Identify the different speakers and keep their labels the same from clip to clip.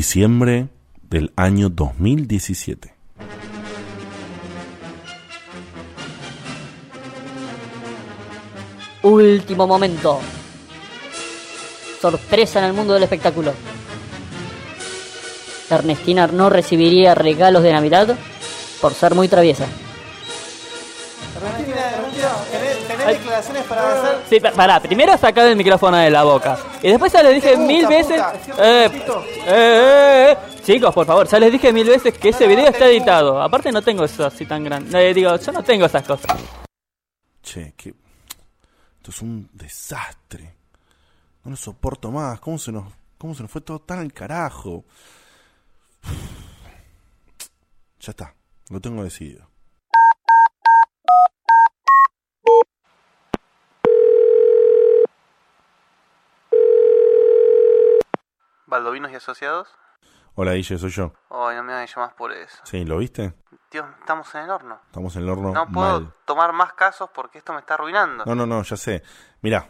Speaker 1: diciembre del año 2017.
Speaker 2: Último momento. Sorpresa en el mundo del espectáculo. Ernestina no recibiría regalos de Navidad por ser muy traviesa.
Speaker 3: Ernestina, Ernestina, ¿tenés, tenés declaraciones para hacer?
Speaker 4: Sí, pa- pará, primero sacar el micrófono de la boca. Y después ya les dije
Speaker 3: Puta,
Speaker 4: mil
Speaker 3: puta,
Speaker 4: veces.
Speaker 3: cierto,
Speaker 4: Eh,
Speaker 3: chiquito.
Speaker 4: eh, eh, eh. Chicos, por favor, ya les dije mil veces que ese video está editado. Aparte, no tengo eso así tan grande. Eh, digo, yo no tengo esas cosas.
Speaker 1: Che, que. Esto es un desastre. No lo soporto más. ¿Cómo se nos, cómo se nos fue todo tan al carajo? Ya está. Lo tengo decidido.
Speaker 5: ¿Baldovinos y asociados?
Speaker 1: Hola, Guille, soy yo.
Speaker 5: Ay, no me hagas llamar por eso.
Speaker 1: Sí, ¿lo viste?
Speaker 5: Dios, estamos en el horno.
Speaker 1: Estamos en el horno
Speaker 5: No puedo
Speaker 1: mal.
Speaker 5: tomar más casos porque esto me está arruinando.
Speaker 1: No, no, no, ya sé. Mirá,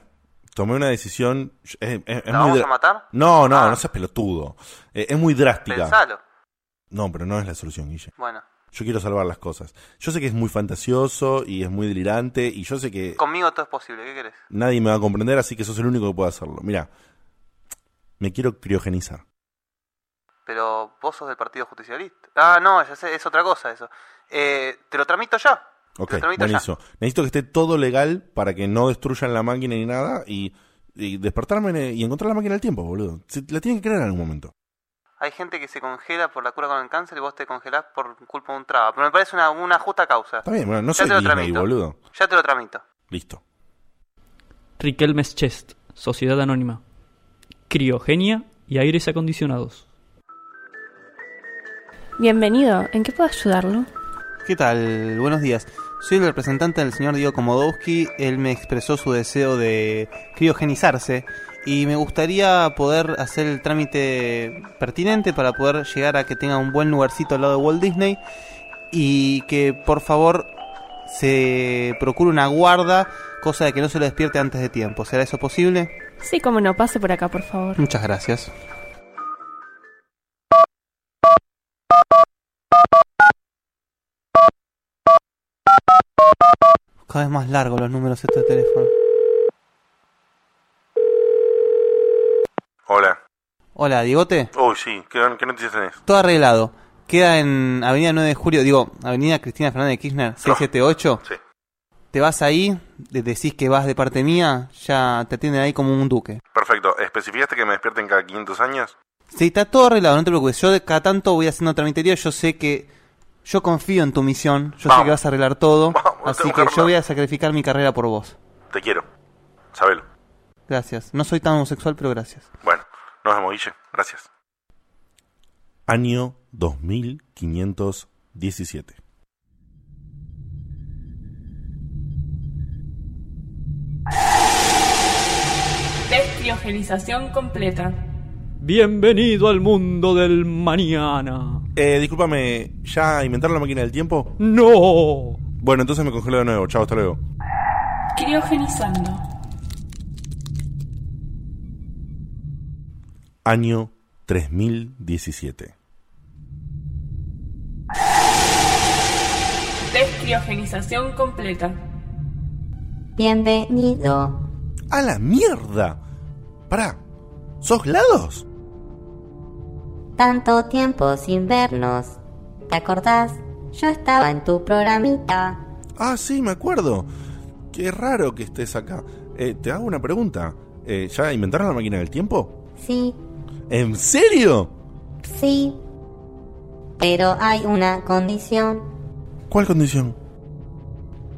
Speaker 1: tomé una decisión. Es, es- es
Speaker 5: ¿La
Speaker 1: muy
Speaker 5: vamos
Speaker 1: dra-
Speaker 5: a matar?
Speaker 1: No, no,
Speaker 5: Ah.
Speaker 1: no seas pelotudo. Eh, es muy drástica.
Speaker 5: Pensalo.
Speaker 1: No, pero no es la solución, Guille.
Speaker 5: Bueno,
Speaker 1: Yo quiero salvar las cosas. Yo sé que es muy fantasioso y es muy delirante y yo sé que
Speaker 5: conmigo todo es posible. ¿Qué querés?
Speaker 1: nadie me va a comprender, así que sos el único que puede hacerlo. Mira, me quiero criogenizar.
Speaker 5: Pero vos sos del Partido Justicialista. Ah, no, ya sé, es otra cosa eso. Eh, te lo tramito ya.
Speaker 1: Ok,
Speaker 5: Te lo tramito ya.
Speaker 1: buenísimo. Necesito que esté todo legal para que no destruyan la máquina ni nada y, y despertarme en el- y encontrar la máquina al tiempo, boludo. Se- la tienen que crear en algún momento.
Speaker 5: Hay gente que se congela por la cura con el cáncer y vos te congelás por culpa de un traba. Pero me parece una, una justa causa.
Speaker 1: Está bien, bueno, no
Speaker 5: Ya
Speaker 1: soy
Speaker 5: te lo
Speaker 1: Disney,
Speaker 5: tramito.
Speaker 1: boludo.
Speaker 5: Ya te lo tramito.
Speaker 1: Listo.
Speaker 4: Riquelmes Chest, Sociedad Anónima. Criogenia y aires acondicionados.
Speaker 6: Bienvenido, ¿en qué puedo ayudarlo?
Speaker 5: ¿Qué tal? Buenos días. Soy el representante del señor Diego Komodowski. Él me expresó su deseo de criogenizarse y me gustaría poder hacer el trámite pertinente para poder llegar a que tenga un buen lugarcito al lado de Walt Disney y que por favor se procure una guarda, cosa de que no se lo despierte antes de tiempo. ¿Será eso posible?
Speaker 6: Sí, como no, pase por acá, por favor.
Speaker 5: Muchas gracias. Cada vez más largos los números de este teléfono.
Speaker 1: Hola.
Speaker 5: Hola, Diegote.
Speaker 1: Uy, sí, ¿qué, noticias tenés?
Speaker 5: Todo arreglado. Queda en Avenida 9 de Julio, digo, Avenida Cristina Fernández de Kirchner, 678.
Speaker 1: Sí.
Speaker 5: Te vas ahí, te decís que vas de parte mía, ya te atienden ahí como un duque.
Speaker 1: Perfecto. ¿Especificaste que me despierten cada 500 años?
Speaker 5: Sí, está todo arreglado, no te preocupes. Yo de cada tanto voy haciendo tramitería. Yo sé que. Yo confío en tu misión. Yo sé
Speaker 1: Vamos.
Speaker 5: que vas a arreglar todo.
Speaker 1: Vamos,
Speaker 5: así
Speaker 1: tengo
Speaker 5: que
Speaker 1: que
Speaker 5: yo voy
Speaker 1: arreglar.
Speaker 5: a sacrificar mi carrera por vos.
Speaker 1: Te quiero. Sabelo.
Speaker 5: Gracias. No soy tan homosexual, pero gracias.
Speaker 1: Bueno, nos vemos, Guille. Gracias. Año 2517.
Speaker 7: Descriogenización completa.
Speaker 4: Bienvenido al mundo del mañana.
Speaker 1: Eh, discúlpame, ¿ya inventaron la máquina del tiempo?
Speaker 4: ¡No!
Speaker 1: Bueno, entonces me congelo de nuevo. Chao, hasta luego.
Speaker 7: Criogenizando.
Speaker 1: Año 3017.
Speaker 7: Descriogenización completa.
Speaker 8: Bienvenido.
Speaker 1: ¡A la mierda! Pará, ¿sos GLaDOS?
Speaker 8: Tanto tiempo sin vernos. ¿Te acordás? Yo estaba en tu programita.
Speaker 1: Ah, sí, me acuerdo. Qué raro que estés acá. Eh, te hago una pregunta. Eh, ¿Ya inventaron la máquina del tiempo?
Speaker 8: Sí,
Speaker 1: ¿En serio?
Speaker 8: sí. Pero hay una condición.
Speaker 1: ¿Cuál condición?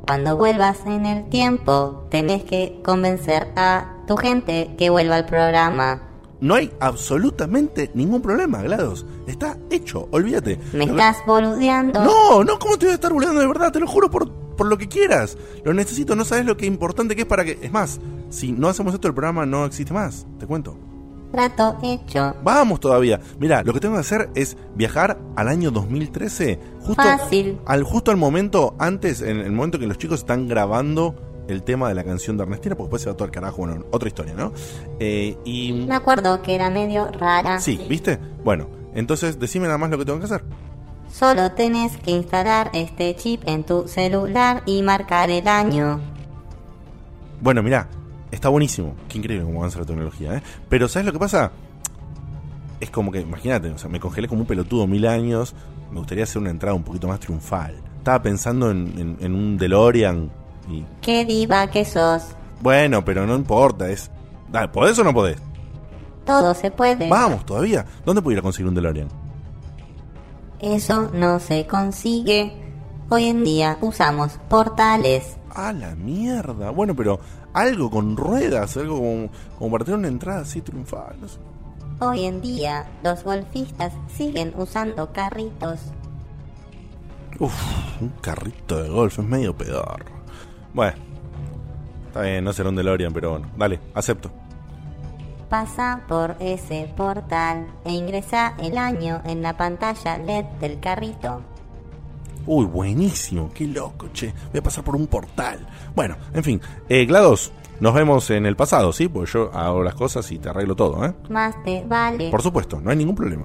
Speaker 8: Cuando vuelvas en el tiempo, tenés que convencer a tu gente que vuelva al programa.
Speaker 1: No hay absolutamente ningún problema, GLaDOS. Está hecho, olvídate.
Speaker 8: ¿Me
Speaker 1: Lo-
Speaker 8: estás boludeando?
Speaker 1: No, no, ¿cómo te voy a estar burlando de verdad? Te lo juro por, por lo que quieras. Lo necesito, no sabes lo que importante que es para que. Es más, si no hacemos esto, el programa no existe más. Te cuento.
Speaker 8: Trato hecho.
Speaker 1: Vamos todavía. Mira, lo que tengo que hacer es viajar al año 2013, justo
Speaker 8: Fácil.
Speaker 1: al justo al momento antes, en el momento que los chicos están grabando el tema de la canción de Ernestina, porque después se va todo el carajo, bueno, otra historia, ¿no? Eh, y...
Speaker 8: Me acuerdo que era medio rara.
Speaker 1: Sí, ¿viste? Bueno, entonces decime nada más lo que tengo que hacer.
Speaker 8: Solo tenés que instalar este chip en tu celular y marcar el año.
Speaker 1: Bueno, mirá, está buenísimo. Qué increíble cómo avanza la tecnología, ¿eh? Pero ¿sabes lo que pasa? Es como que, imagínate, o sea, me congelé como un pelotudo mil años. Me gustaría hacer una entrada un poquito más triunfal. Estaba pensando en, en- en un DeLorean. Y,
Speaker 8: Qué diva que sos.
Speaker 1: bueno, pero no importa, es... Dale, ¿podés o no podés?
Speaker 8: Todo se puede.
Speaker 1: Vamos, todavía. ¿Dónde pudiera conseguir un DeLorean?
Speaker 8: Eso no se consigue. Hoy en día usamos portales.
Speaker 1: A la mierda. Bueno, pero algo con ruedas, algo como, como para tener una entrada así triunfal. no sé.
Speaker 8: Hoy en día los golfistas siguen usando carritos.
Speaker 1: Uf, un carrito de golf, es medio pedor. Bueno, está bien, no será un DeLorean, pero bueno, dale, acepto.
Speaker 8: Pasa por ese portal e ingresa el año en la pantalla LED del carrito.
Speaker 1: Uy, buenísimo, qué loco, che. Voy a pasar por un portal. Bueno, en fin, eh, GLaDOS, nos vemos en el pasado, ¿sí? Porque yo hago las cosas y te arreglo todo, ¿eh?
Speaker 8: Más te vale.
Speaker 1: Por supuesto, no hay ningún problema.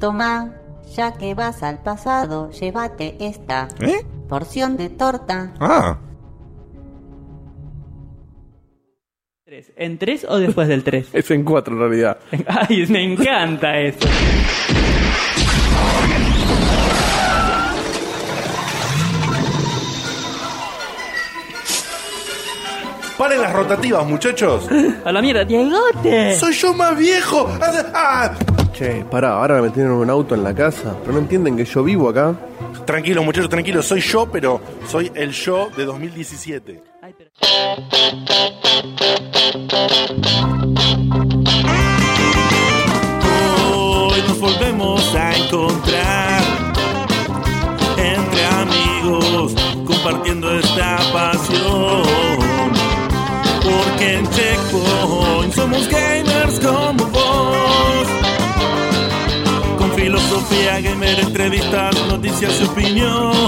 Speaker 8: Toma, ya que vas al pasado, llévate esta
Speaker 1: ¿Eh?
Speaker 8: porción de torta.
Speaker 1: Ah,
Speaker 9: Tres. ¿En 3 o después del 3?
Speaker 10: Es en cuatro en realidad.
Speaker 9: Ay, me encanta eso.
Speaker 1: paren las rotativas, muchachos.
Speaker 9: A la mierda, Diegote.
Speaker 1: Soy yo más viejo. Ah,
Speaker 10: Che, pará, ahora me tienen un auto en la casa. Pero no entienden que yo vivo acá.
Speaker 1: ah. Tranquilo, muchachos, tranquilo. Soy yo, pero soy el yo de 2017.
Speaker 9: Ay, pero-
Speaker 11: Hoy nos volvemos a encontrar entre amigos compartiendo esta pasión. Porque en Checkpoint somos gamers como vos. Con filosofía gamer, entrevistas, noticias y opinión.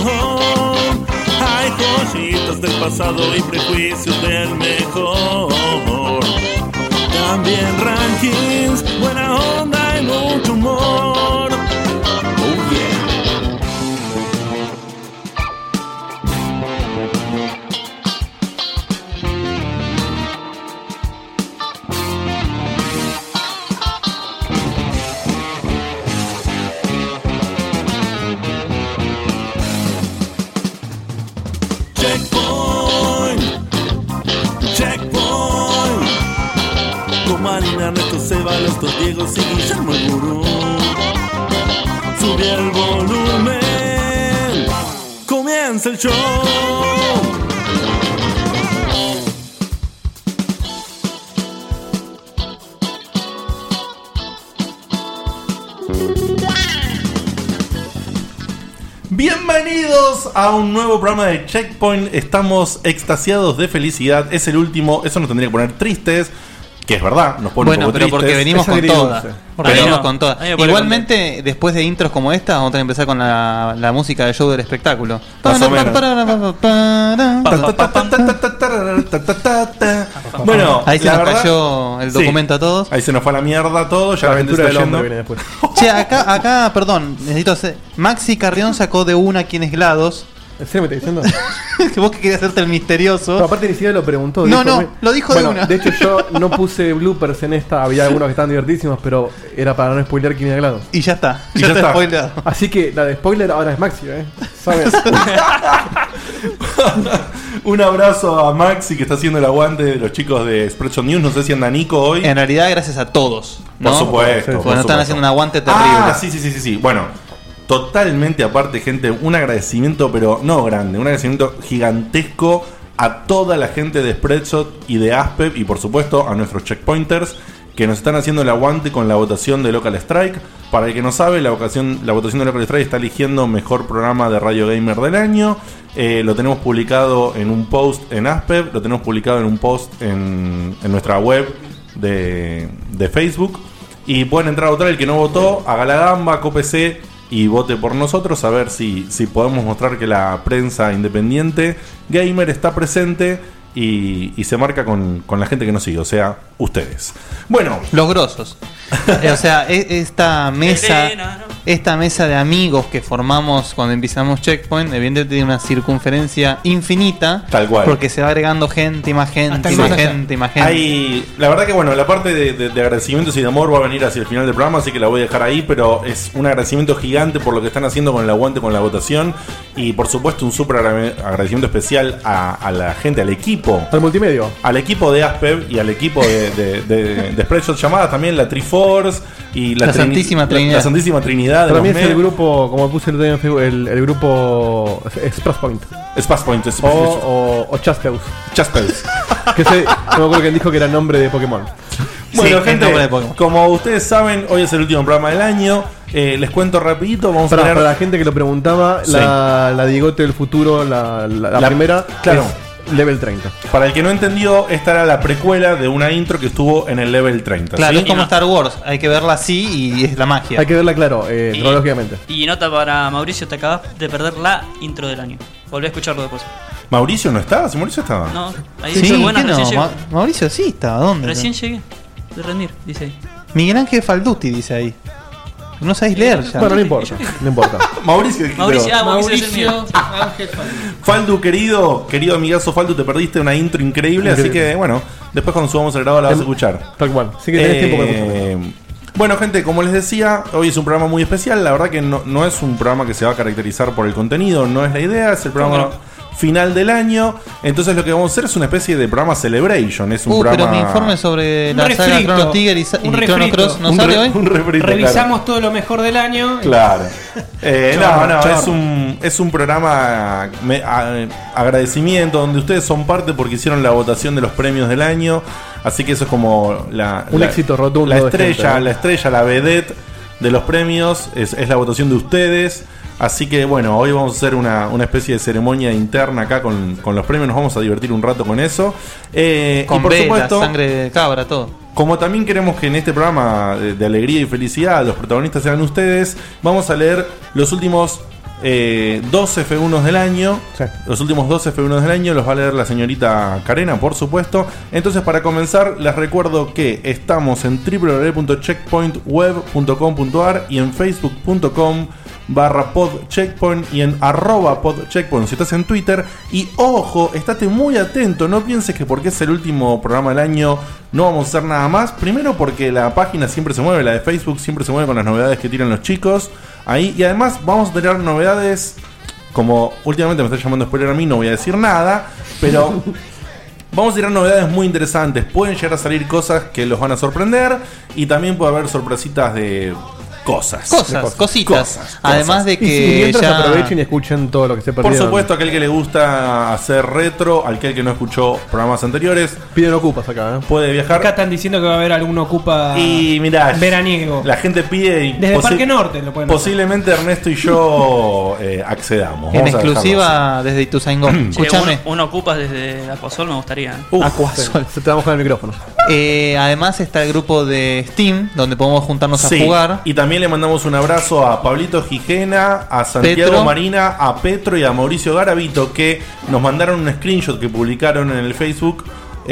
Speaker 11: Hay joyitas del pasado y prejuicios del mejor. También rankings, buena onda y mucho humor. Oh yeah. Checkpoint. Checkpoint. Con Marina, Ernesto, Seba, los dos Diego y Guillermo el Gurú. Sube el volumen. Comienza el show.
Speaker 1: Bienvenidos a un nuevo programa de Checkpoint. Estamos extasiados de felicidad. Es el último. Eso nos tendría que poner tristes. Que es verdad, nos pone un
Speaker 12: Bueno,
Speaker 1: poco
Speaker 12: pero porque
Speaker 1: tristes.
Speaker 12: venimos
Speaker 10: Esa
Speaker 12: con
Speaker 10: agridulce.
Speaker 12: toda.
Speaker 9: Porque
Speaker 12: Venimos
Speaker 9: no.
Speaker 12: con
Speaker 9: A mí
Speaker 12: toda.
Speaker 9: me pone
Speaker 12: Igualmente, después de intros como esta, vamos a tener que empezar con la, la música del show del espectáculo.
Speaker 1: Más o menos.
Speaker 12: Bueno,
Speaker 1: Bueno,
Speaker 12: Ahí se
Speaker 1: la
Speaker 12: nos
Speaker 1: verdad-
Speaker 12: cayó el
Speaker 1: Sí.
Speaker 12: documento a todos.
Speaker 1: Ahí se nos fue a la mierda todo. Ya
Speaker 10: La
Speaker 1: la gente
Speaker 10: aventura de
Speaker 1: está
Speaker 10: Yandro
Speaker 1: yendo.
Speaker 10: viene después.
Speaker 12: Che, acá, acá, perdón, necesito hacer. Maxi Carrión sacó de una quién es GLaDOS.
Speaker 10: ¿En serio me estás diciendo?
Speaker 12: que vos que querías hacerte el
Speaker 10: No,
Speaker 12: misterioso.
Speaker 10: aparte ni siquiera lo preguntó.
Speaker 12: No,
Speaker 10: dijo,
Speaker 12: no,
Speaker 10: me-
Speaker 12: lo dijo de
Speaker 10: Bueno,
Speaker 12: una.
Speaker 10: De hecho, yo no puse bloopers en esta. Había algunos que estaban divertísimos, pero era para no spoilear quién era GLaDOS.
Speaker 12: Y ya está.
Speaker 1: Y
Speaker 12: ya,
Speaker 1: ya
Speaker 12: está,
Speaker 1: está.
Speaker 12: spoileado.
Speaker 10: Así que la de spoiler ahora es Maxi, ¿eh? ¿Sabes?
Speaker 1: Un abrazo a Maxi que está haciendo el aguante de los chicos de Spreadshot News. No sé si anda Nico hoy.
Speaker 12: En realidad, gracias a todos. ¿no?
Speaker 1: Por supuesto.
Speaker 12: Porque
Speaker 1: por
Speaker 12: nos están
Speaker 1: supuesto.
Speaker 12: haciendo un aguante terrible.
Speaker 1: Ah, sí, sí, sí, sí, sí. Bueno, totalmente aparte, gente, un agradecimiento, pero no grande, un agradecimiento gigantesco a toda la gente de Spreadshot y de Aspep y por supuesto a nuestros checkpointers que nos están haciendo el aguante con la votación de Local Strike. Para el que no sabe, la votación, la votación de Local Strike está eligiendo mejor programa de Radio Gamer del año. Eh, lo tenemos publicado en un post en Aspep, lo tenemos publicado en un post en, en nuestra web de, de Facebook. Y pueden entrar a votar el que no votó, haga la gamba, cópese y vote por nosotros a ver si, si podemos mostrar que la prensa independiente gamer está presente y, y se marca con, con la gente que nos sigue, o sea, ustedes. Bueno.
Speaker 12: Los grosos. Eh, o sea, e- esta mesa, esta mesa de amigos que formamos cuando empezamos Checkpoint, evidentemente tiene una circunferencia infinita.
Speaker 1: Tal cual.
Speaker 12: Porque se va agregando gente y más gente, y
Speaker 1: Sí.
Speaker 12: más gente, y más gente.
Speaker 1: Hay- la verdad que bueno, la parte de, de- de agradecimientos y de amor va a venir hacia el final del programa, así que la voy a dejar ahí, pero es un agradecimiento gigante por lo que están haciendo con el aguante, con la votación y por supuesto un súper agra- agradecimiento especial a, a la gente, al equipo.
Speaker 10: Al multimedio.
Speaker 1: Al equipo de Aspev y al equipo de, de, de- de Spreadshot llamada también la Triforce y la,
Speaker 12: La
Speaker 1: Trini-
Speaker 12: Santísima
Speaker 1: la-
Speaker 12: Trinidad.
Speaker 1: La, Santísima Trinidad. de
Speaker 10: Para mí
Speaker 1: los
Speaker 10: es el
Speaker 1: medios.
Speaker 10: grupo, como puse el otro día en Facebook, el, el grupo Express Point.
Speaker 1: Express Point,
Speaker 10: O,
Speaker 1: Express Point.
Speaker 10: o, o Chaspeus.
Speaker 1: Chaspeus.
Speaker 10: que se, no creo que dijo que era el nombre de Pokémon.
Speaker 1: Bueno,
Speaker 10: Sí,
Speaker 1: gente,
Speaker 10: el nombre de Pokémon.
Speaker 1: como ustedes saben, hoy es el último programa del año. Eh, les cuento rapidito, vamos
Speaker 10: Para,
Speaker 1: a tener
Speaker 10: para la gente que lo preguntaba,
Speaker 1: Sí.
Speaker 10: la, la Digote del futuro, la, la- la
Speaker 1: La-
Speaker 10: primera,
Speaker 1: claro.
Speaker 10: es level 30.
Speaker 1: Para el que no entendió, esta era la precuela de una intro que estuvo en el level 30.
Speaker 12: Claro,
Speaker 1: ¿sí?
Speaker 12: es como
Speaker 1: Y no-
Speaker 12: Star Wars, hay que verla así y es la magia.
Speaker 10: Hay que verla claro, eh,
Speaker 4: Y-
Speaker 10: cronológicamente.
Speaker 4: Y nota para Mauricio, te acabas de perder la intro del año. Volví a escucharlo después.
Speaker 1: Mauricio no estaba, si Mauricio estaba.
Speaker 4: No, ahí
Speaker 12: Sí,
Speaker 4: dice,
Speaker 12: ¿qué
Speaker 4: buenas,
Speaker 12: no?
Speaker 4: recién
Speaker 12: Ma-
Speaker 4: llegué.
Speaker 12: Mauricio sí está, ¿dónde?
Speaker 4: Recién llegué. De rendir, dice
Speaker 13: Mm.
Speaker 4: ahí.
Speaker 12: Miguel Ángel Falduti dice ahí. No sabéis leer ya.
Speaker 10: Bueno, no importa, no importa.
Speaker 1: Mauricio,
Speaker 4: Mauricio, ah, vos quisieras ser
Speaker 13: Mauricio
Speaker 4: mío.
Speaker 13: Ángel Falcón.
Speaker 1: Faldu, querido, querido amigazo Faldu, te perdiste una intro increíble, así
Speaker 10: Increíble.
Speaker 1: que bueno, después cuando subamos el grado la vas a escuchar. Eh,
Speaker 10: Tal cual, sí que
Speaker 5: eh,
Speaker 10: tenés tiempo para
Speaker 1: Bueno, gente, como les decía, hoy es un programa muy especial. La verdad que no, no es un programa que se va a caracterizar por el contenido, no es la idea, es el programa final del año. Entonces lo que vamos a hacer es una especie de programa celebration, es un
Speaker 12: Uh,
Speaker 1: programa
Speaker 12: pero mi informe sobre
Speaker 1: Un
Speaker 12: la saga
Speaker 1: refrito,
Speaker 12: Chrono Trigger y, sa- y
Speaker 1: un
Speaker 12: Chrono
Speaker 1: refrito.
Speaker 12: Cross no
Speaker 1: Un
Speaker 12: sale
Speaker 1: re-
Speaker 12: hoy.
Speaker 1: un refrito,
Speaker 13: Revisamos todo lo mejor del año. y-
Speaker 1: Claro. Eh,
Speaker 13: Chorro,
Speaker 1: no, no,
Speaker 13: chorro.
Speaker 1: es un, es un programa me- a- agradecimiento donde ustedes son parte porque hicieron la votación de los premios del año. Así que eso es como la,
Speaker 10: Un
Speaker 1: la-
Speaker 10: éxito rotundo
Speaker 1: La
Speaker 10: de
Speaker 1: estrella,
Speaker 10: gente, ¿no?
Speaker 1: la estrella, la vedette de los premios. Es, es la votación de ustedes. Así que bueno, hoy vamos a hacer una, una especie de ceremonia interna acá con, con los premios. Nos vamos a divertir un rato con eso. Eh,
Speaker 12: Con
Speaker 1: y por
Speaker 12: velas,
Speaker 1: supuesto,
Speaker 12: sangre de cabra, todo.
Speaker 1: como también queremos que en este programa de, de alegría y felicidad los protagonistas sean ustedes, vamos a leer los últimos eh, dos F1s del año. Los últimos dos F1s del año los va a leer la señorita Karena, por supuesto. Entonces, para comenzar, les recuerdo que estamos en www.checkpointweb.com.ar y en facebook.com barra podcheckpoint y en arroba podcheckpoint si estás en Twitter. Y ojo, estate muy atento, no pienses que porque es el último programa del año no vamos a hacer nada más. Primero porque la página siempre se mueve, la de Facebook siempre se mueve con las novedades que tiran los chicos. Ahí, y además vamos a tener novedades. Como últimamente me está llamando spoiler a mí, no voy a decir nada, pero Vamos a tirar novedades muy interesantes. Pueden llegar a salir cosas que los van a sorprender. Y también puede haber sorpresitas de cosas.
Speaker 12: Cosas,
Speaker 1: De
Speaker 12: cositas. Además de
Speaker 10: Y si mientras aprovechen y escuchen todo lo que se perdieron.
Speaker 1: Por supuesto, aquel que le gusta hacer retro, aquel que no escuchó programas anteriores.
Speaker 10: Piden ocupas acá, ¿eh?
Speaker 1: Puede viajar.
Speaker 13: Acá están diciendo que va a haber algún ocupa
Speaker 1: Y mirá,
Speaker 13: veraniego.
Speaker 1: La gente pide. y
Speaker 13: Desde
Speaker 1: posi-
Speaker 13: Parque Norte lo pueden hacer.
Speaker 1: Posiblemente Ernesto y yo eh, accedamos.
Speaker 12: En
Speaker 1: Vamos a dejarlo
Speaker 12: exclusiva desde Ituzaingó.
Speaker 4: Che,
Speaker 12: Escúchame.
Speaker 4: uno, uno ocupas desde Acuasol, me gustaría. ¿eh?
Speaker 1: uh,
Speaker 12: Acuasol.
Speaker 10: Se te va a mojar el micrófono.
Speaker 12: Eh, además está el grupo de Steam, donde podemos juntarnos
Speaker 1: Sí,
Speaker 12: a jugar.
Speaker 1: Y también le mandamos un abrazo a Pablito Gijena, a Santiago
Speaker 12: Petro.
Speaker 1: Marina, a Petro y a Mauricio Garavito que nos mandaron un screenshot que publicaron en el Facebook.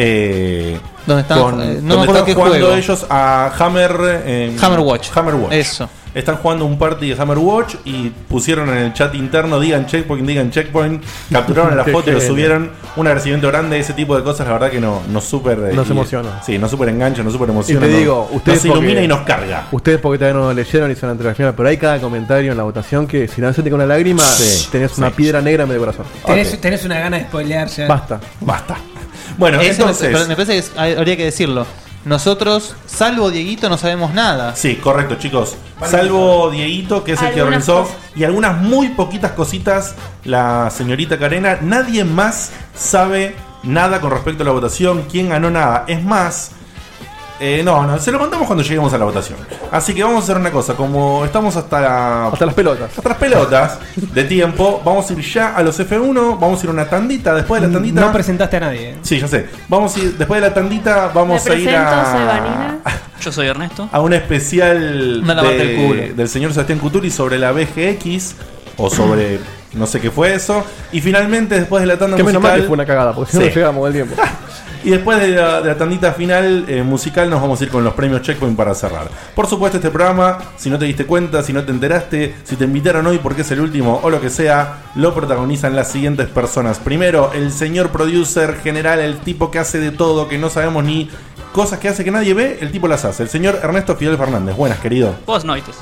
Speaker 1: eh,
Speaker 12: Donde están- eh, no me
Speaker 1: donde
Speaker 12: acuerdo
Speaker 1: están
Speaker 12: qué
Speaker 1: jugando
Speaker 12: juego.
Speaker 1: ellos a Hammer eh,
Speaker 12: Hammerwatch.
Speaker 1: Hammerwatch.
Speaker 12: Eso.
Speaker 1: Están jugando un party de Hammerwatch y pusieron en el chat interno, digan checkpoint, digan checkpoint, capturaron la
Speaker 10: Qué
Speaker 1: foto y lo
Speaker 10: genio.
Speaker 1: subieron. Un agradecimiento grande, ese tipo de cosas, la verdad que no, nos super eh,
Speaker 10: Nos
Speaker 1: y-
Speaker 10: emociona.
Speaker 1: Sí, nos super engancha, nos super
Speaker 10: Y
Speaker 1: emociona.
Speaker 10: te
Speaker 1: nos-
Speaker 10: digo, ustedes
Speaker 1: nos ilumina
Speaker 10: porque-
Speaker 1: y nos carga.
Speaker 10: Ustedes porque todavía no lo leyeron y son ante la final, pero hay cada comentario en la votación que si no se te con una lágrima,
Speaker 1: Sí,
Speaker 10: tenés una piedra negra en medio corazón.
Speaker 13: Tenés,
Speaker 10: Ok.
Speaker 13: tenés una gana de spoilear ya.
Speaker 10: Basta.
Speaker 1: Basta. Bueno,
Speaker 12: Eso me-
Speaker 1: entonces-
Speaker 12: pero me parece que es- hay- habría que decirlo. Nosotros, salvo Dieguito, no sabemos nada.
Speaker 1: Sí, correcto, chicos. Salvo Dieguito, que es el que
Speaker 12: Algunas
Speaker 1: organizó,
Speaker 12: cosas.
Speaker 1: y algunas muy poquitas cositas, la señorita Carena, nadie más sabe nada con respecto a la votación, quién ganó nada. Es más, eh, no, no, se lo contamos cuando lleguemos a la votación. Así que vamos a hacer una cosa, como estamos hasta... Hasta
Speaker 10: las pelotas.
Speaker 1: Hasta las pelotas de tiempo, vamos a ir ya a los F1, vamos a ir a una tandita, después de la tandita...
Speaker 13: Mm, No presentaste a nadie. eh.
Speaker 1: Sí, ya sé. Vamos a ir, después de la tandita, vamos
Speaker 13: Me
Speaker 1: a ir
Speaker 13: presento,
Speaker 1: a.
Speaker 13: soy
Speaker 4: Yo soy Ernesto.
Speaker 1: A un especial
Speaker 4: No lavarte el culo.
Speaker 1: del señor Sebastián Cuturi sobre la BGX o sobre No sé qué fue eso. Y finalmente, después de la tanda
Speaker 10: Que menos
Speaker 1: musical.
Speaker 10: mal que fue una cagada, porque si no
Speaker 1: Sí.
Speaker 10: no llegábamos del tiempo.
Speaker 1: Y después de la, de la tandita final eh, musical nos vamos a ir con los premios Checkpoint para cerrar. Por supuesto este programa, si no te diste cuenta, si no te enteraste, si te invitaron hoy porque es el último o lo que sea, lo protagonizan las siguientes personas. Primero, el señor producer general, el tipo que hace de todo, que no sabemos ni cosas que hace que nadie ve, el tipo las hace. El señor Ernesto Fidel Fernández. Buenas, querido.
Speaker 4: Vos noites.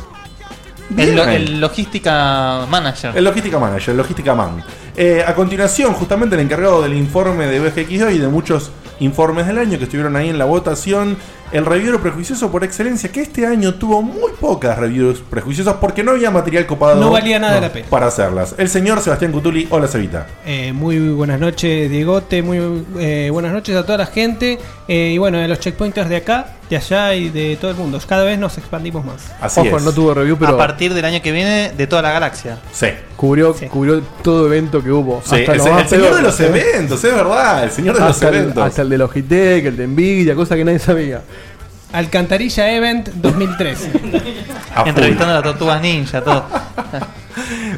Speaker 1: Bien.
Speaker 5: El, lo- el logística manager.
Speaker 1: El logística manager, el logística man. Eh, a continuación, justamente el encargado del informe de BGXO y de muchos informes del año que estuvieron ahí en la votación, el reviewero prejuicioso por excelencia, que este año tuvo muy pocas reviews prejuiciosas porque no había material copado.
Speaker 13: No valía nada la pena.
Speaker 1: Para hacerlas. El señor Sebastián Cutuli, hola Cevita.
Speaker 13: Eh, muy buenas noches, Diegote. Muy eh, buenas noches a toda la gente. eh, y bueno, a los checkpointers de acá, de allá y de todo el mundo. Cada vez nos expandimos más.
Speaker 10: Ojo, no tuvo review, pero
Speaker 5: A partir del año que viene, de toda la galaxia.
Speaker 1: Sí.
Speaker 10: cubrió, cubrió todo evento que hubo.
Speaker 1: Sí,
Speaker 10: Hasta
Speaker 1: el
Speaker 10: lo
Speaker 1: se-
Speaker 10: más
Speaker 1: el señor
Speaker 10: peor,
Speaker 1: de los
Speaker 10: ¿eh?
Speaker 1: eventos, es verdad, el señor de los
Speaker 10: Hasta el-
Speaker 1: eventos.
Speaker 10: Hasta el de Logitech, el de Nvidia, cosa que nadie sabía.
Speaker 13: Alcantarilla Event 2013.
Speaker 5: Entrevistando a las tortugas ninja, todo.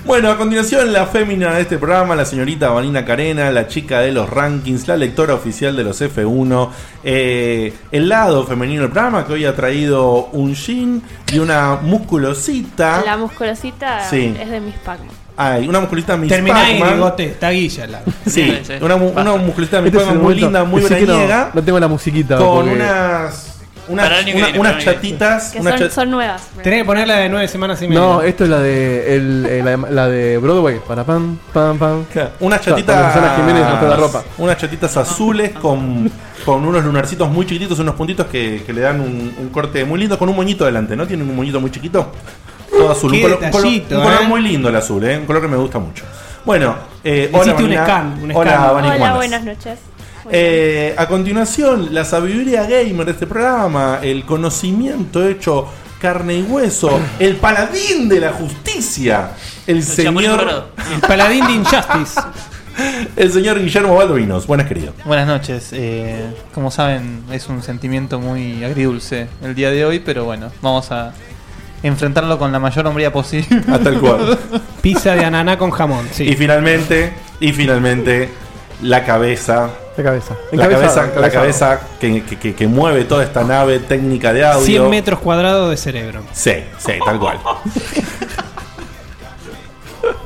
Speaker 1: Bueno, a continuación la fémina de este programa, la señorita Vanina Carena, la chica de los rankings, la lectora oficial de los F1, eh, el lado femenino del programa que hoy ha traído un jean y una musculosita.
Speaker 7: La musculosita
Speaker 1: ¿Ah? Sí.
Speaker 7: es de mis Pac-Man.
Speaker 1: Ay, una musculita Miss
Speaker 13: Terminá ahí,
Speaker 1: Pac-Man.
Speaker 13: Diegote. Está Guilla al lado.
Speaker 1: Sí, una, mu- una musculita Miss
Speaker 10: Este es el
Speaker 1: Pac-Man muy
Speaker 10: momento.
Speaker 1: linda, muy
Speaker 10: Decí que no-
Speaker 1: veraniega,
Speaker 10: No, tengo la musiquita.
Speaker 1: con
Speaker 10: porque-
Speaker 1: unas, unas,
Speaker 10: Para el año que
Speaker 1: una-
Speaker 10: viene,
Speaker 1: unas
Speaker 10: para el año que viene.
Speaker 1: chatitas.
Speaker 7: Que
Speaker 1: unas
Speaker 7: son,
Speaker 1: cha-
Speaker 7: son nuevas.
Speaker 13: Tenés que ponerla de nueve semanas y media.
Speaker 10: No, esto es la de, el, eh, la, la de Broadway. Para pam, pam, pam.
Speaker 1: Unas chatitas.
Speaker 10: Para Susana Jiménez no te da ropa.
Speaker 1: Unas chatitas azules con, con unos lunarcitos muy chiquititos, unos puntitos que, que le dan un, un corte muy lindo con un moñito delante, ¿no? Tiene un moñito muy chiquito. Todo azul.
Speaker 13: Qué
Speaker 1: un color, un color-
Speaker 13: detallito,
Speaker 1: un color
Speaker 13: ¿eh?
Speaker 1: muy lindo el azul, ¿eh? Un color que me gusta mucho. Bueno, eh,
Speaker 13: Le
Speaker 1: hola,
Speaker 13: hiciste un
Speaker 1: Vanina.
Speaker 13: scan, un
Speaker 1: Hola,
Speaker 13: scan.
Speaker 1: Vani
Speaker 7: Hola,
Speaker 1: Juanas.
Speaker 7: buenas noches.
Speaker 1: Eh, a continuación, la sabiduría gamer de este programa, el conocimiento hecho carne y hueso, el paladín de la justicia, el, señor,
Speaker 13: El paladín de Injustice.
Speaker 1: el señor Guillermo Baldovinos. Buenas, querido.
Speaker 5: Buenas noches. eh, como saben, es un sentimiento muy agridulce el día de hoy, pero bueno, vamos a enfrentarlo con la mayor hombría posible.
Speaker 1: Hasta el cual.
Speaker 13: Pizza de ananá con jamón. Sí.
Speaker 1: Y finalmente, y finalmente, la cabeza.
Speaker 10: La cabeza.
Speaker 1: La cabeza,
Speaker 10: Encabezado,
Speaker 1: la cabeza que, que- que- que mueve toda esta nave técnica de audio.
Speaker 13: 100 metros cuadrados de cerebro.
Speaker 1: Sí, sí, tal cual.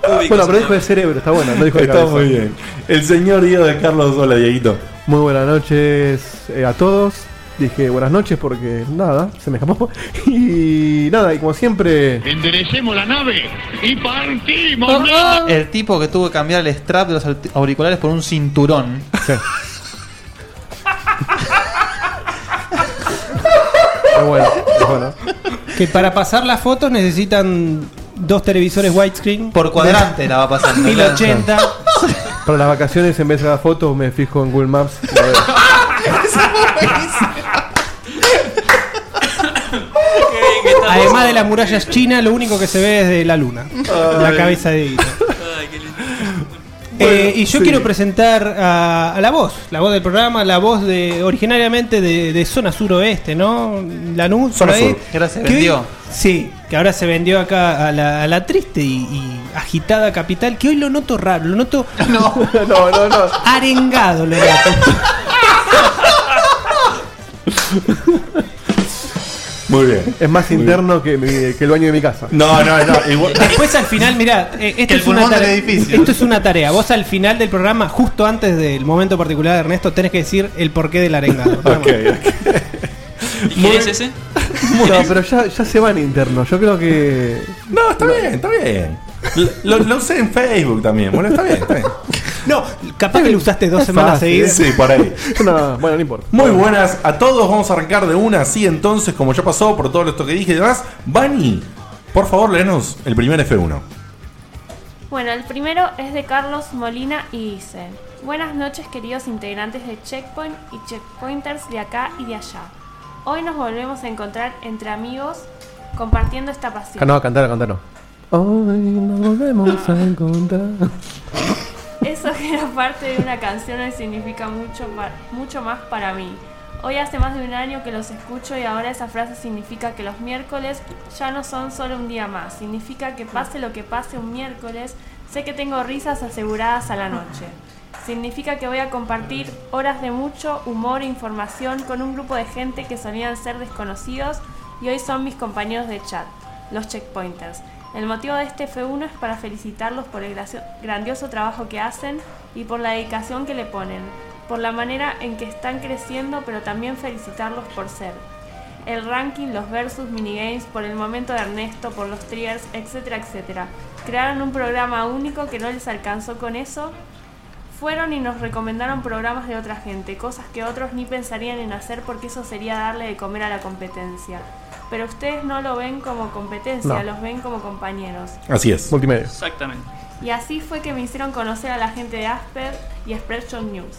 Speaker 10: Bueno, pero dijo de cerebro, está bueno, no dijo de
Speaker 1: Está
Speaker 10: cabeza.
Speaker 1: muy bien. El señor Diego de Carlos, hola Dieguito.
Speaker 10: Muy buenas noches eh, a todos. Dije buenas noches porque nada, se me escapó. Y nada, y como siempre.
Speaker 14: Enderecemos la nave y partimos.
Speaker 5: El tipo que tuvo que cambiar el strap de los aut- auriculares por un cinturón.
Speaker 10: Pero bueno, pero bueno.
Speaker 13: Que para pasar las fotos necesitan dos televisores widescreen.
Speaker 5: Por cuadrante la va pasando.
Speaker 13: 1080.
Speaker 10: Para las vacaciones, en vez de las fotos, me fijo en Google Maps.
Speaker 13: Además de las murallas chinas, lo único que se ve es de la luna. La cabeza de Guita. Eh, y yo
Speaker 10: sí.
Speaker 13: quiero presentar a, a la voz, la voz del programa, la voz de originariamente de, de zona suroeste, ¿no? Lanús,
Speaker 5: Zona
Speaker 13: por ahí,
Speaker 5: sur. Que ahora se
Speaker 13: que hoy-
Speaker 5: vendió.
Speaker 13: sí, que ahora se vendió acá a la, a la triste y, y agitada capital, que hoy lo noto raro, lo noto
Speaker 5: no,
Speaker 10: no, no, no.
Speaker 13: arengado, lo noto.
Speaker 1: Muy bien.
Speaker 10: Es más interno que, mi- que el baño de mi casa.
Speaker 1: No, no, no. Igual,
Speaker 13: Después al final, mirá, eh, esto,
Speaker 10: el
Speaker 13: es una
Speaker 10: pulmón del
Speaker 13: tarea,
Speaker 10: edificio.
Speaker 13: esto es una tarea. Vos al final del programa, justo antes del momento particular de Ernesto, tenés que decir el porqué del arengado.
Speaker 4: ¿Y quién es ese?
Speaker 10: No, pero ya, ya se van internos. Yo creo que.
Speaker 1: No, está bien, está bien. Lo, lo usé en Facebook también. Bueno, está bien, está bien.
Speaker 13: No, capaz que lo usaste dos semanas seguidas.
Speaker 1: Sí, por ahí.
Speaker 10: No, bueno, no importa.
Speaker 1: Muy buenas a todos. Vamos a arrancar de una. Sí, entonces, como ya pasó por todo esto que dije y demás, Bani, por favor, léenos el primer F1.
Speaker 7: Bueno, el primero es de Carlos Molina y dice: Buenas noches, queridos integrantes de Checkpoint y Checkpointers de acá y de allá. Hoy nos volvemos a encontrar entre amigos compartiendo esta pasión.
Speaker 10: Ah, no, cantar, cantar no. Hoy nos volvemos a encontrar.
Speaker 7: Eso que era parte de una canción hoy significa mucho, ma- mucho más para mí. Hoy hace más de un año que los escucho y ahora esa frase significa que los miércoles ya no son solo un día más. Significa que pase lo que pase un miércoles, Sé que tengo risas aseguradas a la noche. Significa que voy a compartir horas de mucho humor e información con un grupo de gente que solían ser desconocidos y hoy son mis compañeros de chat, los checkpointers. El motivo de este F1 es para felicitarlos por el gracio- grandioso trabajo que hacen y por la dedicación que le ponen, por la manera en que están creciendo, pero también felicitarlos por ser el ranking, los versus, minigames, por el momento de Ernesto, por los triggers, etcétera, etcétera. Crearon un programa único que no les alcanzó con eso. Fueron y nos recomendaron programas de otra gente, cosas que otros ni pensarían en hacer porque eso sería darle de comer a la competencia. Pero ustedes no lo ven como competencia,
Speaker 10: No.
Speaker 7: los ven como compañeros.
Speaker 1: Así es.
Speaker 10: Multimedia.
Speaker 4: Exactamente.
Speaker 7: Y así fue que me hicieron conocer a la gente de Asper y Spreadshot News.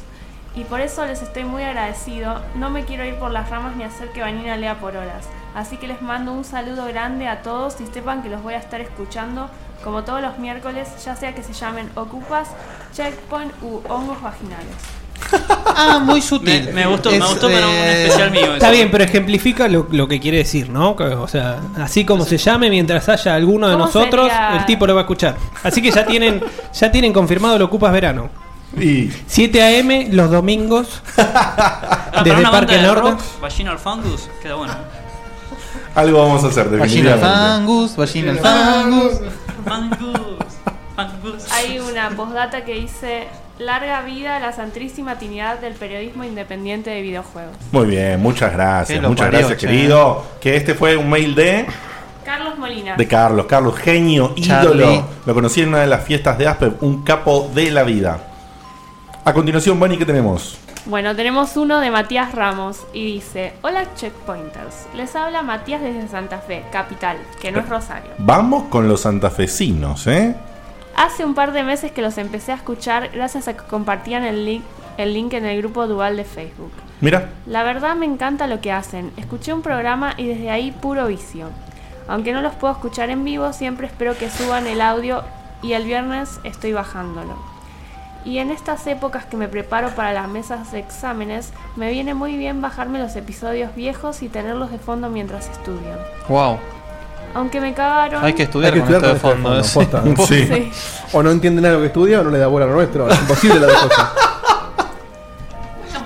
Speaker 7: Y por eso les estoy muy agradecido. No me quiero ir por las ramas ni hacer que Vanina lea por horas. Así que les mando un saludo grande a todos y sepan que los voy a estar escuchando como todos los miércoles, ya sea que se llamen Ocupas, Checkpoint u Hongos Vaginales.
Speaker 4: Ah, muy sutil. Me, me gustó, me gustó, pero un
Speaker 5: eh,
Speaker 4: especial mío.
Speaker 13: eh, Está
Speaker 4: eso.
Speaker 13: bien, pero ejemplifica lo, lo que quiere decir, ¿no? Que, O sea, así como se llame, mientras haya alguno de
Speaker 7: ¿Cómo
Speaker 13: nosotros,
Speaker 7: sería?
Speaker 13: el tipo lo va a escuchar. Así que ya tienen, ya tienen confirmado lo ocupas verano. 7 a.m. los domingos
Speaker 4: Ah, para
Speaker 13: desde
Speaker 4: una banda
Speaker 13: Parque
Speaker 4: de
Speaker 13: Norte.
Speaker 4: rock, Vaginal Fungus, queda bueno.
Speaker 1: Algo vamos a hacer,
Speaker 5: Vagina
Speaker 1: definitivamente.
Speaker 5: Fangus, Vagina
Speaker 4: Fangus.
Speaker 5: Fangus.
Speaker 7: Hay una postdata que dice: Larga vida a la santísima Trinidad del periodismo independiente de videojuegos.
Speaker 1: Muy bien, muchas
Speaker 5: Que
Speaker 1: gracias.
Speaker 5: lo
Speaker 1: Muchas
Speaker 5: parió,
Speaker 1: gracias,
Speaker 5: che.
Speaker 1: querido. Que este fue un mail de,
Speaker 7: Carlos Molina.
Speaker 1: de Carlos. Carlos, genio,
Speaker 5: Charlie.
Speaker 1: ídolo. Lo conocí en una de las fiestas de Asper, un capo de la vida. A continuación, Bunny, ¿qué tenemos?
Speaker 7: Bueno, tenemos uno de Matías Ramos y dice, hola checkpointers, les habla Matías desde Santa Fe, capital, que no es Rosario.
Speaker 1: Vamos con los santafesinos, ¿eh?
Speaker 7: Hace un par de meses que los empecé a escuchar gracias a que compartían el link, el link en el grupo dual de Facebook.
Speaker 1: Mira,
Speaker 7: La verdad me encanta lo que hacen, escuché un programa y desde ahí puro vicio. Aunque no los puedo escuchar en vivo, siempre espero que suban el audio y el viernes estoy bajándolo. Y en estas épocas que me preparo para las mesas de exámenes, me viene muy bien bajarme los episodios viejos y tenerlos de fondo mientras estudio.
Speaker 5: Wow.
Speaker 7: Aunque me cagaron...
Speaker 5: Hay que estudiar
Speaker 10: Hay que
Speaker 5: con esto de fondo. ¿eh?
Speaker 10: con esto de fondo,
Speaker 5: sí.
Speaker 10: posta.
Speaker 7: Sí.
Speaker 10: O no entiende nada de lo que estudia o no le da bola a lo nuestro. Es imposible la de cosas.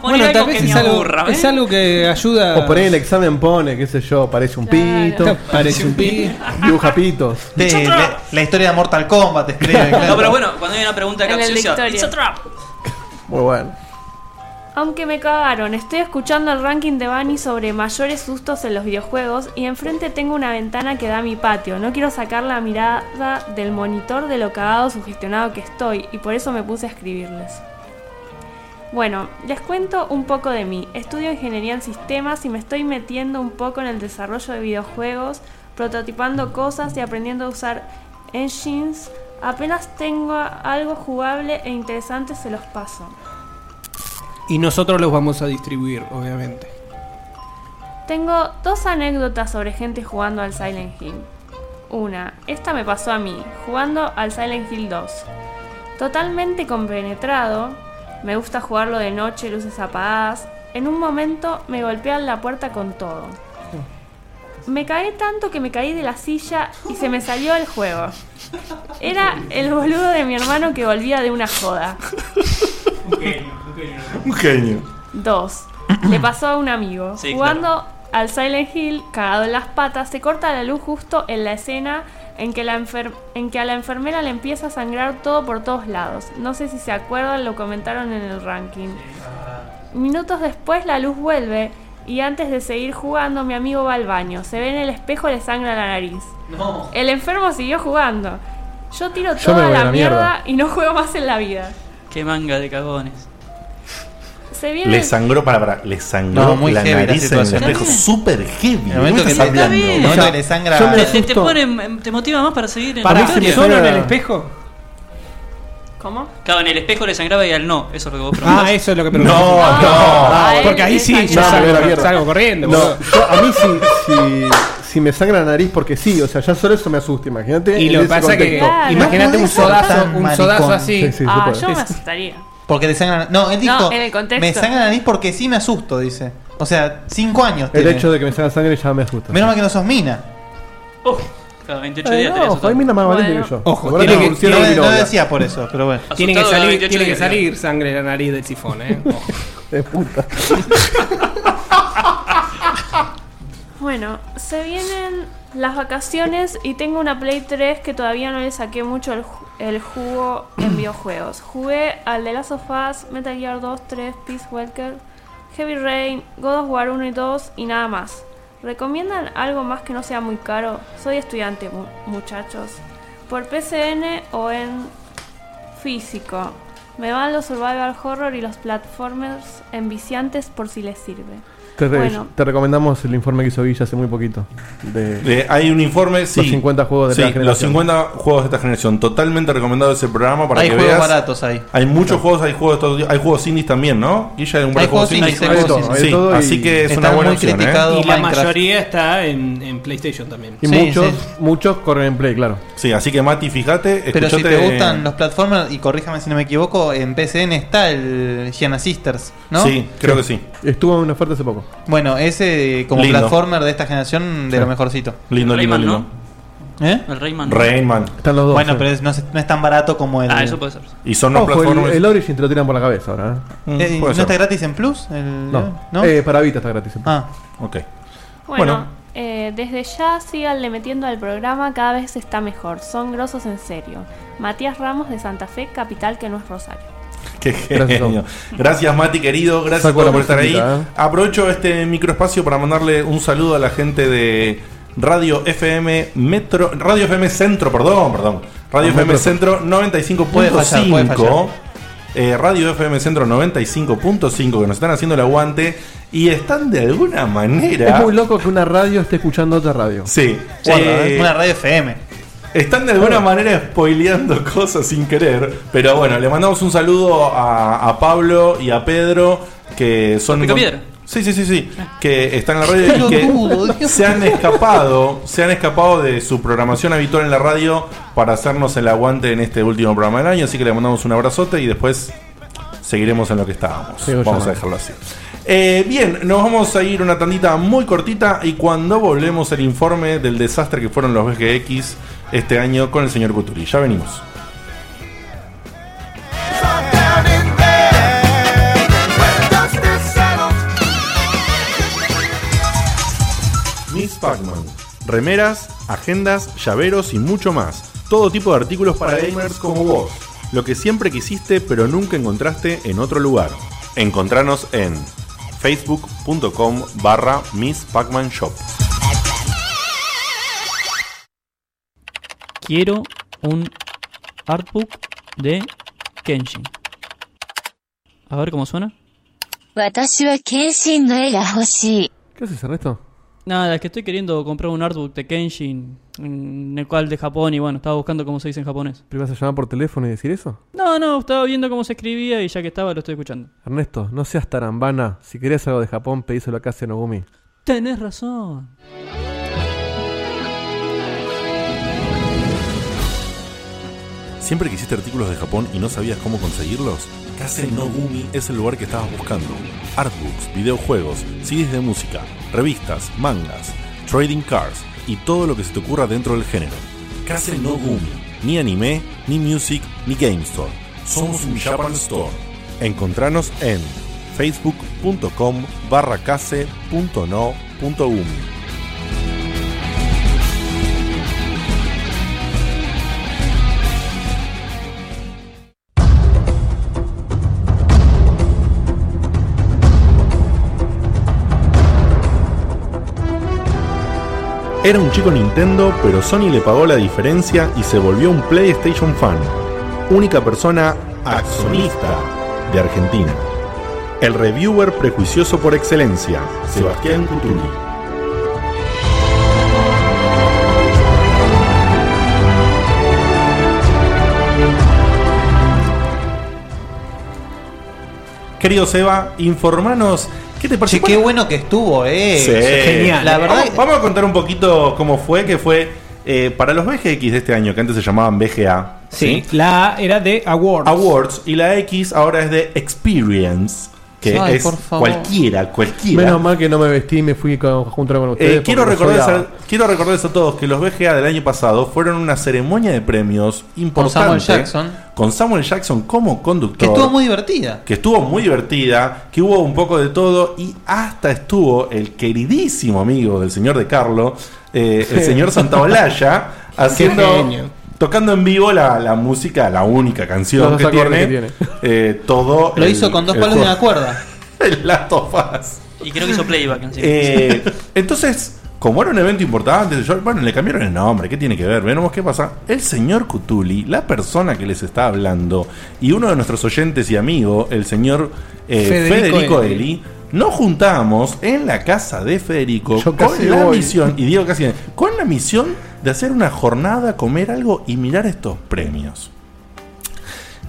Speaker 4: Poner algo que me aburra, ¿eh? ¿ves?
Speaker 13: es algo que ayuda.
Speaker 10: O por ahí el examen pone, qué sé yo, parece un pito.
Speaker 13: Parece un pi.
Speaker 10: Dibuja pitos.
Speaker 5: Sí, la, la historia de Mortal Kombat escribe.
Speaker 4: No, pero bueno, cuando hay una pregunta
Speaker 7: En el
Speaker 4: capciosa,
Speaker 7: Victoria.
Speaker 4: it's a trap.
Speaker 10: Muy bueno.
Speaker 7: Aunque me cagaron, estoy escuchando el ranking de Bani sobre mayores sustos en los videojuegos y enfrente tengo una ventana que da a mi patio. No quiero sacar la mirada del monitor de lo cagado sugestionado que estoy y por eso me puse a escribirles. Bueno, les cuento un poco de mí. Estudio ingeniería en sistemas y me estoy metiendo un poco en el desarrollo de videojuegos, prototipando cosas y aprendiendo a usar engines. Apenas tengo algo jugable e interesante se los paso.
Speaker 13: Y nosotros los vamos a distribuir, obviamente.
Speaker 7: Tengo dos anécdotas sobre gente jugando al Silent Hill. Una, esta me pasó a mí, jugando al Silent Hill 2. Totalmente compenetrado, me gusta jugarlo de noche, luces apagadas. En un momento me golpean la puerta con todo. Me caí tanto que me caí de la silla y se me salió el juego. Era el boludo de mi hermano que volvía de una joda.
Speaker 1: un genio.
Speaker 7: Dos, Le pasó a un amigo.
Speaker 1: Sí,
Speaker 7: Jugando al Silent Hill, cagado en las patas, se corta la luz justo en la escena en que, la enfer- en que a la enfermera le empieza a sangrar todo por todos lados. No sé si se acuerdan, lo comentaron en el ranking. Minutos después la luz vuelve y antes de seguir jugando mi amigo va al baño. Se ve en el espejo y le sangra la nariz.
Speaker 5: No.
Speaker 7: El enfermo siguió jugando. Yo tiro
Speaker 4: Yo me
Speaker 7: toda
Speaker 4: voy a
Speaker 7: la
Speaker 4: la mierda.
Speaker 7: mierda y no juego más en la vida.
Speaker 4: Qué manga de cagones.
Speaker 7: Se viene
Speaker 1: Le
Speaker 7: el-
Speaker 1: sangró, para, para, le sangró
Speaker 5: No, muy
Speaker 1: la
Speaker 5: heavy la
Speaker 1: nariz en el
Speaker 5: situación.
Speaker 1: espejo.
Speaker 5: Está
Speaker 1: Súper heavy.
Speaker 5: El momento
Speaker 1: ¿De qué
Speaker 5: que
Speaker 1: estás
Speaker 5: le-
Speaker 1: hablando?
Speaker 5: Está bien. El momento que le sangra- Yo me
Speaker 4: Te- te, te
Speaker 5: asusto.
Speaker 4: pone- te motiva más para seguir en
Speaker 13: Para
Speaker 4: la
Speaker 13: mí
Speaker 4: historia.
Speaker 13: solo en el espejo.
Speaker 7: ¿Cómo?
Speaker 4: Claro, en el espejo le sangraba y al no. Eso es lo que vos preguntás.
Speaker 13: Ah, eso es lo que pregunté.
Speaker 4: No,
Speaker 10: no.
Speaker 9: Ah,
Speaker 13: Porque
Speaker 9: eh,
Speaker 13: ahí sí, yo
Speaker 10: No, me voy a la
Speaker 13: salgo,
Speaker 10: mierda.
Speaker 13: salgo corriendo.
Speaker 10: No,
Speaker 13: boludo.
Speaker 10: yo- a mí sí, sí- si me sangra la nariz porque sí, o sea, ya solo eso me asusta, imagínate.
Speaker 13: Y
Speaker 10: en
Speaker 13: lo que
Speaker 10: ese
Speaker 13: pasa que,
Speaker 10: contexto.
Speaker 13: imagínate un sodazo,
Speaker 5: tan
Speaker 13: un
Speaker 5: maricón.
Speaker 13: sodazo así.
Speaker 5: Sí, sí,
Speaker 7: Ah,
Speaker 5: súper.
Speaker 7: yo me
Speaker 5: Es-
Speaker 7: asustaría.
Speaker 5: Porque le sangra la- No, él dijo.
Speaker 7: No, en el contexto.
Speaker 5: Me sangra la nariz porque sí me asusto, dice. O sea, cinco años.
Speaker 10: El
Speaker 5: tiene.
Speaker 10: hecho de que me salga sangre ya me asusta.
Speaker 5: Menos mal que no sos mina.
Speaker 4: Cada 28
Speaker 10: Ay,
Speaker 4: días
Speaker 10: no,
Speaker 4: tenés
Speaker 10: Jaime es más valiente que yo.
Speaker 13: Ojo,
Speaker 10: Ahora
Speaker 13: tiene
Speaker 10: no,
Speaker 13: que,
Speaker 10: cierro
Speaker 13: tiene-
Speaker 10: mi
Speaker 13: no
Speaker 10: novia.
Speaker 13: decía
Speaker 5: por eso, pero bueno.
Speaker 13: Tiene que
Speaker 4: Asustado de
Speaker 13: salir,
Speaker 4: 28
Speaker 13: tiene que
Speaker 4: días, ¿no?
Speaker 13: salir sangre de la nariz del sifón, eh.
Speaker 10: De puta.
Speaker 7: Bueno, se vienen las vacaciones y tengo una Play 3 que todavía no le saqué mucho el, ju- el jugo en videojuegos. Jugué al The Last of Us, Metal Gear 2, 3, Peace Walker, Heavy Rain, God of War 1 y 2 y nada más. ¿Recomiendan algo más que no sea muy caro? Soy estudiante, mu- muchachos. ¿Por PCN o en físico? Me van los survival horror y los platformers enviciantes por si les sirve.
Speaker 10: Te, re-
Speaker 7: Bueno.
Speaker 10: te recomendamos el informe que hizo Villa hace muy poquito. De,
Speaker 1: Eh, hay un informe, sí.
Speaker 10: Los 50 juegos de
Speaker 1: Sí,
Speaker 10: la generación.
Speaker 1: Los 50 juegos de esta generación. Totalmente recomendado ese programa para
Speaker 5: Hay
Speaker 1: que
Speaker 5: juegos
Speaker 1: veas.
Speaker 5: baratos ahí.
Speaker 1: Hay muchos juegos, hay juegos de todo tipo. Hay juegos indies también, ¿no? Guilla, hay un par de
Speaker 5: juegos
Speaker 1: juegos indies.
Speaker 5: indies, hay juegos
Speaker 1: Sí,
Speaker 5: indies.
Speaker 1: sí,
Speaker 5: Hay de todo
Speaker 1: así
Speaker 5: y
Speaker 1: que es
Speaker 5: está
Speaker 1: una buena
Speaker 5: muy
Speaker 1: opción, ¿eh?
Speaker 13: Y la
Speaker 5: Minecraft.
Speaker 13: mayoría está en, en PlayStation también.
Speaker 10: Y muchos, muchos corren en play, claro.
Speaker 1: Sí, así que Mati, fíjate.
Speaker 5: Pero si
Speaker 1: escuchate- eh,
Speaker 5: te gustan los platformers, y corríjame si no me equivoco, en PSN está el Gianna Sisters, ¿no?
Speaker 10: Estuvo en una oferta hace poco.
Speaker 5: Bueno, ese como
Speaker 10: Lindo.
Speaker 5: platformer de esta generación de
Speaker 10: Sí.
Speaker 5: lo mejorcito.
Speaker 1: Lindo, lindo,
Speaker 4: Rayman,
Speaker 1: lindo.
Speaker 5: ¿Eh?
Speaker 4: El Rayman.
Speaker 1: Rayman.
Speaker 10: Están los dos.
Speaker 5: Bueno,
Speaker 10: sí.
Speaker 5: pero es- no, es, no es tan barato como el.
Speaker 4: Ah, eso puede ser.
Speaker 1: Y son
Speaker 10: Eh, Ojo, el, el Origin te lo tiran por la cabeza ahora. ¿eh?
Speaker 5: Eh, ¿No está gratis en Plus? El-
Speaker 10: No.
Speaker 5: ¿no?
Speaker 10: Eh, para Vita está gratis.
Speaker 5: Ah.
Speaker 1: Ok.
Speaker 7: Bueno,
Speaker 10: Bueno.
Speaker 7: eh, desde ya síganle metiendo al programa, cada vez está mejor. Son grosos en serio. Matías Ramos de Santa Fe, capital que no es Rosario.
Speaker 1: Qué
Speaker 10: Gracias,
Speaker 1: genio. Gracias, Mati, querido. Gracias
Speaker 10: Saco
Speaker 1: todos
Speaker 10: la
Speaker 1: por estar ahí.
Speaker 10: musiquita, ¿eh?
Speaker 1: Aprovecho este microespacio para mandarle un saludo a la gente de Radio FM Metro. Radio FM Centro, perdón, perdón. Radio
Speaker 5: Ah,
Speaker 1: FM
Speaker 5: Metro.
Speaker 1: Centro
Speaker 5: Puede fallar, puede fallar.
Speaker 1: 95.5. eh, Radio FM Centro 95.5 que nos están haciendo el aguante y están de alguna manera
Speaker 10: Es muy loco que una radio esté escuchando otra radio.
Speaker 1: Sí.
Speaker 10: Guarda, ¿eh? Una
Speaker 5: radio FM.
Speaker 1: Están de alguna manera spoileando cosas sin querer. Pero bueno, le mandamos un saludo a, a Pablo y a Pedro, que son.
Speaker 4: pica piedra?
Speaker 1: Sí, sí, sí, sí. Que están en la radio y
Speaker 4: Pelotudo,
Speaker 1: que se han escapado. Se han escapado de su programación habitual en la radio para hacernos el aguante en este último programa del año. Así que le mandamos un abrazote y después seguiremos en lo que estábamos.
Speaker 10: Sigo llamando.
Speaker 1: Vamos a dejarlo así. Eh, bien, nos vamos a ir una tandita muy cortita y cuando volvemos el informe del desastre que fueron los BGX este año con el señor Cuturi. Ya venimos. Miss Pac-Man. Remeras, agendas, llaveros y mucho más. Todo tipo de artículos para gamers como vos. Lo que siempre quisiste pero nunca encontraste en otro lugar. Encontranos en facebook.com barra Miss Pac-Man Shop.
Speaker 9: Quiero un artbook de Kenshin. A ver cómo suena.
Speaker 15: 私は謙信の絵が欲しい。
Speaker 10: ¿Qué haces, Ernesto?
Speaker 9: Nada, es que estoy queriendo comprar un artbook de Kenshin, en el cual de Japón, y bueno, estaba buscando cómo se dice en japonés.
Speaker 10: ¿Pero ibas a llamar por teléfono y decir eso?
Speaker 9: No, no, estaba viendo cómo se escribía y ya que estaba lo estoy escuchando.
Speaker 10: Ernesto, no seas tarambana. Si querés algo de Japón, pedíselo acá a Senogumi.
Speaker 9: Tenés razón.
Speaker 1: ¿Siempre quisiste artículos de Japón y no sabías cómo conseguirlos? Kase no Gumi es el lugar que estabas buscando. Artbooks, videojuegos, CDs de música, revistas, mangas, trading cards y todo lo que se te ocurra dentro del género. Kase no Gumi. Ni anime, ni music, ni game store. Somos un Japan Store. Encontranos en facebook.com barra kase.no.gumi. Era un chico Nintendo, pero Sony le pagó la diferencia y se volvió un PlayStation fan. Única persona accionista de Argentina. El reviewer prejuicioso por excelencia, Sebastián Cutuli. Querido Seba, informanos. ¿Qué te parece?
Speaker 5: qué bueno que estuvo, eh.
Speaker 1: Sí.
Speaker 5: Genial. La verdad,
Speaker 1: vamos, vamos a contar un poquito cómo fue, que fue eh, para los BGX de este año, que antes se llamaban BGA.
Speaker 13: Sí, la A era de Awards.
Speaker 1: Awards y la X ahora es de Experience. que
Speaker 10: Ay,
Speaker 1: Eh, es
Speaker 10: por favor.
Speaker 1: cualquiera, cualquiera.
Speaker 10: Menos mal que no me vestí y me fui con, junto con ustedes.
Speaker 1: Eh, quiero,
Speaker 10: porque los
Speaker 1: recordarles
Speaker 10: odiaba.
Speaker 1: a, quiero recordarles a todos que los BGA del año pasado fueron una ceremonia de premios importante.
Speaker 5: Samuel Jackson.
Speaker 1: Con Samuel Jackson como conductor.
Speaker 5: Que estuvo muy divertida.
Speaker 1: que estuvo muy divertida, que hubo un poco de todo y hasta estuvo el queridísimo amigo del señor de Carlo, eh, el
Speaker 5: Sí.
Speaker 1: señor Santaolalla,
Speaker 13: Qué
Speaker 1: haciendo...
Speaker 13: genio.
Speaker 1: Tocando en vivo la, la música, la única canción
Speaker 5: Los
Speaker 1: que
Speaker 5: dos
Speaker 1: tiene,
Speaker 5: acordes
Speaker 1: eh, todo.
Speaker 5: Lo
Speaker 1: el-
Speaker 5: hizo con dos
Speaker 1: el
Speaker 5: palos de
Speaker 1: juego.
Speaker 5: una cuerda.
Speaker 1: El Last of Us.
Speaker 4: Y creo que hizo playback encima.
Speaker 1: Eh, entonces, como era un evento importante, yo- bueno, le cambiaron el nombre, ¿qué tiene que ver? Veremos qué pasa. El señor Cutuli, la persona que les está hablando, y uno de nuestros oyentes y amigo, el señor eh, Federico,
Speaker 10: Federico
Speaker 1: Eli,
Speaker 10: Eli.
Speaker 1: nos juntamos en la casa de Federico
Speaker 10: Yo casi
Speaker 1: con la
Speaker 10: voy.
Speaker 1: misión, y digo casi, con la misión de hacer una jornada, comer algo y mirar estos premios.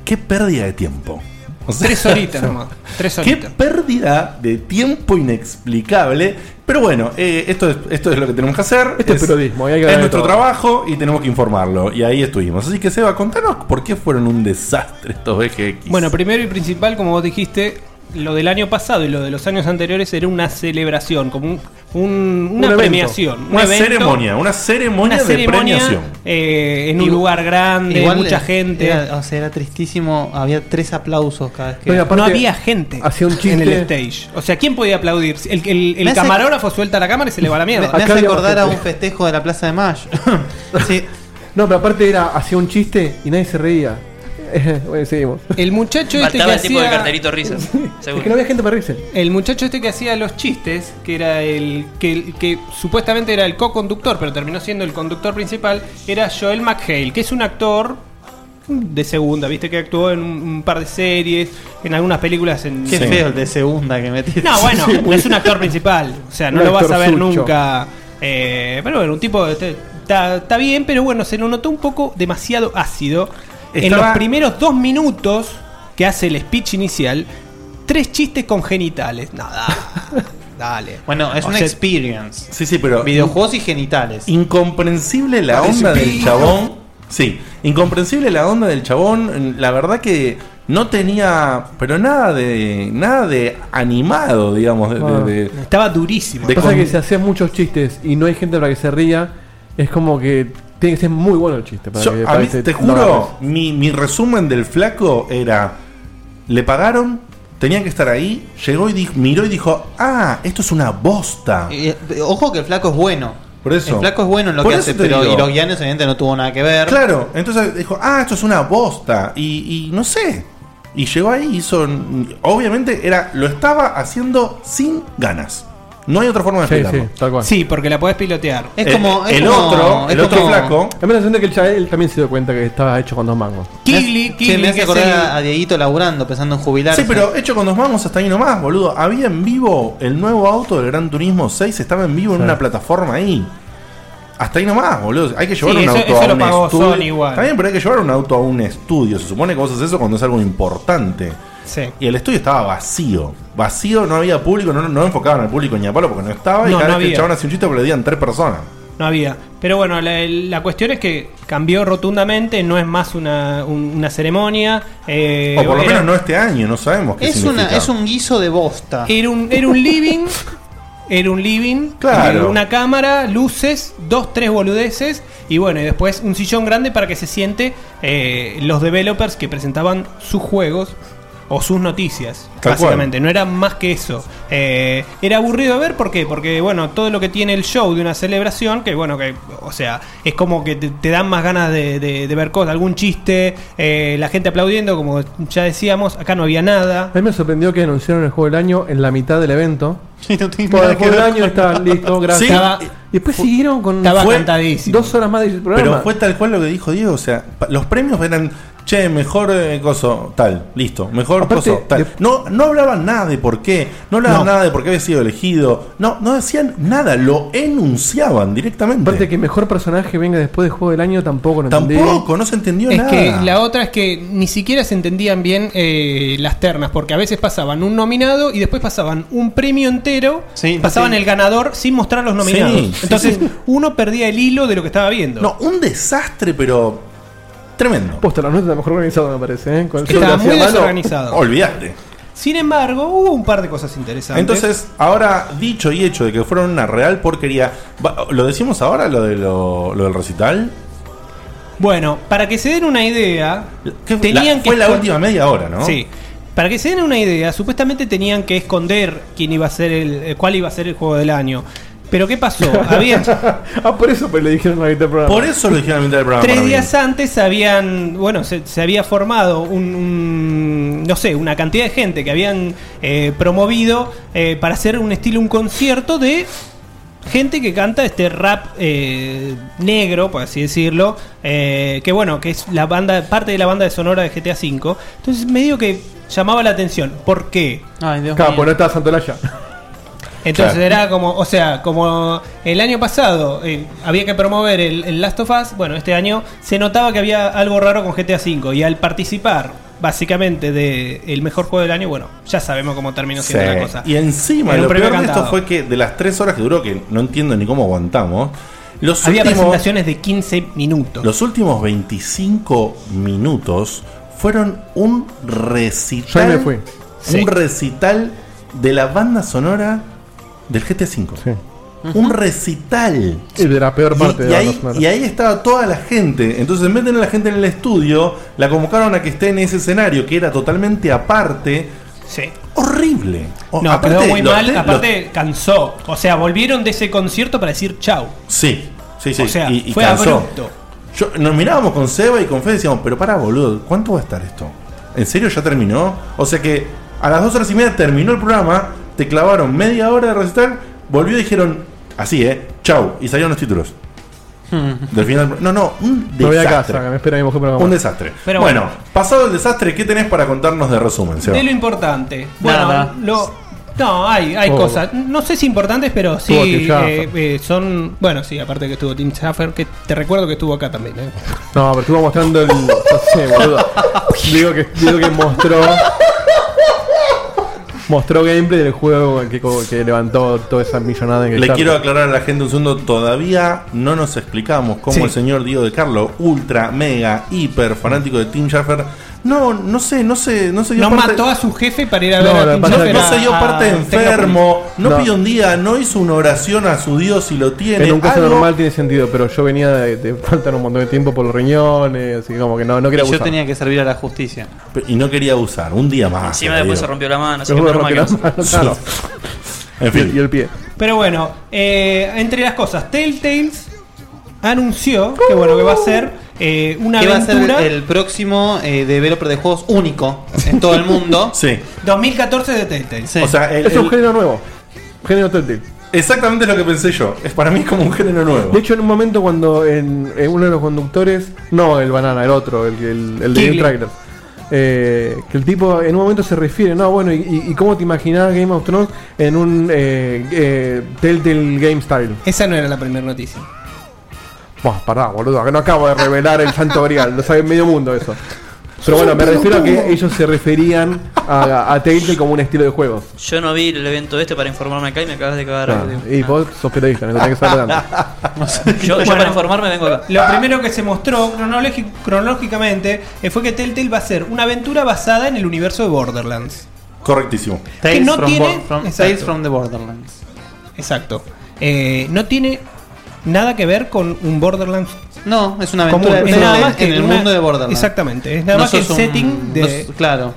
Speaker 1: Qué pérdida de tiempo. O sea,
Speaker 13: Tres horitas nomás. Tres
Speaker 1: Qué
Speaker 13: horitas.
Speaker 1: pérdida de tiempo inexplicable. Pero bueno, eh, esto, es, esto es lo que tenemos que hacer.
Speaker 10: Esto es periodismo, hay que hablar
Speaker 1: es
Speaker 10: de
Speaker 1: nuestro
Speaker 10: todo.
Speaker 1: trabajo y tenemos que informarlo. Y ahí estuvimos. Así que Seba, contanos por qué fueron un desastre estos BGX.
Speaker 13: Bueno, primero y principal, como vos dijiste, lo del año pasado y lo de los años anteriores era una celebración, como
Speaker 10: Mm.
Speaker 13: un- un-
Speaker 1: Un
Speaker 13: una
Speaker 1: evento.
Speaker 13: premiación. un
Speaker 1: Una
Speaker 13: evento,
Speaker 1: ceremonia, una ceremonia de premiación.
Speaker 13: eh, en un lugar grande,
Speaker 5: Igual
Speaker 13: mucha
Speaker 5: era-
Speaker 13: gente.
Speaker 5: era- o sea, era tristísimo. Había tres aplausos cada vez que.
Speaker 13: No, había gente en el stage. O sea, ¿quién podía aplaudir? El, el- el
Speaker 5: Me hace-
Speaker 13: camarógrafo suelta la cámara y se le va la
Speaker 5: Me, me
Speaker 13: mierda.
Speaker 5: hace acordar a un festejo de la Plaza de Mayo.
Speaker 10: No, pero aparte era, hacía un chiste y nadie se reía. bueno, seguimos.
Speaker 13: El muchacho este
Speaker 4: Faltaba
Speaker 13: que
Speaker 4: el tipo
Speaker 13: hacía-
Speaker 4: de carterito risas.
Speaker 10: Es que no
Speaker 4: Seguro.
Speaker 10: había gente para reírse.
Speaker 13: El muchacho este que hacía los chistes, que era el que, que supuestamente era el co-conductor, pero terminó siendo el conductor principal, era Joel McHale, que es un actor de segunda, viste que actuó en un, un par de series, en algunas películas en
Speaker 5: Qué
Speaker 13: Sí.
Speaker 5: feo el de segunda que metiste.
Speaker 13: No, bueno, es un actor principal, o sea, no
Speaker 5: Un
Speaker 13: lo vas a ver
Speaker 5: actorzucho.
Speaker 13: nunca. Eh, pero bueno, un tipo de- te- está está bien, pero bueno, se lo notó un poco demasiado ácido. En
Speaker 1: Estaba-
Speaker 13: los primeros dos minutos que hace el speech inicial, tres chistes con genitales. Nada. Dale.
Speaker 5: Bueno, es
Speaker 13: O
Speaker 5: una
Speaker 13: sea,
Speaker 5: experience.
Speaker 1: Sí, sí, pero.
Speaker 5: Videojuegos y genitales.
Speaker 1: Incomprensible la onda del chabón. Sí, incomprensible la onda del chabón. La verdad que no tenía, pero nada de nada de animado, digamos. de-
Speaker 5: Ah.
Speaker 1: de- de-
Speaker 13: Estaba durísimo.
Speaker 1: De
Speaker 10: pasa
Speaker 1: con-
Speaker 10: que si hacías muchos chistes y no hay gente para que se ría, es como que tiene que ser muy bueno el chiste. Para
Speaker 1: Yo-
Speaker 10: que,
Speaker 1: a
Speaker 10: para
Speaker 1: mí,
Speaker 10: que se-
Speaker 1: te
Speaker 10: no,
Speaker 1: juro, mi, mi resumen del flaco era: le pagaron, tenía que estar ahí, llegó y dijo, miró y dijo, ah, esto es una bosta.
Speaker 5: Eh, Ojo que el flaco es bueno.
Speaker 1: Por eso.
Speaker 5: El flaco es bueno en lo
Speaker 1: Por
Speaker 5: que
Speaker 1: eso
Speaker 5: hace,
Speaker 1: te
Speaker 5: pero
Speaker 1: digo.
Speaker 5: y los guiones evidentemente no tuvo nada que ver.
Speaker 1: Claro, entonces dijo, ah, esto es una bosta. Y, y no sé. Y llegó ahí y hizo. Obviamente era, lo estaba haciendo sin ganas. No hay otra forma de
Speaker 10: Sí,
Speaker 1: explicarlo.
Speaker 10: sí, tal cual.
Speaker 13: Sí, porque la podés pilotear.
Speaker 5: Es
Speaker 1: Eh,
Speaker 5: como. es
Speaker 1: el
Speaker 5: como-
Speaker 1: otro,
Speaker 5: es
Speaker 1: el otro
Speaker 5: como-
Speaker 1: flaco.
Speaker 10: A mí me siento que el chaval también se dio cuenta que estaba hecho con dos mangos.
Speaker 13: Kili,
Speaker 5: Che,
Speaker 13: Kili,
Speaker 5: me hace
Speaker 13: que es
Speaker 5: acordar
Speaker 13: el-
Speaker 5: a- a Dieguito laburando, pensando en jubilarse.
Speaker 1: Sí, pero hecho con dos manos hasta ahí nomás, boludo. Había en vivo el nuevo auto del Gran Turismo 6, estaba en vivo en una plataforma ahí. Hasta ahí nomás, boludo. Hay que llevar
Speaker 13: Sí,
Speaker 1: un
Speaker 13: eso-
Speaker 1: auto
Speaker 13: eso
Speaker 1: a
Speaker 13: lo
Speaker 1: un
Speaker 13: pagó
Speaker 1: estudio.
Speaker 13: Sony igual.
Speaker 1: También, pero hay que llevar un auto a un estudio. Se supone que vos haces eso cuando es algo importante.
Speaker 13: Sí.
Speaker 1: Y el estudio estaba vacío. Vacío, no había público, no, no enfocaban al público ni a palo porque no estaba. y
Speaker 13: No,
Speaker 1: cada vez que
Speaker 13: no
Speaker 1: el
Speaker 13: había.
Speaker 1: chabón hacía un chiste aplaudían tres personas.
Speaker 13: No había. Pero bueno, la, la cuestión es que cambió rotundamente, no es más una, un- una ceremonia. eh,
Speaker 1: o por lo
Speaker 13: era-
Speaker 1: menos no este año, no sabemos qué
Speaker 5: Es,
Speaker 1: significa.
Speaker 5: una, es un guiso de bosta.
Speaker 13: Era un, era un living. Era un living.
Speaker 1: Claro.
Speaker 13: era Una cámara, luces, dos, tres boludeces. Y bueno, y después un sillón grande para que se siente eh, los developers que presentaban sus juegos o sus noticias.
Speaker 1: Tal
Speaker 13: básicamente, no era más que eso. Eh, era aburrido de ver, ¿por qué? Porque, bueno, todo lo que tiene el show de una celebración, que bueno, que, o sea, es como que te, te dan más ganas de, de- de ver cosas, algún chiste, eh, la gente aplaudiendo, como ya decíamos, acá no había nada.
Speaker 10: A mí me sorprendió que anunciaron el juego del año en la mitad del evento.
Speaker 5: Sí, no tiene
Speaker 10: Bueno,
Speaker 5: nada
Speaker 10: el
Speaker 5: que
Speaker 10: juego del
Speaker 5: ver
Speaker 10: año
Speaker 5: con-
Speaker 10: está listo, gracias.
Speaker 1: Sí.
Speaker 10: Estaba- y después siguieron con
Speaker 13: estaba
Speaker 10: fue
Speaker 13: cantadísimo.
Speaker 10: dos horas más del programa.
Speaker 1: Pero fue tal cual lo que dijo Diego, o sea, pa- los premios eran, che, mejor eh, coso, tal, listo, mejor
Speaker 10: Aparte,
Speaker 1: coso, tal. No, no hablaban nada de por qué, no hablaban nada de por qué había sido elegido, no, no decían nada, lo enunciaban directamente.
Speaker 10: Aparte que mejor personaje venga después del juego del año tampoco lo entendí.
Speaker 1: Tampoco, no se entendió
Speaker 13: es
Speaker 1: nada.
Speaker 13: que la otra es que ni siquiera se entendían bien eh, las ternas, porque a veces pasaban un nominado y después pasaban un premio entero, pasaban
Speaker 1: sí.
Speaker 13: el ganador sin mostrar los nominados.
Speaker 1: Sí, sí,
Speaker 13: Entonces
Speaker 1: sí.
Speaker 13: uno perdía el hilo de lo que estaba viendo.
Speaker 1: No, un desastre, pero tremendo.
Speaker 10: Posta, la nota está mejor organizada me parece, ¿eh? Con el
Speaker 13: Estaba
Speaker 10: sobre
Speaker 13: muy
Speaker 10: hacia mano.
Speaker 13: desorganizado.
Speaker 1: Olvidaste.
Speaker 13: Sin embargo, hubo un par de cosas interesantes.
Speaker 1: Entonces, ahora dicho y hecho de que fueron una real porquería, va- ¿lo decimos ahora lo, de lo, lo del recital?
Speaker 13: Bueno, para que se den una idea, tenían
Speaker 1: La-
Speaker 13: que
Speaker 1: fue la
Speaker 13: escon-
Speaker 1: última media hora, ¿no?
Speaker 13: Sí. Para que se den una idea, supuestamente tenían que esconder quién iba a ser el eh, cuál iba a ser el juego del año. Pero qué pasó? Habían
Speaker 10: ah, por eso pues, le dijeron a la mitad del programa.
Speaker 1: Por eso lo dijeron a la mitad del programa.
Speaker 13: Tres
Speaker 1: para mí.
Speaker 13: días antes habían, bueno, se, se había formado un, un- no sé, una cantidad de gente que habían eh, promovido eh, para hacer un estilo, un concierto de gente que canta este rap eh, negro, por así decirlo, eh, que bueno, que es la banda, parte de la banda de sonora de GTA V. Entonces medio que llamaba la atención. ¿Por qué?
Speaker 10: Claro, pues no estaba Santolaya.
Speaker 13: Entonces
Speaker 10: Claro.
Speaker 13: era como, o sea, como el año pasado eh, había que promover el, el Last of Us, bueno, este año se notaba que había algo raro con GTA V y al participar básicamente de el mejor juego del año, bueno, ya sabemos cómo terminó siendo
Speaker 1: Sí.
Speaker 13: la cosa.
Speaker 1: Y encima,
Speaker 13: Era un
Speaker 1: lo
Speaker 13: premio
Speaker 1: peor de esto
Speaker 13: cantado.
Speaker 1: fue que de las tres horas que duró, que no entiendo ni cómo aguantamos, los
Speaker 13: había
Speaker 1: últimos,
Speaker 13: presentaciones de 15 minutos.
Speaker 1: los últimos 25 minutos fueron un recital.
Speaker 10: Yo ahí me fui.
Speaker 1: Un
Speaker 10: Sí.
Speaker 1: recital de la banda sonora del GT5. Un recital.
Speaker 10: Y de la peor parte
Speaker 1: Y,
Speaker 10: de la
Speaker 1: ahí,
Speaker 10: banda sonora.
Speaker 1: y ahí estaba toda la gente. Entonces, en vez de tener a la gente en el estudio, la convocaron a que esté en ese escenario, que era totalmente aparte.
Speaker 13: Sí.
Speaker 1: Horrible. O-
Speaker 13: No,
Speaker 1: aparte,
Speaker 13: quedó muy
Speaker 1: los-
Speaker 13: mal,
Speaker 1: los-
Speaker 13: aparte cansó. O sea, volvieron de ese concierto para decir chau.
Speaker 1: Sí, sí, sí.
Speaker 13: O sea,
Speaker 1: y, y
Speaker 13: fue
Speaker 1: cansó.
Speaker 13: abrupto.
Speaker 1: Yo- nos mirábamos con Seba y con Fede y decíamos, pero para, boludo, ¿cuánto va a estar esto? ¿En serio ya terminó? O sea que a las dos horas y media terminó el programa, te clavaron media hora de recital, volvió y dijeron, así, ¿eh? Chau. Y salieron los títulos.
Speaker 13: Hmm.
Speaker 1: Del final. No, no, un
Speaker 10: Me voy a
Speaker 1: desastre.
Speaker 10: casa, que me espera mi mujer para
Speaker 1: un desastre.
Speaker 13: Pero
Speaker 1: bueno,
Speaker 13: bueno.
Speaker 1: pasado el desastre, ¿qué tenés para contarnos de resumen, Seba?
Speaker 13: De lo importante. Bueno,
Speaker 1: Nada.
Speaker 13: lo- no, hay, hay
Speaker 1: Oh.
Speaker 13: cosas. No sé si importantes, pero sí
Speaker 10: Estuvo Tim Schafer.
Speaker 13: eh, eh, son. Bueno, sí, aparte que estuvo Tim Schaffer, que te recuerdo que estuvo acá también. eh.
Speaker 10: No, pero estuvo mostrando el. No sé, boludo. Digo que, digo que mostró. Mostró gameplay del juego que, co- que levantó toda esa millonada en
Speaker 1: Le quiero aclarar a la gente un segundo, todavía no nos explicamos cómo
Speaker 10: Sí.
Speaker 1: el señor Diego de Carlo, ultra, mega, hiper fanático de Tim Schafer, no, no sé, no sé, no se dio
Speaker 13: No
Speaker 1: parte-
Speaker 13: mató a su jefe para ir a
Speaker 1: No,
Speaker 13: ver a
Speaker 1: no,
Speaker 13: Tim
Speaker 1: no,
Speaker 13: Schafer
Speaker 1: no
Speaker 13: a-
Speaker 1: se dio
Speaker 13: a
Speaker 1: parte de enfermo,
Speaker 13: Tecnópolis.
Speaker 1: no
Speaker 10: No.
Speaker 1: pidió un día, no hizo una oración a su Dios y lo tiene.
Speaker 10: En un caso
Speaker 1: algo-
Speaker 10: normal tiene sentido, pero yo venía de, de faltar un montón de tiempo por los riñones, así que como que no, no quería
Speaker 5: Y yo
Speaker 10: abusar.
Speaker 5: tenía que servir a la justicia.
Speaker 1: Y no quería abusar, un día más.
Speaker 5: Encima después se rompió la mano, así
Speaker 1: Pero
Speaker 5: que
Speaker 1: bueno,
Speaker 5: menos
Speaker 1: rompió
Speaker 5: mal que
Speaker 1: la
Speaker 5: no
Speaker 1: mano, claro. En fin.
Speaker 10: Y el pie.
Speaker 13: Pero bueno, eh, entre las cosas, Telltales anunció que bueno que va a ser eh, una
Speaker 5: que va a
Speaker 13: aventura.
Speaker 5: ser el próximo eh, developer de juegos único en todo el mundo.
Speaker 1: sí.
Speaker 13: 2014 de Telltale.
Speaker 5: O sea, el-
Speaker 10: es un
Speaker 5: el-
Speaker 10: género nuevo. Género Telltale.
Speaker 1: Exactamente lo que pensé yo. Es para mí es como un género nuevo.
Speaker 10: De hecho, en un momento cuando en, en uno de los conductores, no el banana, el otro, el, el, el de Game
Speaker 1: Kigley.
Speaker 10: Trailer, eh, que el tipo en un momento se refiere, no, bueno, y, y cómo te imaginabas Game of Thrones en un eh, eh, Telltale Game Style?
Speaker 13: Esa no era la primera noticia.
Speaker 10: Buah, pará, boludo, que no acabo de revelar el santo grial, lo sabe medio mundo eso. Pero bueno, me refiero a que ellos se referían a, a Telltale como un estilo de juego.
Speaker 4: Yo no vi el evento este para informarme acá y me acabas de cagar.
Speaker 10: Ah,
Speaker 4: digo.
Speaker 10: y vos sos periodista, no tenés que saber tanto.
Speaker 4: Yo, yo para informarme vengo acá.
Speaker 13: Lo primero que se mostró cronologi- cronológicamente eh, fue que Telltale va a ser una aventura basada en el universo de Borderlands.
Speaker 1: Correctísimo.
Speaker 13: que no tiene.
Speaker 5: Bo- from-
Speaker 13: exacto,
Speaker 5: Tales from the Borderlands.
Speaker 13: exacto. Eh, no tiene nada que ver con un Borderlands.
Speaker 5: No, es una aventura de Telltale en el mundo de Borderlands.
Speaker 13: Exactamente. Es nada
Speaker 5: No
Speaker 13: más que el
Speaker 5: sos un-
Speaker 13: setting
Speaker 5: no
Speaker 13: de.
Speaker 5: sos- claro.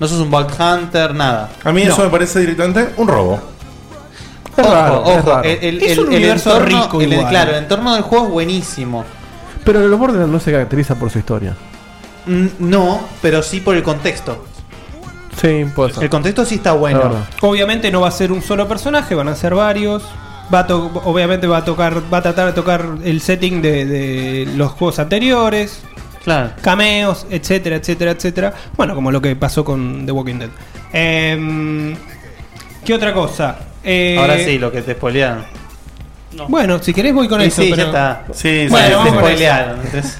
Speaker 5: No sos un bug hunter, nada.
Speaker 1: A mí eso me parece directamente un robo.
Speaker 5: Ojo,
Speaker 1: raro,
Speaker 5: ojo,
Speaker 1: es raro.
Speaker 5: El, el-
Speaker 1: Es un
Speaker 5: el
Speaker 1: universo
Speaker 5: entorno,
Speaker 1: rico
Speaker 5: el-
Speaker 1: igual.
Speaker 5: claro, el entorno del juego es buenísimo.
Speaker 10: Pero los Borderlands no se caracterizan por su historia.
Speaker 5: Mm, No, pero sí por el contexto.
Speaker 10: Sí, puede ser.
Speaker 5: El contexto sí está
Speaker 10: La
Speaker 5: bueno.
Speaker 10: verdad.
Speaker 13: Obviamente no va a ser un solo personaje, van a ser varios. Va a to- obviamente va a tocar, va a tratar de tocar el setting de, de los juegos anteriores.
Speaker 5: Claro.
Speaker 13: Cameos, etcétera, etcétera, etcétera. Bueno, como lo que pasó con The Walking Dead. Em, ¿Qué otra cosa? Eh,
Speaker 5: Ahora sí, lo que te spoilearon.
Speaker 13: Bueno, si querés voy con
Speaker 5: Y
Speaker 13: eso.
Speaker 5: sí,
Speaker 13: pero-
Speaker 5: ya está.
Speaker 13: sí,
Speaker 5: bueno,
Speaker 13: sí,
Speaker 5: te
Speaker 13: sí.
Speaker 5: spoilearon. entonces.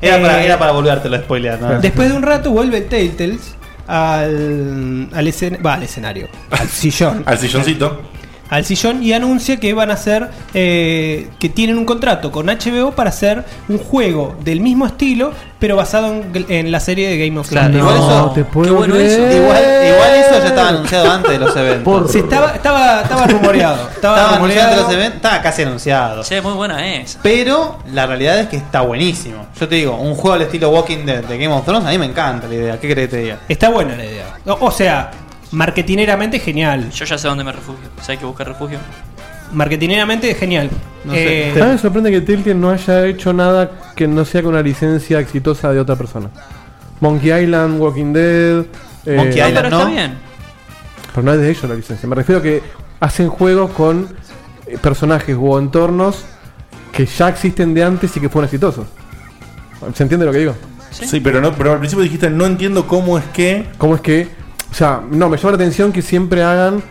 Speaker 5: Era, para,
Speaker 13: Eh,
Speaker 5: era para volvértelo a spoilear, ¿no?
Speaker 13: Después de un rato vuelve Telltales al, al, escen- va, al escenario. Al sillón.
Speaker 1: Al silloncito.
Speaker 13: al sillón y anuncia que van a hacer, eh, que tienen un contrato con HBO para hacer un juego del mismo estilo, pero basado en, gl- en la serie de Game of Thrones.
Speaker 12: Claro, igual eso-
Speaker 10: te puedo
Speaker 12: Igual,
Speaker 10: creer.
Speaker 12: igual eso ya estaba anunciado antes de los eventos.
Speaker 10: Por-
Speaker 13: Sí, estaba, estaba, estaba rumoreado. Estaba,
Speaker 12: Estaba anunciado antes de
Speaker 13: rumoreado.
Speaker 12: los eventos, estaba casi anunciado.
Speaker 4: Che, muy buena esa.
Speaker 12: Pero la realidad es que está buenísimo. Yo te digo, un juego al estilo Walking Dead de Game of Thrones, a mí me encanta la idea. ¿Qué crees que te diga?
Speaker 13: Está buena la idea. O, o sea, marketineramente genial.
Speaker 4: Yo ya sé dónde me refugio. Si hay que buscar refugio.
Speaker 13: Marketineramente genial. Eh,
Speaker 10: A mí me sorprende que Tilken no haya hecho nada que no sea con una licencia exitosa de otra persona. Monkey Island, Walking Dead. eh,
Speaker 12: Monkey Island,
Speaker 4: Pero
Speaker 12: ¿no?
Speaker 4: está bien.
Speaker 10: Pero no es de ellos la licencia. Me refiero que hacen juegos con eh, personajes o entornos que ya existen de antes y que fueron exitosos. ¿Se entiende lo que digo?
Speaker 1: Sí, pero, no, pero al principio dijiste, no entiendo cómo es que...
Speaker 10: ¿Cómo es que.? O sea, no, me llama la atención que siempre hagan.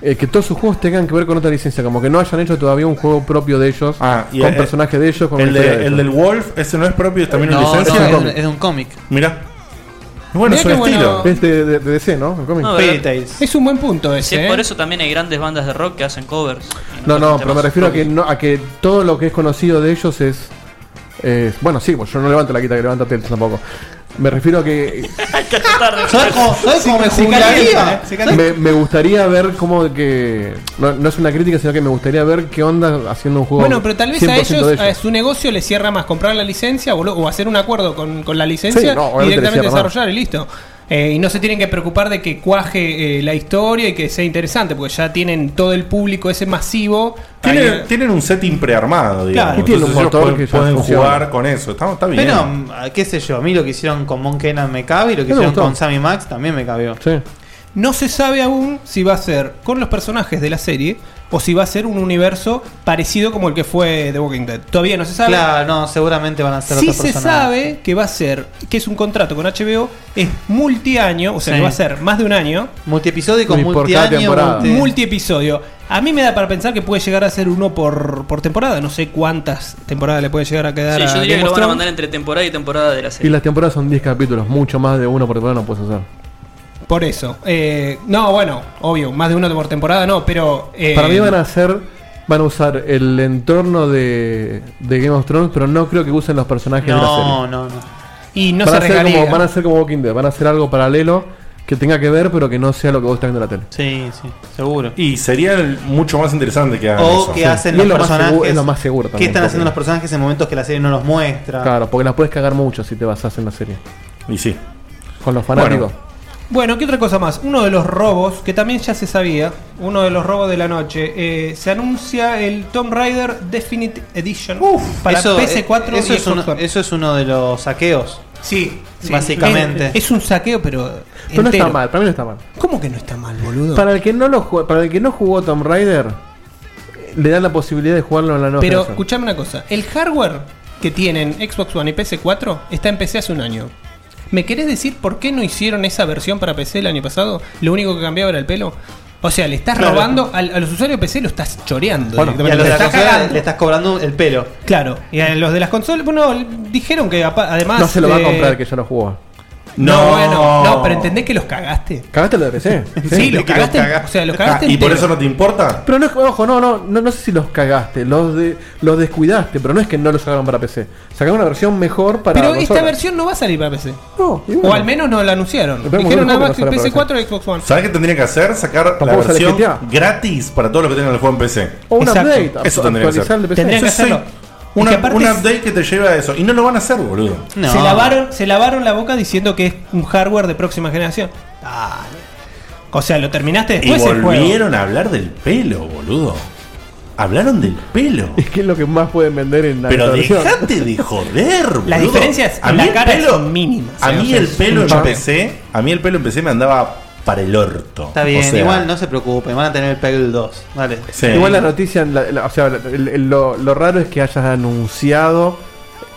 Speaker 10: eh, que todos sus juegos tengan que ver con otra licencia. Como que no hayan hecho todavía un juego propio de ellos.
Speaker 1: Ah, y
Speaker 10: con
Speaker 1: el-
Speaker 10: personajes de ellos. Con
Speaker 1: el,
Speaker 10: una historia
Speaker 1: de-
Speaker 10: de
Speaker 1: el
Speaker 10: ellos.
Speaker 1: del Wolf, ese no es propio, es también una
Speaker 10: No,
Speaker 1: licencia.
Speaker 10: no, es
Speaker 1: Mirá.
Speaker 10: un- es un cómic.
Speaker 1: Mirá. Bueno,
Speaker 10: Mirá
Speaker 1: es un
Speaker 10: qué bueno.
Speaker 1: estilo.
Speaker 10: Es de, de- de DC, ¿no? El cómic.
Speaker 4: No, Fairy ¿verdad? Tails.
Speaker 13: Es un buen punto
Speaker 4: Si
Speaker 13: ese.
Speaker 4: es
Speaker 13: ¿eh?
Speaker 4: por eso también hay grandes bandas de rock que hacen covers.
Speaker 10: No, no, pero me refiero a que, no, a que todo lo que es conocido de ellos es. es- bueno, sí, pues yo no levanto la quita que levanta Tails tampoco. Me refiero a que.
Speaker 12: ¿Sabes cómo, sabés cómo me
Speaker 10: Se calienta,
Speaker 5: ¿eh?
Speaker 12: jubilaría?
Speaker 10: me, me gustaría ver cómo que. No, no es una crítica, sino que me gustaría ver qué onda haciendo un juego.
Speaker 13: Bueno, pero tal vez a
Speaker 10: 100%
Speaker 13: ellos,
Speaker 10: de
Speaker 13: a su negocio le cierra más comprar la licencia o, lo- o hacer un acuerdo con, con la
Speaker 10: Sí,
Speaker 13: licencia
Speaker 10: no,
Speaker 13: y
Speaker 10: obviamente le
Speaker 13: directamente
Speaker 10: cierra más.
Speaker 13: desarrollar y listo. Eh, y no se tienen que preocupar de que cuaje eh, la historia y que sea interesante, porque ya tienen todo el público ese masivo.
Speaker 1: Tienen, tienen un setting prearmado, digamos.
Speaker 13: Claro. Y tiene un
Speaker 1: Entonces ellos
Speaker 13: motor
Speaker 1: pueden,
Speaker 13: que ya
Speaker 1: pueden
Speaker 13: funciona.
Speaker 1: jugar con eso. Está, está bien.
Speaker 12: Pero, mm, qué sé yo, a mí lo que hicieron con Monkey Island me cabe y lo que
Speaker 13: Me
Speaker 12: hicieron
Speaker 13: gustó.
Speaker 12: con Sammy Max también me cabió.
Speaker 13: No se sabe aún si va a ser con los personajes de la serie o si va a ser un universo parecido como el que fue The Walking Dead. Todavía no se sabe.
Speaker 12: Claro, no, seguramente van a ser
Speaker 13: Sí
Speaker 12: otra
Speaker 13: se
Speaker 12: persona.
Speaker 13: sabe que va a ser, que es un contrato con HBO, es multiaño, o sea
Speaker 12: Sí.
Speaker 13: que va a ser más de un año.
Speaker 12: Multiepisódico, multiaño, multi-
Speaker 13: multiepisodio. A mí me da para pensar que puede llegar a ser uno por, por temporada. No sé cuántas temporadas le puede llegar a quedar.
Speaker 4: Sí,
Speaker 13: a
Speaker 4: yo diría
Speaker 13: Game
Speaker 4: que lo van
Speaker 13: of
Speaker 4: a
Speaker 13: Thrones.
Speaker 4: mandar entre temporada y temporada de la
Speaker 10: Y
Speaker 4: serie.
Speaker 10: las temporadas son 10 capítulos, mucho más de uno por temporada no puedes hacer.
Speaker 13: Por eso. Eh, no, bueno, obvio, más de uno por temporada no, pero. eh,
Speaker 10: Para mí van a hacer. Van a usar el entorno de, de Game of Thrones, pero no creo que usen los personajes de la serie.
Speaker 12: No, no, no.
Speaker 13: Y no
Speaker 10: van
Speaker 13: se
Speaker 10: a hacer
Speaker 13: arriesgaría.
Speaker 10: como, Van a hacer como Walking Dead, van a hacer algo paralelo que tenga que ver, pero que no sea lo que vos estás viendo en la tele.
Speaker 12: Sí, sí, seguro.
Speaker 1: Y sería el- mucho más interesante que hagan
Speaker 12: O
Speaker 1: eso.
Speaker 12: que
Speaker 1: Sí.
Speaker 12: hacen
Speaker 10: Y
Speaker 12: los
Speaker 10: es lo más
Speaker 12: personajes.
Speaker 10: seguro- es lo más seguro
Speaker 12: ¿Qué
Speaker 10: también,
Speaker 12: están haciendo
Speaker 10: porque-
Speaker 12: los personajes en momentos que la serie no los muestra?
Speaker 10: Claro, porque las puedes cagar mucho si te basás en la serie.
Speaker 1: Y sí.
Speaker 10: Con los fanáticos.
Speaker 13: Bueno, ¿qué otra cosa más? Uno de los robos, que también ya se sabía, uno de los robos de la noche, eh, se anuncia el Tomb Raider Definite Edition para
Speaker 12: Eso-
Speaker 13: PS4
Speaker 12: eh, eso
Speaker 13: y
Speaker 12: es uno,
Speaker 13: Xbox One.
Speaker 12: eso es uno de los saqueos.
Speaker 13: Sí, sí.
Speaker 12: básicamente.
Speaker 13: Es, es un saqueo, pero.
Speaker 10: Pero no
Speaker 13: entero.
Speaker 10: está mal, para mí no está mal.
Speaker 13: ¿Cómo que no está mal, boludo?
Speaker 10: Para el que no lo jue- para el que no jugó Tomb Raider, le dan la posibilidad de jugarlo en la noche.
Speaker 13: pero escuchame una cosa: el hardware que tienen Xbox One y PS4 está en PC hace un año. ¿Me querés decir por qué no hicieron esa versión para PC el año pasado? Lo único que cambiaba era el pelo. O sea, le estás
Speaker 12: Claro.
Speaker 13: robando al- a los usuarios de PC, lo estás choreando.
Speaker 12: Bueno, y a
Speaker 13: directamente,
Speaker 12: los
Speaker 13: le
Speaker 12: de la
Speaker 13: estás
Speaker 12: consola
Speaker 13: cagando.
Speaker 12: le estás cobrando el pelo.
Speaker 13: Claro, y a los de las consolas, bueno, dijeron que apa- además.
Speaker 10: no se lo va a
Speaker 13: eh,
Speaker 10: comprar el que ya lo jugó.
Speaker 13: No, bueno, no, pero entendés que los cagaste.
Speaker 10: ¿Cagaste lo de PC?
Speaker 13: Sí, los cagaste. O sea, los
Speaker 10: Ah,
Speaker 13: cagaste.
Speaker 1: Ah, ¿Y por
Speaker 13: entero.
Speaker 1: eso no te importa?
Speaker 10: Pero no es, ojo, no, no, no, no sé si los cagaste, los de, los descuidaste, pero no es que no los sacaron para PC. Sacaron una versión mejor para
Speaker 13: Pero esta
Speaker 10: consola.
Speaker 13: versión no va a salir para PC.
Speaker 10: No,
Speaker 13: O al menos no la anunciaron.
Speaker 10: Esperemos que
Speaker 13: Dijeron
Speaker 10: no
Speaker 13: nada más que
Speaker 10: salga para
Speaker 13: PC4 y Xbox One.
Speaker 1: ¿Sabes qué tendría que hacer? Sacar la
Speaker 10: Tampoco sale
Speaker 1: versión
Speaker 10: GTA.
Speaker 1: gratis para todos los que tengan el juego en PC.
Speaker 10: O un update,
Speaker 1: Eso tendría que
Speaker 10: actualizar el
Speaker 1: hacer.
Speaker 10: PC. Tendrían que
Speaker 1: Sí, sí.
Speaker 10: hacerlo.
Speaker 1: Una-
Speaker 13: Es que aparte
Speaker 1: un
Speaker 13: es-
Speaker 1: update que te lleve a eso. Y no lo van a hacer, boludo.
Speaker 13: Se, lavaron, se lavaron la boca diciendo que es un hardware de próxima generación. Dale. O sea, lo terminaste
Speaker 1: Ah, Y
Speaker 13: después el juego.
Speaker 1: volvieron a hablar del pelo, boludo. Hablaron del pelo.
Speaker 10: Es que es lo que más pueden vender en la
Speaker 1: Pero
Speaker 10: televisión.
Speaker 1: dejate de joder, boludo.
Speaker 13: Las diferencias
Speaker 1: A
Speaker 13: en
Speaker 1: mí
Speaker 13: la
Speaker 1: el
Speaker 13: cara
Speaker 1: pelo-
Speaker 13: son mínimas.
Speaker 1: A
Speaker 13: ¿eh? O
Speaker 1: mí
Speaker 13: sea,
Speaker 1: el
Speaker 13: es
Speaker 1: pelo
Speaker 13: un chorro.
Speaker 1: en PC, a mí el pelo en PC me andaba para el orto.
Speaker 12: Está bien, igual no se preocupen, van a tener el Peggle 2. Vale.
Speaker 1: Sí.
Speaker 10: Igual la noticia, la- la- o sea, la- el- el- lo, lo raro es que hayas anunciado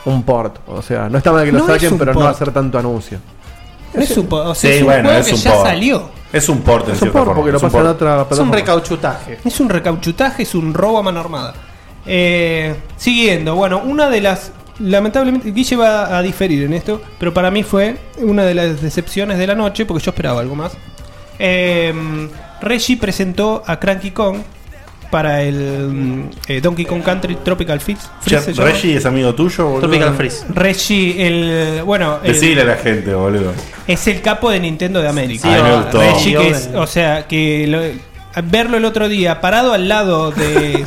Speaker 10: un port. O sea, no está mal que lo
Speaker 13: No es
Speaker 10: saquen,
Speaker 13: un
Speaker 10: pero no
Speaker 13: port.
Speaker 10: va a ser tanto anuncio.
Speaker 13: No es un, po- o sea, es un juego que ya salió.
Speaker 1: Es un port en
Speaker 10: Es un
Speaker 1: cierta
Speaker 10: port,
Speaker 1: forma,
Speaker 10: porque lo
Speaker 1: es un
Speaker 10: pasan a
Speaker 1: port.
Speaker 10: otra
Speaker 12: Es un
Speaker 10: plataforma.
Speaker 12: recauchutaje.
Speaker 13: Es un recauchutaje, es un robo a mano armada. Eh, siguiendo, bueno, una de las. Lamentablemente, Guille va a diferir en esto, pero para mí fue una de las decepciones de la noche, porque yo esperaba algo más. Eh, Reggie presentó a Cranky Kong para el mm, eh, Donkey Kong Country Tropical Freeze.
Speaker 1: Che,
Speaker 13: Freeze se llama.
Speaker 1: ¿Reggie es amigo tuyo, boludo?
Speaker 13: Reggie, el. Bueno. el-
Speaker 1: Decile a la gente, boludo.
Speaker 13: es el capo de Nintendo de América.
Speaker 1: Sí, Ay, me gustó.
Speaker 13: Reggie, que
Speaker 1: Dios
Speaker 13: es-
Speaker 1: del-
Speaker 13: o sea, que lo- al verlo el otro día parado al lado de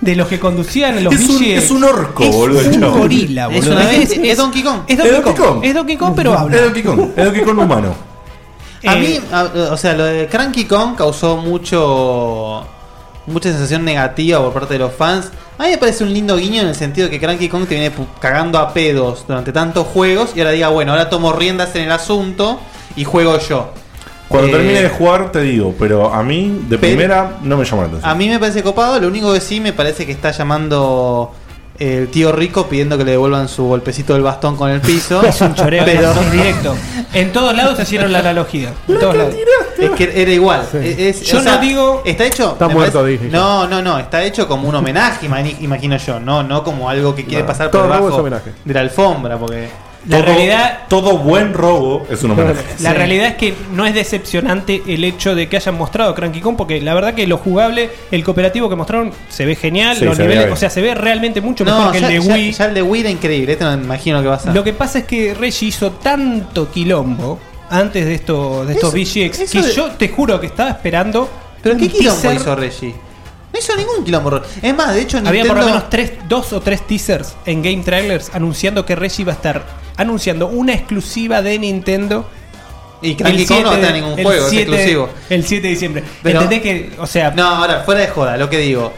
Speaker 13: de los que conducían los
Speaker 1: Es un-
Speaker 13: VGs,
Speaker 1: es un orco,
Speaker 13: es
Speaker 1: boludo, el
Speaker 13: Un
Speaker 1: chabón.
Speaker 13: gorila,
Speaker 1: Es
Speaker 13: boludo.
Speaker 1: una
Speaker 5: bestia, es Donkey Kong.
Speaker 13: Es
Speaker 1: Es
Speaker 13: Donkey
Speaker 1: Donkey
Speaker 13: Kong.
Speaker 1: Kong.
Speaker 13: Es Donkey Kong, pero habla. Eh,
Speaker 1: Es Donkey Kong, es Donkey Kong humano.
Speaker 5: A mí, a- o sea, lo de Cranky Kong causó mucho. mucha sensación negativa por parte de los fans. A mí me parece un lindo guiño en el sentido que Cranky Kong te viene pu- cagando a pedos durante tantos juegos y ahora diga, bueno, ahora tomo riendas en el asunto y juego yo.
Speaker 1: Cuando
Speaker 5: Eh,
Speaker 1: termine de jugar, te digo, pero a mí, de primera, no me llamó la atención.
Speaker 5: A mí me parece copado, lo único que sí me parece que está llamando eh, el tío rico pidiendo que le devuelvan su golpecito del bastón con el piso.
Speaker 13: Es un choreo
Speaker 5: Pero-
Speaker 13: es directo. En todos lados hicieron la analogía. En todos lados.
Speaker 5: Es que era igual. Es-
Speaker 13: Yo
Speaker 5: o sea,
Speaker 13: no digo.
Speaker 5: Está hecho.
Speaker 13: Está
Speaker 5: me
Speaker 13: muerto, dije yo.
Speaker 5: No, no, no. Está hecho como un homenaje, imani- imagino yo. No, no como algo que quiere
Speaker 1: No,
Speaker 5: pasar
Speaker 1: todo
Speaker 5: por
Speaker 1: robo
Speaker 5: debajo
Speaker 1: es homenaje.
Speaker 5: de la alfombra. Porque
Speaker 13: La
Speaker 5: Ah,
Speaker 13: realidad-
Speaker 1: Todo buen robo es un homenaje.
Speaker 13: La realidad es que no es decepcionante el hecho de que hayan mostrado Cranky Kong, porque la verdad que lo jugable, el cooperativo que mostraron, se ve genial.
Speaker 5: Sí,
Speaker 13: los
Speaker 5: se ve
Speaker 13: niveles,
Speaker 5: bien.
Speaker 13: o sea, se ve realmente mucho
Speaker 5: No,
Speaker 13: mejor que
Speaker 5: ya,
Speaker 13: el de
Speaker 5: ya-
Speaker 13: Wii.
Speaker 5: ya el de Wii era increíble. Este no me imagino que va a ser.
Speaker 13: Lo que pasa es que Reggie hizo tanto quilombo antes de, esto, de estos
Speaker 5: Eso-
Speaker 13: VGX
Speaker 5: eso
Speaker 13: que
Speaker 5: de-
Speaker 13: yo te juro que estaba esperando.
Speaker 5: ¿Pero qué
Speaker 13: un
Speaker 5: quilombo
Speaker 13: teaser.
Speaker 5: hizo Reggie? No hizo ningún quilombo. Es más, de hecho,
Speaker 13: Había
Speaker 5: Nintendo-
Speaker 13: por lo menos tres, dos o tres teasers en Game Trailers anunciando que Reggie iba a estar anunciando una exclusiva de Nintendo.
Speaker 5: Y Cranky
Speaker 13: El
Speaker 5: Kong no va a
Speaker 13: 7
Speaker 5: estar en ningún
Speaker 13: el
Speaker 5: juego, es
Speaker 13: 7
Speaker 5: exclusivo.
Speaker 13: El 7 de diciembre.
Speaker 5: Pero-
Speaker 13: Entendés que, o sea.
Speaker 5: No, ahora, fuera de joda, lo que digo.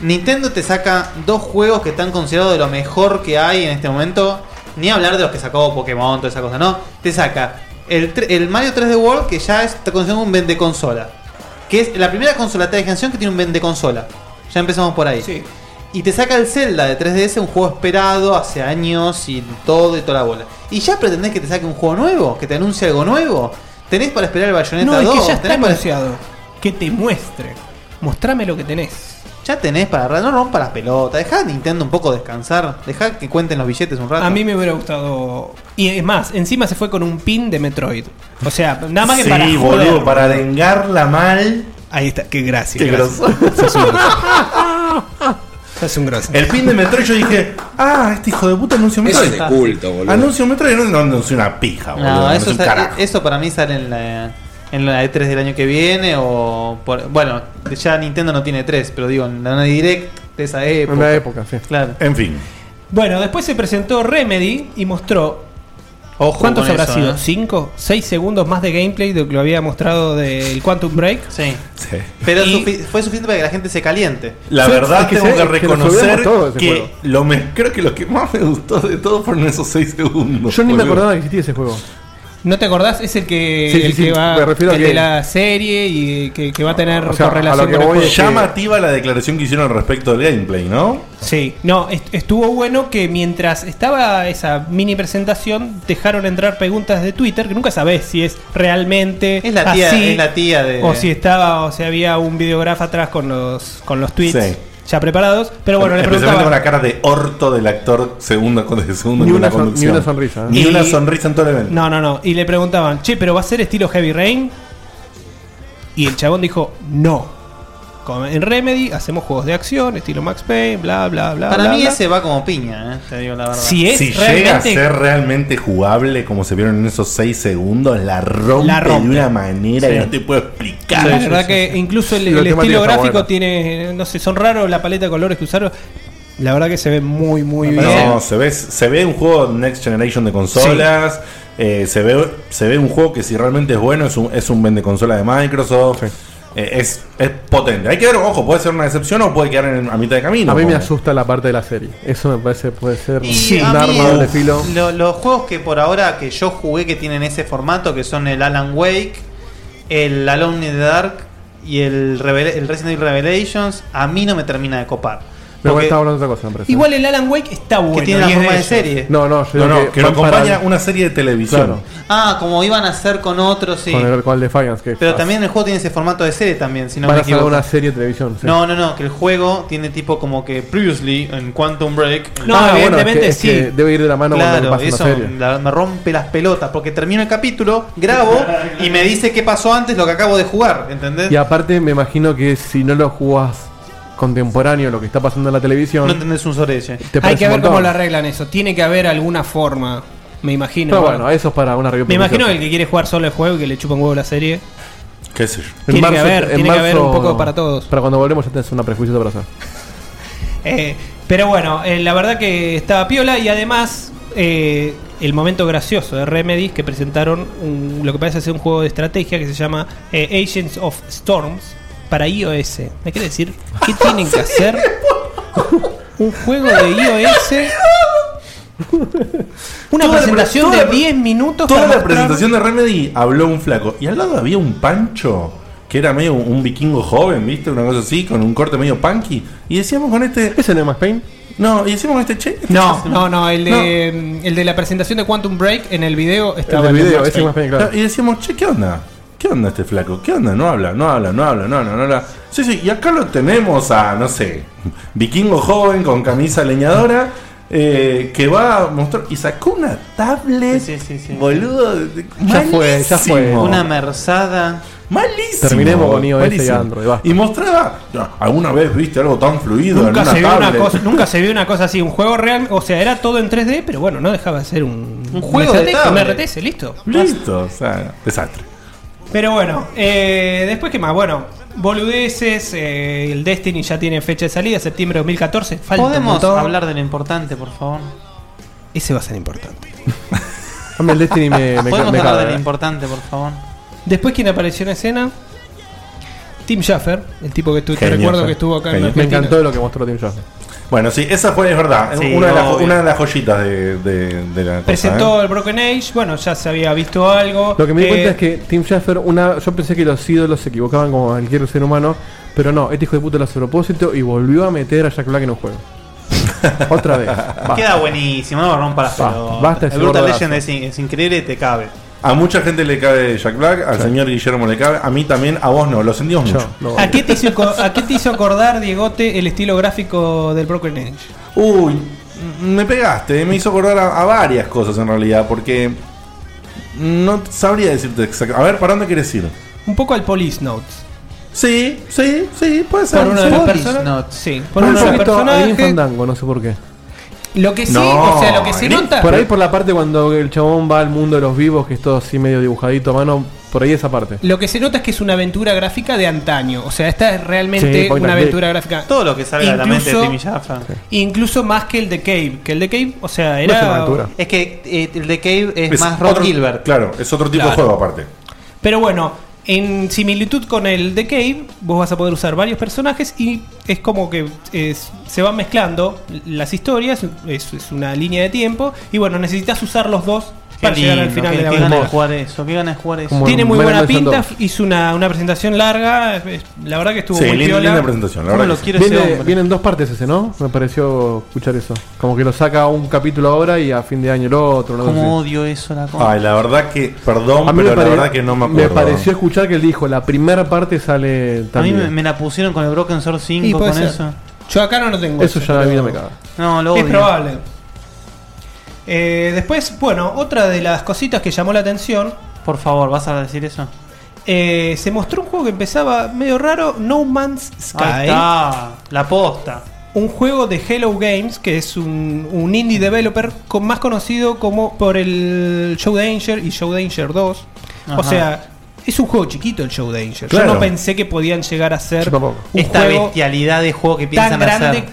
Speaker 5: Nintendo te saca dos juegos que están considerados de lo mejor que hay en este momento. Ni hablar de los que sacó Pokémon, toda esa cosa, no. Te saca el, tre- el Mario 3D World, que ya es- está considerado un vende consola. Que es la primera consola de generación que tiene un vende consola. Ya empezamos por ahí. Y te saca el Zelda de 3DS, un juego esperado hace años y todo y toda la bola. ¿Y ya pretendés que te saque un juego nuevo? ¿Que te anuncie algo nuevo? ¿Tenés para esperar el Bayonetta
Speaker 13: No, es
Speaker 5: 2?
Speaker 13: que ya está
Speaker 5: ¿Tenés para-
Speaker 13: anunciado. Que te muestre. Mostrame lo que tenés.
Speaker 5: Ya tenés para rato, no rompa las pelotas. Dejá a Nintendo un poco descansar. Dejá que cuenten los billetes un rato.
Speaker 13: A mí me hubiera gustado. Y es más, encima se fue con un pin de Metroid. O sea, nada más que
Speaker 1: Sí,
Speaker 13: para.
Speaker 1: boludo,
Speaker 13: joder.
Speaker 1: para dengarla mal.
Speaker 13: Ahí está, qué gracia.
Speaker 1: Qué
Speaker 13: gracias.
Speaker 1: groso.
Speaker 13: Sos un grosso. Sos un grosso.
Speaker 1: El pin de Metroid yo dije, ah, este hijo de puta anunció
Speaker 5: Eso
Speaker 1: Metroid.
Speaker 5: es de culto, boludo.
Speaker 1: Anuncio Metroid, no, no anunció una pija, boludo.
Speaker 5: No,
Speaker 1: anunció
Speaker 5: eso,
Speaker 1: un
Speaker 5: sa-
Speaker 1: carajo.
Speaker 5: eso para mí sale en la, en la E3 del año que viene. o por- Bueno, ya Nintendo no tiene 3, pero digo, en la Direct de esa época.
Speaker 10: En la época, sí.
Speaker 5: Claro.
Speaker 1: En fin.
Speaker 13: Bueno, después se presentó Remedy y mostró.
Speaker 5: Ojo
Speaker 13: ¿Cuántos
Speaker 5: con
Speaker 13: habrá
Speaker 5: eso,
Speaker 13: sido?
Speaker 5: eh.
Speaker 13: ¿Cinco? ¿Seis segundos más de gameplay de lo que lo había mostrado del Quantum Break?
Speaker 5: Sí. Pero sufi- fue suficiente para que la gente se caliente.
Speaker 1: La verdad tengo que reconocer
Speaker 10: ese
Speaker 1: que
Speaker 10: juego.
Speaker 1: lo me, creo que lo que más me gustó de todo fueron esos 6 segundos.
Speaker 10: Yo ni me
Speaker 1: boludo.
Speaker 10: acordaba que existía ese juego.
Speaker 13: ¿No te acordás? Es el que,
Speaker 10: Sí, sí,
Speaker 13: el
Speaker 10: sí,
Speaker 13: que va
Speaker 10: me refiero a
Speaker 13: el
Speaker 10: que-
Speaker 13: de la serie y que, que va a tener
Speaker 1: O sea, a
Speaker 13: correlación
Speaker 1: lo que
Speaker 13: con el
Speaker 1: voy
Speaker 13: juego.
Speaker 1: es que- Llamativa la declaración que hicieron al respecto del gameplay, ¿no?
Speaker 13: Sí, no, est- estuvo bueno que mientras estaba esa mini presentación dejaron entrar preguntas de Twitter que nunca sabés si es realmente
Speaker 5: Es la tía,
Speaker 13: así,
Speaker 5: es la tía de.
Speaker 13: o si estaba o si había un videógrafo atrás con los con los tweets
Speaker 1: Sí.
Speaker 13: ya preparados, pero bueno, le
Speaker 1: Especialmente con la
Speaker 13: preguntaban
Speaker 1: cara de orto del actor segunda de segundo
Speaker 10: Ni
Speaker 1: en
Speaker 10: una
Speaker 1: una
Speaker 10: son-
Speaker 1: conducción.
Speaker 10: ni una sonrisa, ¿eh?
Speaker 1: Ni
Speaker 13: Y-
Speaker 1: una sonrisa en todo el evento.
Speaker 13: No, no, no, y le preguntaban, "Che, pero va a ser estilo Heavy Rain?" Y el chabón dijo, "No." Con- En Remedy hacemos juegos de acción, estilo Max Payne, bla bla bla.
Speaker 5: para
Speaker 13: bla,
Speaker 5: mí
Speaker 13: bla.
Speaker 5: ese va como piña, eh, te digo la verdad.
Speaker 13: Si es
Speaker 1: si llega a
Speaker 13: realmente-
Speaker 1: ser realmente jugable como se vieron en esos 6 segundos, la rompe,
Speaker 13: La rompe.
Speaker 1: de una manera
Speaker 13: Sí.
Speaker 1: que no te puedo explicar.
Speaker 13: la verdad que incluso el,
Speaker 1: Sí, la
Speaker 13: el
Speaker 1: temática
Speaker 13: estilo
Speaker 1: está
Speaker 13: gráfico
Speaker 1: buena.
Speaker 13: tiene, no sé, son raros la paleta de colores que usaron. La verdad que se ve muy, muy bien.
Speaker 1: No, se ve, se ve un juego Next Generation de consolas. eh, se, ve, se ve un juego que si realmente es bueno es un, es un vende consola de Microsoft. eh, es, es potente. Hay que ver, ojo, puede ser una decepción o puede quedar en- a mitad de camino.
Speaker 10: A mí me
Speaker 1: como-
Speaker 10: asusta la parte de la serie. Eso me parece puede ser
Speaker 5: Y a
Speaker 10: un
Speaker 5: mí,
Speaker 10: arma de doble
Speaker 5: uf,
Speaker 10: filo.
Speaker 5: lo- los juegos que por ahora que yo jugué que tienen ese formato, que son el Alan Wake, el Alone in the Dark y el, Revela- el Resident Evil Revelations, a mí no me termina de copar.
Speaker 10: Pero igual estaba hablando de otra cosa, me parece.
Speaker 13: Igual el Alan Wake está bueno.
Speaker 5: tiene la
Speaker 13: y es
Speaker 5: forma de
Speaker 13: ellos.
Speaker 5: serie.
Speaker 10: No, no, yo
Speaker 1: No,
Speaker 10: digo
Speaker 1: no, que lo
Speaker 10: van
Speaker 1: acompaña
Speaker 10: para-
Speaker 1: una serie de televisión.
Speaker 10: Claro,
Speaker 5: Ah, como iban a hacer con otros, sí.
Speaker 10: con, el, con el Defiance. Que
Speaker 5: Pero
Speaker 10: ah,
Speaker 5: también el juego tiene ese formato de serie también, si no
Speaker 10: van
Speaker 5: me
Speaker 10: a hacer
Speaker 5: equivoco.
Speaker 10: una serie de televisión. sí.
Speaker 5: No, no, no, que el juego tiene tipo como que previously en Quantum Break.
Speaker 10: No, Ah, bueno, es que- evidentemente es que sí. debe ir de la mano cuando
Speaker 5: Claro,
Speaker 10: pasa una
Speaker 5: eso
Speaker 10: serie.
Speaker 5: la- me rompe las pelotas porque termino el capítulo, grabo y me dice qué pasó antes lo que acabo de jugar, ¿entendés?
Speaker 10: Y aparte, me imagino que si no lo jugás contemporáneo, lo que está pasando en la televisión.
Speaker 5: No entendés un sorete.
Speaker 13: Hay que ver cómo lo arreglan eso. Tiene que haber alguna forma, me imagino.
Speaker 10: Pero bueno, eso es para una review.
Speaker 13: me imagino que
Speaker 10: que
Speaker 13: el que quiere jugar solo el juego y que le chupa un huevo la serie.
Speaker 1: ¿Qué sé yo?
Speaker 13: tiene que haber, tiene que haber un poco para todos.
Speaker 10: Para cuando volvemos, ya tenés una prejuicio para hacer.
Speaker 13: Eh, pero bueno, eh, la verdad que estaba piola y además eh, el momento gracioso de Remedy que presentaron un- lo que parece ser un juego de estrategia que se llama eh, Agents of Storms para iOS. ¿Me quiere decir qué tienen que hacer? Un juego de iOS. Una
Speaker 1: Toda la pre-
Speaker 13: presentación
Speaker 1: toda la
Speaker 13: de
Speaker 1: pre-
Speaker 13: 10 minutos.
Speaker 1: Toda
Speaker 13: para
Speaker 1: la
Speaker 13: mostrar-
Speaker 1: presentación de Remedy habló un flaco. Y al lado había un pancho, que era medio un vikingo joven, ¿viste? Una cosa así, con un corte medio punky. Y decíamos con este.
Speaker 10: ¿Ese no es más Pain?
Speaker 1: No, y decíamos con este che. este
Speaker 13: No,
Speaker 1: che-
Speaker 13: no, no, el de, el de la presentación de Quantum Break en el video
Speaker 1: No.
Speaker 13: estaba Max Payne.
Speaker 1: No, Y decíamos, che, ¿qué onda? ¿Qué onda este flaco? ¿Qué onda? No habla, no habla, no habla, no habla, no habla. Sí, sí, y acá lo tenemos a, no sé, vikingo joven con camisa leñadora. eh, que va a mostrar y sacó una tablet boludo de-
Speaker 5: Ya fue, ya fue.
Speaker 1: malísimo.
Speaker 5: Una merzada.
Speaker 1: Malísimo.
Speaker 10: Terminemos con iOS y Android, basta.
Speaker 1: Y mostraba, "No, alguna vez viste algo tan fluido
Speaker 13: Nunca
Speaker 1: en una
Speaker 13: se, vio una
Speaker 1: tablet?"
Speaker 13: cosa, nunca se vio una cosa así, un juego real, o sea, era todo en 3D, pero bueno, no dejaba de ser un, un
Speaker 5: juego de
Speaker 13: un
Speaker 5: tablet.
Speaker 13: RTS, listo.
Speaker 1: Listo, o sea, desastre.
Speaker 13: Pero bueno, eh, después qué más, bueno, boludeces, eh, el Destiny ya tiene fecha de salida, septiembre de 2014, falta un
Speaker 5: ¿Podemos
Speaker 13: montón.
Speaker 5: hablar de lo importante, por favor?
Speaker 13: Ese va a ser importante.
Speaker 10: A mí el Destiny me, me,
Speaker 5: ¿Podemos
Speaker 10: me
Speaker 5: hablar
Speaker 10: caga,
Speaker 5: de lo
Speaker 10: eh.
Speaker 5: importante, por favor?
Speaker 13: Después quién apareció en escena? Tim Schaffer, el tipo que estuvo, te
Speaker 1: Genio,
Speaker 13: recuerdo
Speaker 1: sí.
Speaker 13: que estuvo acá
Speaker 1: Genio.
Speaker 13: en
Speaker 1: Me
Speaker 13: Argentina.
Speaker 1: encantó
Speaker 10: lo que mostró Tim Schaffer.
Speaker 1: Bueno, sí, esa fue, es verdad,
Speaker 13: Sí,
Speaker 1: una, de las,
Speaker 13: obvio.
Speaker 1: una de las joyitas de, de- de la cosa,
Speaker 13: Presentó
Speaker 1: ¿eh?
Speaker 13: el Broken Age, bueno, ya se había visto algo.
Speaker 10: Lo que me di
Speaker 13: Eh,
Speaker 10: cuenta es que Tim Schafer, una, yo pensé que los ídolos se equivocaban como cualquier ser humano, pero no, este hijo de puta lo hace a propósito y volvió a meter a Jack Black en un juego. Otra vez. Basta.
Speaker 5: Queda buenísimo, no me rompa las
Speaker 10: Basta,
Speaker 5: pelotas.
Speaker 10: basta ese
Speaker 5: el Brutal
Speaker 10: gordazo.
Speaker 5: Legend es, in- es increíble y te cabe.
Speaker 1: A mucha gente le cabe Jack Black, al señor Guillermo le cabe, a mí también, a vos no, lo sentimos mucho.
Speaker 13: ¿A qué, te hizo, aco- ¿A qué te hizo acordar, Diegote, el estilo gráfico del Broken Age?
Speaker 1: Uy, me pegaste, me hizo acordar a, a varias cosas en realidad, porque no sabría decirte exactamente. A ver, ¿para dónde quieres ir?
Speaker 13: Un poco al Police Notes.
Speaker 1: Sí, sí, sí, puede
Speaker 13: ser. Por una de
Speaker 10: Sí.
Speaker 13: las
Speaker 10: Police
Speaker 13: personas.
Speaker 10: Notes.
Speaker 13: Sí, por
Speaker 10: Por un
Speaker 13: uno de los
Speaker 10: poquito Adrián
Speaker 13: personajes.
Speaker 10: Fandango, no sé por qué.
Speaker 13: Lo que sí, o sea, lo que se nota.
Speaker 10: Por ahí por la parte cuando el chabón va al mundo de los vivos, que es todo así medio dibujadito a mano, por ahí esa parte.
Speaker 13: Lo que se nota es que es una aventura gráfica de antaño. O sea, esta es realmente
Speaker 10: Sí, point
Speaker 13: una
Speaker 10: and
Speaker 13: aventura
Speaker 10: click.
Speaker 13: gráfica.
Speaker 5: Todo lo que salga de la mente de
Speaker 13: Incluso-
Speaker 5: Timmy Jaffa.
Speaker 13: Incluso más que el The Cave. Que el The Cave, o sea,
Speaker 5: No
Speaker 13: era.
Speaker 5: es una aventura. Es que eh, el The Cave es, más
Speaker 1: otro-
Speaker 5: Rob Gilbert.
Speaker 1: Claro, es otro tipo de
Speaker 13: Claro.
Speaker 1: juego aparte.
Speaker 13: Pero bueno, en similitud con el The Cave, vos vas a poder usar varios personajes y es como que eh, se van mezclando las historias, es, es una línea de tiempo, y bueno, necesitas usar los dos para llegar al final
Speaker 5: qué,
Speaker 13: de la
Speaker 5: qué ganas de
Speaker 13: aventura.
Speaker 5: jugar eso, qué ganas de jugar eso.
Speaker 13: Tiene muy buena pinta, hizo una, una presentación larga, es- es- la verdad que estuvo muy piola.
Speaker 5: ¿Cómo lo quiero ese
Speaker 10: Viene,
Speaker 5: hombre?
Speaker 10: vienen dos partes ese, ¿no? Me pareció escuchar eso. Como que lo saca un capítulo ahora y a fin de año el otro. ¿no?
Speaker 5: Ah, Cómo
Speaker 10: Sí.
Speaker 5: odio eso la cosa.
Speaker 1: Ay, la verdad que, perdón,
Speaker 10: A mí me
Speaker 1: pero la
Speaker 10: pare-
Speaker 1: verdad que no me acuerdo.
Speaker 10: Me pareció escuchar que él dijo, la primera parte sale
Speaker 5: a mí
Speaker 10: también.
Speaker 5: me, me la pusieron con el Broken Sword 5,
Speaker 10: puede
Speaker 5: con
Speaker 10: ser.
Speaker 5: eso.
Speaker 13: Yo acá no lo tengo.
Speaker 10: Eso ya la vida me caga.
Speaker 5: No, lo
Speaker 13: Es
Speaker 5: odio.
Speaker 13: probable. Eh, después, bueno, otra de las cositas que llamó la atención. eh,
Speaker 5: Por favor, ¿vas a decir eso?
Speaker 13: se mostró un juego que empezaba medio raro, No Man's Sky.
Speaker 5: Ahí está, la posta.
Speaker 13: Un juego de Hello Games, que es un, un indie developer con- más conocido como por el Show Danger y Show Danger 2. O
Speaker 5: Ajá.
Speaker 13: sea, es un juego chiquito el Show Danger. Yo
Speaker 5: Claro.
Speaker 13: no pensé que podían llegar a ser un
Speaker 5: Esta
Speaker 13: juego
Speaker 5: bestialidad de juego que
Speaker 13: tan
Speaker 5: piensan
Speaker 13: grande
Speaker 5: hacer.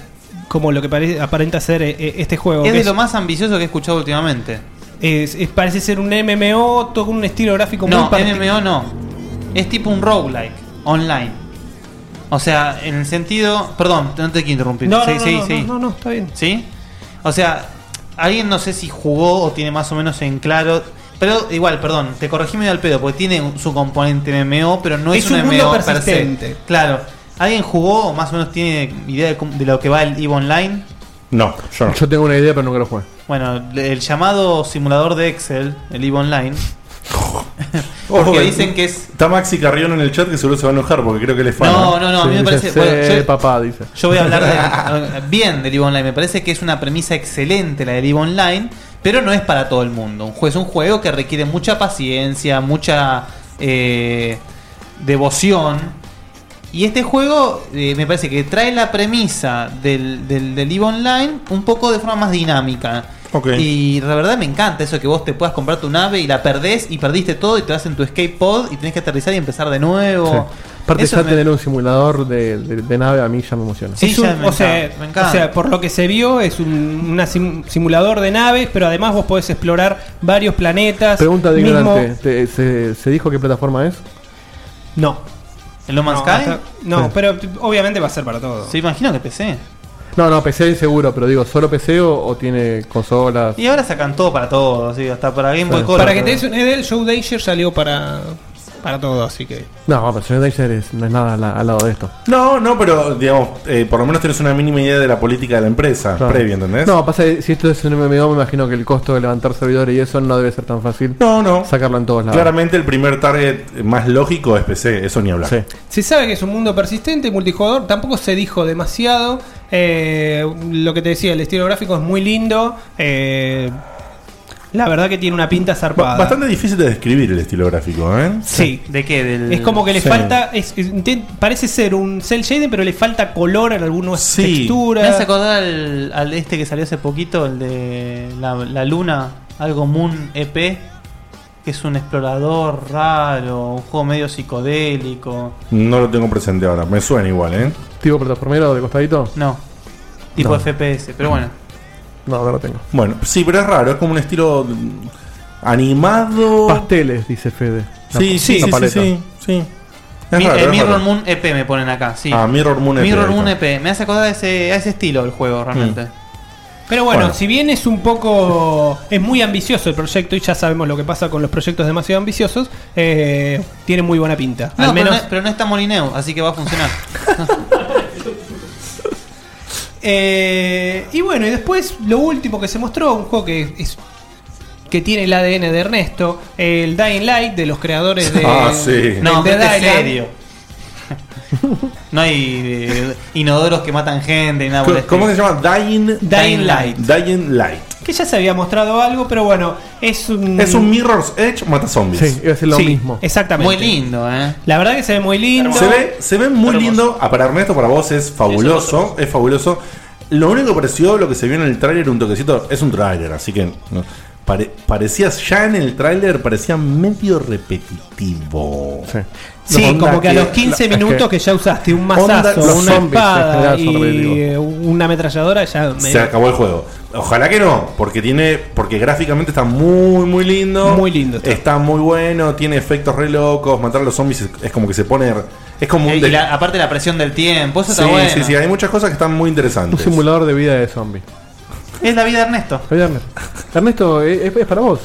Speaker 13: como lo que pare- aparenta ser eh, eh, este juego.
Speaker 5: Es
Speaker 13: que
Speaker 5: de lo más ambicioso que he escuchado últimamente.
Speaker 13: es- es- parece ser un MMO todo con un estilo gráfico muy
Speaker 5: No,
Speaker 13: particular.
Speaker 5: MMO no. Es tipo un roguelike online. O sea, en el sentido. Perdón, no te quiero interrumpir.
Speaker 13: No,
Speaker 5: Sí,
Speaker 13: no, no,
Speaker 5: sí,
Speaker 13: no,
Speaker 5: sí.
Speaker 13: no, no, no, está bien.
Speaker 5: ¿Sí? O sea, alguien no sé si jugó o tiene más o menos en claro. Pero igual, perdón, te corregí medio al pedo, porque tiene un- su componente MMO, pero no es,
Speaker 13: Es un mundo
Speaker 5: MMO per se.
Speaker 13: persistente.
Speaker 5: Claro. ¿Alguien jugó o más o menos tiene idea de, cómo- de lo que va el EVE Online?
Speaker 1: No, yo
Speaker 10: Yo tengo una idea, pero nunca lo jugué.
Speaker 5: Bueno, le- el llamado simulador de Excel, el EVE Online.
Speaker 1: Ojo, eh,
Speaker 5: porque dicen que es.
Speaker 1: Está Maxi Carrión en el chat que seguro se va a enojar porque creo que le fan.
Speaker 5: No, no, no, a mí me parece. bueno, yo,
Speaker 10: papá, dice.
Speaker 5: yo voy a hablar de- bien del EVE Online. Me parece que es una premisa excelente la del EVE Online, pero no es para todo el mundo. Un jue- Es un juego que requiere mucha paciencia, mucha eh, devoción. Y este juego eh, me parece que trae la premisa del, del, del EVE Online un poco de forma más dinámica. Y la verdad me encanta eso que vos te puedas comprar tu nave y la perdés y perdiste todo y te vas en tu escape pod y tenés que aterrizar y empezar de nuevo.
Speaker 10: Aparte,
Speaker 5: Eso
Speaker 10: ya
Speaker 5: me-
Speaker 10: tener un simulador de, de- de nave a mí ya me emociona.
Speaker 13: Es un- o, sea, Eh, o sea, por lo que se vio, es un una sim- simulador de naves, pero además vos podés explorar varios planetas.
Speaker 10: Pregunta de
Speaker 13: mismo-
Speaker 10: ignorante: ¿te- se, se dijo qué plataforma es?
Speaker 13: No.
Speaker 5: ¿El No Man's
Speaker 13: No,
Speaker 5: Sky?
Speaker 13: hasta- no, pero t- obviamente va a ser para todo.
Speaker 5: Se imagino que PC.
Speaker 10: No, no, PC seguro, pero digo, ¿solo PC o, o tiene consolas?
Speaker 5: Y ahora sacan todo para todo, así, hasta para Game Boy
Speaker 10: Sí.
Speaker 5: Color.
Speaker 13: Para que te des una idea, el Show Danger salió para, para todo, así que.
Speaker 10: No, pero Sonic Danger es- no es nada al, al lado de esto.
Speaker 1: No, no, pero digamos, eh, por lo menos tenés una mínima idea de la política de la empresa
Speaker 13: Ah,
Speaker 10: Claro.
Speaker 1: previa, ¿entendés?
Speaker 10: No, pasa que si esto es un MMO, me imagino que el costo de levantar servidores y eso no debe ser tan fácil.
Speaker 1: No, no.
Speaker 10: Sacarlo en todos lados.
Speaker 1: Claramente el primer target más lógico es PC, eso ni hablar.
Speaker 13: Se sabe que es un mundo persistente, multijugador, tampoco se dijo demasiado. eh, lo que te decía, el estilo gráfico es muy lindo. eh, la verdad que tiene una pinta zarpada.
Speaker 1: Bastante difícil de describir el estilo gráfico, ¿eh?
Speaker 13: Sí.
Speaker 5: ¿De qué? Del...
Speaker 13: es como que le
Speaker 1: Sí.
Speaker 13: falta. es- es- intent- parece ser un cel shading, pero le falta color en algunas
Speaker 5: Me
Speaker 13: texturas.
Speaker 5: hace acordar al, al este que salió hace poquito, el de la, la luna, algo Moon EP, que es un explorador raro, un juego medio psicodélico.
Speaker 1: No lo tengo presente ahora, me suena igual, ¿eh?
Speaker 10: ¿Tipo plataformero de costadito?
Speaker 5: No. Tipo FPS, pero bueno.
Speaker 10: No, no lo tengo.
Speaker 1: Bueno, sí, pero es raro, es como un estilo mm, animado.
Speaker 10: Pasteles, dice Fede.
Speaker 1: Sí,
Speaker 10: Una-
Speaker 1: sí,
Speaker 10: una
Speaker 1: sí,
Speaker 10: paleta.
Speaker 1: sí, sí. Es
Speaker 5: Mi-
Speaker 1: raro,
Speaker 5: eh,
Speaker 1: es
Speaker 5: Mirror
Speaker 1: raro.
Speaker 5: Moon EP me ponen acá, sí.
Speaker 1: Ah, Mirror Moon EP,
Speaker 5: Mirror
Speaker 1: ahí Mm.
Speaker 5: Moon EP. Me hace acordar a ese, a ese estilo el juego realmente.
Speaker 13: Pero bueno,
Speaker 5: Bueno.
Speaker 13: si bien es un poco. Es muy ambicioso el proyecto y ya sabemos lo que pasa con los proyectos demasiado ambiciosos, eh, tiene muy buena pinta.
Speaker 5: No, pero,
Speaker 13: Al menos.
Speaker 5: no, pero no está Molineu, así que va a funcionar.
Speaker 13: Eh, y bueno, y después lo último que se mostró, un juego que es que tiene el ADN de Ernesto, el Dying Light de los creadores de
Speaker 1: Ah, sí.
Speaker 5: No,
Speaker 13: de
Speaker 5: pero este es
Speaker 13: Dying Light.
Speaker 5: serio. no hay eh, inodoros que matan gente y nada por
Speaker 1: ¿Cómo-
Speaker 5: el
Speaker 1: ¿Cómo se
Speaker 5: estilo.
Speaker 1: llama? Dying,
Speaker 13: Dying Light.
Speaker 1: Dying Light.
Speaker 13: Que ya se había mostrado algo, pero bueno, es un
Speaker 1: Es un Mirror's Edge mata zombies.
Speaker 10: Sí, iba a decir lo mismo.
Speaker 13: Exactamente.
Speaker 5: Muy lindo, eh.
Speaker 13: La verdad que se ve muy lindo.
Speaker 1: Se ve, se ve muy lindo. Ah, para Ernesto, para vos es fabuloso. Es fabuloso. Lo único que pareció, lo que se vio en el tráiler, un toquecito, es un tráiler, así que no, pare- parecía ya en el tráiler, parecía medio repetitivo.
Speaker 13: Sí,
Speaker 1: Onda
Speaker 13: como que a los 15
Speaker 1: la-
Speaker 13: minutos que ya usaste un mazazo,
Speaker 1: Onda- los
Speaker 13: una
Speaker 1: zombies en
Speaker 13: espada
Speaker 1: general son
Speaker 13: y
Speaker 1: repetitivos.
Speaker 13: eh, una ametralladora, ya
Speaker 1: Se
Speaker 13: medio-
Speaker 1: acabó el juego. Ojalá que no, porque tiene, porque gráficamente está muy, muy lindo. Muy
Speaker 13: lindo.
Speaker 1: Está, muy bueno, tiene efectos re locos. Matar a los zombies es, es como que se pone. Es como un.
Speaker 5: Eh, y
Speaker 1: de-
Speaker 5: la- aparte la presión del tiempo, eso
Speaker 1: sí,
Speaker 5: está bueno.
Speaker 1: sí, sí, hay muchas cosas que están muy
Speaker 10: Un
Speaker 1: interesantes.
Speaker 10: simulador de vida de zombie.
Speaker 5: Es la vida de Ernesto.
Speaker 10: Oye, Ernesto, Ernesto, eh, es, es para vos.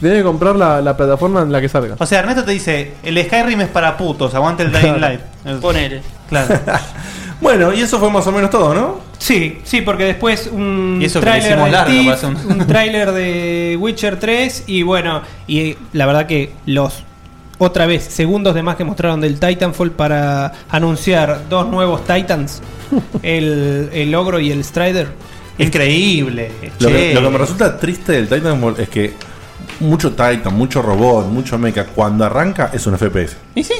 Speaker 10: Tenés que comprar la, la plataforma en la que salga.
Speaker 5: O sea, Ernesto te dice, el Skyrim es para putos, aguante el Dying
Speaker 10: Claro.
Speaker 5: Light.
Speaker 4: Ponele.
Speaker 5: Claro.
Speaker 1: bueno, y eso fue más o menos todo, ¿no?
Speaker 13: Sí, sí, porque después un
Speaker 5: Y eso que le
Speaker 13: tráiler
Speaker 5: hicimos
Speaker 13: de
Speaker 5: largo,
Speaker 13: Thief,
Speaker 5: parece
Speaker 13: un... tráiler de Witcher 3 y bueno, y eh, la verdad que los otra vez segundos de más que mostraron del Titanfall para anunciar dos nuevos Titans, el, el Ogro y el Strider.
Speaker 5: Increíble.
Speaker 1: Lo que, lo que me resulta triste del Titanfall es que mucho Titan, mucho robot, mucho mecha, cuando arranca es un FPS.
Speaker 5: ¿Y sí?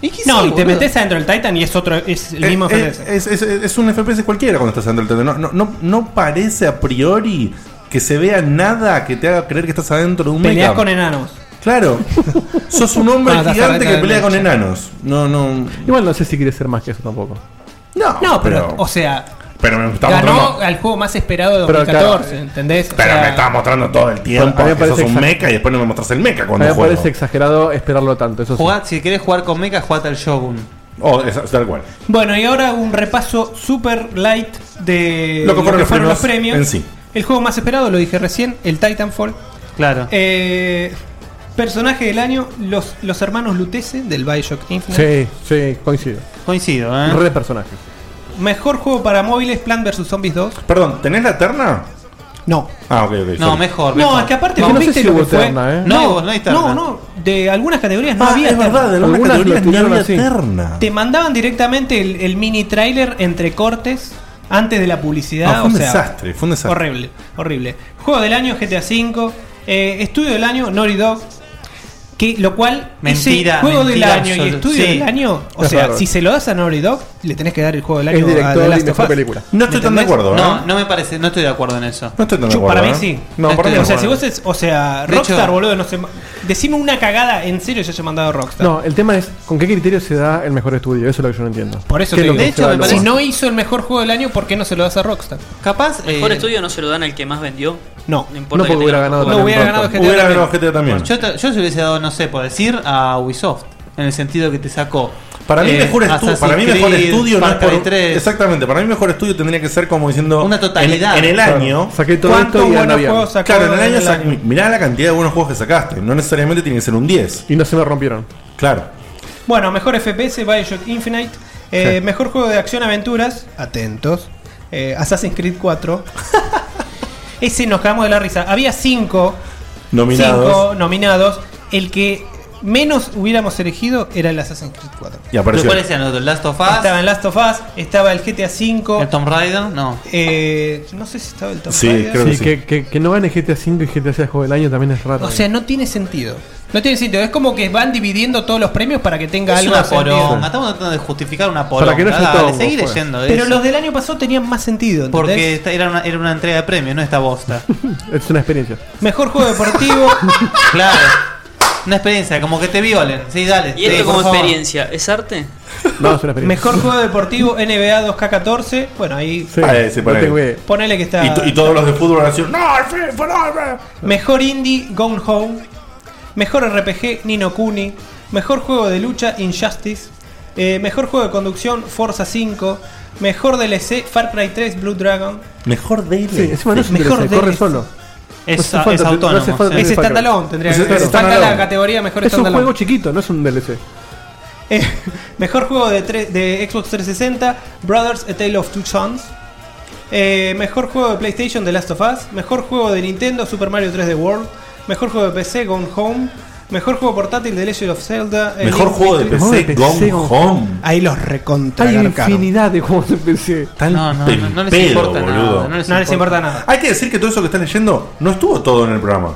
Speaker 5: ¿Y
Speaker 13: no,
Speaker 1: sí,
Speaker 13: y te
Speaker 1: boludo? Eh,
Speaker 13: metes adentro del Titan y es otro es el mismo
Speaker 1: es,
Speaker 13: FPS.
Speaker 1: es- es- es un FPS cualquiera cuando estás adentro del Titan. No, no, no, no parece a priori que se vea nada que te haga creer que estás adentro de un
Speaker 13: Peleas
Speaker 1: mecha.
Speaker 13: con enanos.
Speaker 1: Claro. Sos un hombre
Speaker 13: Ah, estás
Speaker 1: gigante
Speaker 13: adentro
Speaker 1: que
Speaker 13: del
Speaker 1: pelea con
Speaker 13: mecha.
Speaker 1: enanos. No, no.
Speaker 10: Igual no sé si quiere ser más que eso tampoco.
Speaker 1: No,
Speaker 13: No, pero,
Speaker 1: pero-
Speaker 13: o sea,
Speaker 1: Pero me está
Speaker 13: ganó
Speaker 1: mostrando.
Speaker 13: al juego más esperado de
Speaker 1: Pero, eh.
Speaker 13: 2014, ¿entendés? O
Speaker 1: Pero
Speaker 13: sea,
Speaker 1: me está mostrando todo el
Speaker 10: Bueno, a
Speaker 1: tiempo
Speaker 10: mí me
Speaker 1: que sos
Speaker 10: parece
Speaker 1: un
Speaker 10: exact-
Speaker 1: mecha y después no me mostrás el mecha
Speaker 10: me
Speaker 1: cuando juego.
Speaker 10: parece exagerado esperarlo tanto. Eso sí.
Speaker 5: Jugá- si querés jugar con mecha, jugate al Shogun.
Speaker 1: Oh, es, tal cual.
Speaker 13: Bueno, y ahora un repaso super light de
Speaker 1: Lo que fueron los premios en sí.
Speaker 13: El juego más esperado, lo dije recién, el Titanfall.
Speaker 5: Claro.
Speaker 13: Eh, Personaje del año, los, los hermanos Lutece del Bioshock Infinite.
Speaker 10: Sí, sí, coincido.
Speaker 5: Coincido,
Speaker 13: ¿eh?
Speaker 10: Re personaje.
Speaker 13: Mejor juego para móviles, Plan vs Zombies 2.
Speaker 1: Perdón, ¿tenés la terna?
Speaker 13: No.
Speaker 1: Ah, ok, ok.
Speaker 5: No,
Speaker 1: sorry.
Speaker 5: mejor.
Speaker 13: No, es que aparte
Speaker 1: No,
Speaker 13: vos
Speaker 1: no sé
Speaker 13: viste
Speaker 1: si
Speaker 13: lo
Speaker 1: hubo
Speaker 13: que fue.
Speaker 1: terna, ¿eh?
Speaker 5: No,
Speaker 13: No,
Speaker 5: hubo- no hay terna.
Speaker 13: no, no, de algunas categorías no
Speaker 1: Ah,
Speaker 13: había
Speaker 1: es
Speaker 13: terna.
Speaker 1: verdad, de algunas Algunas categorías lo no tiraron había así. terna.
Speaker 13: Te mandaban directamente el, el mini trailer entre cortes antes de la publicidad.
Speaker 1: No, Ah, fue un
Speaker 13: o sea,
Speaker 1: desastre, fue un desastre.
Speaker 13: Horrible, horrible. Juego del año GTA V, eh, estudio del año Naughty Dog. Que, lo cual, ese
Speaker 5: Mentira,
Speaker 13: juego del
Speaker 5: mentira
Speaker 13: año y
Speaker 5: absoluta.
Speaker 13: estudio
Speaker 5: Sí.
Speaker 13: del año, o
Speaker 5: Es
Speaker 13: sea,
Speaker 5: bárbaro.
Speaker 13: si se lo das a Naughty Dog, le tenés que dar el juego del año a The Last of Us.
Speaker 5: No
Speaker 13: ¿Me
Speaker 5: estoy tan de
Speaker 13: entendés?
Speaker 5: acuerdo. No, no me parece, no estoy de acuerdo en eso.
Speaker 1: No estoy tan de
Speaker 13: Yo,
Speaker 1: acuerdo.
Speaker 13: para mí
Speaker 1: ¿eh?
Speaker 13: sí.
Speaker 1: No, para mí
Speaker 13: o sea,
Speaker 1: no.
Speaker 13: si vos es, o sea,
Speaker 1: De
Speaker 13: Rockstar,
Speaker 1: hecho-
Speaker 13: boludo, no sé. Decime una cagada en serio yo haya mandado a Rockstar.
Speaker 10: No, el tema es con qué criterio se da el mejor estudio. Eso es lo que yo no entiendo.
Speaker 13: Por eso
Speaker 10: ¿Qué es
Speaker 13: te
Speaker 10: lo
Speaker 13: digo.
Speaker 10: que
Speaker 13: De
Speaker 10: se da
Speaker 13: hecho, me
Speaker 10: lo
Speaker 13: parece- si
Speaker 10: más?
Speaker 13: no hizo el mejor juego del año, ¿por qué no se lo das a Rockstar? eh,
Speaker 5: Capaz.
Speaker 4: Mejor estudio no se lo dan al que más vendió.
Speaker 13: No,
Speaker 4: importa que tenga mejor juego.
Speaker 5: Yo, te- yo se hubiese dado, no sé, por decir, a Ubisoft. En el sentido que te sacó.
Speaker 1: Para mí,
Speaker 5: eh,
Speaker 1: mejor, estu-
Speaker 5: Assassin's
Speaker 1: para mí mejor
Speaker 5: Creed,
Speaker 1: estudio no es
Speaker 5: Far Cry
Speaker 1: por-
Speaker 5: 3.
Speaker 1: Exactamente, para mí mejor estudio tendría que ser como diciendo. Una
Speaker 5: totalidad.
Speaker 1: En, en el
Speaker 5: Claro.
Speaker 1: año.
Speaker 5: Saqué todo
Speaker 1: ¿cuántos
Speaker 5: esto y
Speaker 1: buenos
Speaker 5: anda bien.
Speaker 1: juegos sacó
Speaker 5: Claro,
Speaker 1: en el año,
Speaker 5: sac-
Speaker 1: Mirá la cantidad de buenos juegos que sacaste. No necesariamente tiene que ser un 10.
Speaker 10: Y no se me rompieron.
Speaker 1: Claro.
Speaker 13: Bueno, mejor FPS, Bioshock Infinite. Eh,
Speaker 1: Sí.
Speaker 13: Mejor juego de acción aventuras. Atentos. Eh, Assassin's Creed 4. Ese nos cagamos de la risa. Había cinco
Speaker 1: Nominados.
Speaker 13: cinco nominados. El que menos hubiéramos elegido era el Assassin's Creed 4.
Speaker 1: Y apareció.
Speaker 5: ¿Cuáles eran los otros? Last of Us.
Speaker 13: Estaba en Last of Us, estaba el GTA V.
Speaker 5: ¿El Tomb Raider? No.
Speaker 13: Eh, no sé si estaba el Tomb Raider.
Speaker 10: Sí, que, que, que no gane GTA V y GTA 6 juego del año también es raro.
Speaker 13: O sea, no tiene sentido. No tiene sentido. Es como que van dividiendo todos los premios para que tenga
Speaker 5: Es
Speaker 13: algo
Speaker 5: una
Speaker 13: de sentido.
Speaker 5: poronga. Estamos tratando de justificar una poronga.
Speaker 10: Para que no haya
Speaker 5: Dale,
Speaker 10: tongo,
Speaker 5: seguí
Speaker 10: fue.
Speaker 5: leyendo
Speaker 13: Pero
Speaker 5: eso.
Speaker 13: los del año pasado tenían más sentido. ¿entendés?
Speaker 5: Porque esta- era una, era una entrega de premios, no esta bosta.
Speaker 10: es una experiencia.
Speaker 13: Mejor juego deportivo.
Speaker 5: claro. Una experiencia, como que te violen. Sí, dale.
Speaker 4: ¿Y esto
Speaker 5: sí,
Speaker 4: como
Speaker 5: por favor.
Speaker 4: experiencia? ¿Es arte?
Speaker 10: No, es una
Speaker 13: Mejor juego deportivo NBA 2K14. Bueno, ahí
Speaker 1: Ah, ese, ponele.
Speaker 13: ponele que está.
Speaker 1: Y, to- y todos los de fútbol han sido. "No,
Speaker 13: Mejor indie Gone Home. Mejor RPG Nino Kuni. Mejor juego de lucha Injustice. Eh, mejor juego de conducción Forza 5. Mejor DLC Far Cry 3 Blue Dragon.
Speaker 1: Mejor DLC.
Speaker 10: Sí, encima no es un
Speaker 13: Mejor
Speaker 10: DLC, corre
Speaker 13: DLC.
Speaker 10: solo.
Speaker 13: Es-
Speaker 10: No hace falta-
Speaker 13: es
Speaker 10: no hace
Speaker 13: autónomo,
Speaker 10: falta
Speaker 13: sí.
Speaker 10: tener
Speaker 13: Es
Speaker 10: Far Cry.
Speaker 13: standalone, tendría que
Speaker 10: Es
Speaker 13: ser.
Speaker 10: standalone.
Speaker 13: Falta la categoría mejor
Speaker 10: Es un
Speaker 13: standalone.
Speaker 10: juego chiquito, no es un DLC.
Speaker 13: Mejor juego de, tre- de Xbox 360, Brothers A Tale of Two Sons. Eh, mejor juego de PlayStation, The Last of Us. Mejor juego de Nintendo, Super Mario 3D World. Mejor juego de PC, Gone Home. Mejor juego portátil de Legend of Zelda. eh,
Speaker 1: Mejor
Speaker 13: Link
Speaker 1: juego de
Speaker 13: Between-
Speaker 1: PC, Gone Home.
Speaker 13: Ahí los recontra.
Speaker 10: Hay
Speaker 13: garcaron.
Speaker 10: infinidad de juegos de PC.
Speaker 1: No, no, no, no les pedo, importa nada, boludo. no les
Speaker 13: No les importa nada.
Speaker 1: Hay que decir que todo eso que estás leyendo no estuvo todo en el programa.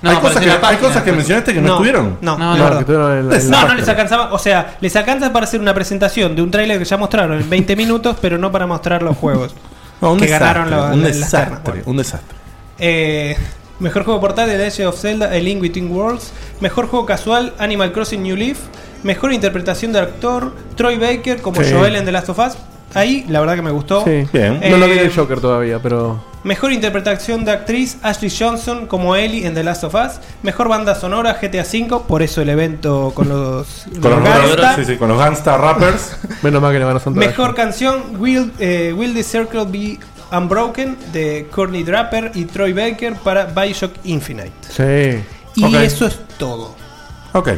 Speaker 13: No,
Speaker 1: hay, cosas
Speaker 13: apareció
Speaker 1: que,
Speaker 13: en la
Speaker 1: hay
Speaker 13: página,
Speaker 1: cosas que
Speaker 13: apareció.
Speaker 1: mencionaste que no,
Speaker 13: No,
Speaker 1: estuvieron.
Speaker 13: no, no, Claro, no. que estuvieron No, no les alcanzaba, o sea, les alcanza para hacer una presentación de un tráiler que ya mostraron en 20 minutos, pero no para mostrar los juegos
Speaker 1: No, un
Speaker 13: que
Speaker 1: desastre,
Speaker 13: ganaron la-
Speaker 1: un
Speaker 13: la- las
Speaker 1: desastre,
Speaker 13: ternas.
Speaker 1: un desastre.
Speaker 13: Eh, mejor juego portátil de Legend of Zelda, A Link Between Worlds. Mejor juego casual, Animal Crossing New Leaf. Mejor interpretación de actor, Troy Baker como
Speaker 10: Sí.
Speaker 13: Joel en The Last of Us. Ahí, la verdad que me gustó.
Speaker 10: Sí.
Speaker 13: Eh,
Speaker 10: No lo vi en el Joker todavía, pero.
Speaker 13: Mejor interpretación de actriz, Ashley Johnson como Ellie en The Last of Us. Mejor banda sonora, GTA V. Por eso el evento con los.
Speaker 1: Con los,
Speaker 13: gangsta.
Speaker 1: gangsta, sí, sí, con los gangsta rappers.
Speaker 10: Menos mal que le van a son todas.
Speaker 13: Mejor canción, Will, eh, Will the Circle Be Unbroken de Courtney Draper y Troy Baker para Bioshock Infinite.
Speaker 10: Sí.
Speaker 13: Y
Speaker 10: Ok.
Speaker 13: eso es todo.
Speaker 1: Ok.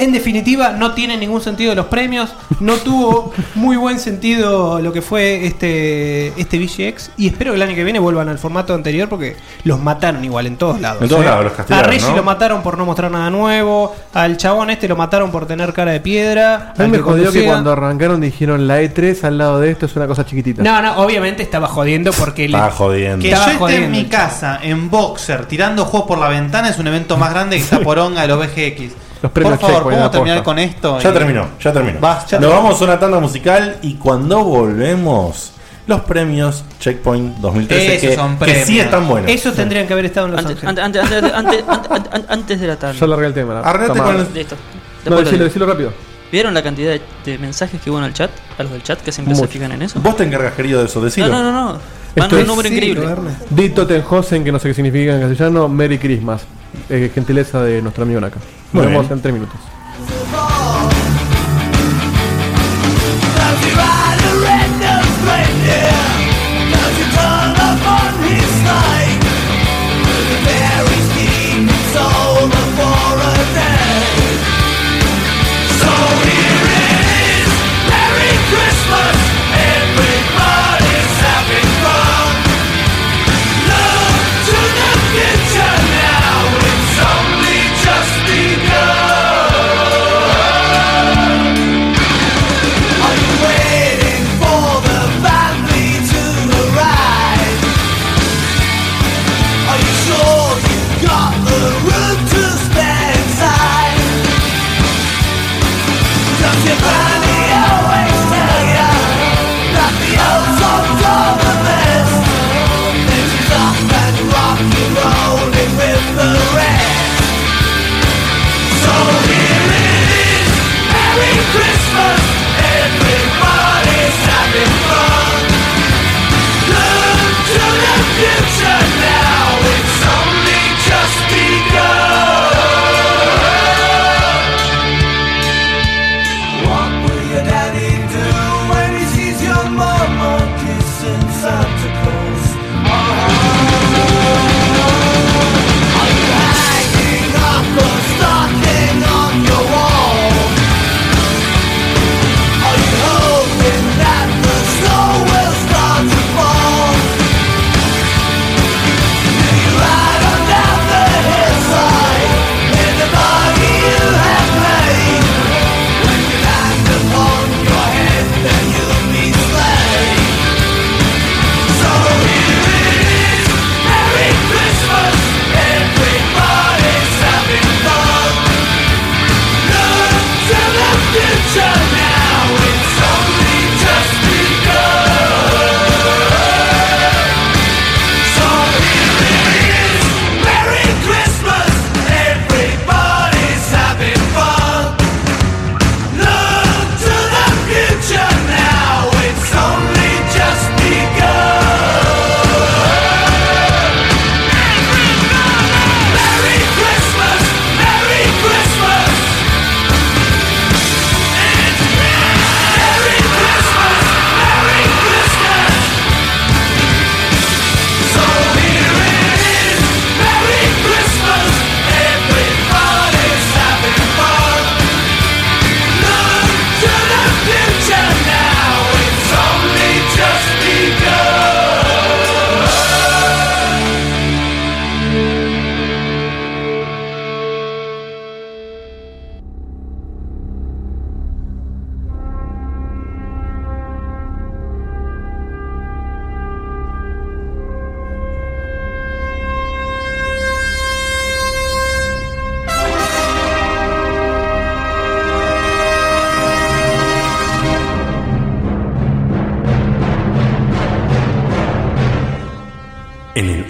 Speaker 13: En definitiva, no tiene ningún sentido los premios, no tuvo muy buen sentido lo que fue este, este VGX y espero que el año que viene vuelvan al formato anterior porque los mataron igual en todos lados.
Speaker 1: En todos lados, los castigaron,
Speaker 13: A Reggie
Speaker 1: ¿no?
Speaker 13: lo mataron por no mostrar nada nuevo, al chabón este lo mataron por tener cara de piedra.
Speaker 10: A mí
Speaker 13: al
Speaker 10: me
Speaker 13: que
Speaker 10: jodió que
Speaker 13: conducía-
Speaker 10: cuando arrancaron dijeron la E3 al lado de esto es una cosa chiquitita.
Speaker 13: No, no, obviamente estaba jodiendo porque... le-
Speaker 1: Estaba jodiendo.
Speaker 5: Que
Speaker 13: Estaba
Speaker 5: yo esté en
Speaker 13: jodiendo,
Speaker 5: mi casa, en boxer, tirando juegos por la ventana es un evento más grande que esta poronga de los BGX.
Speaker 1: Los
Speaker 5: por
Speaker 1: premios
Speaker 5: favor,
Speaker 1: Checkpoint,
Speaker 5: ¿podemos
Speaker 1: la
Speaker 5: terminar
Speaker 1: posta.
Speaker 5: con esto? Este,
Speaker 1: Ya
Speaker 5: Y-
Speaker 1: terminó, ya terminó.
Speaker 5: Basta.
Speaker 1: Nos vamos a una tanda musical y cuando volvemos, los premios Checkpoint 2013
Speaker 4: Esos
Speaker 1: que,
Speaker 4: son
Speaker 1: que
Speaker 4: premios.
Speaker 1: sí están buenos.
Speaker 13: Esos tendrían que haber estado en los
Speaker 4: Antes,
Speaker 13: Ángeles.
Speaker 4: antes, antes, antes, antes, antes- antes- antes de la tarde.
Speaker 10: Yo largué el tema. la puta madre.
Speaker 4: Listo.
Speaker 10: No,
Speaker 4: Después lo
Speaker 10: decilo,
Speaker 4: digo.
Speaker 10: decilo rápido.
Speaker 4: ¿Vieron la cantidad de, de mensajes que hubo en el chat? A los del chat que siempre se
Speaker 10: Mucho.
Speaker 4: fijan en eso.
Speaker 1: Vos te encargas, querido, de eso, decilo.
Speaker 4: No, no, no, no. Van un número increíble.
Speaker 10: Dito Tenhosen, que no sé qué significa en castellano, Merry Christmas. Eh, gentileza de nuestro amigo Naka.
Speaker 1: Muy
Speaker 10: Nos vemos
Speaker 1: bien.
Speaker 10: en tres minutos.
Speaker 11: Soul before a day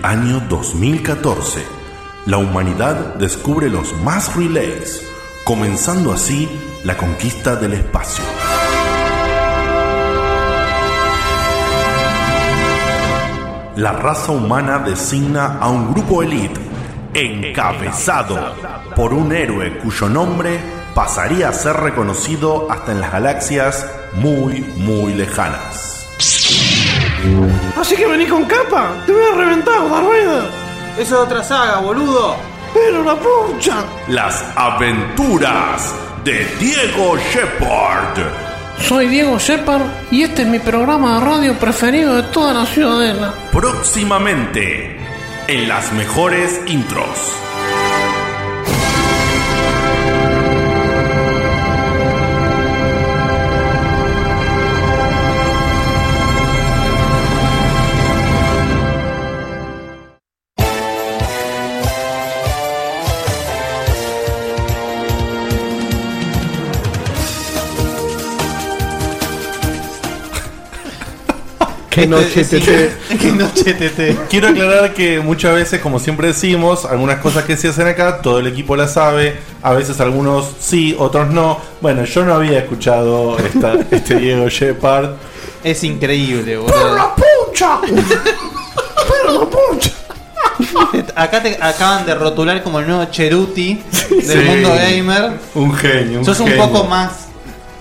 Speaker 1: Año 2014. La humanidad descubre los más relays, comenzando así la conquista del espacio. La raza humana designa a un grupo elite encabezado por un héroe cuyo nombre pasaría a ser reconocido hasta en las galaxias muy, muy lejanas.
Speaker 16: Así que venís con capa, te voy a reventar, Darweda.
Speaker 5: Eso es otra saga, boludo.
Speaker 16: Pero la pucha.
Speaker 1: Las aventuras de Diego Shepard.
Speaker 16: Soy Diego Shepard y este es mi programa de radio preferido de toda la ciudadela.
Speaker 1: Próximamente en las mejores intros.
Speaker 10: Qué noche,
Speaker 1: Sí.
Speaker 10: Tete.
Speaker 5: este, Qué noche, Tete.
Speaker 1: Quiero aclarar que muchas veces, como siempre decimos, algunas cosas que se hacen acá, todo el equipo las sabe. A veces algunos sí, otros no. Bueno, yo no había escuchado esta- este Diego Shepard.
Speaker 5: Es increíble,
Speaker 16: ¡Pero la pucha! ¡Pero la pucha!
Speaker 5: Este, Acá te acaban de rotular como el nuevo Cheruti del
Speaker 1: Sí.
Speaker 5: mundo gamer.
Speaker 1: Un genio.
Speaker 5: Sos un
Speaker 1: genio.
Speaker 5: poco más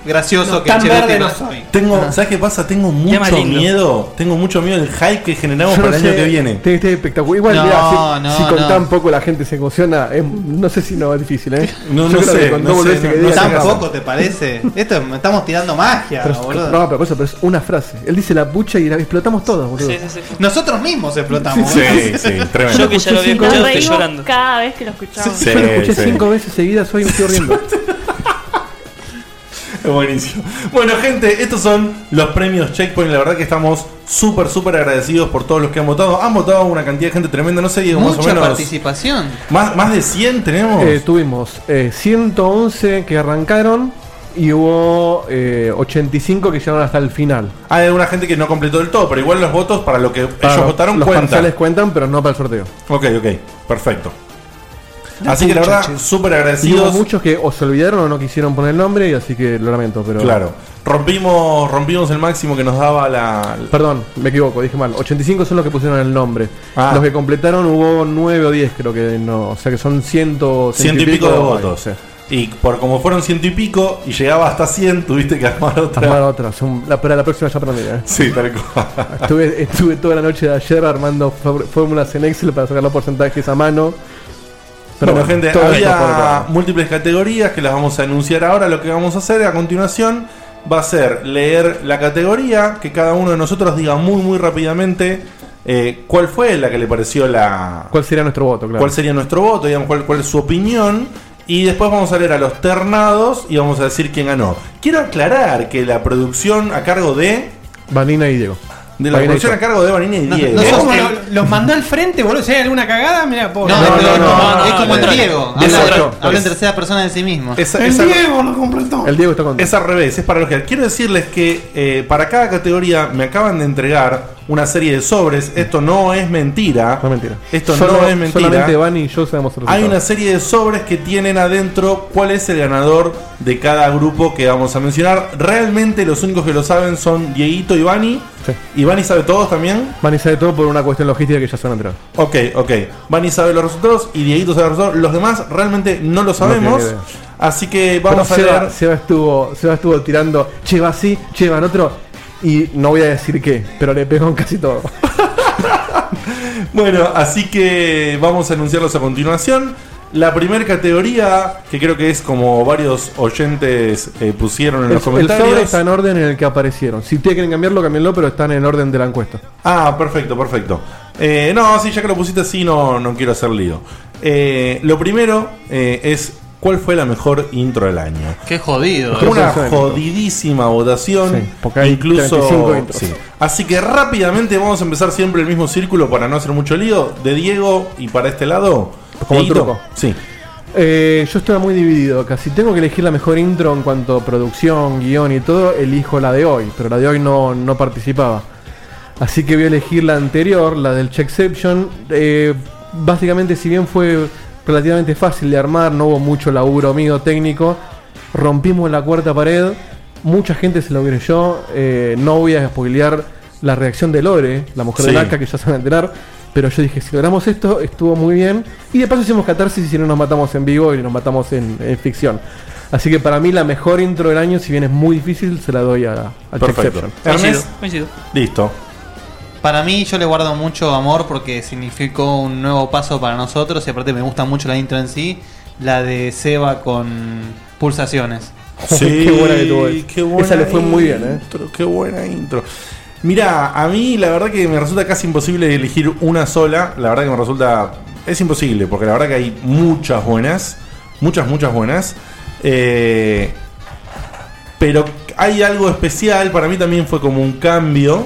Speaker 5: gracioso que
Speaker 1: tan
Speaker 5: Cheruti.
Speaker 1: verde no soy. Tengo, ¿sabes qué pasa? Tengo
Speaker 5: más
Speaker 1: mucho
Speaker 5: lindo.
Speaker 1: miedo. Tengo mucho miedo del hype que generamos
Speaker 10: Yo no
Speaker 1: para el año
Speaker 10: sé,
Speaker 1: que viene.
Speaker 10: Tiene que estar espectacular. Igual,
Speaker 1: No,
Speaker 10: mirá, si,
Speaker 1: no,
Speaker 10: si con
Speaker 1: no.
Speaker 10: tan poco la gente se emociona, es- no sé si no es difícil, ¿eh? Yo
Speaker 1: No, no
Speaker 10: creo que
Speaker 1: sé,
Speaker 10: con
Speaker 1: no
Speaker 10: dos
Speaker 1: sé,
Speaker 10: boludeces
Speaker 1: no-
Speaker 10: que
Speaker 1: no
Speaker 10: diga,
Speaker 1: sé.
Speaker 10: capaz.
Speaker 5: Tampoco te parece. Esto me estamos tirando magia,
Speaker 10: Pero-
Speaker 5: Ah, boludo.
Speaker 10: no, pero por eso, pero es una frase. Él dice la pucha y la explotamos todos, boludo.
Speaker 5: Nosotros mismos explotamos.
Speaker 10: Sí,
Speaker 5: boludo.
Speaker 10: sí, tremendo. Yo que ya lo había
Speaker 7: Nos
Speaker 10: escuchado,
Speaker 7: reímos
Speaker 10: estoy llorando.
Speaker 7: cada vez que lo escuchamos.
Speaker 10: Yo lo escuché cinco veces seguidas, hoy me estoy riendo.
Speaker 1: Buenísimo. Bueno, gente, estos son los premios Checkpoint. La verdad que estamos súper, súper agradecidos por todos los que han votado. Han votado una cantidad de gente tremenda. No sé, Diego, más o
Speaker 5: Mucha
Speaker 1: menos.
Speaker 5: participación.
Speaker 1: Más, más de 100 tenemos.
Speaker 10: Eh, tuvimos eh, 111 que arrancaron y hubo eh, 85 que llegaron hasta el final.
Speaker 1: Ah, Hay una gente que no completó del todo, pero igual los votos para lo que
Speaker 10: Claro,
Speaker 1: ellos votaron
Speaker 10: los
Speaker 1: cuentan.
Speaker 10: parciales cuentan, pero no para el sorteo.
Speaker 1: Ok, ok, perfecto. Así que la verdad, súper
Speaker 10: Y hubo
Speaker 1: agradecidos.
Speaker 10: muchos que o se olvidaron o no quisieron poner el nombre, y así que lo lamento, pero.
Speaker 1: Claro. Rompimos, rompimos el máximo que nos daba la.
Speaker 10: Perdón, me equivoco, dije mal. 85 son los que pusieron el nombre.
Speaker 1: Ah.
Speaker 10: Los que completaron hubo 9 o 10, creo que no. O sea que son 100,
Speaker 1: Ciento y pico, de votos.
Speaker 10: sí.
Speaker 1: Y por como fueron ciento y pico y llegaba hasta 100, tuviste que armar otra.
Speaker 10: Armar otra, son- la, para la próxima ya aprendí. ¿eh?
Speaker 1: Sí, tal cual.
Speaker 10: Estuve, estuve toda la noche de ayer armando for- fórmulas en Excel para sacar los porcentajes a mano.
Speaker 1: Pero bueno, gente,
Speaker 10: todo esto por
Speaker 1: había
Speaker 10: acá.
Speaker 1: múltiples categorías que las vamos a anunciar ahora. Lo que vamos a hacer a continuación va a ser leer la categoría, que cada uno de nosotros diga muy, muy rápidamente eh, cuál fue la que le pareció la...
Speaker 10: ¿Cuál sería nuestro voto? Claro.
Speaker 1: cuál sería nuestro voto, digamos, cuál, cuál es su opinión. Y después vamos a leer a los ternados y vamos a decir quién ganó. Quiero aclarar que la producción a cargo de...
Speaker 10: Vanina y Diego.
Speaker 1: De la
Speaker 10: Vanina y
Speaker 1: producción a
Speaker 10: yo.
Speaker 1: cargo de Vanina y Diego.
Speaker 13: No, sos- lo- los mandó al frente, boludo. Si hay alguna cagada, mira, pobre.
Speaker 5: No, no, no, no, es como el
Speaker 1: no,
Speaker 5: Diego.
Speaker 1: no, no, no,
Speaker 5: Habla,
Speaker 1: no,
Speaker 5: habla en
Speaker 1: no.
Speaker 5: tercera persona de sí mismo.
Speaker 1: Esa- El esa- Diego
Speaker 13: lo completó.
Speaker 10: El Diego está contento.
Speaker 1: Es al revés, es para los que Quiero decirles que eh, para cada categoría me acaban de entregar una serie de sobres. Esto no es mentira.
Speaker 10: No es mentira.
Speaker 1: Esto
Speaker 10: Solo-
Speaker 1: no es mentira.
Speaker 10: Solamente Van y yo sabemos el
Speaker 1: Hay
Speaker 10: resultado.
Speaker 1: una serie de sobres que tienen adentro cuál es el ganador de cada grupo que vamos a mencionar. Realmente los únicos que lo saben son Dieguito y Vani. ¿Y Vani sabe todos también?
Speaker 10: Vani sabe todo por una cuestión logística que ya se van a enterar.
Speaker 1: Ok, ok. Vani sabe los resultados y Dieguito sabe los resultados. Los demás realmente no lo sabemos.
Speaker 10: idea.
Speaker 1: así que vamos
Speaker 10: Pero
Speaker 1: a
Speaker 10: Seba,
Speaker 1: leer.
Speaker 10: Seba estuvo, Seba estuvo tirando, che, va así, che, va en otro. Y no voy a decir qué, pero le pegó en casi todo.
Speaker 1: Bueno, así que vamos a anunciarlos a continuación. La primera categoría, que creo que es como varios oyentes eh, pusieron en
Speaker 10: El,
Speaker 1: los
Speaker 10: el sobre
Speaker 1: comentarios.
Speaker 10: está en orden en el que aparecieron. Si ustedes quieren cambiarlo, cambienlo, pero están en orden de la encuesta.
Speaker 1: Ah, perfecto, perfecto. Eh, no, sí, ya que lo pusiste así, no, no quiero hacer lío. Eh, lo primero eh, es cuál fue la mejor intro del año.
Speaker 5: Qué jodido.
Speaker 1: Una jodidísima votación. incluso.
Speaker 10: 35 intros.
Speaker 1: sí. Así que rápidamente vamos a empezar siempre el mismo círculo para no hacer mucho lío. De Diego y para este lado.
Speaker 10: Como
Speaker 1: Dieguito.
Speaker 10: truco.
Speaker 1: Sí.
Speaker 10: Eh, yo estaba muy dividido. Casi tengo que elegir la mejor intro en cuanto a producción, guión y todo. Elijo la de hoy, pero la de hoy no, no participaba. Así que voy a elegir la anterior, la del Checkception. Eh, básicamente, si bien fue relativamente fácil de armar, no hubo mucho laburo mío técnico, rompimos la cuarta pared. Mucha gente se lo yo. no voy a spoilear la reacción de Lore, la mujer
Speaker 1: Sí.
Speaker 10: de Naka, que ya se van a enterar. Pero yo dije, si logramos esto, estuvo muy bien. Y de paso hicimos catarsis y no nos matamos en vivo y nos matamos en, en ficción. Así que para mí la mejor intro del año, si bien es muy difícil, se la doy a, a
Speaker 1: Perfecto.
Speaker 10: Checkception.
Speaker 4: coincido.
Speaker 1: Listo.
Speaker 5: Para mí yo le guardo mucho amor porque significó un nuevo paso para nosotros y aparte me gusta mucho la intro en sí, la de Seba con pulsaciones.
Speaker 1: Sí, qué buena
Speaker 10: ¿eh?
Speaker 1: intro, Qué buena intro. Mirá, a mí la verdad que me resulta casi imposible elegir una sola. La verdad que me resulta. Es imposible, porque la verdad que hay muchas buenas. Muchas, muchas buenas. Eh, pero hay algo especial. Para mí también fue como un cambio.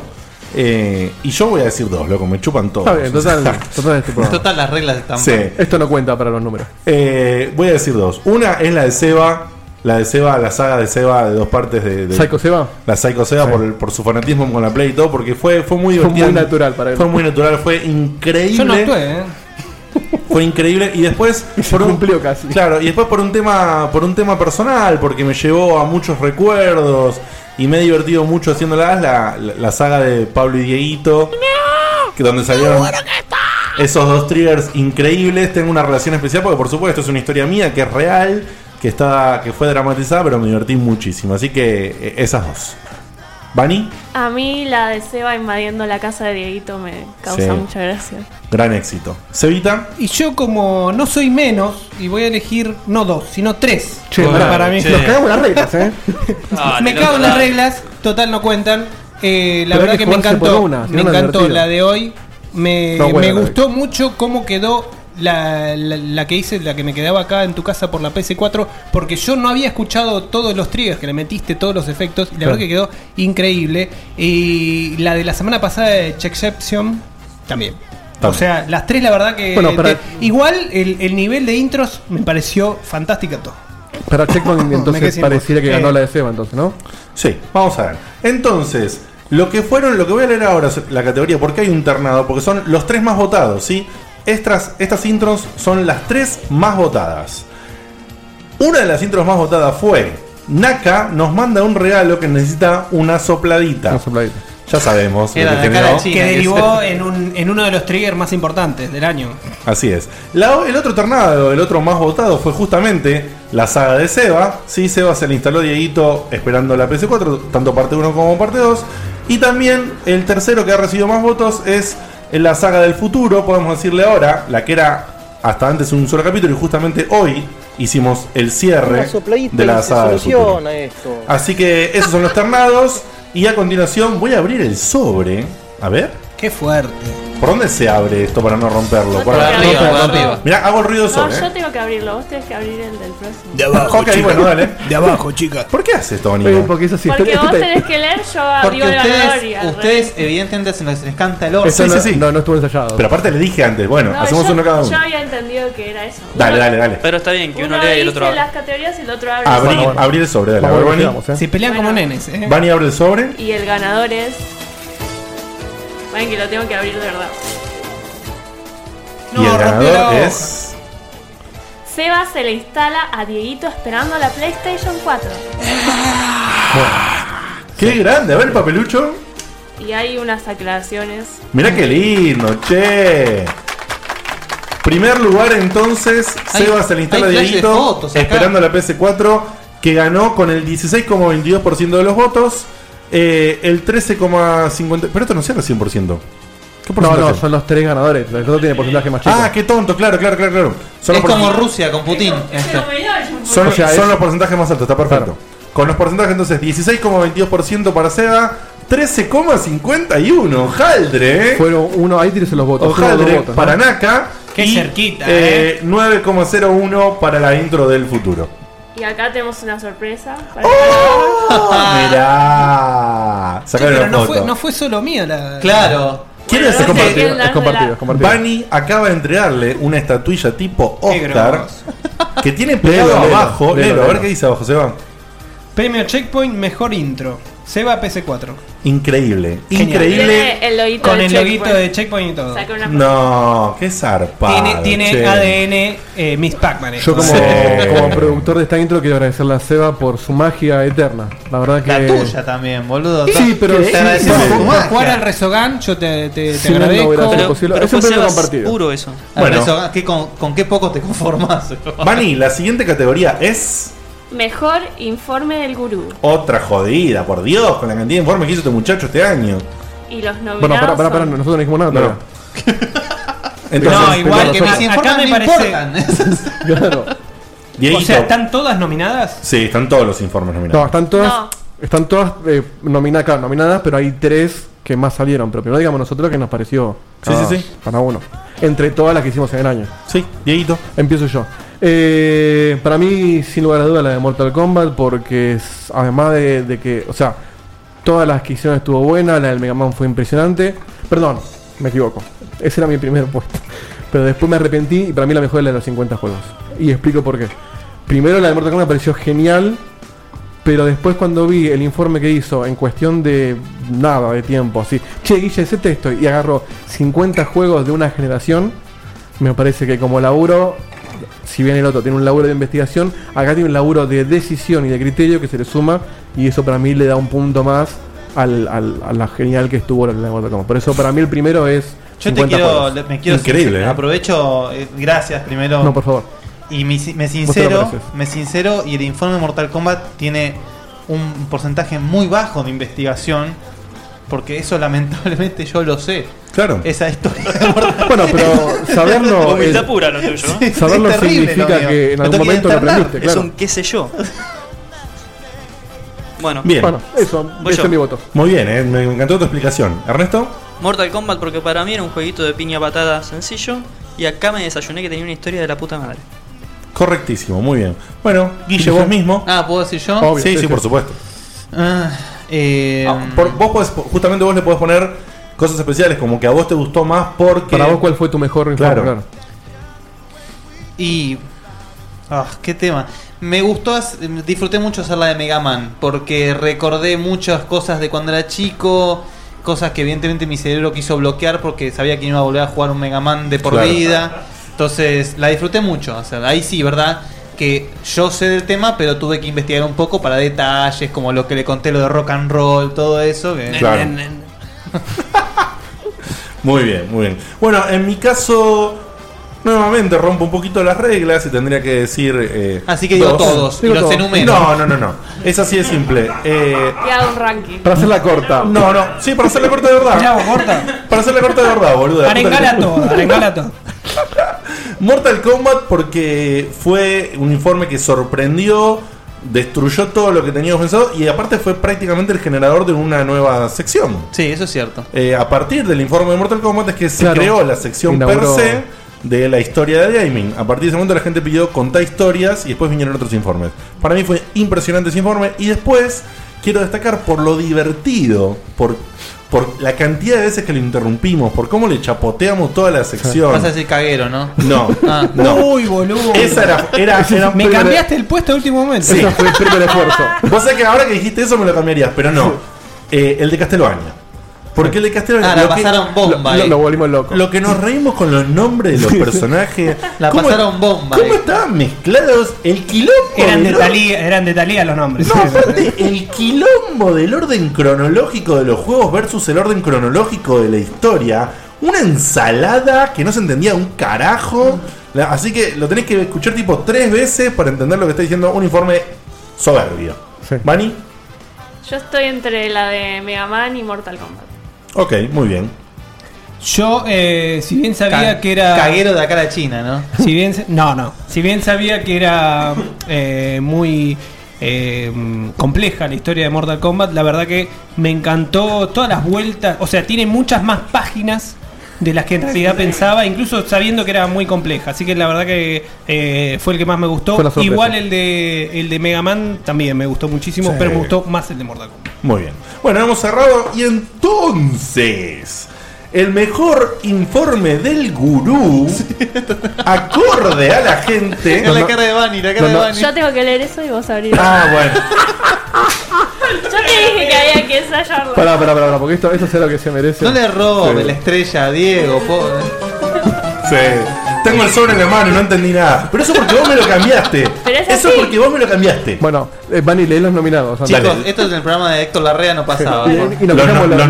Speaker 1: eh, y yo voy a decir dos, loco, me chupan todos.
Speaker 10: Está bien, total, total, es tu programa.
Speaker 5: Total, las reglas están
Speaker 1: Sí.
Speaker 5: mal.
Speaker 10: Esto no cuenta para los números.
Speaker 1: Eh, voy a decir dos. Una es la de Seba. La de Seba, la saga de Seba de dos partes de. de-
Speaker 10: ¿Psycho Seba?
Speaker 1: La Psycho Seba por, el- por su fanatismo con la Play y todo, porque fue, fue muy
Speaker 10: Fue
Speaker 1: divertido.
Speaker 10: muy natural para él.
Speaker 1: Fue muy natural, fue increíble.
Speaker 13: Yo no actué, ¿eh?
Speaker 1: Fue increíble. Y después. por un,
Speaker 10: casi.
Speaker 1: Claro, y después por un tema. Por un tema personal, porque me llevó a muchos recuerdos. Y me he divertido mucho haciéndolas. La, la, la saga de Pablo y Dieguito. Que donde salieron esos dos triggers increíbles. Tengo una relación especial porque, por supuesto, es una historia mía que es real, que está, que fue dramatizada, pero me divertí muchísimo. Así que eh, esas dos. Bani,
Speaker 7: A mí la de Seba invadiendo la casa de Dieguito me causa
Speaker 1: Sí.
Speaker 7: mucha gracia.
Speaker 1: gran éxito. Cevita,
Speaker 13: Y yo como no soy menos, y voy a elegir no dos, sino tres.
Speaker 10: Che,
Speaker 13: Porque
Speaker 10: pará,
Speaker 13: para mí.
Speaker 10: Nos cagamos las reglas, ¿eh?
Speaker 5: Ah,
Speaker 13: me cago en las reglas, total no cuentan. Eh, la
Speaker 10: Pero
Speaker 13: verdad
Speaker 10: hay
Speaker 13: que,
Speaker 10: que
Speaker 13: me
Speaker 10: jugarse
Speaker 13: encantó.
Speaker 10: por una, si
Speaker 13: me
Speaker 10: no, no es
Speaker 13: encantó
Speaker 10: divertido.
Speaker 13: la de hoy. Me,
Speaker 10: No, bueno,
Speaker 13: me
Speaker 10: la
Speaker 13: gustó mucho cómo quedó la, la- la que hice, la que me quedaba acá en tu casa por la PS4, porque yo no había escuchado todos los triggers que le metiste, todos los efectos, y la
Speaker 10: Claro.
Speaker 13: verdad que quedó increíble. Y la de la semana pasada de Checkception también. O
Speaker 10: También.
Speaker 13: sea, las tres la verdad que...
Speaker 10: Bueno, para-
Speaker 13: te- igual el, el nivel de intros me pareció fantástica todo.
Speaker 10: Para Checkpoint,
Speaker 13: Me quedé
Speaker 10: entonces
Speaker 13: sin
Speaker 10: pareciera
Speaker 13: voz.
Speaker 10: que ganó
Speaker 13: Eh.
Speaker 10: la de Seba, entonces, ¿no?
Speaker 1: Sí, vamos a ver. Entonces, lo que fueron, lo que voy a leer ahora es la categoría, porque hay un ternado, porque son los tres más votados, ¿sí? Estas, estas intros son las tres más votadas. Una de las intros más votadas fue Naka nos manda un regalo que necesita una sopladita. Una
Speaker 10: sopladita.
Speaker 1: Ya sabemos. lo
Speaker 13: Era
Speaker 1: que
Speaker 13: la
Speaker 1: generó.
Speaker 13: cara de China, que derivó en, un- en uno de los triggers más importantes del año.
Speaker 1: Así es. La- el otro tornado, el otro más votado fue justamente la saga de Seba. Sí, Seba se le instaló Dieguito esperando la PC4, tanto parte 1 como parte 2. Y también el tercero que ha recibido más votos es la saga del futuro, podemos decirle ahora, la que era hasta antes un solo capítulo y justamente hoy hicimos el cierre
Speaker 3: Una sopladita
Speaker 1: de Ah, la
Speaker 3: y se
Speaker 1: saga del futuro.
Speaker 3: soluciona esto.
Speaker 1: Así que esos son los tornados y a continuación voy a abrir el sobre. A ver.
Speaker 13: Qué fuerte.
Speaker 1: ¿Por dónde se abre esto para no romperlo? Por
Speaker 13: arriba,
Speaker 1: No,
Speaker 13: por
Speaker 1: no,
Speaker 13: arriba.
Speaker 1: Mirá, hago el ruido ¿eh?
Speaker 7: No,
Speaker 1: sobre.
Speaker 7: yo tengo que abrirlo, vos tenés que abrir el del próximo.
Speaker 1: De abajo. Ok,
Speaker 10: chica.
Speaker 1: bueno, dale.
Speaker 10: De abajo, chica.
Speaker 1: ¿Por qué hace esto, Nico?
Speaker 10: Porque eso sí,
Speaker 7: Porque
Speaker 10: esto-
Speaker 7: vos
Speaker 10: esto-
Speaker 7: tenés que leer, yo
Speaker 5: Porque
Speaker 7: abro la
Speaker 5: ustedes,
Speaker 7: gloria.
Speaker 5: ustedes evidentemente se les canta el
Speaker 1: Eso
Speaker 5: orto.
Speaker 1: no- Sí, sí, sí.
Speaker 10: No, no estuvo ensayado.
Speaker 1: Pero aparte le dije antes, bueno, hacemos
Speaker 7: yo,
Speaker 1: uno cada
Speaker 7: Yo
Speaker 1: uno.
Speaker 7: había entendido que era eso.
Speaker 1: Dale, dale, dale. Ah,
Speaker 4: Pero está bien que
Speaker 7: Uno,
Speaker 4: uno lea y el otro
Speaker 7: dice
Speaker 4: habla.
Speaker 7: las categorías y el otro abre.
Speaker 1: Abrí, abrí el sobre, dale.
Speaker 10: Vamos
Speaker 1: a
Speaker 10: a
Speaker 1: ver,
Speaker 10: ver
Speaker 1: Bani.
Speaker 10: qué vamos, eh.
Speaker 13: Se pelean como nenes, eh.
Speaker 1: Bani abre el sobre.
Speaker 7: Y el ganador es. Ven que lo tengo que abrir de verdad.
Speaker 1: y el
Speaker 13: rompió la
Speaker 1: ganador
Speaker 13: hoja.
Speaker 1: es.
Speaker 7: Seba se le instala a Dieguito esperando la PlayStation 4.
Speaker 1: ¡Qué grande! A ver, papelucho.
Speaker 7: Y hay unas aclaraciones.
Speaker 1: Mirá qué lindo, che. Primer lugar entonces,
Speaker 7: Hay-
Speaker 1: Seba se le instala
Speaker 7: hay flash
Speaker 1: Dieguito
Speaker 7: de fotos acá.
Speaker 1: esperando la PS4 que ganó con el 16,22% de los votos, eh, el 13,50%. Pero esto no cierra 100%. ¿Qué
Speaker 10: No,
Speaker 1: porcentaje?
Speaker 10: no, son los tres ganadores. El otro tiene porcentaje más chico.
Speaker 1: Ah, qué tonto, claro, claro, claro, claro. Son
Speaker 5: Es
Speaker 1: los
Speaker 5: como
Speaker 1: porcent-
Speaker 5: Rusia con Putin. este. esto.
Speaker 1: son,
Speaker 10: O sea,
Speaker 1: son
Speaker 10: es-
Speaker 1: los porcentajes más altos, está perfecto. Con los porcentajes entonces, 16,22% para Seba, 13,51%, Jaldre. eh.
Speaker 10: Fueron uno, ahí tienes los votos. fueron los
Speaker 1: Ojaldre,
Speaker 10: votos, ¿no?
Speaker 1: para Naka.
Speaker 13: Qué
Speaker 1: y,
Speaker 13: cerquita,
Speaker 1: eh, 9,01 para la intro del futuro.
Speaker 7: Y acá tenemos una sorpresa. para-
Speaker 13: ¡Oh!
Speaker 1: Mirá.
Speaker 13: Che,
Speaker 1: Sacaron
Speaker 13: Ah. pero
Speaker 1: la
Speaker 13: no
Speaker 1: foto.
Speaker 13: fue, no fue solo mía la.
Speaker 5: Claro.
Speaker 1: ¿Quién es?
Speaker 13: Bueno, no sé
Speaker 1: compartido,
Speaker 13: quién la-
Speaker 1: es compartido,
Speaker 13: la-
Speaker 1: es compartido. Bani acaba de entregarle una estatuilla tipo Oscar que tiene pegado
Speaker 13: Léelo, léelo,
Speaker 1: abajo.
Speaker 13: léelo,
Speaker 1: Léelo, a ver
Speaker 13: léelo.
Speaker 1: qué dice abajo, Seba.
Speaker 13: Premio Checkpoint, mejor intro. Seba PC4.
Speaker 1: Increíble.
Speaker 13: Genial.
Speaker 1: Increíble.
Speaker 7: Tiene Eh, el loguito
Speaker 13: Con
Speaker 7: de
Speaker 13: el
Speaker 7: Checkpoint.
Speaker 13: loguito de Checkpoint y todo.
Speaker 7: Saca una
Speaker 1: No, qué zarpa.
Speaker 13: Tiene, tiene ADN eh, Miss Pac-Man.
Speaker 10: Yo como,
Speaker 1: Sí.
Speaker 10: como productor de esta intro quiero agradecerle a Seba por su magia eterna. La verdad que...
Speaker 5: La tuya también, boludo.
Speaker 10: Sí, pero...
Speaker 5: Te
Speaker 10: sí,
Speaker 5: agradecemos
Speaker 10: sí,
Speaker 5: por
Speaker 10: sí.
Speaker 5: tu magia.
Speaker 13: Jugar al Resogan, yo te, te, te
Speaker 10: Si no, no
Speaker 13: agradezco.
Speaker 10: hubiera sido Pero- posible. pero Es un fue premio Sebas compartido.
Speaker 5: puro eso.
Speaker 1: Bueno.
Speaker 5: Bueno, ¿qué, con, ¿con qué poco te conformás?
Speaker 1: Vani, la siguiente categoría es
Speaker 7: Mejor informe del gurú.
Speaker 1: otra jodida, por Dios, con la cantidad de informes que hizo este muchacho este año.
Speaker 7: Y los nominados.
Speaker 10: Bueno, pará, pará, pará,
Speaker 7: son-
Speaker 10: nosotros no dijimos nada.
Speaker 1: No.
Speaker 10: todavía.
Speaker 1: Entonces,
Speaker 10: No, igual
Speaker 1: primero
Speaker 10: que
Speaker 1: nosotros.
Speaker 10: me
Speaker 5: Acá
Speaker 13: Acá me
Speaker 5: no
Speaker 13: parece.
Speaker 10: Claro.
Speaker 13: O sea, ¿están todas nominadas?
Speaker 1: Sí, están todos los informes nominados.
Speaker 10: No, están todas, están todas eh, nominadas, claro, nominadas, pero hay tres que más salieron. Pero primero digamos nosotros que nos pareció
Speaker 1: Sí,
Speaker 10: cada-
Speaker 1: sí, sí.
Speaker 10: cada uno. Entre todas las que hicimos en el año.
Speaker 1: Sí, Dieguito.
Speaker 10: Empiezo yo. Eh, para mí, sin lugar a duda, la de Mortal Kombat, porque es- además de, de que, o sea, todas las que hicieron estuvo buena, la del Mega Man fue impresionante. Perdón, me equivoco. Ese era mi primer puesto. Pero después me arrepentí y para mí la mejor es la de los 50 juegos. Y explico por qué. Primero la de Mortal Kombat me pareció genial, pero después cuando vi el informe que hizo en cuestión de nada de tiempo, así, che, Guille, ese texto, y agarró 50 juegos de una generación, me parece que como laburo, si bien el otro tiene un laburo de investigación, acá tiene un laburo de decisión y de criterio que se le suma, y eso para mí le da un punto más al, al- a la genial que estuvo la de Mortal Kombat. Por eso para mí el primero es...
Speaker 5: Yo te
Speaker 10: 50
Speaker 5: quiero,
Speaker 10: juegos.
Speaker 5: le- me quiero Aprovecho, eh, gracias primero.
Speaker 10: No, por favor.
Speaker 5: Y me, si- me
Speaker 10: Vos te lo
Speaker 5: sincero,
Speaker 10: mereces.
Speaker 5: me sincero y el informe de Mortal Kombat tiene un porcentaje muy bajo de investigación porque eso lamentablemente yo lo sé.
Speaker 1: Claro.
Speaker 5: Esa historia.
Speaker 10: Bueno, pero saberlo
Speaker 4: Humildad
Speaker 10: es-
Speaker 4: pura lo tuyo.
Speaker 5: Sí,
Speaker 4: ¿eh?
Speaker 5: sí, saberlo es terrible
Speaker 10: significa
Speaker 5: mío.
Speaker 10: que en
Speaker 5: Me
Speaker 10: algún
Speaker 5: tengo que
Speaker 10: momento lo
Speaker 5: internar.
Speaker 10: aprendiste,
Speaker 4: Es
Speaker 10: claro.
Speaker 4: un qué sé yo. Bueno,
Speaker 1: Bien.
Speaker 10: eso,
Speaker 4: Voy ese yo. es mi voto.
Speaker 1: Muy bien, eh, me me encantó tu explicación. ¿Ernesto?
Speaker 4: Mortal Kombat porque para mí era un jueguito de piña patada sencillo y acá me desayuné que tenía una historia de la puta madre.
Speaker 1: Correctísimo, muy bien. Bueno, Guille, vos mismo.
Speaker 5: Ah, ¿puedo decir yo?
Speaker 1: sí, sí, por supuesto.
Speaker 5: Ah, eh,
Speaker 1: Ah, por- vos podés- justamente vos le podés poner cosas especiales, como que a vos te gustó más porque.
Speaker 10: Para vos, ¿cuál fue tu mejor
Speaker 1: Claro.
Speaker 10: claro.
Speaker 5: Y. Ah, qué tema. Me gustó, hac- disfruté mucho hacer la de Mega Man, porque recordé muchas cosas de cuando era chico, cosas que evidentemente mi cerebro quiso bloquear porque sabía que no iba a volver a jugar un Mega Man de por
Speaker 12: Claro.
Speaker 5: vida. Entonces, la disfruté mucho. O sea, ahí sí, ¿verdad? Que yo sé del tema, pero tuve que investigar un poco para detalles, como lo que le conté, lo de rock and roll, todo eso. que-
Speaker 1: Claro. Muy bien, muy bien. Bueno, en mi caso, nuevamente rompo un poquito las reglas y tendría que decir. eh,
Speaker 5: Así que digo todos, y Digo los todos. enumero.
Speaker 1: No, no, no, no. Es así de simple. Eh,
Speaker 7: Te hago un ranking.
Speaker 10: Para hacerla corta.
Speaker 1: No, no, sí, para hacerla corta de verdad. Para hacerla corta de verdad, boludo.
Speaker 13: Arengala todo, arengala todo.
Speaker 1: Mortal Kombat porque fue un informe que sorprendió, destruyó todo lo que teníamos pensado y aparte fue prácticamente el generador de una nueva sección.
Speaker 5: Sí, eso es cierto.
Speaker 1: Eh, a partir del informe de Mortal Kombat es que se
Speaker 10: Claro.
Speaker 1: creó la sección
Speaker 10: Inauguró-
Speaker 1: per se de la historia del gaming. A partir de ese momento la gente pidió contar historias y después vinieron otros informes. Para mí fue impresionante ese informe y después quiero destacar por lo divertido, por, por la cantidad de veces que lo interrumpimos, por cómo le chapoteamos toda la sección.
Speaker 5: Vas a decir caguero, ¿no?
Speaker 1: No,
Speaker 5: Ah.
Speaker 1: no.
Speaker 13: Uy, boludo.
Speaker 1: Esa era- era-
Speaker 13: Eso
Speaker 1: era-
Speaker 13: me cambiaste el puesto de último momento.
Speaker 1: Sí. Vos sabés que ahora que dijiste eso me lo cambiarías, pero no. Eh, el de Castelbaña. Porque el de Castelbaña.
Speaker 5: Ah, la pasaron bomba,
Speaker 1: Lo,
Speaker 5: eh.
Speaker 1: lo-
Speaker 10: volvimos loco.
Speaker 1: lo que nos reímos con los nombres de los personajes.
Speaker 5: La
Speaker 1: ¿Cómo-
Speaker 5: pasaron bomba.
Speaker 1: ¿Cómo
Speaker 5: eh.
Speaker 1: estaban mezclados el quilombo?
Speaker 13: Eran de
Speaker 1: del
Speaker 13: Talía, eran de Thalía los nombres.
Speaker 1: No, aparte, el quilombo del orden cronológico de los juegos versus el orden cronológico de la historia. Una ensalada que no se entendía un carajo. La- así que lo tenés que escuchar tipo tres veces para entender lo que está diciendo un informe soberbio. ¿Bani?
Speaker 7: Yo estoy entre la de Mega Man y Mortal Kombat.
Speaker 1: Ok, muy bien.
Speaker 13: Yo, eh, si bien sabía
Speaker 5: Ca-
Speaker 13: que era.
Speaker 5: Caguero de acá a la China, ¿no?
Speaker 13: Si bien, se- no, no. Si bien sabía que era eh, muy eh, compleja la historia de Mortal Kombat, la verdad que me encantó todas las vueltas. O sea, tiene muchas más páginas de las que en realidad pensaba, incluso sabiendo que era muy compleja. Así que la verdad que eh, fue el que más me gustó.
Speaker 1: Fue la sorpresa.
Speaker 13: Igual el de el de Mega Man también me gustó muchísimo,
Speaker 1: Sí.
Speaker 13: pero me gustó más el de Mortal Kombat.
Speaker 1: Muy bien. Bueno, hemos cerrado y entonces el mejor informe del gurú acorde a la gente.
Speaker 5: Mirá la cara de Bani, la cara de Bani.
Speaker 13: Ah,
Speaker 7: Yo tengo que leer eso y vos abrir.
Speaker 1: Ah, bueno.
Speaker 7: Yo te dije dije que había que ensayarlo.
Speaker 10: Pará, pará, pará, pará, porque esto, esto es lo que se merece.
Speaker 5: No le robe
Speaker 10: Sí.
Speaker 5: la estrella a Diego, pobre.
Speaker 1: Sí. Tengo el sobre en la mano y no entendí nada. Pero eso porque vos me lo cambiaste.
Speaker 5: Pero es
Speaker 1: eso
Speaker 5: así.
Speaker 1: porque vos me lo cambiaste.
Speaker 10: Bueno, eh, Vani, leí los nominados. anda.
Speaker 5: Chicos, esto en el programa de Héctor Larrea no pasaba.
Speaker 10: Y- y nos Los quejamos no- la- los
Speaker 7: Y los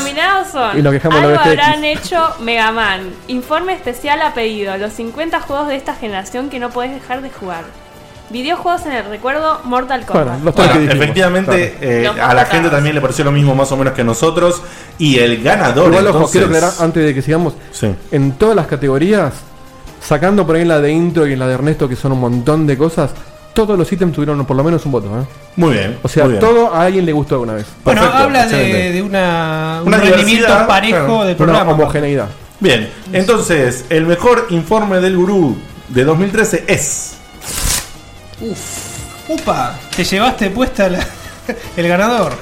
Speaker 7: nominados son.
Speaker 10: Y nos quejamos la vez
Speaker 7: algo
Speaker 10: que-
Speaker 7: habrán hecho Megaman. Informe especial a pedido. Los 50 juegos de esta generación que no podés dejar de jugar. Videojuegos en el recuerdo Mortal Kombat.
Speaker 10: Bueno, los tres que dijimos.
Speaker 1: efectivamente,
Speaker 10: Claro.
Speaker 1: eh, a la gente también le pareció lo mismo más o menos que a nosotros. Y el ganador.
Speaker 10: Igual, ojo,
Speaker 1: entonces-
Speaker 10: quiero aclarar antes de que sigamos. En todas las categorías, sacando por ahí la de intro y la de Ernesto, que son un montón de cosas, todos los ítems tuvieron por lo menos un voto. ¿eh?
Speaker 1: Muy bien.
Speaker 10: O sea,
Speaker 1: muy bien.
Speaker 10: todo a alguien le gustó alguna vez.
Speaker 13: Bueno, habla de, de una, un rendimiento parejo del programa.
Speaker 10: Una homogeneidad.
Speaker 1: Bien, entonces, el mejor informe del gurú de 2013 es.
Speaker 13: Uf. Upa, te llevaste puesta la- el ganador.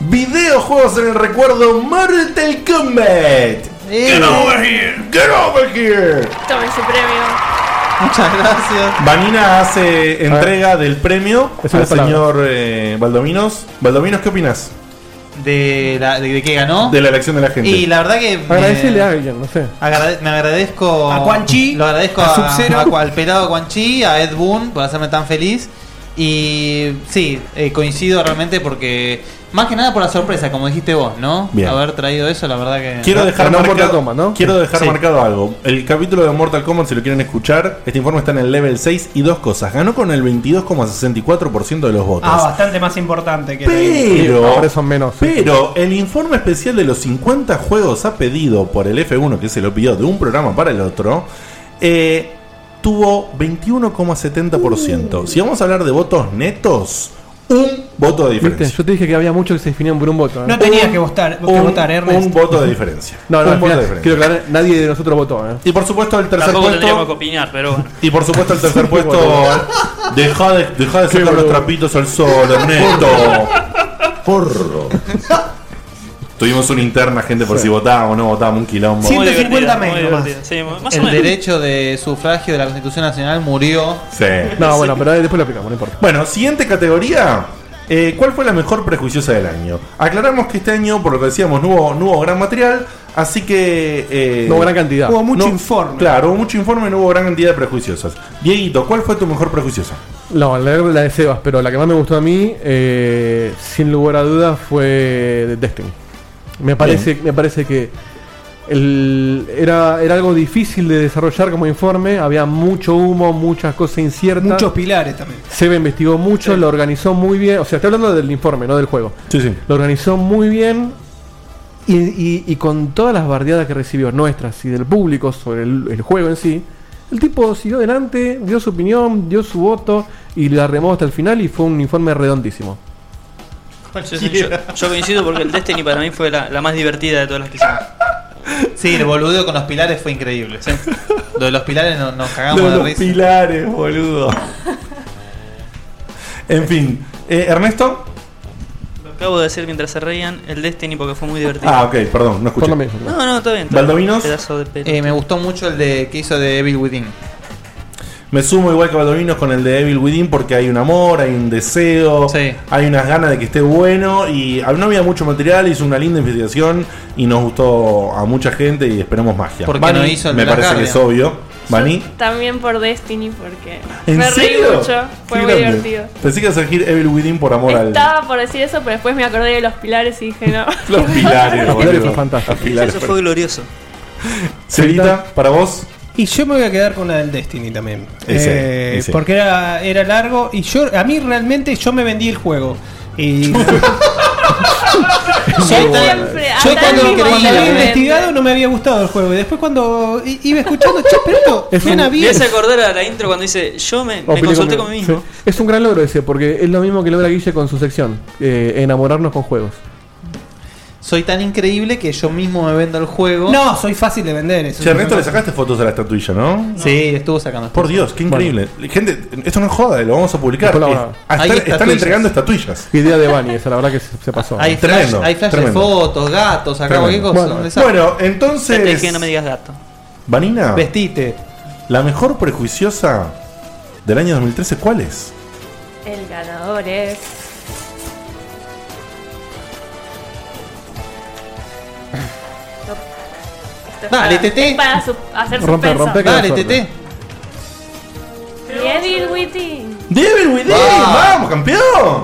Speaker 1: Videojuegos en el recuerdo Mortal Kombat. Get over here, get over here.
Speaker 7: Tomen su premio.
Speaker 5: Muchas gracias.
Speaker 1: Vanina hace entrega del premio
Speaker 5: Es una
Speaker 1: al
Speaker 5: palabra.
Speaker 1: señor eh, Valdominos. Valdominos, ¿qué opinas?
Speaker 5: De, la, de, de qué ganó.
Speaker 1: De la elección de la gente.
Speaker 5: Y la verdad que. me-
Speaker 10: Agradecele a alguien, no sé.
Speaker 5: agrade- me agradezco. A Quan Chi. Lo agradezco
Speaker 10: a
Speaker 5: a,
Speaker 10: Sub-Zero.
Speaker 5: a Qua- al pelado Quan Chi, a Ed Boon por hacerme tan feliz. Y sí, eh, coincido realmente porque. Más que nada por la sorpresa, como dijiste vos, ¿no?
Speaker 1: Bien.
Speaker 5: Haber traído eso, la verdad que.
Speaker 1: Quiero dejar,
Speaker 5: Ganó
Speaker 1: marcado,
Speaker 5: Mortal
Speaker 1: quiero dejar
Speaker 5: Sí.
Speaker 1: marcado algo. El capítulo de Mortal Kombat, si lo quieren escuchar, este informe está en el level 6 y dos cosas. Ganó con el 22,64% de los votos.
Speaker 13: Ah, bastante más importante que
Speaker 1: Pero,
Speaker 10: Ahora son menos.
Speaker 1: pero el informe especial de los 50 juegos ha pedido por el F1, que se lo pidió de un programa para el otro, eh, tuvo 21,70%. Si vamos a hablar de votos netos, un voto de diferencia.
Speaker 10: Viste, Yo te dije que había muchos que se definían por un voto. ¿eh?
Speaker 13: No tenías que votar, que
Speaker 1: un-
Speaker 13: votar, Ernest.
Speaker 1: Un voto de diferencia.
Speaker 10: No, no,
Speaker 1: Un
Speaker 10: al
Speaker 1: voto de
Speaker 10: final,
Speaker 1: diferencia.
Speaker 10: quiero aclarar, nadie de nosotros votó. ¿eh?
Speaker 1: Y por supuesto el tercer
Speaker 4: Tampoco tendríamos que
Speaker 1: puesto.
Speaker 4: opinar, pero bueno.
Speaker 1: Y por supuesto el tercer puesto. Deja de, dejá de sacar los trapitos al sol, Ernesto. Porro. Tuvimos una interna, gente, por si votábamos o no votábamos, un quilombo.
Speaker 4: Muy divertido,
Speaker 5: 150
Speaker 4: muy
Speaker 5: menos más.
Speaker 4: divertido. Sí, más o
Speaker 5: El
Speaker 4: menos.
Speaker 5: derecho de sufragio de la Constitución Nacional murió.
Speaker 1: Sí.
Speaker 10: No, bueno, pero después lo explicamos, no importa.
Speaker 1: Bueno, siguiente categoría. Eh, ¿Cuál fue la mejor prejuiciosa del año? Aclaramos que este año, por lo que decíamos, no hubo, no hubo gran material, así que... eh,
Speaker 10: No hubo gran cantidad. Hubo mucho
Speaker 1: no-
Speaker 10: informe.
Speaker 1: Claro, hubo mucho informe y no hubo gran cantidad de prejuiciosas. Dieguito, ¿cuál fue tu mejor prejuiciosa?
Speaker 10: No, la, la de Sebas, pero la que más me gustó a mí, eh, sin lugar a dudas, fue Destiny. Me parece, me parece que el- era, era algo difícil de desarrollar como informe, había mucho humo, muchas cosas inciertas.
Speaker 13: Muchos pilares también.
Speaker 10: Seba investigó mucho, lo organizó muy bien. O sea, estoy hablando del informe, no del juego.
Speaker 1: Sí, sí.
Speaker 10: Lo organizó muy bien y, y- y con todas las bardeadas que recibió, nuestras y del público, sobre el, el juego en sí, el tipo siguió adelante, dio su opinión, dio su voto y la remó hasta el final y fue un informe redondísimo.
Speaker 4: Sí, sí, yo, yo coincido porque el Destiny para mí fue la, la más divertida de todas las que hicimos.
Speaker 5: Sí, el boludeo con los pilares fue increíble. Lo de los pilares no- nos cagamos
Speaker 1: Lo de
Speaker 5: de
Speaker 1: los
Speaker 5: risa.
Speaker 1: pilares, boludo. en fin, eh, Ernesto.
Speaker 4: Lo acabo de decir mientras se reían, el Destiny porque fue muy divertido.
Speaker 1: Ah, ok, perdón, no escuché.
Speaker 4: No, no, está bien. está bien.
Speaker 1: ¿Valdominos?
Speaker 4: Pedazo de pelo.
Speaker 5: Eh, me gustó mucho el de que hizo de Evil Within.
Speaker 1: Me sumo igual que Valdominos con el de Evil Within porque hay un amor, hay un deseo, hay unas ganas de que esté bueno y ah, no había mucho material, hizo una linda investigación y nos gustó a mucha gente y esperamos magia.
Speaker 5: ¿Por qué
Speaker 1: Bani,
Speaker 5: no hizo el
Speaker 1: Me
Speaker 5: Black
Speaker 1: parece que es
Speaker 5: Guardian?
Speaker 1: obvio. Bani,
Speaker 7: También por Destiny porque
Speaker 1: ¿en
Speaker 7: me
Speaker 1: serio?
Speaker 7: reí mucho. Fue
Speaker 1: Qué
Speaker 7: muy
Speaker 1: grande.
Speaker 7: divertido.
Speaker 1: Pensé que ibas a elegir Evil Within por amor al...
Speaker 7: Estaba por decir eso, pero después me acordé de los pilares y dije no.
Speaker 1: Los pilares,
Speaker 10: Los pilares
Speaker 1: boludo.
Speaker 10: fue fantástico.
Speaker 1: Los pilares
Speaker 4: Eso
Speaker 1: fue-
Speaker 4: fue glorioso.
Speaker 1: Celita, para vos.
Speaker 13: Y yo me voy a quedar con la del Destiny también.
Speaker 1: Y sí,
Speaker 13: Eh,
Speaker 1: y sí.
Speaker 13: Porque era, era largo y yo a mí realmente yo me vendí el juego. Y
Speaker 7: Yo siempre,
Speaker 13: Yo
Speaker 7: hasta
Speaker 13: cuando,
Speaker 7: el mismo
Speaker 13: cuando había
Speaker 7: momento.
Speaker 13: investigado no me había gustado el juego. Y después cuando i- iba escuchando, che, pero esto suena
Speaker 4: Me
Speaker 13: bien.
Speaker 4: hace acordar a la intro cuando dice, yo me, me
Speaker 10: Opinión
Speaker 4: consulté
Speaker 10: conmigo.
Speaker 4: conmigo mismo.
Speaker 10: Sí. Es un gran logro ese, porque es lo mismo que logra Guille con su sección, eh, enamorarnos con juegos.
Speaker 5: Soy tan increíble que yo mismo me vendo el juego.
Speaker 13: No, soy fácil de vender eso.
Speaker 1: Che, Ernesto, le sacaste fotos a la estatuilla, ¿no?
Speaker 5: Sí, estuvo sacando.
Speaker 1: Por Dios, qué increíble. Gente, esto no es joda, lo vamos a publicar.
Speaker 10: Después la
Speaker 1: Es-
Speaker 10: vamos
Speaker 1: ah,
Speaker 10: a-
Speaker 1: están-
Speaker 10: Hay
Speaker 1: están
Speaker 10: estatuillas.
Speaker 1: entregando estatuillas.
Speaker 10: Idea de Bani, esa la verdad que se, se pasó.
Speaker 5: Hay flash,
Speaker 1: Tremendo,
Speaker 5: hay flash de
Speaker 1: tremendo.
Speaker 5: fotos, gatos, acá cualquier
Speaker 1: Tremendo.
Speaker 5: cosa.
Speaker 1: Bueno,
Speaker 5: un desastre.
Speaker 1: bueno, entonces- Ya te dije que no
Speaker 4: No me digas gato.
Speaker 1: Vanina.
Speaker 5: Vestite.
Speaker 1: La mejor prejuiciosa del año 2013, ¿cuál es?
Speaker 7: El ganador es. Exacto.
Speaker 5: Dale,
Speaker 7: para-
Speaker 5: Tete.
Speaker 7: es Para su- hacer
Speaker 5: Rompe,
Speaker 7: suspenso.
Speaker 5: rompe que Dale, la suerte. Tete.
Speaker 7: Devil Within.
Speaker 1: Devil Within, vamos, campeón.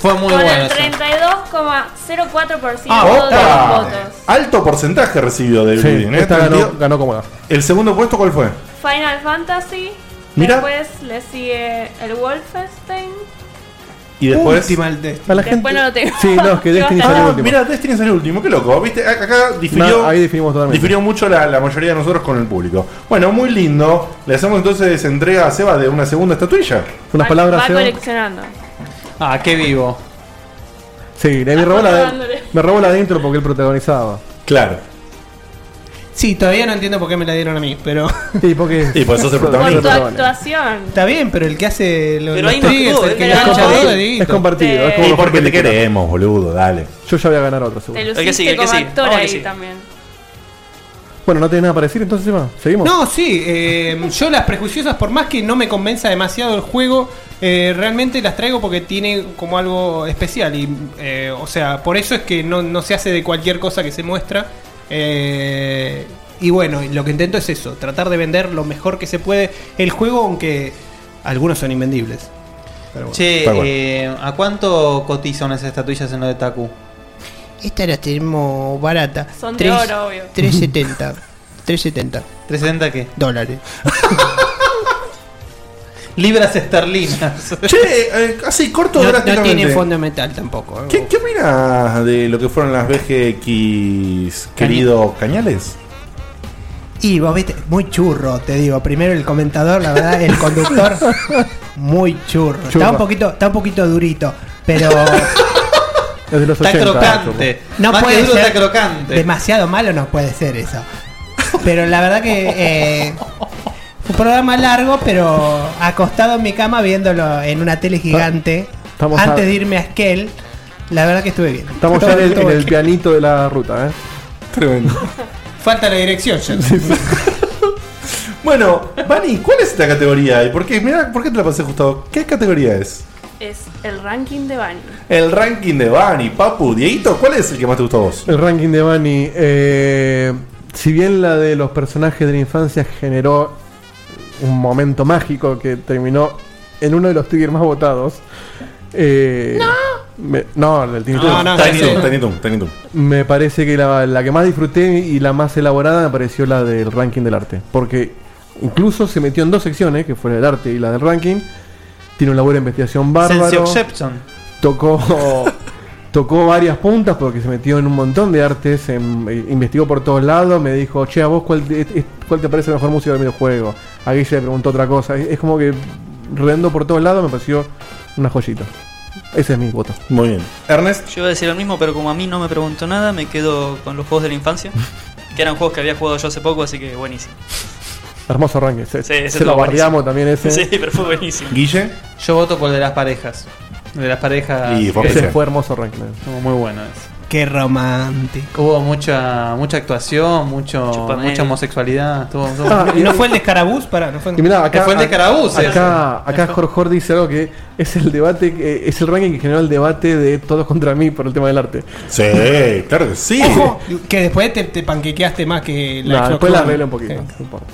Speaker 5: Fue muy
Speaker 7: Con el 32,04%
Speaker 1: Ah,
Speaker 7: de
Speaker 1: opa.
Speaker 7: los votos.
Speaker 1: Alto porcentaje recibió Devil Within. ¿eh?
Speaker 10: esta ganó-
Speaker 1: 32. ¿El segundo puesto cuál fue?
Speaker 7: Final Fantasy.
Speaker 1: Mira.
Speaker 7: Después le sigue el Wolfenstein.
Speaker 1: Y después.
Speaker 13: Última el Destiny.
Speaker 10: A la
Speaker 7: Después
Speaker 10: gente.
Speaker 7: no lo tengo.
Speaker 10: Sí, no, es que
Speaker 7: Yo
Speaker 10: Destiny
Speaker 7: hasta
Speaker 10: salió
Speaker 7: ahora-
Speaker 10: último.
Speaker 1: Ah, Mira, Destiny salió último, qué loco. ¿Viste? Acá- Acá difirió.
Speaker 10: No, ahí definimos totalmente.
Speaker 1: Difirió mucho la, la mayoría de nosotros con el público. Bueno, muy lindo. Le hacemos entonces entrega a Seba de una segunda estatuilla.
Speaker 10: Unas
Speaker 7: Va
Speaker 10: palabras, Seba.
Speaker 7: coleccionando.
Speaker 5: Ah, qué vivo.
Speaker 10: Sí, me robó, la de,
Speaker 7: Acordándole.
Speaker 10: me robó la de intro porque él protagonizaba.
Speaker 1: Claro.
Speaker 13: Sí, todavía no entiendo por qué me la dieron a mí, pero.
Speaker 10: Sí, porque.
Speaker 1: Y pues sos el
Speaker 7: Por tu actuación.
Speaker 13: Está bien, pero el que hace lo-
Speaker 7: Pero
Speaker 13: los
Speaker 7: ahí no
Speaker 13: triggers,
Speaker 7: estuvo,
Speaker 13: el que
Speaker 7: él
Speaker 13: gancha
Speaker 7: era
Speaker 13: todo,
Speaker 7: compartido.
Speaker 13: Dieguito.
Speaker 10: Es compartido, es como
Speaker 1: Y
Speaker 10: mejor
Speaker 1: porque te
Speaker 10: película.
Speaker 1: queremos, boludo, dale.
Speaker 10: Yo ya voy a ganar otro seguro.
Speaker 7: Te luciste
Speaker 4: sigue, el que
Speaker 7: como
Speaker 4: sigue.
Speaker 7: actor
Speaker 4: Vamos, el que
Speaker 7: ahí
Speaker 4: sigue.
Speaker 7: también.
Speaker 10: Bueno, no tenés nada para decir entonces, Emma? ¿Seguimos?
Speaker 13: No, sí, eh, yo las prejuiciosas, por más que no me convenza demasiado el juego, eh, realmente las traigo porque tiene como algo especial. Y, eh, o sea, por eso es que no, no se hace de cualquier cosa que se muestra. Eh, y bueno, lo que intento es eso, tratar de vender lo mejor que se puede el juego, aunque algunos son invendibles. Pero bueno.
Speaker 5: Che,
Speaker 13: Está bueno.
Speaker 5: eh, ¿a cuánto cotizan esas estatuillas en lo de Taku?
Speaker 17: Esta la tenemos barata.
Speaker 7: Son de
Speaker 17: Tres-
Speaker 7: oro, obvio.
Speaker 17: 370. 370.
Speaker 5: ¿370 qué?
Speaker 17: Dólares.
Speaker 5: Libras esterlinas.
Speaker 1: Che, eh, así corto
Speaker 13: No- no,
Speaker 1: drásticamente.
Speaker 13: tiene fondo metal tampoco. ¿eh?
Speaker 1: ¿Qué, ¿Qué opinas de lo que fueron las BGX, querido Cañales?
Speaker 17: Y vos viste, muy churro, te digo. Primero el comentador, la verdad, el conductor, muy churro. Está un poquito, está un poquito durito, pero
Speaker 10: Desde los
Speaker 5: Está
Speaker 10: 80.
Speaker 5: crocante.
Speaker 17: no
Speaker 5: Más que
Speaker 17: puede
Speaker 5: duro
Speaker 17: ser
Speaker 5: está crocante.
Speaker 17: demasiado malo, no puede ser eso. Pero la verdad que eh, fue un programa largo, pero acostado en mi cama viéndolo en una tele gigante
Speaker 10: Estamos a-
Speaker 17: antes de irme a Esquel, la verdad que estuve bien.
Speaker 10: Estamos ya en el, en el pianito de la ruta, ¿eh?
Speaker 1: Tremendo.
Speaker 13: Falta la dirección ya.
Speaker 1: Bueno, Vani, ¿cuál es esta categoría? ¿Y por qué? Mira, ¿por qué te la pasé justo? ¿Qué categoría es?
Speaker 7: Es el ranking de Bunny.
Speaker 1: El ranking de Vani, Papu, Dieguito, ¿cuál es el que más te gustó a vos?
Speaker 10: El ranking de Bunny. eh, si bien la de los personajes de la infancia generó un momento mágico que terminó en uno de los triggers más votados. eh, me- no, el del Tiny
Speaker 5: Ah,
Speaker 10: Toon.
Speaker 1: Tiny Toon, Tiny Toon, Tiny Toon.
Speaker 10: Me parece que la, la que más disfruté y la más elaborada me pareció la del ranking del arte. Porque incluso se metió en dos secciones, que fue el arte y la del ranking. Tiene un labor de investigación bárbaro.
Speaker 5: Sensei-Exception.
Speaker 10: Tocó, tocó varias puntas porque se metió en un montón de artes. en- eh, investigó por todos lados. Me dijo, che, a vos cuál te, es- cuál te parece la mejor música del videojuego. A Guille le preguntó otra cosa. Es, es como que redondo por todos lados me pareció una joyita. Ese es mi voto.
Speaker 1: Muy bien. Ernest.
Speaker 4: Yo iba a decir lo mismo, pero como a mí no me preguntó nada, me quedo con los juegos de la infancia. que eran juegos que había jugado yo hace poco, así que buenísimo.
Speaker 10: Hermoso ranking. Se,
Speaker 4: Sí, ese
Speaker 10: se
Speaker 4: estuvo
Speaker 10: lo
Speaker 4: buenísimo.
Speaker 10: guardiamos también ese.
Speaker 4: Sí, pero fue buenísimo.
Speaker 1: Guille.
Speaker 5: Yo voto por el de las parejas. El de las parejas.
Speaker 10: Y fue Ese especial. fue hermoso ranking.
Speaker 5: Estuvo muy bueno ese.
Speaker 13: Qué romántico.
Speaker 5: Hubo mucha mucha actuación, mucho mucha homosexualidad. estuvo- estuvo-
Speaker 13: Ah, ¿No fue el de Escarabús? Pará, no fue
Speaker 10: Y mirá, acá,
Speaker 5: Fue el de Carabús,
Speaker 10: acá,
Speaker 5: ese.
Speaker 10: acá, Jorge Jorge dice algo que es el debate, que- es el ranking que generó el debate de todos contra mí por el tema del arte.
Speaker 1: Sí, claro que sí.
Speaker 13: Ojo, que después te, te panquequeaste más que
Speaker 10: No,
Speaker 13: Xbox
Speaker 10: después la
Speaker 13: One.
Speaker 10: arreglo un poquito.
Speaker 13: Sí.
Speaker 10: no importa.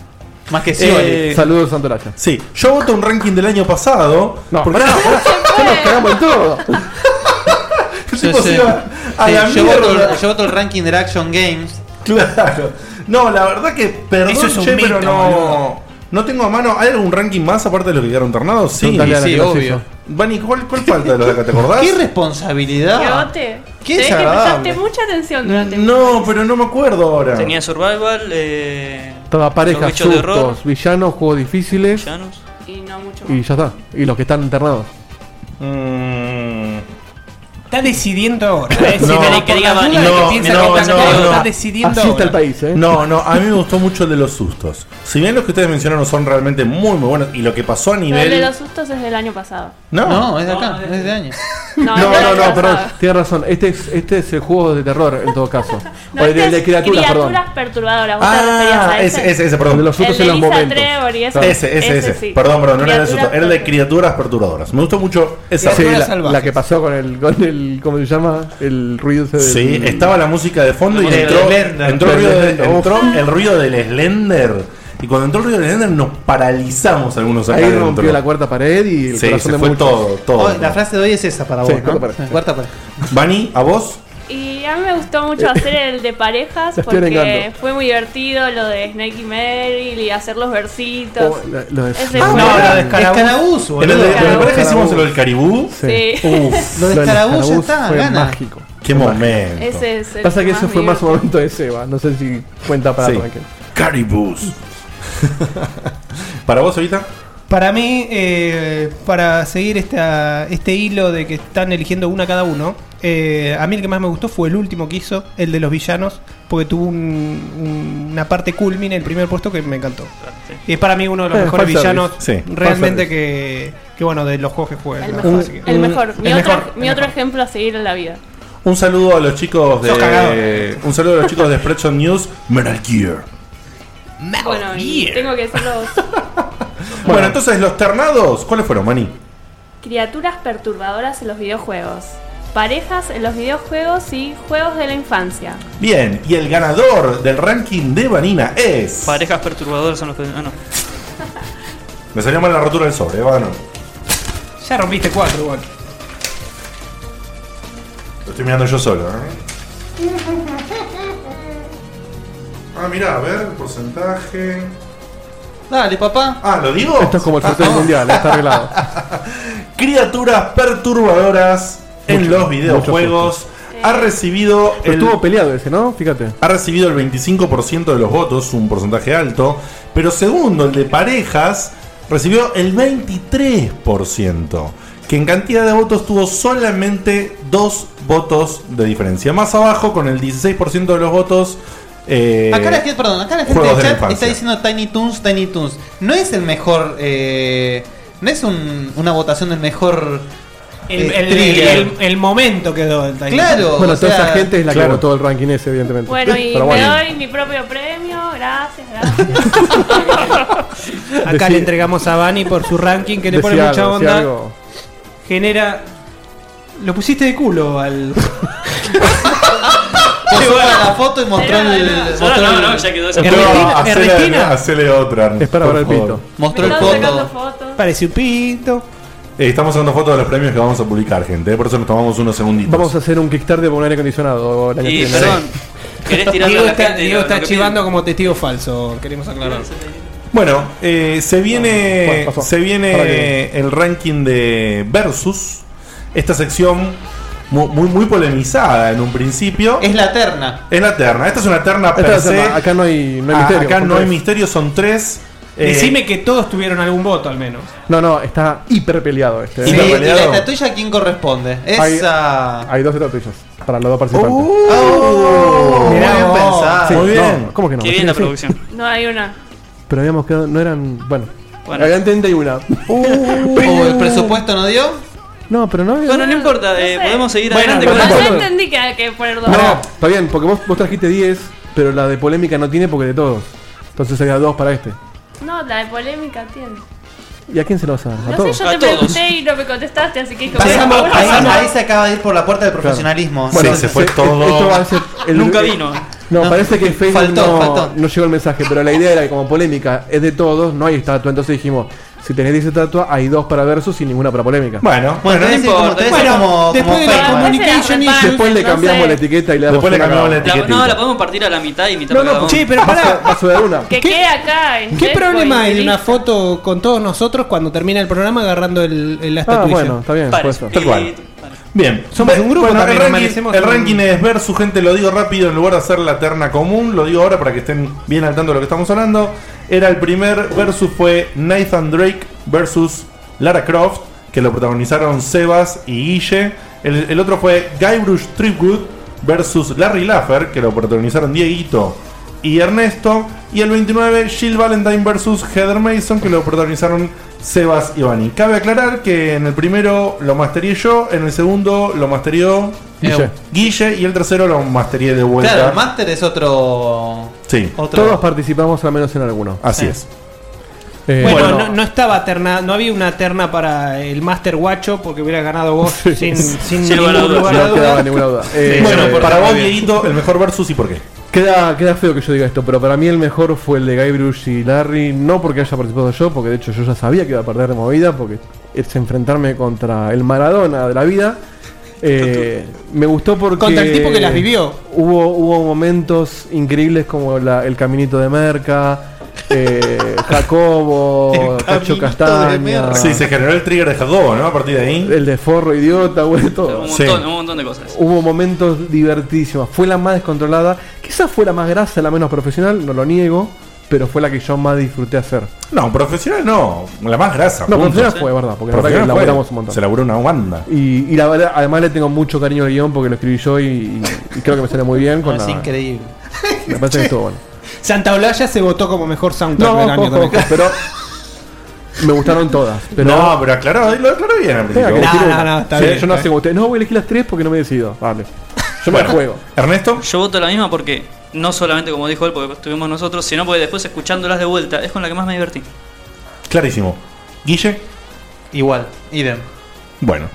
Speaker 5: Más que
Speaker 1: sí, vale.
Speaker 10: Saludos, Santoracha.
Speaker 1: Eh, Sí, yo voto un ranking del año pasado. No, porque
Speaker 10: ya nos cagamos en todo.
Speaker 5: Yo
Speaker 1: Tipo,
Speaker 5: sé.
Speaker 1: se iba a
Speaker 5: Sí,
Speaker 1: la
Speaker 5: yo, voto,
Speaker 1: mierda.
Speaker 5: yo voto el ranking de Action Games.
Speaker 1: Claro. No, la verdad que perdón,
Speaker 5: Eso es un
Speaker 1: che, pero
Speaker 5: mito,
Speaker 1: no,
Speaker 5: boludo.
Speaker 1: no tengo a mano. ¿Hay algún ranking más aparte de los que quedaron tornados? Sí,
Speaker 5: Preguntale a la Sí, que nos obvio. hizo.
Speaker 1: Vani, ¿cuál, cuál falta de los de acá? ¿Te acordás?
Speaker 5: ¿Qué responsabilidad?
Speaker 7: Guiote.
Speaker 5: Qué
Speaker 7: Sé que
Speaker 5: desagradable.
Speaker 7: prestaste mucha atención durante
Speaker 1: No, pero no me acuerdo ahora.
Speaker 4: Tenía Survival, eh,
Speaker 10: Toda pareja,
Speaker 4: bichos de horror.
Speaker 10: sustos, villanos, juegos difíciles.
Speaker 7: Y no mucho más.
Speaker 10: Y ya está. Y los que están internados.
Speaker 13: Está decidiendo ahora. ¿eh? Si
Speaker 1: No,
Speaker 13: me lo- por las dudas de que piensa que está sacando, está decidiendo ahora.
Speaker 10: ¿eh?
Speaker 1: No, no, a mí me gustó mucho el de los sustos. Si bien los que ustedes mencionaron son realmente muy, muy buenos y lo que pasó a
Speaker 7: Pero el de
Speaker 1: nivel.
Speaker 7: los sustos es del año pasado.
Speaker 1: No,
Speaker 5: No, es de acá, es de año.
Speaker 10: No,
Speaker 7: No, es del
Speaker 10: no,
Speaker 7: año
Speaker 10: no, perdón.
Speaker 7: pasado.
Speaker 10: Tienes razón. Este es, este es el juego de terror, en todo caso.
Speaker 7: No,
Speaker 10: o el
Speaker 7: este
Speaker 10: de, el de
Speaker 7: es
Speaker 10: criaturas, perdón.
Speaker 7: perturbadoras. ¿Vos te referías
Speaker 1: Ah,
Speaker 7: a ese?
Speaker 1: ese, ese, ese, perdón.
Speaker 10: El de los sustos
Speaker 7: El de
Speaker 10: en los
Speaker 7: Lisa
Speaker 10: momentos.
Speaker 7: Trevor y ese.
Speaker 1: Ese, ese, ese.
Speaker 7: Ese sí.
Speaker 1: Perdón, perdón, no era el de
Speaker 7: Criaturas
Speaker 1: sustos, era el de criaturas perturbadoras. Me gustó mucho esa
Speaker 10: Sí, la, la que pasó con el, con el el. ¿Cómo se llama? El ruido ese del-
Speaker 1: Sí, estaba la música de fondo y
Speaker 10: El
Speaker 1: entró,
Speaker 10: Slender.
Speaker 1: entró el ruido de-
Speaker 10: Uf.
Speaker 1: entró el ruido del Slender. Y cuando entró el ruido del Slender nos paralizamos algunos acá
Speaker 10: Ahí
Speaker 1: adentro.
Speaker 10: rompió la cuarta pared y el
Speaker 1: Sí,
Speaker 10: corazón
Speaker 1: se
Speaker 10: de
Speaker 1: fue
Speaker 10: muchos.
Speaker 1: todo, todo.
Speaker 5: Hoy, Oh, la frase de hoy es esa para
Speaker 10: Sí,
Speaker 5: vos, ¿no?
Speaker 10: cuarta pared.
Speaker 5: Cuarta pared.
Speaker 1: Vani, ¿a vos?
Speaker 7: Y a mí me gustó mucho hacer el de parejas
Speaker 10: Lo estoy
Speaker 7: porque
Speaker 10: negando.
Speaker 7: fue muy divertido lo de Snake y Meryl y hacer los versitos.
Speaker 10: Oh, la- lo de-
Speaker 7: Ese
Speaker 10: Ah,
Speaker 7: fue-
Speaker 10: no, lo de
Speaker 5: Escarabús,
Speaker 1: En el
Speaker 5: boludo.
Speaker 1: de, en el pareja hicimos lo del caribú.
Speaker 7: Sí.
Speaker 1: Uf.
Speaker 5: Lo de Escarabús ya
Speaker 10: Escarabús
Speaker 5: está,
Speaker 10: fue
Speaker 5: gana.
Speaker 10: mágico.
Speaker 1: Qué momento.
Speaker 7: Ese es el
Speaker 10: Pasa que
Speaker 7: más
Speaker 10: ese fue
Speaker 7: vivo.
Speaker 10: más un momento de Seba. No sé si cuenta para
Speaker 1: Sí.
Speaker 10: Raquel.
Speaker 1: Caribús. Para vos ahorita.
Speaker 13: Para mí, eh, para seguir esta, este hilo de que están eligiendo una cada uno, eh, a mí el que más me gustó fue el último que hizo, el de los villanos, porque tuvo un- un- una parte culmine, el primer puesto que me encantó. Y es para mí uno de los
Speaker 10: Eh,
Speaker 13: mejores
Speaker 10: fanservice.
Speaker 13: villanos
Speaker 10: Sí.
Speaker 13: realmente que, que, bueno, de los juegos que juegan.
Speaker 7: El
Speaker 13: ¿no?
Speaker 7: mejor.
Speaker 13: Así que-
Speaker 7: El mejor. Mi,
Speaker 13: El
Speaker 7: otro,
Speaker 13: mejor,
Speaker 7: mi
Speaker 13: el
Speaker 7: otro ejemplo a seguir en la vida.
Speaker 1: Un saludo a los chicos
Speaker 13: Sos cagado.
Speaker 1: de. Un saludo a los chicos de Spreadshot News. Metal Gear.
Speaker 7: bueno, y tengo que decir los
Speaker 1: Bueno, entonces los ternados, ¿cuáles fueron, Mani?
Speaker 7: criaturas perturbadoras en los videojuegos. Parejas en los videojuegos y juegos de la infancia.
Speaker 1: Bien, y el ganador del ranking de Vanina es.
Speaker 4: Parejas perturbadoras son los que. Ah, no.
Speaker 1: Me salió mal la rotura del sobre, bueno.
Speaker 13: Ya rompiste cuatro, igual.
Speaker 1: Lo estoy mirando yo solo, ¿eh? Ah, mirá, a ver, porcentaje.
Speaker 5: Dale, papá.
Speaker 1: Ah, ¿lo digo? Ah.
Speaker 10: Esto es como el sorteo del mundial, eh, está arreglado.
Speaker 1: Criaturas perturbadoras en
Speaker 10: Mucho,
Speaker 1: los videojuegos. Ha recibido.
Speaker 10: Pero
Speaker 1: el-
Speaker 10: estuvo peleado ese, ¿no? Fíjate.
Speaker 1: Ha recibido el 25% de los votos, un porcentaje alto. Pero segundo, el de parejas, recibió el 23%. Que en cantidad de votos tuvo solamente dos votos de diferencia. Más abajo, con el 16% de los votos. eh,
Speaker 5: Acá la gente, perdón, acá la gente
Speaker 1: Juegos de
Speaker 5: del
Speaker 1: la
Speaker 5: chat
Speaker 1: infancia.
Speaker 5: está diciendo Tiny Toons, Tiny Toons. No es el mejor. eh, no es un- una votación del mejor.
Speaker 13: El,
Speaker 5: eh,
Speaker 13: el-
Speaker 5: thriller.
Speaker 13: el- el momento quedó. el Titanic.
Speaker 5: Claro,
Speaker 10: Bueno,
Speaker 5: o
Speaker 10: toda
Speaker 5: sea,
Speaker 10: esa gente es la
Speaker 13: claro.
Speaker 10: que votó el ranking ese, evidentemente.
Speaker 7: Bueno, y
Speaker 10: Pero
Speaker 7: me
Speaker 10: bueno.
Speaker 7: doy mi propio premio. Gracias, gracias.
Speaker 13: Acá
Speaker 10: Decí-
Speaker 13: le entregamos a Bani por su ranking que le pone
Speaker 10: Decí
Speaker 13: mucha
Speaker 10: algo, decí
Speaker 13: onda.
Speaker 10: algo.
Speaker 13: Genera. Lo pusiste de culo al.
Speaker 5: Posó para la foto y mostró el. mostró el-
Speaker 1: No, hacele- hacele otra. Es
Speaker 10: para ver el
Speaker 1: pito.
Speaker 5: Mostró el foto.
Speaker 13: Parece un pito.
Speaker 1: Eh, estamos haciendo fotos de los premios que vamos a publicar, gente. eh, Por eso nos tomamos unos segunditos.
Speaker 10: Vamos a hacer un Kickstarter por un aire acondicionado el año que viene.
Speaker 4: ¿Querés tirarle
Speaker 13: Diego
Speaker 4: a la
Speaker 13: está,
Speaker 4: gente
Speaker 13: Diego
Speaker 4: lo-
Speaker 13: está
Speaker 4: lo que
Speaker 13: chivando como testigo falso, queremos aclarar.
Speaker 1: Bueno, eh, se viene,
Speaker 13: Ah, Bueno, pasó.
Speaker 1: se
Speaker 13: Ahora
Speaker 1: viene
Speaker 13: que-
Speaker 1: el ranking de Versus. Esta sección mu- muy, muy, polemizada en un principio.
Speaker 5: Es la terna.
Speaker 1: Es la terna. Esta es una terna
Speaker 10: Esta
Speaker 1: per
Speaker 10: es la
Speaker 1: se.
Speaker 10: terna. Acá no hay- no hay
Speaker 1: Ah,
Speaker 10: misterio,
Speaker 1: Acá
Speaker 10: son
Speaker 1: no hay
Speaker 10: tres.
Speaker 1: misterio, son tres. Eh,
Speaker 13: Decime que todos tuvieron algún voto al menos.
Speaker 10: No, no, está hiper peleado este.
Speaker 5: Sí, ¿Y la estatuilla a quién corresponde?
Speaker 10: Hay-
Speaker 5: Esa.
Speaker 10: Ah. Hay dos estatuillas para los dos participantes.
Speaker 1: Uh,
Speaker 4: Oh.
Speaker 5: Mirá
Speaker 10: bien
Speaker 5: vos.
Speaker 1: ah,
Speaker 10: pensado. Sí,
Speaker 5: Muy
Speaker 10: no,
Speaker 5: bien.
Speaker 10: ¿Cómo que no?
Speaker 4: Qué bien la
Speaker 10: Sí, sí.
Speaker 4: producción.
Speaker 7: No hay una.
Speaker 10: Pero habíamos quedado, no eran. Bueno,
Speaker 4: Bueno.
Speaker 10: habían 31.
Speaker 1: Uh,
Speaker 5: ¿O Oh, el presupuesto no dio?
Speaker 10: No, pero no había.
Speaker 4: Bueno, no importa, eh, podemos seguir
Speaker 10: Bueno,
Speaker 4: adelante
Speaker 10: bueno,
Speaker 4: con
Speaker 7: Yo
Speaker 10: bueno.
Speaker 4: la.
Speaker 7: entendí que hay que poner dos.
Speaker 10: No, está bien, porque vos, vos trajiste 10, pero la de polémica no tiene porque de todos. Entonces había dos para este.
Speaker 7: No, la de polémica tiene.
Speaker 10: ¿Y a quién se lo vas a dar? ¿A
Speaker 7: No sé,
Speaker 10: todos?
Speaker 7: yo te pregunté y no me contestaste, así que dije,
Speaker 5: Pasamos,
Speaker 7: bueno,
Speaker 5: ahí,
Speaker 7: bueno.
Speaker 5: ahí se acaba de ir por la puerta del profesionalismo.
Speaker 10: Bueno, se-
Speaker 5: Sí,
Speaker 10: esto va a ser el-
Speaker 5: Nunca
Speaker 10: el-
Speaker 5: vino.
Speaker 10: No,
Speaker 5: No,
Speaker 10: parece que Facebook
Speaker 5: faltó,
Speaker 10: no,
Speaker 5: faltó.
Speaker 10: no llegó el mensaje, pero la idea era que como polémica es de todos, no hay estatua. Entonces dijimos, si tenés 10 estatuas, hay dos para versus y ninguna para polémica.
Speaker 1: Bueno,
Speaker 5: Bueno, debe ser como- debe ser
Speaker 13: Bueno,
Speaker 5: como-
Speaker 13: después
Speaker 5: como
Speaker 13: de la
Speaker 5: Facebook, ¿eh?
Speaker 13: communication issues,
Speaker 10: Después le
Speaker 13: no
Speaker 10: cambiamos
Speaker 13: sé.
Speaker 10: la etiqueta y le damos
Speaker 1: Después le
Speaker 10: una
Speaker 1: cambiamos
Speaker 10: nueva.
Speaker 1: la
Speaker 4: La- no, la podemos partir a la mitad y mitad
Speaker 13: No,
Speaker 4: para
Speaker 13: no,
Speaker 4: cada
Speaker 13: che,
Speaker 4: uno.
Speaker 13: pero pará.
Speaker 10: Vas a dar una.
Speaker 7: Que quede acá. este, en
Speaker 13: ¿Qué
Speaker 7: Checkpoint,
Speaker 13: problema hay de
Speaker 7: y
Speaker 13: una
Speaker 7: listo.
Speaker 13: foto con todos nosotros cuando termina el programa agarrando el, el
Speaker 10: Ah,
Speaker 13: la estatuilla?
Speaker 10: bueno, está bien, puesto.
Speaker 1: Tal cual. Bien.
Speaker 13: Somos
Speaker 1: Ve-
Speaker 13: un grupo
Speaker 1: bueno,
Speaker 13: también,
Speaker 1: el ranking,
Speaker 13: permanecemos
Speaker 1: el
Speaker 13: un-
Speaker 1: ranking es ver su gente, lo digo rápido, en lugar de hacer la terna común, lo digo ahora para que estén bien al tanto de lo que estamos hablando. Era el primer versus fue Nathan Drake versus Lara Croft, que lo protagonizaron Sebas y Guille. El, el otro fue Guybrush Tripwood versus Larry Laffer, que lo protagonizaron Dieguito y Ernesto. Y el 29, Jill Valentine versus Heather Mason, que lo protagonizaron Sebas y Bani. Cabe aclarar que en el primero lo masteré yo, en el segundo lo masterió
Speaker 10: Guille.
Speaker 1: Guille y el tercero lo masteré de vuelta.
Speaker 5: Claro, el máster es otro.
Speaker 1: Sí.
Speaker 5: Otro.
Speaker 10: Todos participamos al menos en alguno.
Speaker 1: Así es.
Speaker 10: Eh,
Speaker 13: bueno, No, no estaba terna, no había una terna para el Master Guacho porque hubiera ganado vos sin, sin ningún lugar a
Speaker 10: No quedaba
Speaker 13: dudas.
Speaker 10: ninguna duda.
Speaker 13: Sí,
Speaker 10: Eh,
Speaker 13: yo no
Speaker 10: bueno,
Speaker 13: aporto
Speaker 10: para
Speaker 13: nada
Speaker 10: vos,
Speaker 13: bien.
Speaker 10: Dieguito,
Speaker 1: el mejor versus y por qué.
Speaker 10: Queda, queda feo que yo diga esto, pero para mí el mejor fue el de Guybrush y Larry, no porque haya participado yo, porque de hecho yo ya sabía que iba a perder de movida, porque es enfrentarme contra el Maradona de la vida. Eh, me gustó porque...
Speaker 13: Contra el tipo que las vivió.
Speaker 10: Hubo, hubo momentos increíbles como la- el caminito de Merca, eh, Jacobo, Cacho Castaña.
Speaker 1: Sí, se generó el trigger de Jacobo, ¿no? A partir de ahí.
Speaker 10: El de Forro Idiota, güey, todo.
Speaker 4: Un montón, un montón de cosas.
Speaker 10: Hubo momentos divertidísimos. Fue la más descontrolada. Quizás fue la más grasa, la menos profesional, no lo niego. Pero fue la que yo más disfruté hacer.
Speaker 1: No, profesional no. La más grasa.
Speaker 10: No,
Speaker 1: punto.
Speaker 10: profesional fue, verdad, porque la verdad que
Speaker 1: Profesional fue.
Speaker 10: laburamos un montón.
Speaker 1: Se laburó una banda.
Speaker 10: Y, y la verdad, además le tengo mucho cariño al guión porque lo escribí yo y, y- y creo que me salió muy bien. Con
Speaker 13: No, es
Speaker 10: la-
Speaker 13: increíble.
Speaker 10: Me parece que estuvo bueno.
Speaker 13: Santa Olalla se votó como mejor soundtrack
Speaker 10: No,
Speaker 13: del año
Speaker 10: ojo,
Speaker 13: también.
Speaker 10: ojo, pero me gustaron todas. Pero
Speaker 1: No, pero aclaró, lo aclaró bien al
Speaker 10: Tenga que
Speaker 1: principio.
Speaker 10: elegir
Speaker 1: No,
Speaker 10: una.
Speaker 1: no, no, está
Speaker 10: Sí,
Speaker 1: bien,
Speaker 10: yo no
Speaker 1: está
Speaker 10: sé como ustedes. No, voy a elegir las tres porque no me decido. Vale. Yo me la juego.
Speaker 1: ¿Ernesto?
Speaker 4: Yo voto la misma porque, no solamente como dijo él, porque estuvimos nosotros, sino porque después escuchándolas de vuelta es con la que más me divertí.
Speaker 1: Clarísimo. Guille.
Speaker 5: Igual, idem.
Speaker 1: Bueno,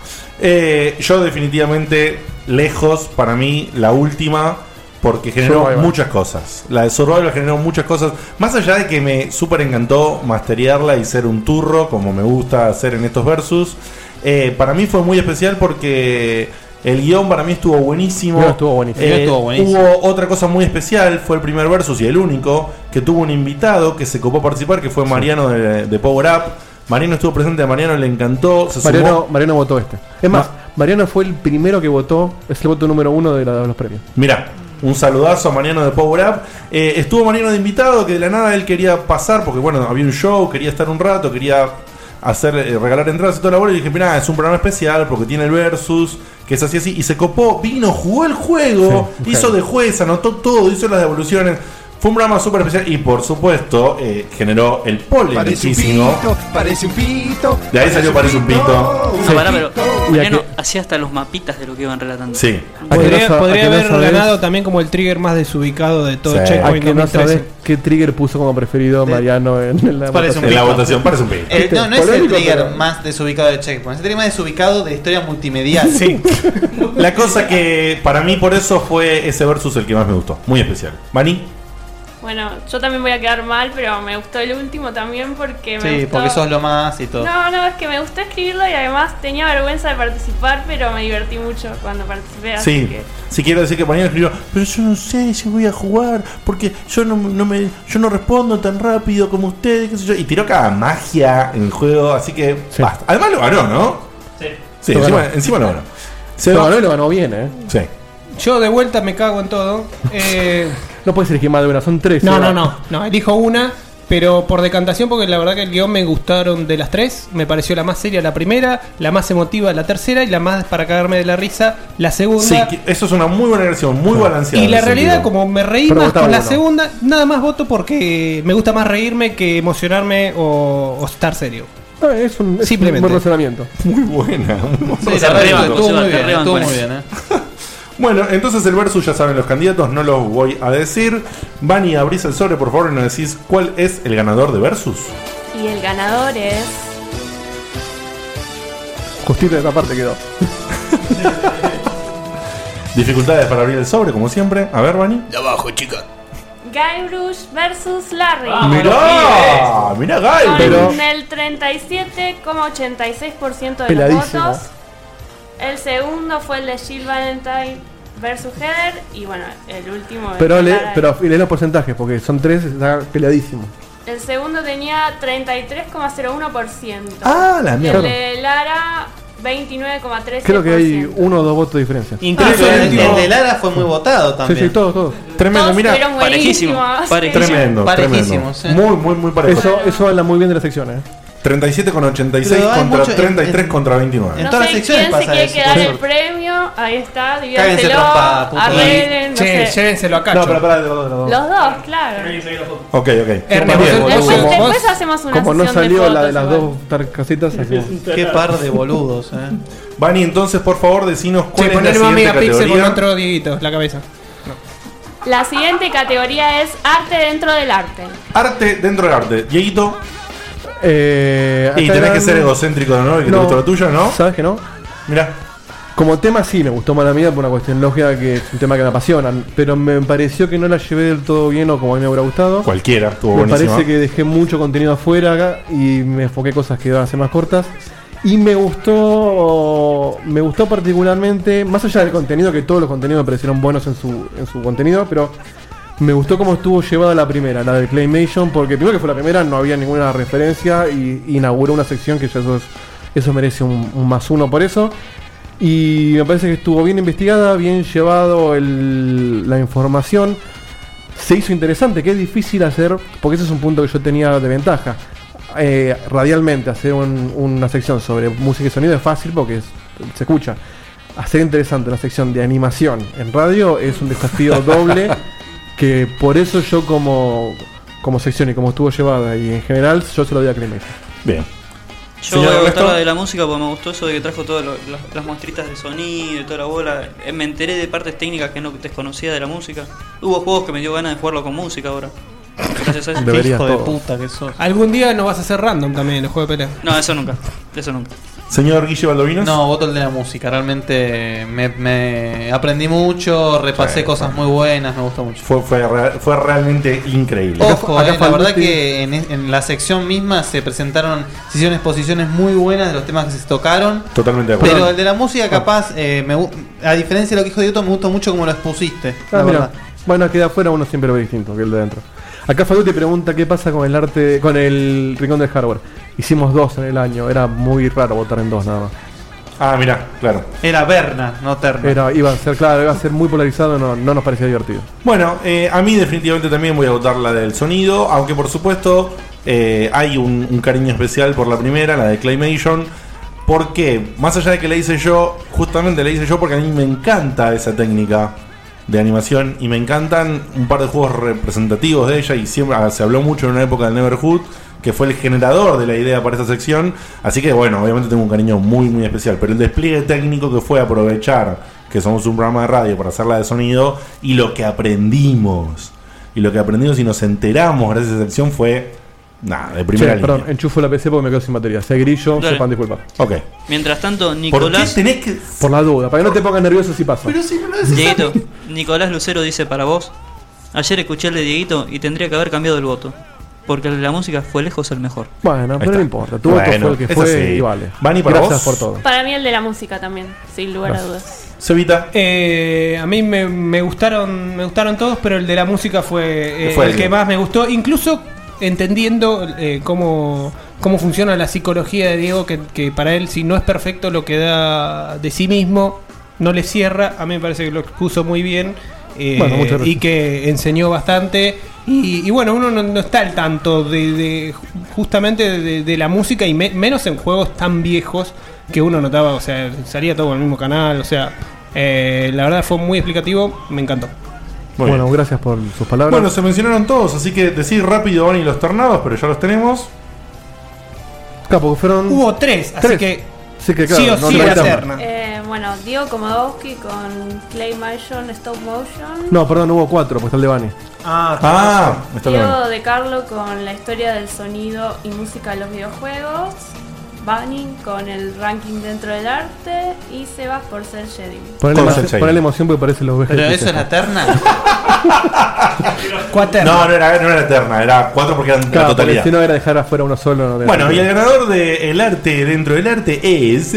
Speaker 1: eh, yo definitivamente lejos para mí la última porque generó
Speaker 10: Survival.
Speaker 1: muchas cosas. La de Survival generó muchas cosas. Más allá de que me súper encantó masterearla y ser un turro como me gusta hacer en estos versus, eh, para mí fue muy especial porque el guión para mí estuvo buenísimo.
Speaker 10: No, estuvo buenísimo.
Speaker 1: Eh,
Speaker 10: Estuvo buenísimo.
Speaker 1: Hubo otra cosa muy especial, fue el primer versus y el único, que tuvo un invitado que se copó a participar, que fue Mariano de, de Power Up. Mariano estuvo presente, a Mariano le encantó. Se sumó.
Speaker 10: Mariano, Mariano votó este. Es más, Mariano fue el primero que votó. Es el voto número uno de, la- de los premios.
Speaker 1: Mira, un saludazo a Mariano de Power Up. Eh, estuvo Mariano de invitado, que de la nada él quería pasar, porque bueno, había un show, quería estar un rato, quería hacer eh, regalar entradas y toda la bola. Y dije, mira, es un programa especial porque tiene el versus, que es así, así. Y se copó, vino, jugó el juego,
Speaker 10: Sí,
Speaker 1: hizo de juez, anotó todo, hizo las devoluciones. Fue un programa súper especial y por supuesto eh, generó el polémico.
Speaker 18: parece un pito.
Speaker 1: De ahí salió Parece un pito.
Speaker 4: No,
Speaker 1: Sí.
Speaker 4: pará, pero
Speaker 1: Y
Speaker 4: Mariano
Speaker 1: aquí-
Speaker 4: hacía hasta los mapitas de lo que iban relatando.
Speaker 1: Sí.
Speaker 13: Podría,
Speaker 10: sa-
Speaker 13: podría
Speaker 10: a que no
Speaker 13: haber
Speaker 10: sabes-
Speaker 13: ganado también como el trigger más desubicado de todo
Speaker 10: Hay
Speaker 13: Checkpoint
Speaker 10: que no
Speaker 13: 2013.
Speaker 10: sabes qué trigger puso como preferido Mariano en, en la
Speaker 5: Parece
Speaker 10: votación. Este,
Speaker 5: un En la votación,
Speaker 1: parece un
Speaker 5: El- Eh, no, no es el
Speaker 10: Polémico,
Speaker 5: trigger
Speaker 10: pero-
Speaker 5: más desubicado de Checkpoint, es el trigger más desubicado de la historia multimedial.
Speaker 1: Sí. La cosa que para mí por eso fue ese versus el que más me gustó. Muy especial. Mani,
Speaker 7: Bueno, yo también voy a quedar mal, pero me gustó el último también porque me
Speaker 5: Sí,
Speaker 7: gustó-
Speaker 5: porque sos lo más y todo.
Speaker 7: No, no, es que me gustó escribirlo y además tenía vergüenza de participar, pero me divertí mucho cuando participé. así
Speaker 1: sí.
Speaker 7: que-
Speaker 1: Si quiero decir que Mani escribió, pero yo no sé si voy a jugar, porque yo no, no me, yo no respondo tan rápido como ustedes, qué sé yo. Y tiró cada magia en el juego, así que basta. Además lo ganó, ¿no? Sí. Sí,
Speaker 10: Lo
Speaker 1: encima,
Speaker 10: ganó.
Speaker 1: encima lo ganó.
Speaker 10: Se lo ganó y lo ganó bien, ¿eh?
Speaker 1: Sí.
Speaker 13: Yo de vuelta me cago en todo. Eh,
Speaker 10: No puedes elegir más de una, son tres.
Speaker 13: No,
Speaker 10: Seba.
Speaker 13: no, no, no, elijo una, pero por decantación, porque la verdad que el guión me gustaron de las tres. Me pareció la más seria la primera, la más emotiva la tercera y la más para cagarme de la risa la
Speaker 1: Sí,
Speaker 13: segunda.
Speaker 1: que- eso es una muy buena agresión, muy balanceada.
Speaker 13: y
Speaker 1: en
Speaker 13: la
Speaker 1: ese
Speaker 13: realidad,
Speaker 1: sentido.
Speaker 13: como me reí
Speaker 1: Pero
Speaker 13: más
Speaker 1: votaba
Speaker 13: con la
Speaker 1: uno.
Speaker 13: segunda, nada más voto porque me gusta más reírme que emocionarme o, o estar serio.
Speaker 10: Ah, Es un, es
Speaker 13: Simplemente.
Speaker 10: un buen razonamiento.
Speaker 1: Muy buena.
Speaker 13: Sí, la verdad que estuvo muy bien, ¿eh? estuvo muy
Speaker 5: bien, ¿eh?
Speaker 1: Bueno, entonces el versus ya saben los candidatos, no los voy a decir. Vani, abrís el sobre, por favor, y nos decís cuál es el ganador de versus.
Speaker 7: Y el ganador es...
Speaker 10: Justito de esa parte quedó.
Speaker 1: Dificultades para abrir el sobre, como siempre. A ver, Vani.
Speaker 18: De abajo, chica.
Speaker 7: Guybrush versus Larry.
Speaker 10: Ah,
Speaker 1: Mirá, mirá Guy,
Speaker 7: Con
Speaker 1: pero
Speaker 7: el 37,86% de
Speaker 1: Peladísimo.
Speaker 7: los votos. El segundo fue el de Jill Valentine versus Heather. Y bueno, el último... es
Speaker 10: Pero lee,
Speaker 7: Larry.
Speaker 10: pero lee los porcentajes, porque son tres, está peleadísimo.
Speaker 7: El segundo tenía 33,01%.
Speaker 10: Ah, la mierda.
Speaker 7: El de Lara, 29,3%.
Speaker 10: Creo que hay uno o dos votos de diferencia.
Speaker 5: Incluso el, Ah, el de Lara fue muy votado
Speaker 10: Ah, Sí,
Speaker 5: también.
Speaker 10: sí, todos, todos.
Speaker 1: Tremendo, mira.
Speaker 7: fueron
Speaker 5: Parejísimo,
Speaker 7: buenísimos.
Speaker 5: parejísimo.
Speaker 1: Tremendo,
Speaker 5: Parejísimo, sí.
Speaker 1: tremendo. Muy, muy, muy parejo.
Speaker 10: Eso, eso habla muy bien de las secciones. ¿eh?
Speaker 1: 37 con 86
Speaker 10: Pero hay
Speaker 1: contra
Speaker 10: mucho en-
Speaker 1: 33 contra 29.
Speaker 7: No sé quién se quiere quedar el premio. Ahí está, diviértelo.
Speaker 1: trompada, puto.
Speaker 7: Arreglen, no
Speaker 13: Che,
Speaker 7: sé.
Speaker 13: llévenselo a Cacho.
Speaker 1: No, pero pará, de los
Speaker 7: Los dos, claro.
Speaker 1: Ok,
Speaker 10: Ernest,
Speaker 1: ok. Bien,
Speaker 10: vos-
Speaker 1: boludo.
Speaker 10: vos-
Speaker 7: Después- después hacemos una
Speaker 10: Como no
Speaker 7: sesión de
Speaker 10: salió la de
Speaker 7: fotos
Speaker 10: las
Speaker 7: igual.
Speaker 10: dos tar- casitas, hacemos.
Speaker 5: Qué par de boludos, eh.
Speaker 1: Vani, entonces, por favor, decinos
Speaker 13: Che,
Speaker 1: cuál es la
Speaker 13: ponele más
Speaker 1: siguiente
Speaker 13: megapíxel con
Speaker 1: categoría.
Speaker 13: otro Dieguito, la cabeza.
Speaker 7: La siguiente categoría es arte dentro del arte.
Speaker 1: Arte dentro del arte. Dieguito,
Speaker 10: Eh,
Speaker 1: Y
Speaker 10: acá
Speaker 1: tenés
Speaker 10: eran-
Speaker 1: que ser egocéntrico de honor y que te gustó lo tuyo, ¿no?
Speaker 10: ¿Sabes que no?
Speaker 1: Mira.
Speaker 10: Como tema sí me gustó Mala Mía por una cuestión lógica que es un tema que me apasiona, pero me pareció que no la llevé del todo bien o como a mí me hubiera gustado.
Speaker 1: Cualquiera, estuvo
Speaker 10: me
Speaker 1: buenísima.
Speaker 10: parece que dejé mucho contenido afuera acá y me enfoqué en cosas que iban a ser más cortas. Y me gustó, me gustó particularmente, más allá del contenido, que todos los contenidos me parecieron buenos en su, en su contenido, pero me gustó cómo estuvo llevada la primera, la del Claymation, porque primero que fue la primera no había ninguna referencia y inauguró una sección que ya eso, es- eso merece un, un más uno por eso. Y me parece que estuvo bien investigada, bien llevado el- la información. Se hizo interesante, que es difícil hacer, porque ese es un punto que yo tenía de ventaja. Eh, radialmente, hacer un- una sección sobre música y sonido es fácil porque es- se escucha. Hacer interesante una sección de animación en radio es un desafío doble, que por eso yo como, como sección y como estuvo llevada y en general, yo se lo doy a Clemente.
Speaker 1: Bien.
Speaker 4: Yo voy a votar la de la música porque me gustó eso de que trajo todas lo- las, las muestritas de sonido y toda la bola. Eh, Me enteré de partes técnicas que no desconocía de la música. Hubo juegos que me dio ganas de jugarlo con música ahora. Gracias a
Speaker 13: Ah,
Speaker 4: eso.
Speaker 13: que sos. Algún día nos vas a hacer random también los juegos de pelea.
Speaker 4: No, eso nunca. Eso nunca.
Speaker 1: Señor Guille Baldovinos.
Speaker 5: No, voto el de la música. Realmente me, me aprendí mucho, repasé
Speaker 1: Sí,
Speaker 5: cosas muy buenas, me gustó mucho.
Speaker 1: Fue, fue, re- fue realmente increíble.
Speaker 5: Ojo, eh, la verdad que en, en la sección misma se presentaron sesiones, posiciones muy buenas de los temas que se tocaron.
Speaker 1: Totalmente de acuerdo.
Speaker 5: Pero el de la música, capaz, eh, me gu- a diferencia de lo que dijo Dioto, me gustó mucho como lo expusiste.
Speaker 10: Ah,
Speaker 5: la
Speaker 10: mira.
Speaker 5: verdad.
Speaker 10: Bueno, queda afuera, uno siempre lo ve distinto que el de adentro. Acá Falú te pregunta qué pasa con el arte, con el rincón del hardware. Hicimos dos en el año, era muy raro votar en dos nada más.
Speaker 1: Ah, mira, claro.
Speaker 5: Era Berna, no Terna.
Speaker 10: Era, iba a ser, claro, iba a ser muy polarizado, no, no nos parecía divertido.
Speaker 1: Bueno, eh, a mí definitivamente también voy a votar la del sonido, aunque por supuesto eh, hay un, un cariño especial por la primera, la de Claymation. Porque, más allá de que la hice yo, justamente la hice yo porque a mí me encanta esa técnica de animación y me encantan un par de juegos representativos de ella y siempre ah, se habló mucho en una época del Neverhood, que fue el generador de la idea para esta sección. Así que bueno, obviamente tengo un cariño muy muy especial, pero el despliegue técnico que fue aprovechar que somos un programa de radio para hacerla de sonido y lo que aprendimos y lo que aprendimos y nos enteramos gracias a esa sección fue nada, de primera
Speaker 10: Che,
Speaker 1: línea.
Speaker 10: perdón, enchufo la PC porque me quedo sin batería. Se grillo,
Speaker 4: Dale.
Speaker 10: sepan disculpar.
Speaker 1: Ok.
Speaker 4: Mientras tanto, Nicolás.
Speaker 1: que.?
Speaker 10: Por la duda, para que no te pongas nervioso si pasa.
Speaker 4: Dieguito, Nicolás Lucero dice para vos. Ayer escuché el de Dieguito y tendría que haber cambiado el voto. Porque el de la música fue lejos el mejor.
Speaker 10: Bueno, pero no importa, tu voto fue el que fue y vale.
Speaker 13: Gracias por todo.
Speaker 7: Para mí el de la música también, sin lugar a dudas.
Speaker 1: Sevita.
Speaker 13: Eh, a mí me, me gustaron me gustaron todos, pero el de la música fue, eh,
Speaker 1: Fue
Speaker 13: el,
Speaker 1: el
Speaker 13: que
Speaker 1: que-
Speaker 13: más me gustó. Incluso entendiendo eh, cómo, cómo funciona la psicología de Diego, que, que para él, si no es perfecto lo que da de sí mismo, no le cierra. A mí me parece que lo expuso muy bien. eh,
Speaker 10: Bueno, muchas gracias.
Speaker 13: y que enseñó bastante. Y, y bueno, uno no, no está al tanto de, de- justamente de, de la música y me- menos en juegos tan viejos que uno notaba, o sea, salía todo por el mismo canal, o sea, eh, la verdad fue muy explicativo, me encantó.
Speaker 10: bueno, gracias por sus palabras.
Speaker 1: Bueno, se mencionaron todos, así que decir rápido Oni y los tornados, pero ya los tenemos.
Speaker 10: Capo, fueron.
Speaker 13: Hubo tres, así que
Speaker 10: Sí, que claro,
Speaker 13: sí o
Speaker 10: no
Speaker 13: sí
Speaker 10: te
Speaker 13: era
Speaker 10: metan.
Speaker 13: Serna.
Speaker 7: Eh, bueno, Diego Komodowski con Claymation Stop Motion.
Speaker 10: No, perdón, hubo cuatro, pues está el de Bani.
Speaker 13: Ah,
Speaker 1: Ah, está el de Bani.
Speaker 7: Diego de Carlo con la historia del sonido y música de los videojuegos. Banning con el ranking dentro del arte. Y Sebas por ser Jedi.
Speaker 10: Ponele,
Speaker 1: Con
Speaker 10: emo-
Speaker 1: Sensei.
Speaker 10: ponele emoción porque parece los vejes.
Speaker 5: Pero
Speaker 10: de
Speaker 5: eso es
Speaker 10: Quintana.
Speaker 5: la terna.
Speaker 1: No, no era, no era eterna, era cuatro porque eran
Speaker 10: Claro,
Speaker 1: la
Speaker 10: porque
Speaker 1: totalidad.
Speaker 10: si no era dejar afuera uno solo. no tenía
Speaker 1: Bueno, y el
Speaker 10: sentido.
Speaker 1: ganador del arte dentro del arte es.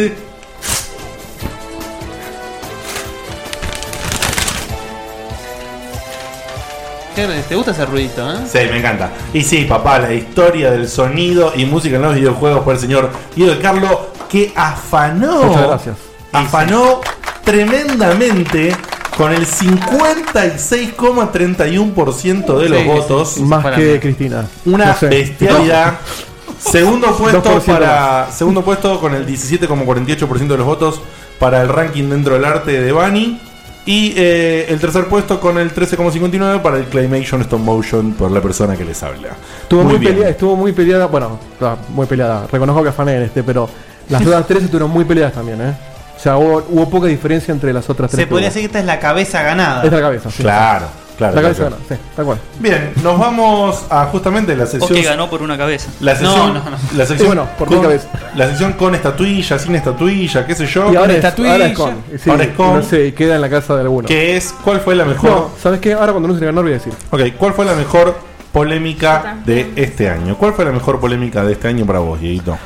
Speaker 5: ¿Qué- ¿Te gusta ese ruidito, eh?
Speaker 1: Sí, me encanta. Y sí, papá, la historia del sonido y música en los videojuegos por el señor Guido de Carlo, que afanó.
Speaker 10: Muchas gracias.
Speaker 1: Afanó tremendamente con el 56,31% de los
Speaker 10: Sí, sí,
Speaker 1: votos.
Speaker 10: sí, sí, Más para que mí. Cristina.
Speaker 1: Una
Speaker 10: No sé.
Speaker 1: bestialidad. Segundo puesto
Speaker 10: 2%
Speaker 1: para. Segundo puesto con el 17,48% de los votos para el ranking dentro del arte de Bunny. Y eh, el tercer puesto con el 13,59 para el Claymation Stop Motion por la persona que les habla.
Speaker 10: Estuvo muy,
Speaker 1: bien.
Speaker 10: pelea- estuvo muy peleada, bueno, no, muy peleada. Reconozco que afané en este, pero las otras tres estuvieron muy peleadas también, ¿eh? O sea, hubo, hubo poca diferencia entre las otras tres.
Speaker 5: Se
Speaker 10: que
Speaker 5: podría
Speaker 10: hubo.
Speaker 5: decir que esta es la cabeza ganada.
Speaker 10: Esta cabeza, sí.
Speaker 1: Claro. Claro,
Speaker 10: la cabeza
Speaker 1: claro.
Speaker 10: gana, sí, tal cual.
Speaker 1: Bien, nos vamos a justamente la
Speaker 4: O
Speaker 1: sección.
Speaker 4: que ganó por una cabeza.
Speaker 1: La sección, La sección
Speaker 10: Bueno, por
Speaker 1: con,
Speaker 10: mi cabeza.
Speaker 1: La sección con estatuilla, sin estatuilla, qué sé yo.
Speaker 10: Y ahora es,
Speaker 1: con
Speaker 10: ahora es con. Sí,
Speaker 1: Ahora es con.
Speaker 10: No sé, queda en la casa de alguno.
Speaker 1: Que es, ¿cuál fue la mejor?
Speaker 10: No, ¿sabes qué? Ahora cuando no se le ganó, voy a decir.
Speaker 1: Ok, ¿cuál fue la mejor polémica de este año? ¿Cuál fue la mejor polémica de este año para vos, Dieguito?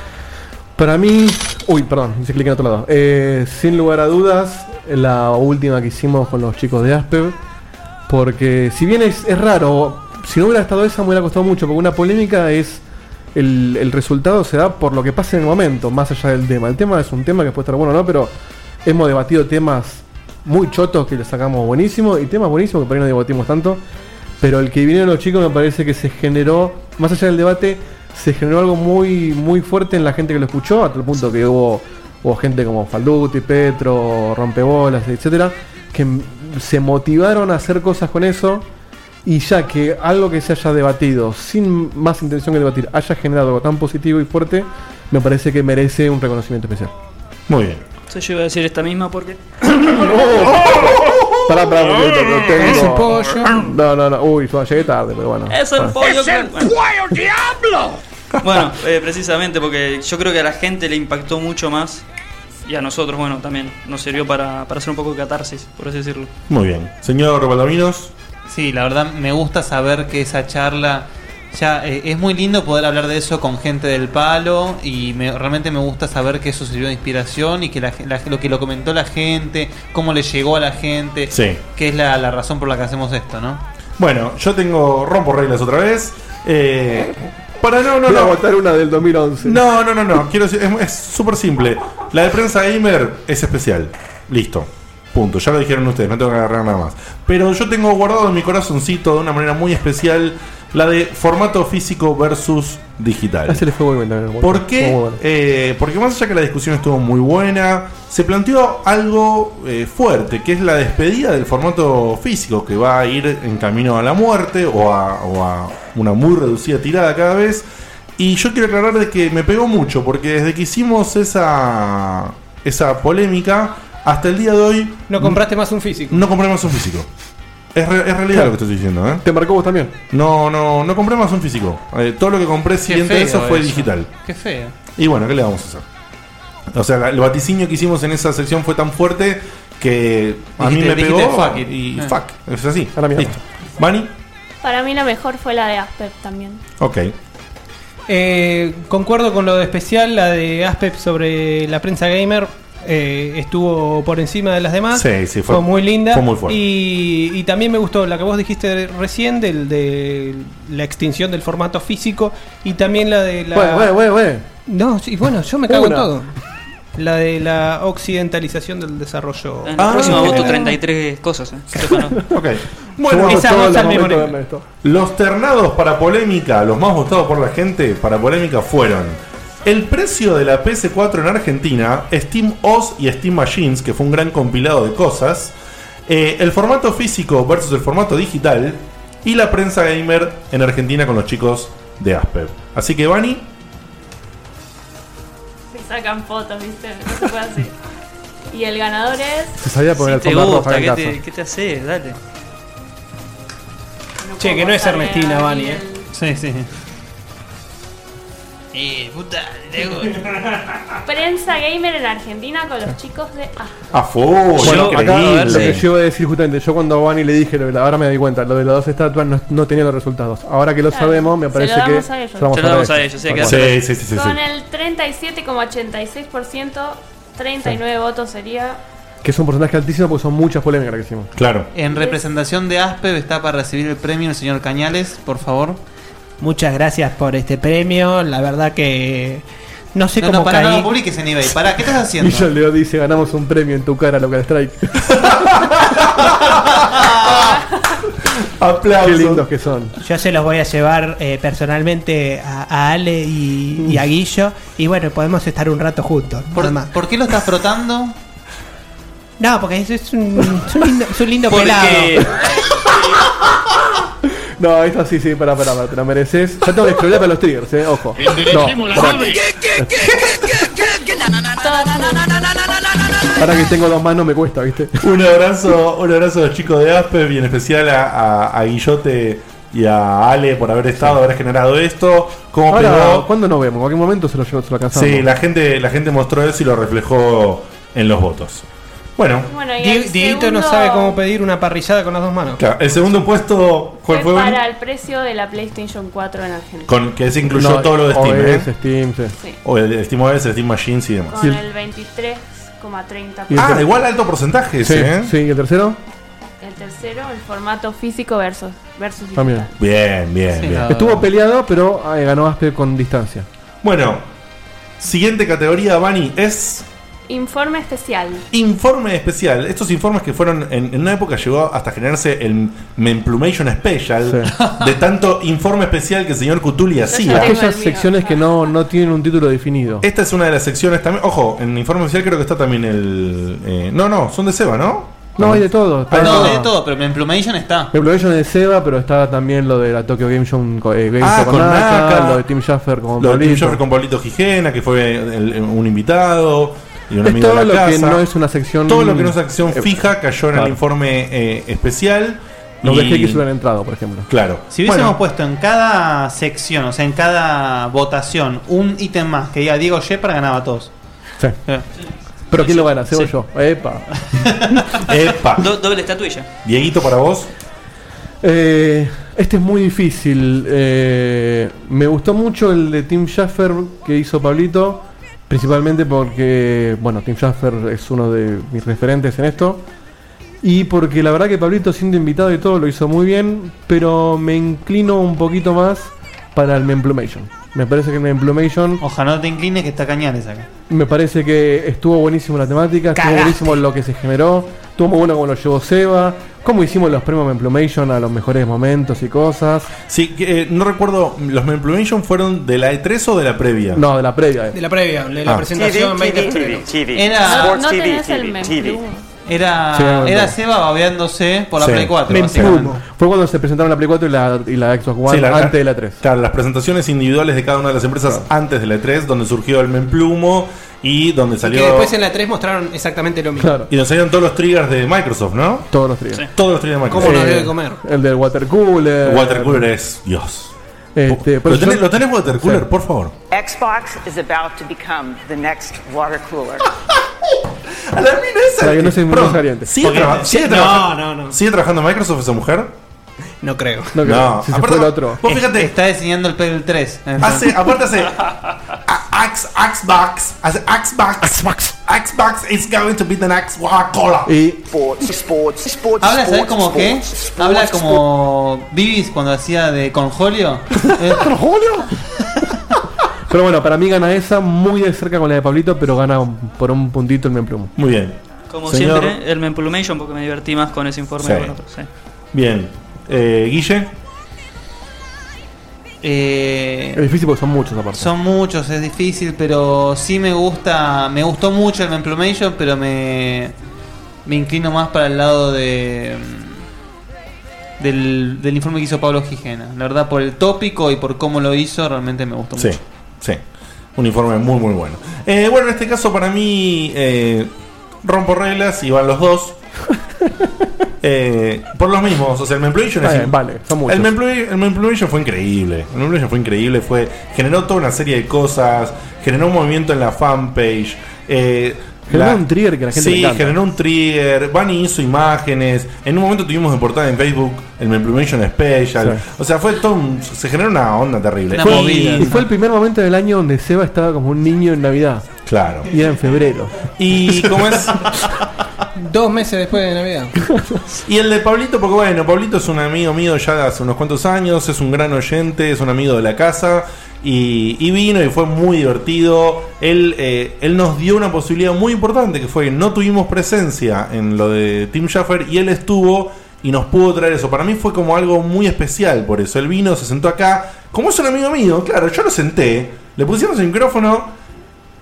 Speaker 10: Para mí. Uy, perdón, hice clic en otro lado. Eh, sin lugar a dudas, la última que hicimos con los chicos de Aspev. Porque si bien es, es raro, si no hubiera estado esa me hubiera costado mucho, porque una polémica es. El, el resultado se da por lo que pasa en el momento, más allá del tema. El tema es un tema que puede estar bueno o no, pero hemos debatido temas muy chotos que le sacamos buenísimo y temas buenísimos que por ahí no debatimos tanto. Pero el que vinieron los chicos me parece que se generó, más allá del debate, se generó algo muy, muy fuerte en la gente que lo escuchó, hasta el punto que hubo, hubo gente como Falduti, Petro, Rompebolas, etcétera, que m- se motivaron a hacer cosas con eso. Y ya que algo que se haya debatido, sin más intención que debatir, haya generado algo tan positivo y fuerte, me parece que merece un reconocimiento especial.
Speaker 1: Muy bien.
Speaker 4: Entonces yo iba a decir esta misma porque.
Speaker 10: Pará, pará, porque te- te- tengo-
Speaker 4: Ese pollo.
Speaker 10: No, no, no. Uy, suave, llegué tarde, pero bueno.
Speaker 4: Es el
Speaker 10: Bueno.
Speaker 4: pollo. que- bueno. Bueno, eh, precisamente porque yo creo que a la gente le impactó mucho más. Y a nosotros, bueno, también nos sirvió para, para hacer un poco de catarsis, por así decirlo.
Speaker 1: Muy bien. Señor Valdominos.
Speaker 5: Sí, la verdad me gusta saber que esa charla ya eh, es muy lindo poder hablar de eso con gente del palo y me- realmente me gusta saber que eso sirvió de inspiración y que la, la- lo que lo comentó la gente, cómo le llegó a la gente,
Speaker 1: Sí.
Speaker 5: que es la, la razón por la que hacemos esto, ¿no?
Speaker 1: Bueno, yo tengo rompo reglas otra vez. Eh, para no, no,
Speaker 10: Voy a
Speaker 1: no.
Speaker 10: votar una del 2011.
Speaker 1: No, no, no, no. Quiero decir, es- es súper simple. La de prensa gamer es especial. Listo. Punto. Ya lo dijeron ustedes, no tengo que agarrar nada más. Pero yo tengo guardado en mi corazoncito de una manera muy especial la de formato físico versus digital.
Speaker 10: Hacele fuego y ventana, bueno.
Speaker 1: ¿Por qué?
Speaker 10: Vamos a ver.
Speaker 1: Eh, porque más allá que la discusión estuvo muy buena, se planteó algo eh, fuerte, que es la despedida del formato físico, que va a ir en camino a la muerte o a, o a una muy reducida tirada cada vez. Y yo quiero aclarar de que me pegó mucho, porque desde que hicimos esa, esa polémica, hasta el día de hoy...
Speaker 13: No compraste más un físico.
Speaker 1: No compré más un físico. Es, re- es realidad lo que estoy diciendo, ¿eh?
Speaker 10: ¿Te marcó vos también?
Speaker 1: No, no, no compré más un físico. Eh, todo lo que compré siguiente a eso fue digital.
Speaker 5: Qué feo.
Speaker 1: Y bueno, ¿qué le vamos a hacer? O sea, la- el vaticinio que hicimos en esa sección fue tan fuerte que a mí me
Speaker 5: Dijiste-
Speaker 1: pegó
Speaker 5: dijiste fuck it.
Speaker 1: y
Speaker 5: Eh.
Speaker 1: fuck. Es así. Listo. ¿Bani?
Speaker 7: Para mí la mejor fue la de Asper también.
Speaker 1: Ok.
Speaker 13: Eh, concuerdo con lo de especial, la de Aspep sobre la prensa gamer. eh, estuvo por encima de las demás.
Speaker 1: Sí, sí, fue-
Speaker 13: muy linda.
Speaker 1: fue muy fuerte.
Speaker 13: Y, y también me gustó la que vos dijiste recién del, de la extinción del formato físico. Y también la de la.
Speaker 10: Bueno, bueno, bueno,
Speaker 13: No, sí, bueno, yo me cago en
Speaker 10: Una.
Speaker 13: todo. La de la occidentalización del desarrollo.
Speaker 4: En el próximo voto 33 cosas, eh.
Speaker 1: Ah, ok. Bueno,
Speaker 13: Bueno, esas dos
Speaker 1: los,
Speaker 13: al mismo nivel.
Speaker 1: ternados para polémica, los más votados por la gente para polémica fueron el precio de la PS4 en Argentina, Steam OS y Steam Machines, que fue un gran compilado de cosas, eh, el formato físico versus el formato digital y la prensa gamer en Argentina con los chicos de Asper. Así que, Bani,
Speaker 7: Se sacan fotos, ¿viste? No se puede así. Y el ganador es.
Speaker 10: Se sabía poner
Speaker 4: Si
Speaker 10: el
Speaker 4: te
Speaker 10: formato
Speaker 4: gusta,
Speaker 10: Rafael
Speaker 4: ¿qué te,
Speaker 10: Caso.
Speaker 4: ¿qué te haces? Dale.
Speaker 13: Che, que no es Ernestina, Vani, eh. Sí, sí.
Speaker 5: Eh, puta,
Speaker 7: Prensa gamer en Argentina con los chicos de Asper.
Speaker 1: a full,
Speaker 10: Bueno, acá
Speaker 1: increíble.
Speaker 10: lo que yo iba a decir justamente, yo cuando a Vani le dije, lo de la- ahora me di cuenta, lo de las dos estatuas no, no tenía los resultados. Ahora que lo
Speaker 7: Claro.
Speaker 10: sabemos, me
Speaker 7: Se
Speaker 10: parece
Speaker 7: lo
Speaker 10: que.
Speaker 7: damos a ellos. Se lo
Speaker 4: damos a ellos, sí,
Speaker 10: Tal
Speaker 4: queda
Speaker 10: cual.
Speaker 4: perfecto.
Speaker 1: Sí, sí, sí, sí,
Speaker 7: Con el 37,86%, 39 votos sería.
Speaker 10: Que es un porcentaje altísimo porque son muchas polémicas las que hicimos.
Speaker 1: Claro.
Speaker 5: En representación de Aspev está para recibir el premio el señor Cañales, por favor.
Speaker 17: Muchas gracias por este premio. La verdad que no sé
Speaker 5: No,
Speaker 17: cómo
Speaker 5: no, pará,
Speaker 17: caí.
Speaker 5: no lo publiques en eBay. Pará, ¿qué estás haciendo?
Speaker 10: Y yo le dice, ganamos un premio en tu cara, local strike. Qué
Speaker 1: Aplausos.
Speaker 10: lindos que son.
Speaker 17: Yo se los voy a llevar eh, personalmente a, a Ale y, y a Guillo. Y bueno, podemos estar un rato juntos. nada más.
Speaker 5: ¿Por qué lo estás frotando?
Speaker 17: No, porque es, es un, es un lindo, es un lindo
Speaker 5: Porque-
Speaker 17: pelado.
Speaker 10: No, esto sí, sí, pará, pará, pará, te la mereces. Ya tengo que scrollear para los triggers, eh, ojo. No,
Speaker 14: Enderecemos la
Speaker 10: pará.
Speaker 14: nave.
Speaker 10: Ahora que tengo dos manos me cuesta, ¿viste?
Speaker 1: Un abrazo, un abrazo a los chicos de Asper y en especial a, a- a Guillote y a Ale por haber estado, haber generado esto. ¿Cómo
Speaker 10: Ahora,
Speaker 1: pegó?
Speaker 10: ¿cuándo nos vemos? En cualquier momento se lo, llevo- se lo alcanzamos.
Speaker 1: Sí, la gente, la gente mostró eso y lo reflejó en los votos. Bueno,
Speaker 7: Bueno, y
Speaker 13: Die-
Speaker 7: el
Speaker 13: Dieguito
Speaker 7: segundo
Speaker 13: no sabe cómo pedir una parrillada con las dos manos.
Speaker 1: claro, el segundo puesto, ¿cuál
Speaker 7: fue
Speaker 1: fue?
Speaker 7: para el precio de la PlayStation 4 en Argentina.
Speaker 1: Con, que se incluyó
Speaker 10: No,
Speaker 1: todo lo de Steam,
Speaker 10: OBS,
Speaker 1: ¿eh?
Speaker 10: Steam, sí.
Speaker 7: Sí.
Speaker 1: O el Steam OS, Steam Machines y demás.
Speaker 7: Con el 23,30%.
Speaker 1: Ah, igual alto porcentaje
Speaker 10: Sí,
Speaker 1: ese, ¿eh?
Speaker 10: sí, ¿y el tercero?
Speaker 7: El tercero, el formato físico versus, versus
Speaker 10: También.
Speaker 1: Bien, bien, bien.
Speaker 10: Estuvo peleado, pero eh, ganó Aspe con distancia.
Speaker 1: Bueno, siguiente categoría, Bani, es
Speaker 7: Informe especial.
Speaker 1: informe especial. Estos informes que fueron, en, en una época llegó hasta generarse el Memplumation Special, de tanto informe especial que el señor Cutuli hacía.
Speaker 10: Aquellas secciones que no, no tienen un título definido.
Speaker 1: Esta es una de las secciones también. Ojo, en el informe especial creo que está también el. eh, no, no, son de Seba, ¿no?
Speaker 10: No, hay de todo.
Speaker 1: Ah,
Speaker 10: Hay
Speaker 1: no,
Speaker 10: de
Speaker 1: de
Speaker 10: todo.
Speaker 5: Todo, pero en Plumation está.
Speaker 10: Revolution de Seba, pero está también lo de la Tokyo Game Show, eh, Game
Speaker 1: Ah,
Speaker 10: Show con
Speaker 1: con
Speaker 10: Naka,
Speaker 1: Naka.
Speaker 10: lo de Tim Schaffer con
Speaker 1: Lo de Tim
Speaker 10: Pablito.
Speaker 1: Schafer con Pablito Gijena, que fue el- el- un invitado y un
Speaker 10: Es
Speaker 1: amigo
Speaker 10: todo
Speaker 1: de la
Speaker 10: lo
Speaker 1: casa.
Speaker 10: que no es una sección-
Speaker 1: Todo lo que no es acción
Speaker 10: Eh,
Speaker 1: fija cayó en
Speaker 10: claro.
Speaker 1: el informe eh, especial.
Speaker 10: Los
Speaker 1: y-
Speaker 10: dejé que se hubieran entrado, por ejemplo.
Speaker 1: Claro.
Speaker 5: Si hubiésemos
Speaker 1: Bueno.
Speaker 5: puesto en cada sección, o sea, en cada votación, un ítem más que diga Diego Shepard ganaba todos. Eh.
Speaker 10: Sí. Pero ¿quién lo gana? Seba o yo. Epa.
Speaker 1: Epa.
Speaker 4: Do- doble estatuilla.
Speaker 1: Dieguito, para vos.
Speaker 10: Eh, este es muy difícil. Eh, me gustó mucho el de Tim Schaffer que hizo Pablito. Principalmente porque, bueno, Tim Schaffer es uno de mis referentes en esto. Y porque la verdad que Pablito siendo invitado y todo lo hizo muy bien. Pero me inclino un poquito más para el Memplumation. Me parece que el Memplumation...
Speaker 5: Ojalá no te inclines que está cañales acá.
Speaker 10: Me parece que estuvo buenísimo la temática,
Speaker 5: Cagaste.
Speaker 10: estuvo buenísimo lo que se generó, estuvo muy bueno como lo llevó Seba, cómo hicimos los premios Memplumation a los mejores momentos y cosas.
Speaker 1: Sí, que, eh, no recuerdo, ¿los Memplumation fueron de la E3 o de la previa?
Speaker 10: No, de la previa. eh.
Speaker 13: De la previa, de la
Speaker 1: Ah.
Speaker 13: presentación
Speaker 5: TV,
Speaker 13: 20
Speaker 5: TV,
Speaker 13: estreno.
Speaker 5: TV. Era- No, no tenés el Era,
Speaker 10: Sí, me
Speaker 5: era
Speaker 10: acuerdo.
Speaker 5: Seba babeándose por la
Speaker 10: Sí.
Speaker 5: Play 4.
Speaker 10: Me
Speaker 5: básicamente.
Speaker 10: emplumo. Fue cuando se presentaron la Play 4 y la, y la Xbox One
Speaker 1: Sí, la-
Speaker 10: antes de la E 3.
Speaker 1: Claro, las presentaciones individuales de cada una de las empresas antes de la E3, donde surgió el Memplumo y donde
Speaker 13: Que
Speaker 1: salió.
Speaker 13: después en la 3 mostraron exactamente lo mismo.
Speaker 1: Y donde salieron todos los triggers de Microsoft, ¿no?
Speaker 10: Todos los triggers.
Speaker 1: Todos los triggers de Microsoft.
Speaker 13: ¿Cómo nos debe comer?
Speaker 10: El del water cooler.
Speaker 1: El water cooler es Dios.
Speaker 10: Este, pero
Speaker 1: ¿Lo
Speaker 10: yo-
Speaker 1: tenés, ¿Lo tenés water cooler,
Speaker 10: Sí.
Speaker 1: por favor?
Speaker 19: Xbox is about to become the next water cooler.
Speaker 1: A la mina esa.
Speaker 10: Para que no se
Speaker 1: Perdón,
Speaker 10: muy caliente.
Speaker 1: ¿sigue,
Speaker 10: Porque-
Speaker 1: traba-
Speaker 10: No,
Speaker 1: sigue trabajando, ¿Sigue trabajando Microsoft esa mujer?
Speaker 13: No creo.
Speaker 10: No creo. Si se
Speaker 1: aparte-
Speaker 10: fue el otro.
Speaker 1: Vos fíjate.
Speaker 5: Eh, Está diseñando el Play 3.
Speaker 1: Hace, aparte hace Axe, Axebox, hace Axebox, Axebox is going to be the next Coca-Cola.
Speaker 10: Y
Speaker 19: Sports, sports, sports.
Speaker 5: Habla, ¿sabes
Speaker 19: sports,
Speaker 5: como qué?
Speaker 19: sports, sports,
Speaker 5: Habla
Speaker 19: sports.
Speaker 5: como Vivis cuando hacía de Conjolio.
Speaker 10: Pero bueno, para mí gana esa muy de cerca con la de Pablito, pero gana por un puntito el Memplumo.
Speaker 1: Muy bien.
Speaker 4: Como
Speaker 1: Señor-
Speaker 4: siempre, el Memplumation porque me divertí más con ese informe
Speaker 1: Sí.
Speaker 4: que con otro, sí.
Speaker 1: Bien. Eh, Guille.
Speaker 5: Eh,
Speaker 10: Es difícil porque son muchos aparte.
Speaker 5: Son muchos, es difícil, pero sí me gusta, me gustó mucho el Memplumation, pero me, me inclino más para el lado de mm, del, del informe que hizo Pablo Gijena. La verdad, por el tópico y por cómo lo hizo, realmente me gustó
Speaker 1: Sí,
Speaker 5: mucho.
Speaker 1: sí. Un informe muy, muy bueno. Eh, bueno, en este caso para mí eh, rompo reglas y van los dos. Eh, por los mismos, o sea, el Memployation
Speaker 10: Está bien, vale, son muchos.
Speaker 1: El Memploy- el Memployation fue increíble. El Memployation fue increíble, fue generó toda una serie de cosas, generó un movimiento en la fanpage. eh,
Speaker 10: Generó un trigger que a la gente
Speaker 1: Sí,
Speaker 10: le encanta.
Speaker 1: generó un trigger. Bunny hizo imágenes. En un momento tuvimos de portada en Facebook el Memployation Special.
Speaker 10: Sí.
Speaker 1: O sea, fue todo un- se generó una onda terrible.
Speaker 10: Fue-
Speaker 1: Y-
Speaker 10: Y fue el primer momento del año donde Seba estaba como un niño en Navidad.
Speaker 1: Claro.
Speaker 10: Y era en febrero.
Speaker 1: Y cómo es.
Speaker 13: Dos meses después de Navidad.
Speaker 1: Y el de Pablito, porque bueno, Pablito es un amigo mío ya de hace unos cuantos años, es un gran oyente, es un amigo de la casa. Y, y vino y fue muy divertido. Él, eh, él nos dio una posibilidad muy importante que fue que no tuvimos presencia en lo de Tim Schaffer y él estuvo y nos pudo traer eso. Para mí fue como algo muy especial por eso. Él vino, se sentó acá. Como es un amigo mío, claro, yo lo senté, le pusimos el micrófono,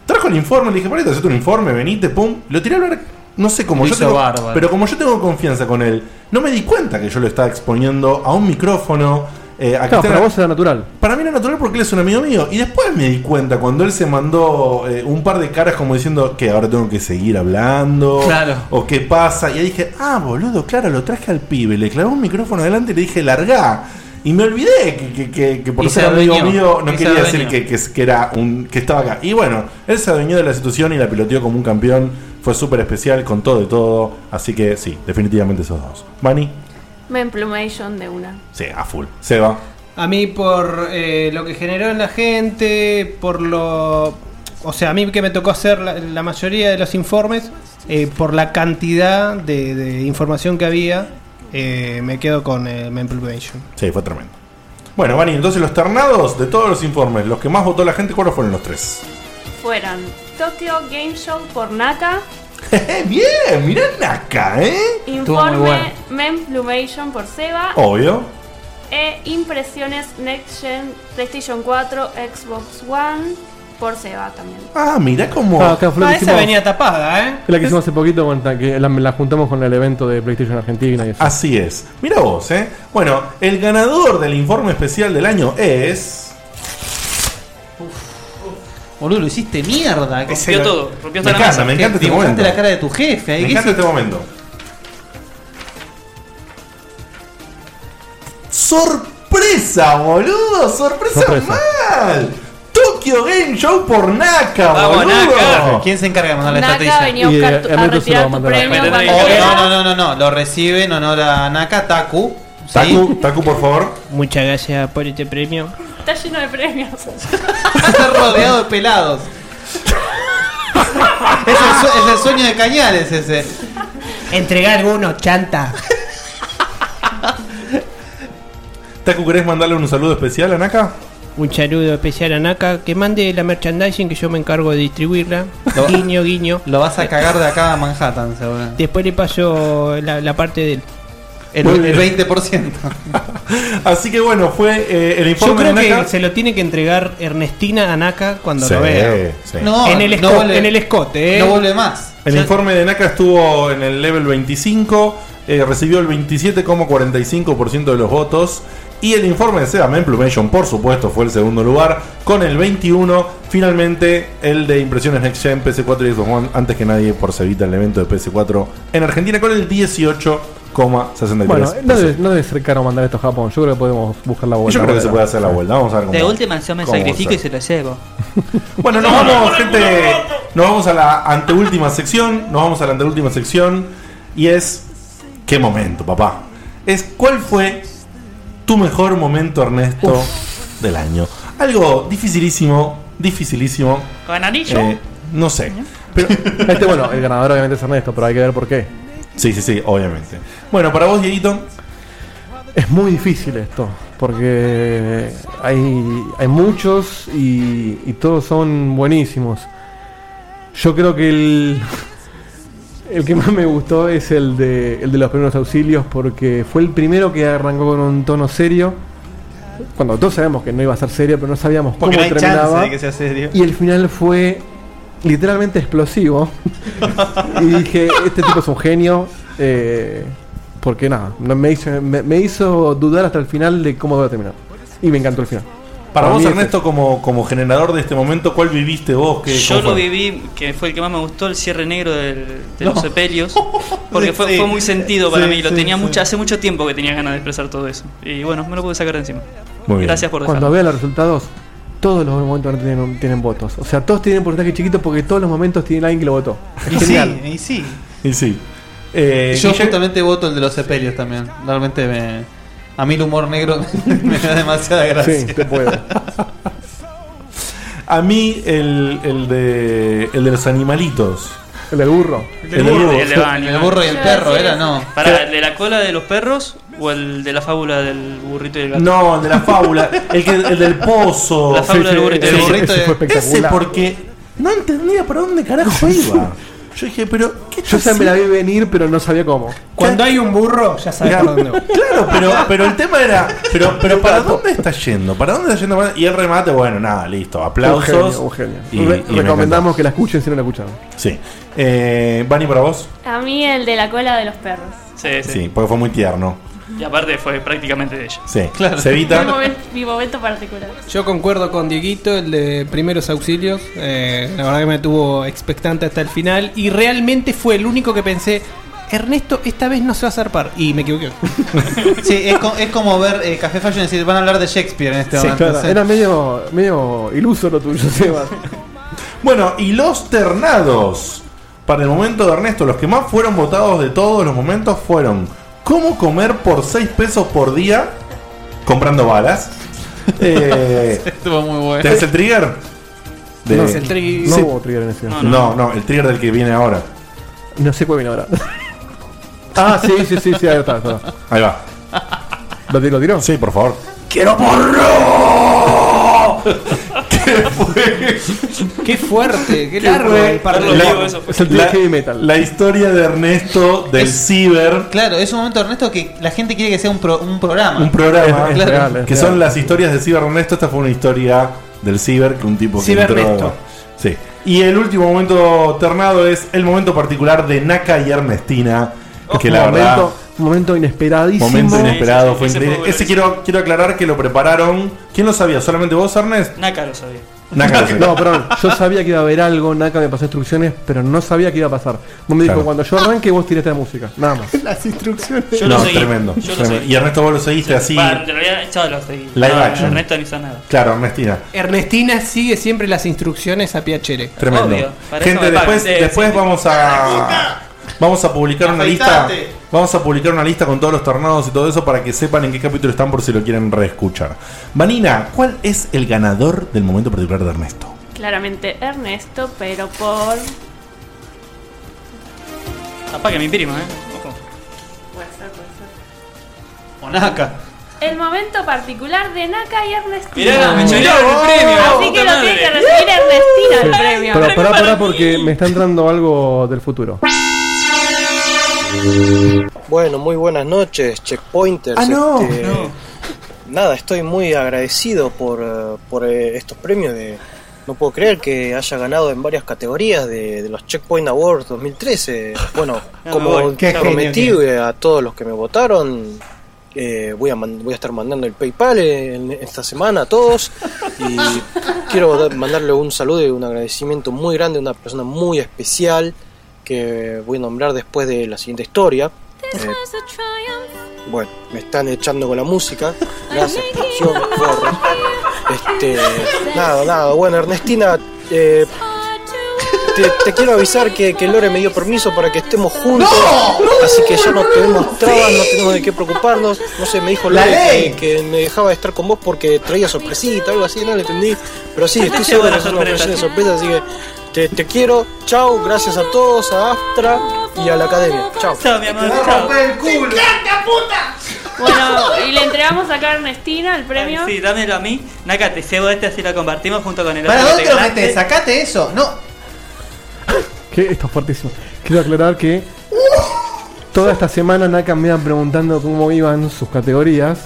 Speaker 1: trajo el informe, le dije, Pablito, hacete un informe, venite, pum. Lo tiré a hablar, no sé cómo
Speaker 5: Lo
Speaker 1: yo
Speaker 5: hizo
Speaker 1: tengo-
Speaker 5: bárbaro.
Speaker 1: Pero como yo tengo confianza con él, no me di cuenta que yo lo estaba exponiendo a un micrófono. eh, a
Speaker 10: Claro,
Speaker 1: Cristian-
Speaker 10: para vos era natural.
Speaker 1: para mí era natural porque él es un amigo mío. Y después me di cuenta cuando él se mandó eh, un par de caras como diciendo que ahora tengo que seguir hablando.
Speaker 5: Claro.
Speaker 1: O qué pasa. Y ahí dije, ah, boludo, claro, lo traje al pibe. Le clavó un micrófono adelante y le dije, largá. Y me olvidé que, que- que- que por
Speaker 5: Y se
Speaker 1: ser amigo
Speaker 5: adueñó.
Speaker 1: mío no
Speaker 5: Y se
Speaker 1: quería
Speaker 5: adueñó.
Speaker 1: decir que, que- que era un que estaba acá. Y bueno, él se adueñó de la situación y la piloteó como un campeón. Fue súper especial con todo y todo. Así que sí, definitivamente esos dos. Bani,
Speaker 7: Me emplumé yo de una.
Speaker 1: sí, a full. Seba,
Speaker 13: A mí por eh, lo que generó en la gente, por lo... O sea, a mí que me tocó hacer la, la mayoría de los informes, eh, por la cantidad de, de información que había, eh, me quedo con el Memplumation.
Speaker 1: sí, fue tremendo. Bueno, Bani, entonces los ternados de todos los informes, los que más votó la gente, ¿cuáles fueron los tres?
Speaker 7: Fueron Tokyo Game Show por Naka,
Speaker 1: Bien, mirá acá, ¿eh?
Speaker 7: Informe Memplumation por Seba
Speaker 1: Obvio.
Speaker 7: e Impresiones Next Gen PlayStation 4, Xbox One por Seba también.
Speaker 1: Ah, mirá cómo.
Speaker 10: Ah, acá fue lo que hicimos-
Speaker 13: tapada, ¿eh?
Speaker 10: Es la que hicimos hace poquito, con la que la, la juntamos con el evento de PlayStation Argentina y eso.
Speaker 1: Así es. Mira vos, ¿eh? Bueno, el ganador del informe especial del año es.
Speaker 5: Boludo, lo hiciste mierda.
Speaker 4: Rompió todo, rompió hasta
Speaker 1: me
Speaker 4: la
Speaker 1: encanta,
Speaker 4: mesa.
Speaker 1: me encanta
Speaker 5: Te
Speaker 1: este
Speaker 5: dibujaste
Speaker 1: momento.
Speaker 5: la cara de tu jefe. ahí,
Speaker 1: Me
Speaker 5: ¿qué
Speaker 1: encanta
Speaker 5: hiciste?
Speaker 1: este momento. ¡Sorpresa, boludo! ¡Sorpresa, mal! Tokyo Game Show por Naka,
Speaker 5: Vamos,
Speaker 1: boludo.
Speaker 5: Naka. ¿Quién se encarga de mandar la
Speaker 7: Naka
Speaker 5: estrategia?
Speaker 7: venía a Y, buscar eh, tu- a Ernesto se lo va a retirar tu mandar a la premio casa. cuando
Speaker 5: Oh,
Speaker 7: quieras.
Speaker 5: no, no, no, no, no. Lo recibe en honor a Naka, Taku. ¿sí?
Speaker 1: Taku, Taku, por favor.
Speaker 13: Muchas gracias por este premio.
Speaker 7: Está lleno de premios.
Speaker 5: Está rodeado de pelados. es, el sue- es el sueño de Cañales ese.
Speaker 17: Entregar alguno, chanta.
Speaker 1: Taku, ¿querés mandarle un saludo especial a Naka?
Speaker 13: Un saludo especial a Naka, que mande la merchandising que yo me encargo de distribuirla. Guiño, guiño.
Speaker 5: Lo vas a cagar de acá a Manhattan, seguro.
Speaker 13: Después le paso la, la parte del...
Speaker 5: El,
Speaker 1: Muy bien.
Speaker 5: el 20%.
Speaker 1: Así que bueno, fue eh, el
Speaker 13: Yo
Speaker 1: informe
Speaker 13: creo
Speaker 1: de Naka.
Speaker 13: que se lo tiene que entregar Ernestina a Naka cuando
Speaker 1: Sí,
Speaker 13: lo vea.
Speaker 1: sí.
Speaker 5: No,
Speaker 13: en, el
Speaker 5: no
Speaker 13: esco-
Speaker 5: vuelve-
Speaker 13: en el escote, ¿eh?
Speaker 5: No vuelve más.
Speaker 1: El informe de Naka estuvo en el level 25, eh, recibió el 27,45% de los votos. Y el informe de Seba Memplumation, por supuesto, fue el segundo lugar, con el 21. Finalmente, el de impresiones Next Gen, PS4 y Xbox One, antes que nadie, por se evita el evento de PS4 en Argentina, con el 18,63%.
Speaker 10: Bueno, no debe, no debe ser caro mandar esto a Japón. Yo creo que podemos buscar la vuelta.
Speaker 1: Yo creo que se puede hacer la
Speaker 10: Sí.
Speaker 1: vuelta. Vamos a ver cómo.
Speaker 4: De última yo me
Speaker 1: cómo
Speaker 4: sacrifico
Speaker 1: se-
Speaker 4: y se lo llevo.
Speaker 1: Bueno, nos vamos, gente. Nos vamos a la anteúltima sección. Nos vamos a la anteúltima sección. Y es. ¿Qué momento, papá? Es cuál fue tu mejor momento, Ernesto, del año. Algo dificilísimo, dificilísimo.
Speaker 4: ¿Con anillo?
Speaker 1: Eh, no sé.
Speaker 10: Este, bueno, el ganador obviamente es Ernesto, pero hay que ver por qué.
Speaker 1: Sí, sí, sí, obviamente. Bueno, para vos, Dieguito.
Speaker 10: Es muy difícil esto, porque hay, hay muchos y, y todos son buenísimos. Yo creo que el, el que más me gustó es el de, el de los primeros auxilios, porque fue el primero que arrancó con un tono serio. Cuando todos sabíamos que no iba a ser serio, pero no sabíamos
Speaker 5: Porque no
Speaker 10: cómo
Speaker 5: hay
Speaker 10: terminaba.
Speaker 5: chance de que sea serio.
Speaker 10: Y el final fue literalmente explosivo. y dije, este tipo es un genio. eh, porque nada, no, me, hizo, me, me hizo dudar hasta el final de cómo iba a terminar. Y me encantó el final.
Speaker 1: Para vos,
Speaker 10: mí este. ese-
Speaker 1: Ernesto, como, como generador de este momento, ¿cuál viviste vos? ¿Qué-
Speaker 4: Yo
Speaker 1: cómo
Speaker 4: lo
Speaker 1: fue?
Speaker 4: viví, que fue el que más me gustó, el cierre negro del- de
Speaker 1: No.
Speaker 4: los sepelios. Porque fue,
Speaker 5: Sí.
Speaker 4: fue muy sentido para
Speaker 5: Sí,
Speaker 4: mí. Lo
Speaker 5: sí,
Speaker 4: tenía
Speaker 5: sí.
Speaker 4: mucho, hace mucho tiempo que tenía ganas de expresar todo eso. Y bueno, me lo pude sacar de encima.
Speaker 1: Muy bien.
Speaker 4: Gracias por
Speaker 10: Cuando
Speaker 4: dejarlo.
Speaker 10: vea los resultados, todos los momentos no tienen, tienen votos. O sea, todos tienen porcentaje chiquito porque todos los momentos tienen alguien que lo votó.
Speaker 5: Y
Speaker 10: Genial.
Speaker 5: sí, y sí.
Speaker 1: Y sí. Eh,
Speaker 5: Yo
Speaker 1: Guille-
Speaker 5: justamente voto el de los sepelios también. Realmente me. A mí el humor negro me da demasiada
Speaker 10: Sí,
Speaker 5: gracia.
Speaker 10: te puedo.
Speaker 1: A mí el, el de el de los animalitos.
Speaker 10: El del burro.
Speaker 4: El del burro, el de Bani.
Speaker 5: El burro y el perro, ¿era? No.
Speaker 4: Pará, ¿el de la cola de los perros o el de la fábula del burrito y el gato?
Speaker 1: No, el de la fábula, el, que, el del pozo.
Speaker 4: La fábula del burrito.
Speaker 1: el
Speaker 4: Ese-
Speaker 1: burrito
Speaker 4: ese
Speaker 1: de-
Speaker 4: fue
Speaker 1: Ese
Speaker 4: espectacular.
Speaker 1: porque no entendía para dónde carajo iba. Yo dije, pero ¿qué
Speaker 10: Yo ya me la vi venir, pero no sabía cómo.
Speaker 13: Cuando hay un burro, ya sabes
Speaker 1: Mirá,
Speaker 13: por dónde va.
Speaker 1: Claro, pero, pero el tema era, pero, pero ¿para dónde está yendo? ¿Para dónde está yendo? Y el remate, bueno, nada, listo, aplausos.
Speaker 10: Un genio, un genio.
Speaker 1: Y-
Speaker 10: Re-
Speaker 1: y me
Speaker 10: recomendamos que la escuchen si no la escucharon.
Speaker 1: Sí. Eh, Bani, para vos.
Speaker 7: A mí el de la cola de los perros.
Speaker 4: Sí,
Speaker 1: Sí, porque fue muy tierno.
Speaker 4: Y aparte fue prácticamente de ella.
Speaker 1: Sí,
Speaker 4: Claro.
Speaker 7: Mi momento, mi momento particular.
Speaker 13: Yo concuerdo con Dieguito, el de primeros auxilios. Eh, la verdad que me tuvo expectante hasta el final. Y realmente fue el único que pensé. Ernesto, esta vez no se va a zarpar. Y me equivoqué.
Speaker 5: Sí, es, co- es como ver eh, Café Fashion y decir, van a hablar de Shakespeare en este
Speaker 10: Sí,
Speaker 5: momento.
Speaker 10: claro,
Speaker 5: sí.
Speaker 10: Era medio, medio iluso lo tuyo, Sebas.
Speaker 1: Bueno, y los ternados. Para el momento de Ernesto, los que más fueron votados de todos los momentos fueron cómo comer por 6 pesos por día comprando balas. Eh,
Speaker 5: Estuvo muy bueno.
Speaker 1: ¿Tenés el trigger?
Speaker 10: No, es el trigger. No
Speaker 1: Sí.
Speaker 10: hubo trigger en ese.
Speaker 1: No, no, no, el trigger del que viene ahora.
Speaker 10: No sé cuál viene ahora. ah, sí, sí, sí, sí, ahí está. está.
Speaker 1: Ahí va.
Speaker 10: ¿Lo, ti- lo tiró?
Speaker 1: Sí, por favor.
Speaker 10: ¡Quiero porro!
Speaker 13: Qué fuerte, qué
Speaker 1: ¿Qué
Speaker 13: largo
Speaker 1: fue?
Speaker 13: el partido.
Speaker 1: La- la- La historia de Ernesto del ciber.
Speaker 5: Claro, es un momento, Ernesto, que la gente quiere que sea un, pro- un programa.
Speaker 1: Un programa
Speaker 5: Claro.
Speaker 1: Ah, que son las historias de Ciber Ernesto. Esta fue una historia del Ciber que un tipo que
Speaker 5: Ciber
Speaker 1: entró-
Speaker 5: Ernesto.
Speaker 1: Sí. Y el último momento ternado es el momento particular de Naka y Ernestina. Que la
Speaker 10: momento,
Speaker 1: verdad,
Speaker 10: momento inesperadísimo.
Speaker 1: momento inesperado, fue increíble. Ese quiero, quiero aclarar que lo prepararon. ¿Quién lo sabía? ¿Solamente vos, Ernest?
Speaker 4: Naka lo sabía.
Speaker 1: Naka lo sabía.
Speaker 10: No, perdón, yo sabía que iba a haber algo, Naka me pasó instrucciones, pero no sabía que iba a pasar. Vos me dijo,
Speaker 1: Claro.
Speaker 10: cuando yo arranque vos tiré esta música, nada más.
Speaker 17: Las instrucciones.
Speaker 4: Yo
Speaker 1: no,
Speaker 4: lo seguí.
Speaker 1: tremendo.
Speaker 4: Yo lo
Speaker 1: tremendo.
Speaker 4: seguí.
Speaker 1: Y Ernesto, vos lo seguiste así.
Speaker 4: Va, en realidad, yo lo seguí.
Speaker 1: Live
Speaker 4: No,
Speaker 1: action.
Speaker 4: Ernesto no hizo nada.
Speaker 1: Claro, Ernestina.
Speaker 13: Ernestina sigue siempre las instrucciones a Piachere.
Speaker 1: Tremendo. Gente, después, después vamos a vamos a publicar una lista.
Speaker 13: Afeitate.
Speaker 1: Vamos a publicar una lista con todos los tornados y todo eso para que sepan en qué capítulo están por si lo quieren reescuchar. Vanina, ¿cuál es el ganador del momento particular de Ernesto?
Speaker 7: Claramente Ernesto, pero por.
Speaker 4: Apague mi prima, eh. Ojo.
Speaker 7: Puede ser, puede ser.
Speaker 5: Monaca.
Speaker 7: El momento particular de Naka y Ernestina.
Speaker 4: Mirá, me chorearon el premio.
Speaker 7: Así que lo tiene que recibir Ernestina el premio.
Speaker 10: Pero pará, pará, porque me está entrando algo del futuro.
Speaker 20: Bueno, muy buenas noches, checkpointers.
Speaker 10: Ah, no,
Speaker 20: Este,
Speaker 10: no.
Speaker 20: Nada, estoy muy agradecido por, eh, por, eh, estos premios de... No puedo creer que haya ganado en varias categorías de, de los Checkpoint Awards 2013. Bueno,
Speaker 5: Ya me
Speaker 20: como
Speaker 5: voy. Qué
Speaker 20: prometí
Speaker 5: genio que
Speaker 20: eh, a todos los que me votaron, eh, voy, a man- voy a estar mandando el PayPal en- esta semana a todos. Y quiero dar- mandarle un saludo y un agradecimiento muy grande a una persona muy especial que voy a nombrar después de la siguiente historia. Eh, bueno, me están echando con la música. Gracias, yo me corro. Este, nada, nada. Bueno, Ernestina, eh, te, te quiero avisar que, que Lore me dio permiso para que estemos juntos. así que ya no tenemos trabas, no tenemos de qué preocuparnos. No sé, me dijo
Speaker 5: La
Speaker 20: Lore que-
Speaker 5: ley.
Speaker 20: que me dejaba de estar con vos porque traía sorpresita, algo así, no lo entendí. Pero sí, estoy seguro que es una operación de sorpresa, así que te, te quiero. Chau, gracias a todos, a Astra y a la academia. Chau.
Speaker 7: Bueno, y le entregamos acá a Ernestina el premio.
Speaker 4: Sí, dámelo a mí. Naka, te cebo este así la compartimos junto con el
Speaker 5: ¿Para
Speaker 4: otro. que
Speaker 5: dónde
Speaker 4: te
Speaker 5: lo
Speaker 4: ganaste.
Speaker 5: metes? Sacate eso. No,
Speaker 10: Que esto es fuertísimo. Quiero aclarar que toda esta semana Naka me iba preguntando cómo iban sus categorías.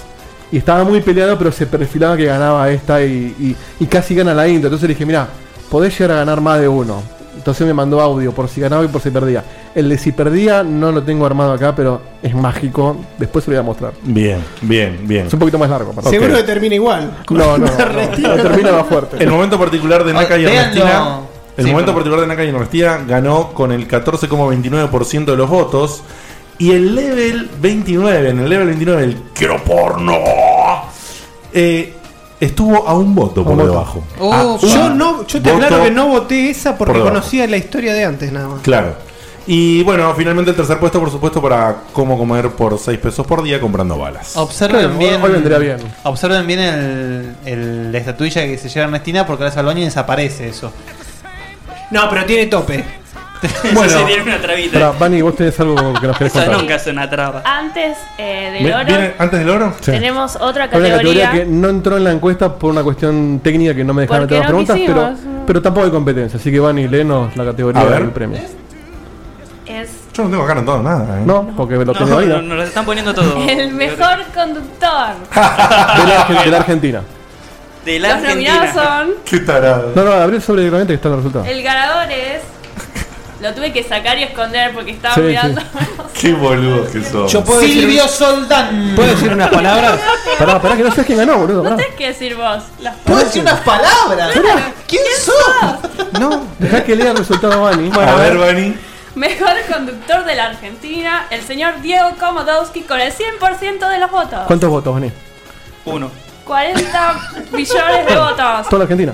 Speaker 10: Y estaba muy peleado, pero se perfilaba que ganaba esta y, y- y casi gana la intro. Entonces le dije, mira, podés llegar a ganar más de uno. Entonces me mandó audio por si ganaba y por si perdía. El de si perdía no lo tengo armado acá, pero es mágico. Después se lo voy a mostrar.
Speaker 1: Bien, bien, bien.
Speaker 10: Es un poquito más largo. aparte.
Speaker 13: Seguro que termina igual.
Speaker 10: No, Ah, no, no, no, termina más fuerte.
Speaker 1: El momento particular de Naka y
Speaker 10: Ah, Véanlo.
Speaker 1: Ernestina. El
Speaker 10: Sí,
Speaker 1: momento
Speaker 10: perdón.
Speaker 1: particular de Naka y Ernestina ganó con el 14,29% de los votos. Y el level 29, en el level 29, el quiero porno. eh, estuvo a un voto por debajo.
Speaker 10: Uh,
Speaker 1: Ah, A un
Speaker 13: Oh,
Speaker 10: ah.
Speaker 13: yo no, yo te aclaro
Speaker 1: voto
Speaker 13: que no voté esa porque
Speaker 1: por debajo.
Speaker 13: conocía la historia de antes nada más.
Speaker 1: Claro. Y bueno, finalmente el tercer puesto, por supuesto, para cómo comer por 6 pesos por día comprando balas.
Speaker 5: Observen
Speaker 1: Claro, hoy-
Speaker 5: bien.
Speaker 1: hoy vendría bien.
Speaker 5: Observen bien el, el- la estatuilla que se lleva Ernestina porque ahora se al baño y desaparece eso.
Speaker 13: No, pero tiene tope.
Speaker 4: Bueno. Sí, tiene una trabita.
Speaker 10: Pará, Vani, vos tenés algo que nos querés
Speaker 4: Eso
Speaker 10: contar.
Speaker 4: nunca es una traba.
Speaker 7: Antes eh, del
Speaker 10: Ve-
Speaker 7: oro,
Speaker 10: viene-
Speaker 1: ¿Antes del oro?
Speaker 7: tenemos otra
Speaker 10: Hay una
Speaker 7: categoría.
Speaker 10: categoría que no entró en la encuesta por una cuestión técnica que no me dejaron
Speaker 7: Porque
Speaker 10: meter las
Speaker 7: no
Speaker 10: preguntas, pero,
Speaker 7: quisimos.
Speaker 10: pero tampoco hay competencia. Así que van y léenos la categoría
Speaker 1: A ver.
Speaker 10: del premio.
Speaker 7: Es
Speaker 1: Yo no tengo acá anotado nada. ¿eh?
Speaker 10: No, porque lo tiene
Speaker 4: No,
Speaker 10: Vanina.
Speaker 4: no, nos lo están poniendo todo.
Speaker 7: el mejor conductor.
Speaker 10: De, la, Argen- de la Argentina.
Speaker 4: De la
Speaker 7: Los nominados
Speaker 4: Argentina.
Speaker 7: son.
Speaker 1: Qué tarado.
Speaker 10: No, no, abrí sobre directamente que está el resultado.
Speaker 7: El ganador es. Lo tuve que sacar y esconder porque estaba
Speaker 1: Sí, sí.
Speaker 7: mirando.
Speaker 1: Qué boludos que son.
Speaker 5: Silvio Soldán.
Speaker 10: ¿Puedo decir unas palabras? Pará, pará, que no sabes quién ganó, boludo. Pará.
Speaker 7: ¿Qué decir vos? Las
Speaker 5: ¿Puedo decir unas palabras? ¿Quién sos?
Speaker 10: No, dejá que lea el resultado, Bani.
Speaker 1: a ver, Bani.
Speaker 7: Mejor conductor de la Argentina, el señor Diego Komodowski con el 100% de los votos.
Speaker 10: ¿Cuántos votos, Bani?
Speaker 4: Uno.
Speaker 7: 40 millones de votos.
Speaker 10: Toda la Argentina.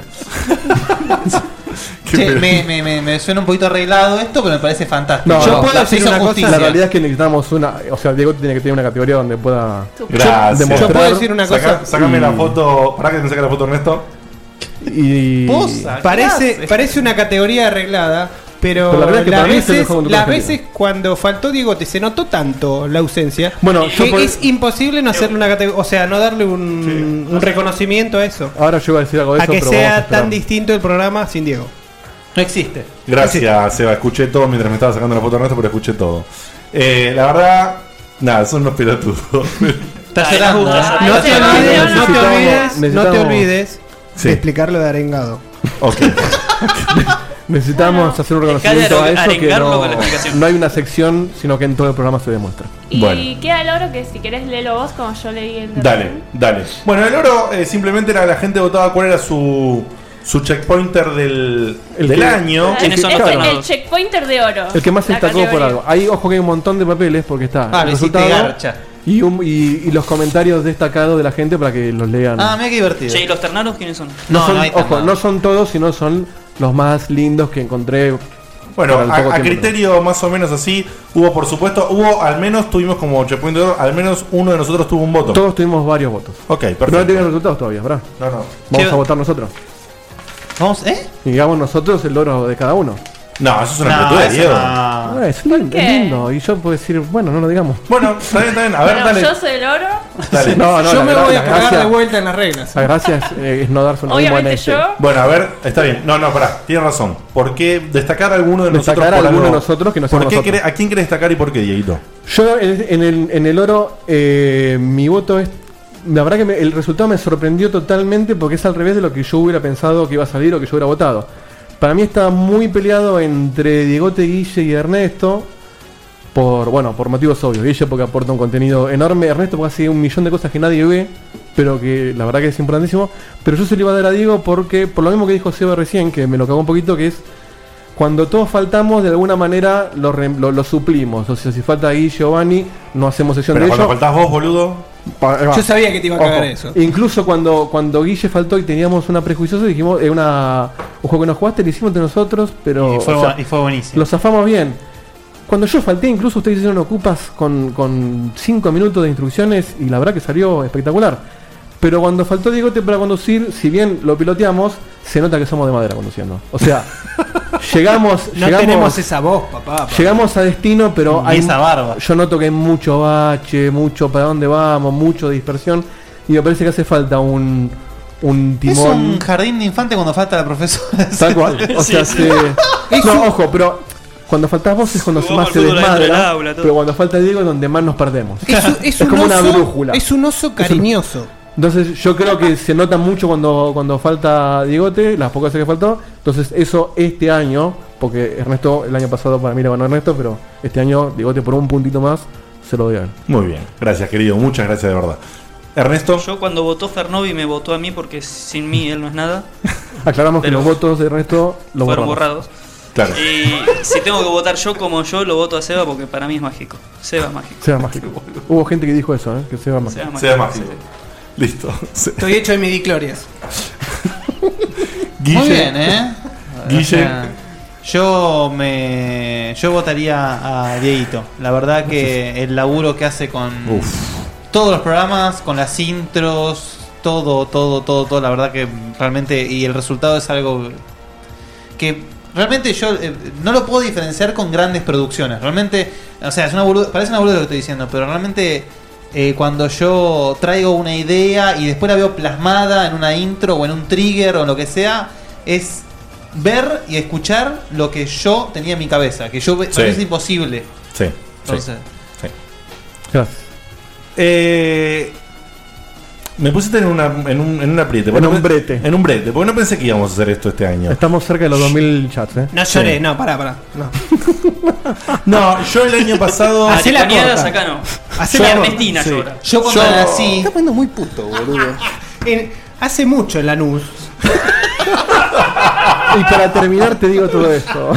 Speaker 5: Che, me, me, me, me suena un poquito arreglado esto, pero me parece fantástico.
Speaker 10: No,
Speaker 5: Yo
Speaker 10: no,
Speaker 5: puedo
Speaker 10: la-
Speaker 5: decir
Speaker 10: hizo
Speaker 5: una
Speaker 10: justicia.
Speaker 5: justicia.
Speaker 10: La realidad es que necesitamos una. O sea, Diego tiene que tener una categoría donde pueda.
Speaker 1: Gracias.
Speaker 10: demostrar-
Speaker 1: Saca- Sácame la
Speaker 10: Mm.
Speaker 1: foto. Pará que te saque la foto, Ernesto.
Speaker 10: Y.
Speaker 13: Parece, parece una categoría arreglada, pero,
Speaker 10: Pero la verdad es que
Speaker 13: las,
Speaker 10: para mí es el
Speaker 13: veces,
Speaker 10: mejor conductor
Speaker 13: las
Speaker 10: argentino.
Speaker 13: veces cuando faltó Diego te se notó tanto la ausencia
Speaker 10: Bueno, yo
Speaker 13: que
Speaker 10: por-
Speaker 13: es imposible no hacerle una categoría, o sea, no darle un, un reconocimiento a eso.
Speaker 10: Ahora yo iba a decir algo de
Speaker 13: A
Speaker 10: eso,
Speaker 13: que
Speaker 10: pero vamos a
Speaker 13: sea
Speaker 10: esperar.
Speaker 13: tan distinto el programa sin Diego. No existe.
Speaker 1: Gracias, Seba. Escuché todo mientras me estaba sacando la foto, Ernesto, pero escuché todo. Eh, la verdad, nada, son unos pelotudos.
Speaker 13: Está llorando, ¿eh? No te olvides, no te olvides, no te
Speaker 10: necesitamos-
Speaker 13: olvides
Speaker 1: Sí.
Speaker 13: de explicarlo de arengado.
Speaker 10: Necesitamos hacer un reconocimiento a eso que
Speaker 4: arengarlo
Speaker 10: no,
Speaker 4: con la explicación.
Speaker 10: no hay una sección, sino que en todo el programa se demuestra.
Speaker 7: Y queda el oro que si querés léelo vos como yo leí el
Speaker 1: Dale, dale. Bueno, el oro eh, simplemente era la gente votaba cuál era su, su checkpointer del, del
Speaker 10: que-
Speaker 1: año.
Speaker 10: ¿Quiénes
Speaker 7: Es
Speaker 10: son
Speaker 7: el,
Speaker 10: los
Speaker 7: el
Speaker 10: ganados?
Speaker 7: checkpointer de oro.
Speaker 10: El que más se
Speaker 7: La
Speaker 10: destacó por
Speaker 7: categoría.
Speaker 10: algo. Ahí, ojo que hay un montón de papeles porque está
Speaker 5: Ah,
Speaker 10: el
Speaker 5: lo hiciste
Speaker 10: resultado
Speaker 5: garcha.
Speaker 10: y, un- y- y los comentarios destacados de la gente para que los lean.
Speaker 5: Ah, mira qué divertido.
Speaker 4: Che, ¿y los ternaros quiénes son?
Speaker 10: no, son, ojo, no son todos, sino son los más lindos que encontré.
Speaker 1: Bueno,
Speaker 10: para el
Speaker 1: a,
Speaker 10: poco
Speaker 1: a
Speaker 10: tiempo.
Speaker 1: criterio más o menos así, hubo por supuesto, hubo al menos, tuvimos como checkpoint de oro, al menos uno de nosotros tuvo un voto.
Speaker 10: Todos tuvimos varios votos.
Speaker 1: Ok,
Speaker 10: Pero no
Speaker 1: perfecto.
Speaker 10: tienen resultados todavía, ¿verdad?
Speaker 1: No, no.
Speaker 10: Vamos
Speaker 1: Che-
Speaker 10: a votar nosotros.
Speaker 5: ¿Vamos, eh?
Speaker 10: Y digamos nosotros el oro de cada uno.
Speaker 1: No, eso es una
Speaker 10: No,
Speaker 1: actitud de
Speaker 10: eso
Speaker 1: Diego.
Speaker 10: Ah, es lindo, es lindo. Y yo puedo decir, bueno, no lo digamos.
Speaker 1: Bueno, está bien, está bien. A ver,
Speaker 7: Bueno,
Speaker 1: dale.
Speaker 7: yo soy el oro.
Speaker 1: Dale.
Speaker 10: No, no,
Speaker 13: Yo
Speaker 10: la
Speaker 13: me
Speaker 10: gra-
Speaker 13: voy
Speaker 10: la
Speaker 13: a cagar
Speaker 10: gracia-
Speaker 13: de vuelta en las reglas.
Speaker 10: La gracia es, eh, es no darse un ritmo en
Speaker 13: Obviamente
Speaker 10: este.
Speaker 13: yo.
Speaker 1: Bueno, a ver, está bien. No, no, pará, tienes razón. ¿Por qué destacar a alguno de
Speaker 10: Destacar
Speaker 1: nosotros?
Speaker 10: a
Speaker 1: por
Speaker 10: alguno
Speaker 1: algo?
Speaker 10: de nosotros que no
Speaker 1: ¿Por
Speaker 10: seamos
Speaker 1: qué
Speaker 10: nosotros.
Speaker 1: querés- ¿A quién querés destacar y por qué, Dieguito?
Speaker 10: Yo en, en el, en el oro, eh, mi voto es. La verdad que me- el resultado me sorprendió totalmente porque es al revés de lo que yo hubiera pensado que iba a salir o que yo hubiera votado. Para mí está muy peleado entre Diegote, Guille y Ernesto. Por, bueno, por motivos obvios. Guille porque aporta un contenido enorme. Ernesto porque hace un millón de cosas que nadie ve. Pero que la verdad que es importantísimo. Pero yo se lo iba a dar a Diego porque, por lo mismo que dijo Seba recién, que me lo cagó un poquito, que es cuando todos faltamos, de alguna manera lo, re- lo- lo suplimos. O sea, si falta Guille Giovanni, no hacemos sesión
Speaker 1: Pero
Speaker 10: de
Speaker 1: cuando
Speaker 10: ellos.
Speaker 1: faltás vos, boludo.
Speaker 10: Pa- ahí va.
Speaker 13: Yo sabía que te iba a cagar eso.
Speaker 10: Incluso cuando, cuando Guille faltó y teníamos una prejuiciosa, dijimos, eh, una, un juego que nos jugaste, lo hicimos entre nosotros, pero.
Speaker 5: Y fue
Speaker 10: o
Speaker 5: bu-
Speaker 10: sea,
Speaker 5: y fue buenísimo.
Speaker 10: Lo zafamos bien. Cuando yo falté, incluso ustedes hicieron ocupas con, con cinco minutos de instrucciones y la verdad que salió espectacular. Pero cuando faltó Diegote para conducir, si bien lo piloteamos, se nota que somos de madera conduciendo. O sea, llegamos,
Speaker 13: No
Speaker 10: llegamos,
Speaker 13: tenemos esa voz, papá. papá.
Speaker 10: llegamos a destino, pero
Speaker 13: Ni esa barba.
Speaker 10: Yo noto que hay mucho bache, mucho para dónde vamos, mucho dispersión. Y me parece que hace falta un, un
Speaker 5: Es
Speaker 10: timón.
Speaker 5: un jardín de infante cuando falta la profesora.
Speaker 10: Tal cual. O sea,
Speaker 5: Sí, sí.
Speaker 10: se- No, ojo, pero cuando faltas vos es cuando
Speaker 5: Jugamos
Speaker 10: más se
Speaker 5: al fútbol dentro del
Speaker 10: desmadra.
Speaker 5: aula, todo.
Speaker 10: pero cuando falta Diego es donde más nos perdemos.
Speaker 13: Es, un- es un
Speaker 10: como una
Speaker 13: oso-
Speaker 10: brújula.
Speaker 13: Es un oso cariñoso.
Speaker 10: Entonces yo creo que se nota mucho cuando, cuando falta Diegote, las pocas veces que faltó. Entonces eso este año, porque Ernesto el año pasado para mí lo ganó Ernesto, pero este año Diegote por un puntito más se lo doy a él.
Speaker 1: Muy bien. Gracias, querido. Muchas gracias de verdad. Ernesto.
Speaker 4: Yo cuando votó Fernovi me votó a mí porque sin mí él no es nada.
Speaker 10: Aclaramos que los votos de Ernesto los
Speaker 4: fueron
Speaker 10: borramos.
Speaker 4: borrados.
Speaker 1: Claro.
Speaker 4: Y si tengo que votar yo como yo, lo voto a Seba porque para mí es mágico. Seba es mágico.
Speaker 10: Sea mágico. Hubo gente que dijo eso, ¿eh? que sea mágico.
Speaker 4: Seba es
Speaker 1: Sea mágico. Listo.
Speaker 13: Estoy hecho de midiclorias.
Speaker 1: Guille.
Speaker 5: Muy bien, ¿eh?
Speaker 1: Guille.
Speaker 5: yo me yo votaría a Dieguito. La verdad que el laburo que hace con todos los programas, con las intros, todo, todo, todo, todo, la verdad que realmente y el resultado es algo que realmente yo eh, no lo puedo diferenciar con grandes producciones. Realmente, o sea, es una boluda- parece una boluda lo que estoy diciendo, pero realmente eh, cuando yo traigo una idea y después la veo plasmada en una intro o en un trigger o en lo que sea, es ver y escuchar lo que yo tenía en mi cabeza, que yo ve-
Speaker 1: Sí.
Speaker 5: es imposible.
Speaker 1: Sí. sí,
Speaker 5: Entonces,
Speaker 1: sí.
Speaker 10: Gracias.
Speaker 1: Eh, Me pusiste en, una, en, un, en un apriete. En un brete. En un brete, porque no pensé que íbamos a hacer esto este año.
Speaker 10: Estamos cerca de los 2000 chats, ¿eh?
Speaker 13: No lloré, no, pará, pará. No.
Speaker 1: No, yo el año pasado.
Speaker 4: Hacé la Aripañadas corta. acá no. Hacé la Ernestina llora. Yo cuando nací-
Speaker 13: Está
Speaker 5: poniendo muy puto, boludo.
Speaker 13: hace mucho en Lanús.
Speaker 10: Y para terminar te digo todo esto.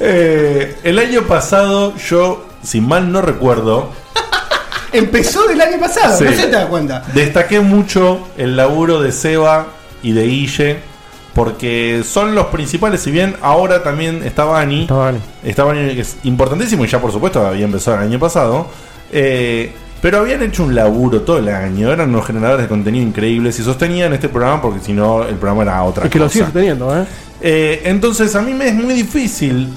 Speaker 1: Eh, el año pasado, yo, si mal no recuerdo,
Speaker 13: Empezó del año pasado,
Speaker 1: Sí.
Speaker 13: no se te da cuenta.
Speaker 1: destaqué mucho el laburo de Seba y de Guille. Porque son los principales, si bien ahora también está Bani. Está
Speaker 10: Bani.
Speaker 1: que es importantísimo y ya por supuesto había empezado el año pasado. eh, pero habían hecho un laburo todo el año. Eran unos generadores de contenido increíbles y sostenían este programa porque si no el programa era otra
Speaker 10: Es que lo
Speaker 1: cosa.
Speaker 10: sigue sosteniendo, ¿eh?
Speaker 1: Eh, entonces a mí me es muy difícil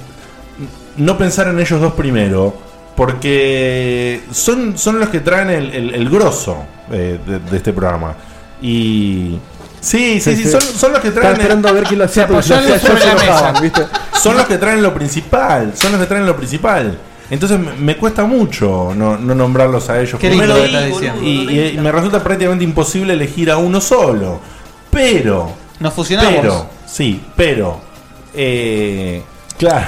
Speaker 1: no pensar en ellos dos primero, porque son, son los que traen el, el- el grosso eh, de, de este programa. Y... Sí, sí, sí,
Speaker 10: Sí, sí.
Speaker 1: Son, son los que
Speaker 10: Estaba
Speaker 1: traen... el-
Speaker 10: esperando a ver quién lo hacía, porque
Speaker 1: apoyó
Speaker 10: lo hacía
Speaker 1: algo
Speaker 10: yo,
Speaker 1: sobre
Speaker 10: se
Speaker 1: la
Speaker 10: enojaba,
Speaker 1: mesa.
Speaker 10: ¿viste?
Speaker 1: Son los que traen lo principal, son los que traen lo principal. Entonces me, me cuesta mucho no, no nombrarlos a ellos
Speaker 5: Qué lindo
Speaker 1: primero
Speaker 5: lo que estás
Speaker 1: y-
Speaker 5: diciendo.
Speaker 1: y- y- y me resulta prácticamente imposible elegir a uno solo. Pero
Speaker 5: Nos fusionamos.
Speaker 1: pero, sí, pero. eh, claro.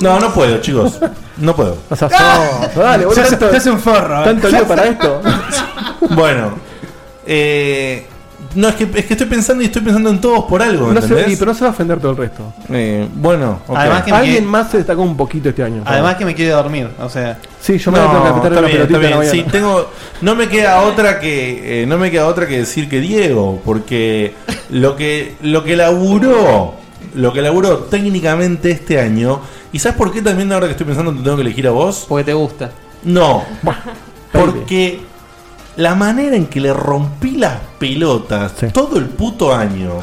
Speaker 1: No, no puedo, chicos. No puedo.
Speaker 10: O sea, sos- dale, vos tanto-
Speaker 13: ¿eh?
Speaker 10: Tanto lío para esto.
Speaker 1: Bueno. eh, no, es que, es que estoy pensando y estoy pensando en todos por algo,
Speaker 10: No se, y-
Speaker 1: ¿entendés?
Speaker 10: pero no se va a ofender todo el resto.
Speaker 1: Eh, bueno, ok.
Speaker 5: Además que me
Speaker 10: Alguien
Speaker 5: quedé-
Speaker 10: más se destacó un poquito este año.
Speaker 5: Además que me quiere dormir, o sea.
Speaker 10: Sí, yo me la tengo que apretar
Speaker 1: está
Speaker 10: una
Speaker 1: bien,
Speaker 10: pelotita
Speaker 1: está
Speaker 10: en la
Speaker 1: bien. Sí,
Speaker 10: mañana.
Speaker 1: tengo, no me queda otra que eh, no me queda otra que decir que Diego, porque lo que lo que laburó, lo que laburó técnicamente este año, ¿y sabes por qué también ahora que estoy pensando te tengo que elegir a vos?
Speaker 5: Porque te gusta.
Speaker 1: No, porque la manera en que le rompí las pelotas todo el puto año.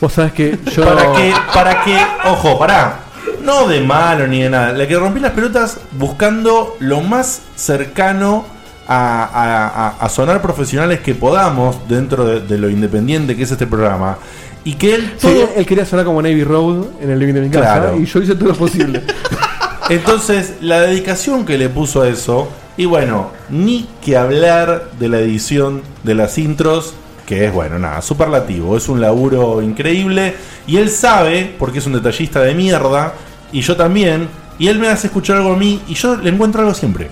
Speaker 10: Vos sabés que yo.
Speaker 1: Para que, para que, ojo, pará. No de malo ni de nada. La que rompí las pelotas buscando lo más cercano a, a- a- a sonar profesionales que podamos dentro de, de lo independiente que es este programa. Y que él
Speaker 10: Sí,
Speaker 1: todo-
Speaker 10: él quería sonar como Navy Road en el living de mi casa
Speaker 1: Claro.
Speaker 10: y yo hice todo lo posible.
Speaker 1: Entonces, la dedicación que le puso a eso, y bueno, ni que hablar de la edición de las intros, que es, bueno, nada, superlativo, es un laburo increíble, y él sabe, porque es un detallista de mierda, y yo también, y él me hace escuchar algo a mí, y yo le encuentro algo siempre.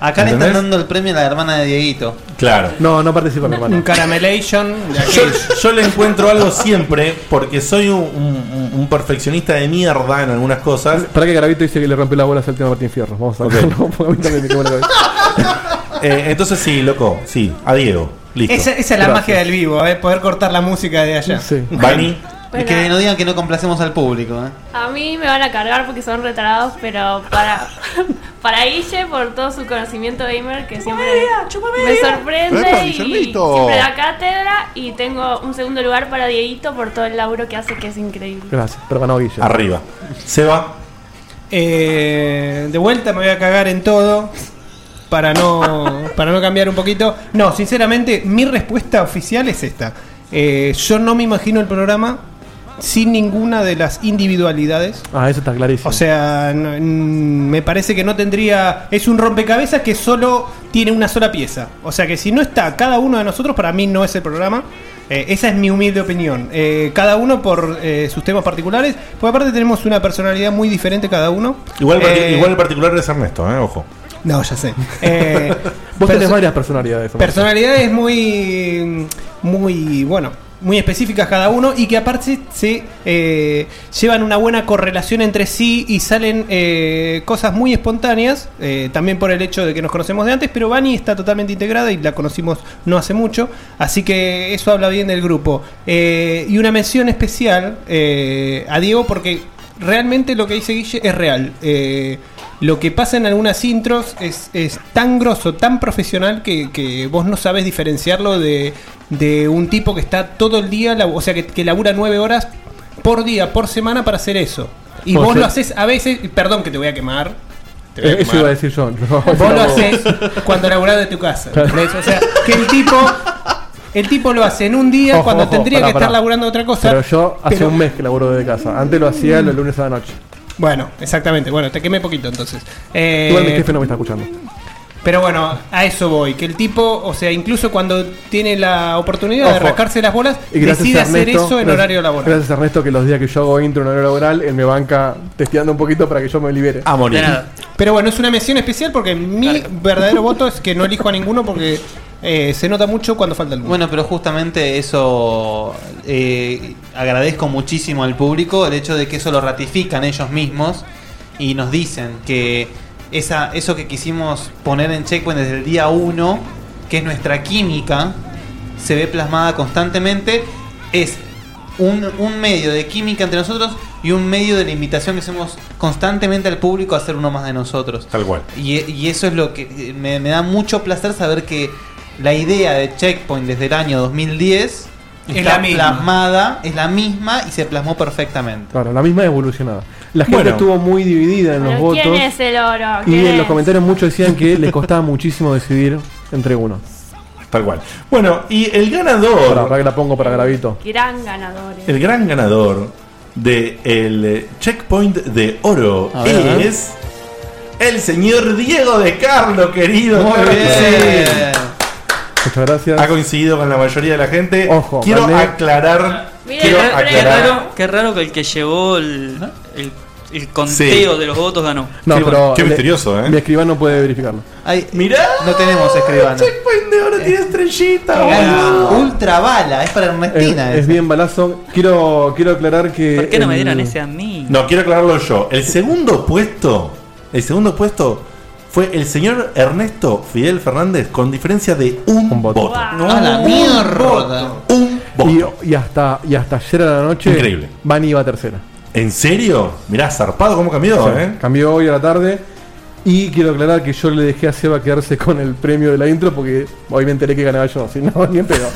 Speaker 5: Acá le están
Speaker 1: ¿Entendés?
Speaker 5: dando el premio a la hermana de Dieguito.
Speaker 1: Claro.
Speaker 10: No, no participa mi hermano.
Speaker 13: Un caramelation.
Speaker 1: Yo, yo le encuentro algo siempre, porque soy un, un- un perfeccionista de mierda en algunas cosas.
Speaker 10: Para que Garavito dice que le rompió las bolas al tema Martín Fierro. Vamos a sacarlo, porque a mí también me quemó la cabeza.
Speaker 1: Eh, entonces sí, loco, sí, a Diego. Listo.
Speaker 13: Esa, esa es la magia del vivo, eh, poder cortar la música de allá.
Speaker 1: Bani.
Speaker 5: Y que no digan que no complacemos al público, eh.
Speaker 7: A mí me van a cargar porque son retardados, pero para, para Guille, por todo su conocimiento gamer, que siempre me
Speaker 21: media.
Speaker 7: sorprende
Speaker 21: Epa,
Speaker 7: y
Speaker 21: Guillermito.
Speaker 7: siempre da cátedra. Y tengo un segundo lugar para Dieguito por todo el laburo que hace, que es increíble.
Speaker 10: Gracias, pero ganó Guille.
Speaker 1: Arriba. Seba.
Speaker 13: Eh, de vuelta me voy a cagar en todo para no, para no cambiar un poquito. No, sinceramente, mi respuesta oficial es esta. Eh, yo no me imagino el programa sin ninguna de las individualidades.
Speaker 10: Ah, eso está clarísimo.
Speaker 13: O sea, no- mm, me parece que no tendría... Es un rompecabezas que solo tiene una sola pieza. O sea que si no está cada uno de nosotros, para mí no es el programa. Eh, esa es mi humilde opinión. Eh, cada uno por eh, sus temas particulares. Porque aparte tenemos una personalidad muy diferente cada uno.
Speaker 1: Igual, parti-
Speaker 13: Eh,
Speaker 1: igual el particular es Ernesto, eh, ojo.
Speaker 13: No, ya sé. Eh,
Speaker 10: Vos tenés
Speaker 13: perso-
Speaker 10: varias personalidades.
Speaker 13: personalidades muy muy bueno muy específicas cada uno y que aparte se eh, llevan una buena correlación entre sí y salen eh, cosas muy espontáneas eh, también por el hecho de que nos conocemos de antes pero Vani está totalmente integrada y la conocimos no hace mucho así que eso habla bien del grupo Eh, y una mención especial eh, a Diego porque realmente lo que dice Guille es real Eh, lo que pasa en algunas intros es, es tan grosso, tan profesional que, que vos no sabes diferenciarlo de, de un tipo que está todo el día, labu- o sea, que, que labura nueve horas por día, por semana para hacer eso. Y
Speaker 10: Puede
Speaker 13: vos
Speaker 10: ser.
Speaker 13: lo haces a veces, y perdón que te voy a quemar. te voy a
Speaker 10: Eh, eso
Speaker 13: quemar.
Speaker 10: iba a decir yo. No,
Speaker 13: Vos lo haces cuando laburás de tu casa.
Speaker 10: Claro.
Speaker 13: ¿entendés? O sea, que el tipo, el tipo lo hace en un día
Speaker 10: Ojo,
Speaker 13: cuando
Speaker 10: ojo,
Speaker 13: tendría
Speaker 10: pará,
Speaker 13: que
Speaker 10: pará.
Speaker 13: estar laburando otra cosa.
Speaker 10: Pero yo hace
Speaker 13: pero-
Speaker 10: un mes que laburo desde casa. Antes lo hacía los lunes a la noche.
Speaker 13: Bueno, exactamente. Bueno, te quemé poquito entonces. Eh,
Speaker 10: Igual mi jefe no me está escuchando.
Speaker 13: Pero bueno, a eso voy. Que el tipo, o sea, incluso cuando tiene la oportunidad de
Speaker 10: Ojo.
Speaker 13: rascarse las bolas,
Speaker 10: Y gracias
Speaker 13: decide
Speaker 10: a
Speaker 13: hacer
Speaker 10: Ernesto,
Speaker 13: eso en
Speaker 10: gracias-
Speaker 13: horario laboral.
Speaker 10: Gracias a Ernesto que los días que yo hago intro en horario laboral, él me banca testeando un poquito para que yo me libere.
Speaker 1: A morir.
Speaker 13: Pero bueno, es una mención especial porque mi verdadero voto es que no elijo a ninguno porque eh, se nota mucho cuando falta alguno.
Speaker 5: Bueno, pero justamente eso eh, agradezco muchísimo al público el hecho de que eso lo ratifican ellos mismos y nos dicen que esa, eso que quisimos poner en checkpoint desde el día 1, que es nuestra química, se ve plasmada constantemente, es un, un medio de química entre nosotros y un medio de la invitación que hacemos constantemente al público a ser uno más de nosotros.
Speaker 1: Tal cual.
Speaker 5: Y, y eso es lo que me, me da mucho placer saber que la idea de Checkpoint desde el año 2010
Speaker 13: Es
Speaker 5: está
Speaker 13: la misma.
Speaker 5: plasmada, es la misma y se plasmó perfectamente.
Speaker 10: Claro, la misma evolucionada. La gente
Speaker 5: Bueno.
Speaker 10: estuvo muy dividida en los
Speaker 7: Pero
Speaker 10: votos.
Speaker 7: ¿Quién es el oro?
Speaker 10: Y
Speaker 7: ¿Quién
Speaker 10: en los
Speaker 7: es?
Speaker 10: comentarios muchos decían que les costaba muchísimo decidir entre uno.
Speaker 1: Tal cual. Bueno, y eh, el ganador.
Speaker 10: Para, que la pongo para Gravito.
Speaker 7: Gran eh. ganadores.
Speaker 1: El gran ganador del checkpoint de oro
Speaker 10: A ver, a ver.
Speaker 1: es el señor Diego de Carlo, querido.
Speaker 10: Muy
Speaker 1: Claro que
Speaker 10: bien.
Speaker 1: sí.
Speaker 10: Muchas gracias.
Speaker 1: Ha coincidido con la mayoría de la gente.
Speaker 10: Ojo,
Speaker 1: quiero
Speaker 10: gané.
Speaker 1: aclarar.
Speaker 4: Qué,
Speaker 1: quiero
Speaker 4: ra- qué
Speaker 1: aclarar.
Speaker 4: raro, qué raro que el que llevó el, el- el conteo
Speaker 1: Sí.
Speaker 4: de los votos ganó.
Speaker 10: No,
Speaker 1: Qué
Speaker 10: pero
Speaker 1: bueno, qué
Speaker 10: le-
Speaker 1: misterioso, ¿eh?
Speaker 10: Mi escribano puede verificarlo.
Speaker 1: Mirá,
Speaker 5: no tenemos escribano. Eh,
Speaker 1: Checkpoint de oro tiene estrellita. boludo.
Speaker 5: Ultra bala, es para Ernestina.
Speaker 10: Es, es bien balazo. Quiero, quiero aclarar que.
Speaker 4: ¿Por qué no me
Speaker 10: el-
Speaker 4: dieron ese a mí?
Speaker 1: No, quiero aclararlo yo. El segundo puesto. El segundo puesto fue el señor Ernesto Fidel Fernández con diferencia de un, voto.
Speaker 5: ¡A la mierda!
Speaker 10: Y, y hasta, y hasta ayer a la noche.
Speaker 1: Increíble.
Speaker 10: Van iba tercera.
Speaker 1: ¿En serio? Mirá, zarpado cómo cambió,
Speaker 10: Sí,
Speaker 1: ¿eh?
Speaker 10: Cambió hoy a la tarde. Y quiero aclarar que yo le dejé a Seba quedarse con el premio de la intro porque hoy me enteré que ganaba yo. Si no, ni en pedo.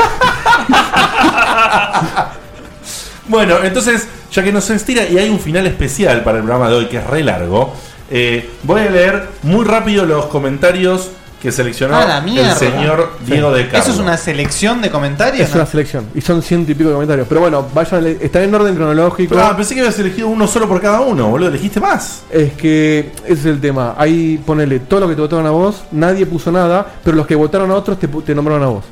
Speaker 1: Bueno, entonces, ya que nos estira y hay un final especial para el programa de hoy que es re largo, eh, voy a leer muy rápido los comentarios que seleccionó
Speaker 5: A Ah, la mierda.
Speaker 1: el señor Diego de Carlos.
Speaker 5: ¿Eso es una selección de comentarios?
Speaker 10: Es una selección. Y son ciento y pico de comentarios. Pero bueno, vayan, están en orden cronológico.
Speaker 1: Ah, pensé que habías elegido uno solo por cada uno, boludo. Elegiste más.
Speaker 10: Es que ese es el tema. Ahí ponele todo lo que te votaron a vos, nadie puso nada, pero los que votaron a otros te, pu- te nombraron a vos.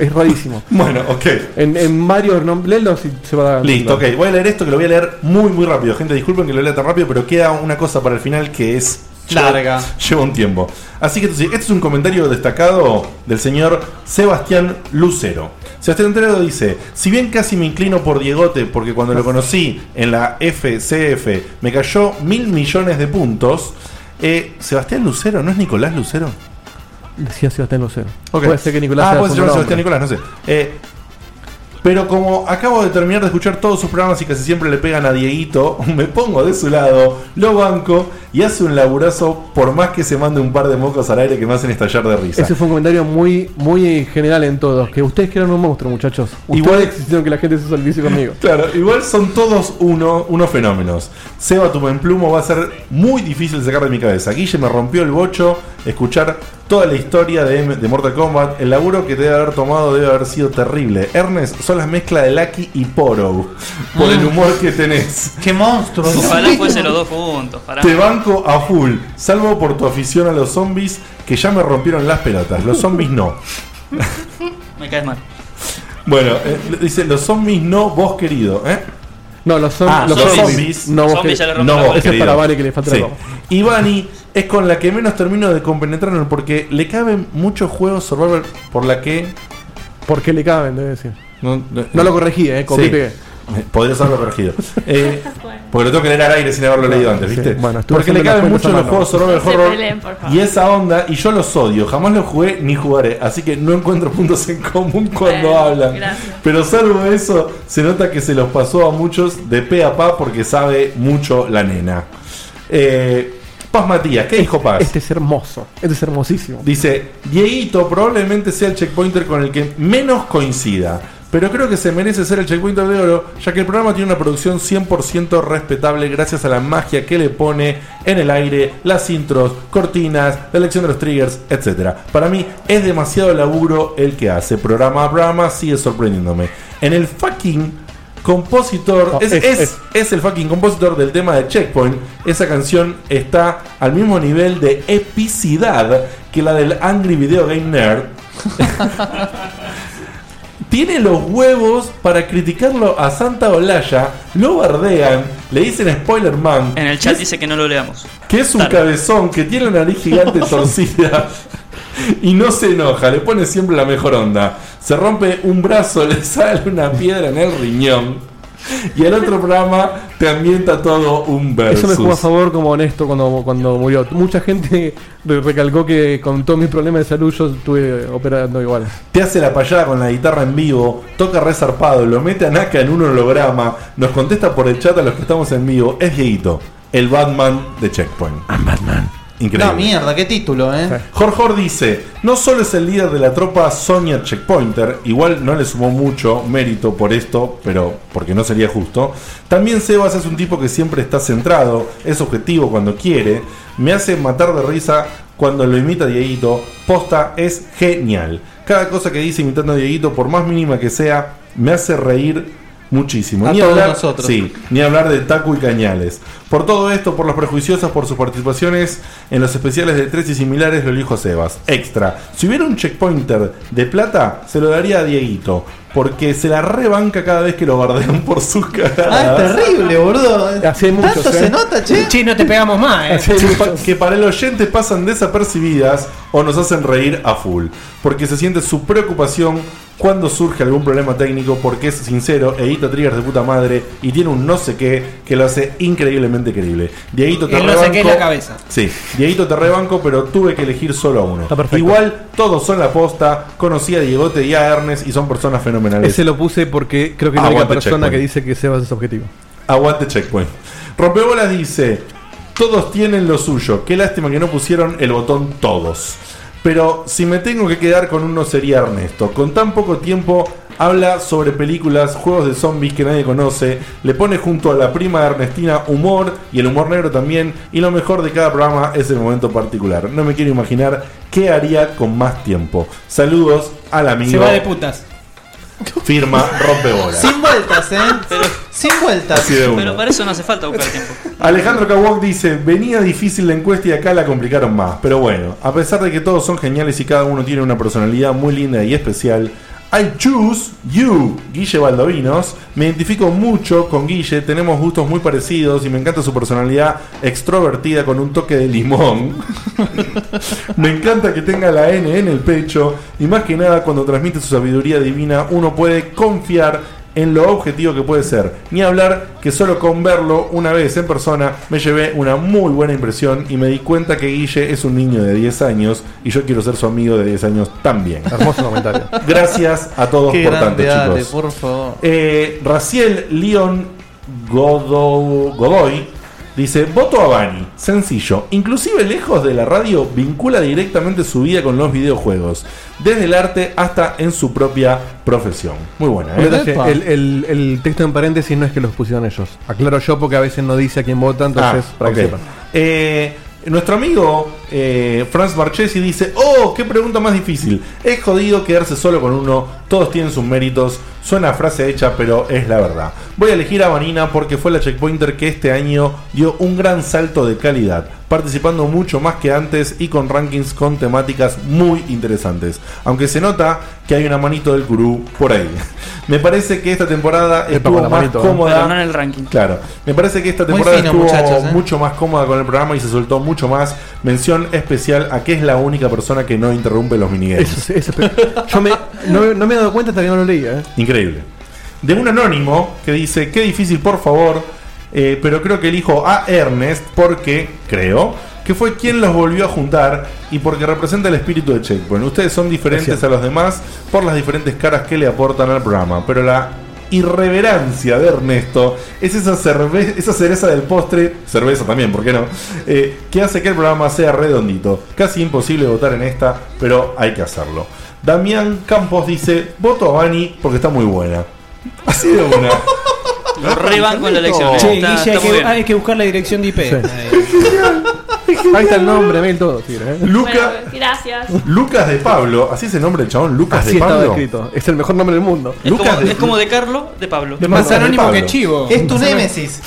Speaker 10: Es rarísimo.
Speaker 1: Bueno, ok.
Speaker 10: En, en varios nombres y se va a
Speaker 1: Listo, ok. Voy a leer esto que lo voy a leer muy, muy rápido. Gente, disculpen que lo lea tan rápido, pero queda una cosa para el final que es.
Speaker 5: Larga.
Speaker 1: Lleva, lleva un tiempo. Así que entonces, este es un comentario destacado del señor Sebastián Lucero. Sebastián Lucero dice: Si bien casi me inclino por Diegote, porque cuando lo conocí en la FCF me cayó mil millones de puntos. eh, Sebastián Lucero, ¿no es Nicolás Lucero?
Speaker 10: Decía Sebastián Lucero.
Speaker 1: Ok.
Speaker 10: Puede ser que Nicolás
Speaker 1: Ah,
Speaker 10: sea
Speaker 1: puede
Speaker 10: su
Speaker 1: ser
Speaker 10: nombre.
Speaker 1: Sebastián Nicolás, no sé. Eh, pero como acabo de terminar de escuchar todos sus programas y casi siempre le pegan a Dieguito, me pongo de su lado, lo banco y hace un laburazo por más que se mande un par de mocos al aire que me hacen estallar de risa.
Speaker 10: Ese fue un comentario muy, muy general en todos. Que ustedes crearon un monstruo, muchachos. Ustedes
Speaker 1: Igual-
Speaker 10: exigieron que la gente se solidarice conmigo.
Speaker 1: Claro, igual son todos uno, unos fenómenos. Seba tu Plumo va a ser muy difícil sacar de mi cabeza. Guille me rompió el bocho escuchar toda la historia de, M- de Mortal Kombat. El laburo que te debe haber tomado debe haber sido terrible. Ernest, son las mezclas de Lucky y Poro. Por el humor que tenés.
Speaker 5: ¡Qué monstruo!
Speaker 4: Ah. Ojalá fuese los dos juntos. pará.
Speaker 1: Te banco a full, salvo por tu afición a los zombies que ya me rompieron las pelotas. Los zombies no.
Speaker 4: Me caes mal.
Speaker 1: Bueno, eh, dice, los zombies no, vos querido. ¿eh? Ah,
Speaker 10: No, los, zom- los zombies. No, vos querido.
Speaker 1: No, vos
Speaker 10: Ese es
Speaker 1: querido.
Speaker 10: para Vale que le falta la
Speaker 1: Sí.
Speaker 10: copa.
Speaker 1: Ivani es con la que menos termino de compenetrarnos porque le caben muchos juegos survival por la que.
Speaker 10: Porque le caben, debe decir.
Speaker 1: No,
Speaker 10: No lo corregí, eh, copy y pegué.
Speaker 1: Eh, Podrías haberlo corregido. Eh, porque lo tengo que leer al aire sin haberlo leído antes,
Speaker 10: Sí.
Speaker 1: ¿viste?
Speaker 10: Bueno, estuve
Speaker 1: porque
Speaker 10: haciendo
Speaker 1: le
Speaker 10: las
Speaker 1: caben
Speaker 10: cuentas a
Speaker 1: muchos los
Speaker 10: mano.
Speaker 1: juegos survival
Speaker 10: No se
Speaker 1: horror
Speaker 10: peleen, por favor.
Speaker 1: y esa onda, y yo los odio. Jamás los jugué ni jugaré, así que no encuentro puntos en común cuando hablan.
Speaker 14: gracias.
Speaker 1: Pero salvo eso, se nota que se los pasó a muchos de pe a pa porque sabe mucho la nena. Eh, Paz Matías, ¿qué dijo Paz?
Speaker 10: Este es hermoso. Este es hermosísimo.
Speaker 1: Dice, Dieguito probablemente sea el checkpointer con el que menos coincida. Pero creo que se merece ser el checkpointer de oro, ya que el programa tiene una producción 100% respetable gracias a la magia que le pone en el aire, las intros, cortinas, la elección de los triggers, etc. Para mí es demasiado laburo el que hace. Programa a programa sigue sorprendiéndome. En el fucking compositor,
Speaker 10: No,
Speaker 1: es,
Speaker 10: es-
Speaker 1: es-
Speaker 10: es.
Speaker 1: es el fucking compositor del tema de Checkpoint. Esa canción está al mismo nivel de epicidad que la del Angry Video Game Nerd. Tiene los huevos para criticarlo a Santa Olaya, lo bardean, le dicen Spoiler Man,
Speaker 4: En el chat dice que no lo leamos.
Speaker 1: que es un cabezón que tiene una nariz gigante torcida y no se enoja, le pone siempre la mejor onda. Se rompe un brazo, le sale una piedra en el riñón. Y el otro programa te ambienta todo un versus.
Speaker 10: Eso me jugó a favor como honesto cuando, cuando murió. Mucha gente re- recalcó que con todos mis problemas de salud yo estuve operando igual.
Speaker 1: Te hace la payada con la guitarra en vivo, toca re zarpado, lo mete a Naka en un holograma, nos contesta por el chat a los que estamos en vivo. Es Dieguito, el Batman de Checkpoint. Batman. Increíble.
Speaker 5: No, mierda, qué título, eh.
Speaker 1: Jorjor dice, no solo es el líder de la tropa Sonia Checkpointer, igual no le sumó mucho mérito por esto, pero porque no sería justo. También Sebas es un tipo que siempre está centrado, es objetivo cuando quiere, me hace matar de risa cuando lo imita Dieguito, posta es genial. Cada cosa que dice imitando a Dieguito, por más mínima que sea, me hace reír muchísimo.
Speaker 5: A
Speaker 1: ni
Speaker 5: todos
Speaker 1: hablar,
Speaker 5: nosotros.
Speaker 1: Sí, ni hablar de Taku y Cañales. Por todo esto, por los prejuiciosos, por sus participaciones en los especiales de tres y similares, lo elijo a Sebas. Extra. Si hubiera un checkpointer de plata, se lo daría a Dieguito. Porque se la rebanca cada vez que lo bardean por sus cagadas.
Speaker 5: Ah, es terrible, boludo.
Speaker 10: Hace
Speaker 1: muchos,
Speaker 5: Tanto
Speaker 1: ¿eh?
Speaker 5: se nota, che.
Speaker 13: Che, no te pegamos más, eh.
Speaker 1: Que pa- que para el oyente pasan desapercibidas o nos hacen reír a full. Porque se siente su preocupación cuando surge algún problema técnico, porque es sincero, edita triggers de puta madre y tiene un no sé qué que lo hace increíblemente creíble. Dieguito te
Speaker 13: El no sé qué es la
Speaker 1: rebanco-
Speaker 13: cabeza.
Speaker 1: Sí, Dieguito te rebanco, pero tuve que elegir solo a uno. Igual todos son la posta, conocí a Diegote y a Ernest y son personas fenomenales.
Speaker 10: Ese lo puse porque creo que es la única
Speaker 1: Aguante
Speaker 10: persona
Speaker 1: Checkpoint.
Speaker 10: que dice que Sebas es objetivo.
Speaker 1: Aguante checkpoint. Rompebolas dice: Todos tienen lo suyo. Qué lástima que no pusieron el botón todos. Pero si me tengo que quedar con uno sería Ernesto. Con tan poco tiempo habla sobre películas, juegos de zombies que nadie conoce. Le pone junto a la prima de Ernestina humor y el humor negro también. Y lo mejor de cada programa es el momento particular. No me quiero imaginar qué haría con más tiempo. Saludos al amigo.
Speaker 13: Se va de putas.
Speaker 1: Firma Rompebolas.
Speaker 5: Sin vueltas, eh. Sin vueltas.
Speaker 1: Así de una.
Speaker 4: Pero para eso no hace falta buscar tiempo.
Speaker 1: Alejandro Kawok dice, venía difícil la encuesta y acá la complicaron más. Pero bueno, a pesar de que todos son geniales y cada uno tiene una personalidad muy linda y especial, I choose you, Guille Baldovinos. Me identifico mucho con Guille, tenemos gustos muy parecidos y me encanta su personalidad extrovertida con un toque de limón. Me encanta que tenga la N en el pecho y más que nada cuando transmite su sabiduría divina uno puede confiar en lo objetivo que puede ser. Ni hablar que solo con verlo una vez en persona me llevé una muy buena impresión y me di cuenta que Guille es un niño de 10 años y yo quiero ser su amigo de 10 años también.
Speaker 10: Hermoso comentario.
Speaker 1: Gracias a todos
Speaker 5: Qué
Speaker 1: por
Speaker 5: grande,
Speaker 1: tanto,
Speaker 5: Ale,
Speaker 1: chicos.
Speaker 5: por favor.
Speaker 1: Eh, Raciel Leon Godo- Godoy dice, voto a Bani, sencillo, inclusive lejos de la radio, vincula directamente su vida con los videojuegos, desde el arte hasta en su propia profesión. Muy buena,
Speaker 10: Un
Speaker 1: ¿eh?
Speaker 10: detalle, el, el- el texto en paréntesis no es que los pusieron ellos. Aclaro yo porque a veces no dice a quién vota, entonces
Speaker 1: Ah,
Speaker 10: para que
Speaker 1: ok.
Speaker 10: sepan.
Speaker 1: Eh, nuestro amigo eh, Franz Marchesi dice: Oh, qué pregunta más difícil. Es jodido quedarse solo con uno. Todos tienen sus méritos. Suena a frase hecha, pero es la verdad. Voy a elegir a Vanina porque fue la checkpointer que este año dio un gran salto de calidad, participando mucho más que antes y con rankings con temáticas muy interesantes. Aunque se nota que hay una manito del gurú por ahí. Me parece que esta temporada
Speaker 10: Epa,
Speaker 1: estuvo
Speaker 10: con la
Speaker 1: más
Speaker 10: manito, ¿eh?
Speaker 1: cómoda.
Speaker 4: Pero no en el ranking.
Speaker 1: Claro. Me parece que esta
Speaker 4: Muy
Speaker 1: temporada
Speaker 4: fino,
Speaker 1: estuvo
Speaker 4: muchachos, ¿eh?
Speaker 1: mucho más cómoda con el programa y se soltó mucho más. Mención especial a que es la única persona que no interrumpe los minigames.
Speaker 10: Eso, eso, pero yo me, no, no me he dado cuenta hasta que no lo leía. ¿eh?
Speaker 1: Increíble. De un anónimo que dice, qué difícil por favor, eh, pero creo que elijo a Ernest porque, creo, que fue quien los volvió a juntar y porque representa el espíritu de Checkpoint. Ustedes son diferentes a los demás por las diferentes caras que le aportan al programa, pero la irreverencia de Ernesto es esa, cerve- esa cereza del postre, cerveza también, ¿por qué no? Eh, que hace que el programa sea redondito. Casi imposible votar en esta, pero hay que hacerlo. Damián Campos dice, voto a Bani porque está muy buena. Así de buena.
Speaker 4: Lo rebanco en la elección. eh.
Speaker 13: Che,
Speaker 4: Está-
Speaker 13: Guille,
Speaker 4: está
Speaker 13: hay
Speaker 4: muy
Speaker 13: que,
Speaker 4: bien.
Speaker 13: hay que buscar la dirección de IP.
Speaker 1: Es genial. Es
Speaker 10: Ahí está el nombre, mail, todo. tira, ¿eh?
Speaker 1: Luca-
Speaker 7: Bueno, gracias.
Speaker 1: Lucas de Pablo, así es el nombre del chabón, Lucas
Speaker 10: Así
Speaker 1: de
Speaker 10: estaba
Speaker 1: Pablo.
Speaker 10: escrito. Es el mejor nombre del mundo.
Speaker 4: Es como, es como de Carlo, de Pablo.
Speaker 10: De más anónimo que Chivo.
Speaker 5: Es tu némesis.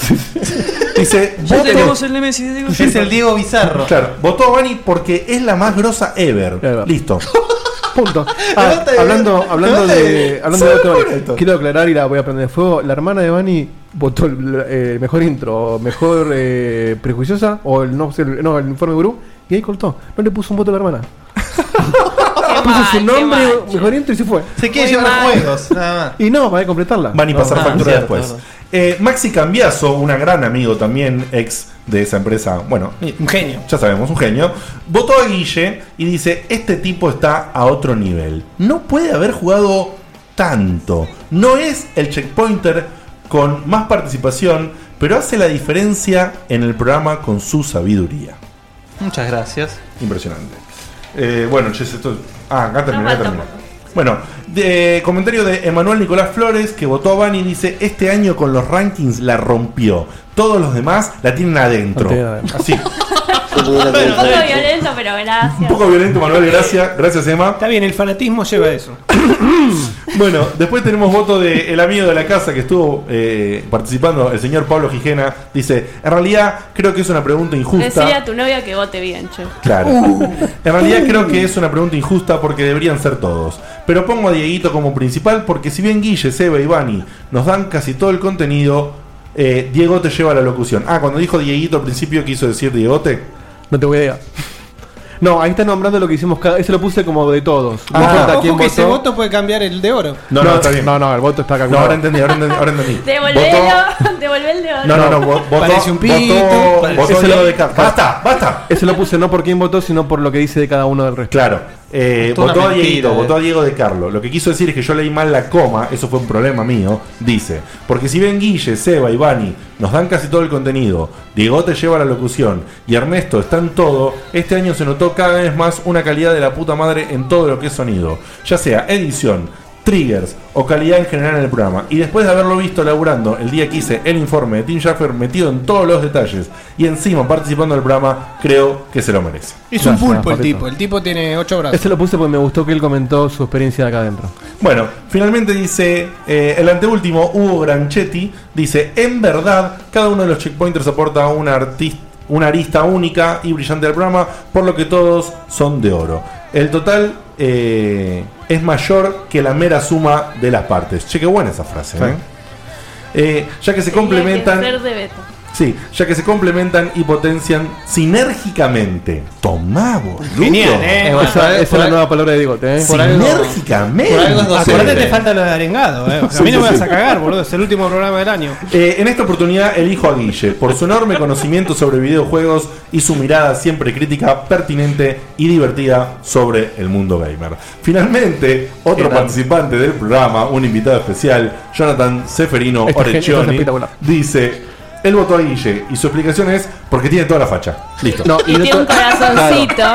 Speaker 1: Dice,
Speaker 4: Ya
Speaker 1: voto-
Speaker 4: tenemos el Nemesis de Diego Sherpa.
Speaker 5: Bizarro.
Speaker 1: Claro, votó a Bani porque es la más grosa ever. Listo.
Speaker 10: Punto. Ah,
Speaker 1: Levanta de-
Speaker 10: hablando, hablando
Speaker 1: levanta
Speaker 10: de.
Speaker 1: de-
Speaker 10: Hablando de
Speaker 1: Solo
Speaker 10: otro-
Speaker 1: por esto.
Speaker 10: quiero aclarar y la voy a prender fuego. La hermana de Bani votó el eh, mejor intro, mejor eh, prejuiciosa, o el no, el, no, el informe gurú, y ahí cortó. No le puso un voto a la hermana. puso su nombre, mejor intro y se fue.
Speaker 5: Se quiere llevar juegos, nada más.
Speaker 10: Y no, para completarla.
Speaker 1: Van y
Speaker 10: No,
Speaker 1: pasar
Speaker 10: no,
Speaker 1: factura
Speaker 10: cierto,
Speaker 1: después.
Speaker 10: no, no.
Speaker 1: Eh, Maxi Cambiaso, una gran amigo también, ex de esa empresa, bueno,
Speaker 13: un genio.
Speaker 1: Ya sabemos, un genio. Votó a Guille y dice, este tipo está a otro nivel. No puede haber jugado tanto. No es el checkpointer con más participación, pero hace la diferencia en el programa con su sabiduría.
Speaker 5: Muchas gracias.
Speaker 1: Impresionante. Eh, bueno, che, esto. Ah, acá terminé,
Speaker 5: No,
Speaker 1: acá terminé. Bueno, de- comentario de Emanuel Nicolás Flores, que votó a Bani, dice: Este año con los rankings la rompió. Todos los demás la tienen adentro. Así.
Speaker 7: Un poco violento, pero
Speaker 1: Un
Speaker 7: gracias.
Speaker 1: poco violento, Manuel, gracias. Gracias, Emma. Está
Speaker 13: Eh, bien, el fanatismo lleva a eso.
Speaker 1: bueno, después tenemos voto del amigo de la casa que estuvo eh, participando, el señor Pablo Gijena. Dice: En realidad, creo que es una pregunta injusta.
Speaker 7: Decirle a tu novia que vote bien, che.
Speaker 1: Claro.
Speaker 21: Uh.
Speaker 1: En realidad creo que es una pregunta injusta porque deberían ser todos. Pero pongo a Dieguito como principal porque si bien Guille, Seba y Bani nos dan casi todo el contenido, eh, Diego te lleva a la locución. Ah, cuando dijo Dieguito al principio quiso decir Diegote.
Speaker 10: No tengo idea. No, ahí está nombrando lo que hicimos cada. Ese lo puse como de todos.
Speaker 1: Ah.
Speaker 10: No importa
Speaker 13: Ojo
Speaker 10: quién
Speaker 13: que ese
Speaker 10: votó.
Speaker 13: voto puede cambiar el de oro.
Speaker 1: No, no, está bien.
Speaker 10: No, no, el voto está
Speaker 1: No,
Speaker 10: calculado.
Speaker 1: ahora entendí, ahora entendí. Ahora entendí.
Speaker 7: Devolvelo, devolvé el de oro.
Speaker 1: No, no, no, vo- votó-
Speaker 10: Parece un pito.
Speaker 1: votó-
Speaker 10: Parece-
Speaker 1: votó
Speaker 10: Ese lo-
Speaker 1: Diego de Castro. Basta, basta.
Speaker 10: Ese lo puse no por quién votó, sino por lo que dice de cada uno del resto.
Speaker 1: Claro. Eh,
Speaker 10: Toda
Speaker 1: votó a
Speaker 10: mentira,
Speaker 1: Dieguito,
Speaker 10: eh.
Speaker 1: votó a Diego de Carlo. Lo que quiso decir es que yo leí mal la coma, eso fue un problema mío. Dice, porque si bien Guille, Seba y Bani nos dan casi todo el contenido, Diego te lleva la locución y Ernesto está en todo, este año se notó cada vez más una calidad de la puta madre en todo lo que es sonido, ya sea edición, triggers o calidad en general en el programa. Y después de haberlo visto laburando el día que hice el informe de Tim Jaffer metido en todos los detalles y encima participando del programa, creo que se lo merece.
Speaker 13: Es un
Speaker 10: Gracias,
Speaker 13: pulpo el
Speaker 10: papito.
Speaker 13: tipo. El tipo tiene ocho brazos.
Speaker 10: Ese Este lo puse porque me gustó que él comentó su experiencia de acá adentro.
Speaker 1: Bueno, finalmente dice eh, el anteúltimo, Hugo Granchetti, dice, en verdad, cada uno de los checkpointers aporta una, artis- una arista única y brillante al programa, por lo que todos son de oro. El total eh, es mayor que la mera suma de las partes. Che, qué buena esa frase. ¿eh? Eh, ya que se complementan...
Speaker 7: Ser de Beto.
Speaker 1: Sí, ya que se complementan y potencian sinérgicamente. Tomá, boludo.
Speaker 13: Genial, ¿eh?
Speaker 10: Esa- esa es la nueva palabra de Digote, ¿eh?
Speaker 1: Sinérgicamente.
Speaker 13: Acordate, te falta lo de arengado. Eh. O sea, a mí no me vas a cagar, boludo. Es el último programa del año.
Speaker 1: Eh, en esta oportunidad elijo a Guille por su enorme conocimiento sobre videojuegos y su mirada siempre crítica, pertinente y divertida sobre el mundo gamer. Finalmente, otro
Speaker 10: grande.
Speaker 1: participante del programa, un invitado especial, Jonathan Seferino
Speaker 10: Este es gen- esto es
Speaker 1: Orecchioni,
Speaker 10: espectacular.
Speaker 1: dice: Él votó a Guille y su explicación es porque tiene toda la facha. Listo.
Speaker 7: Y tiene un corazoncito.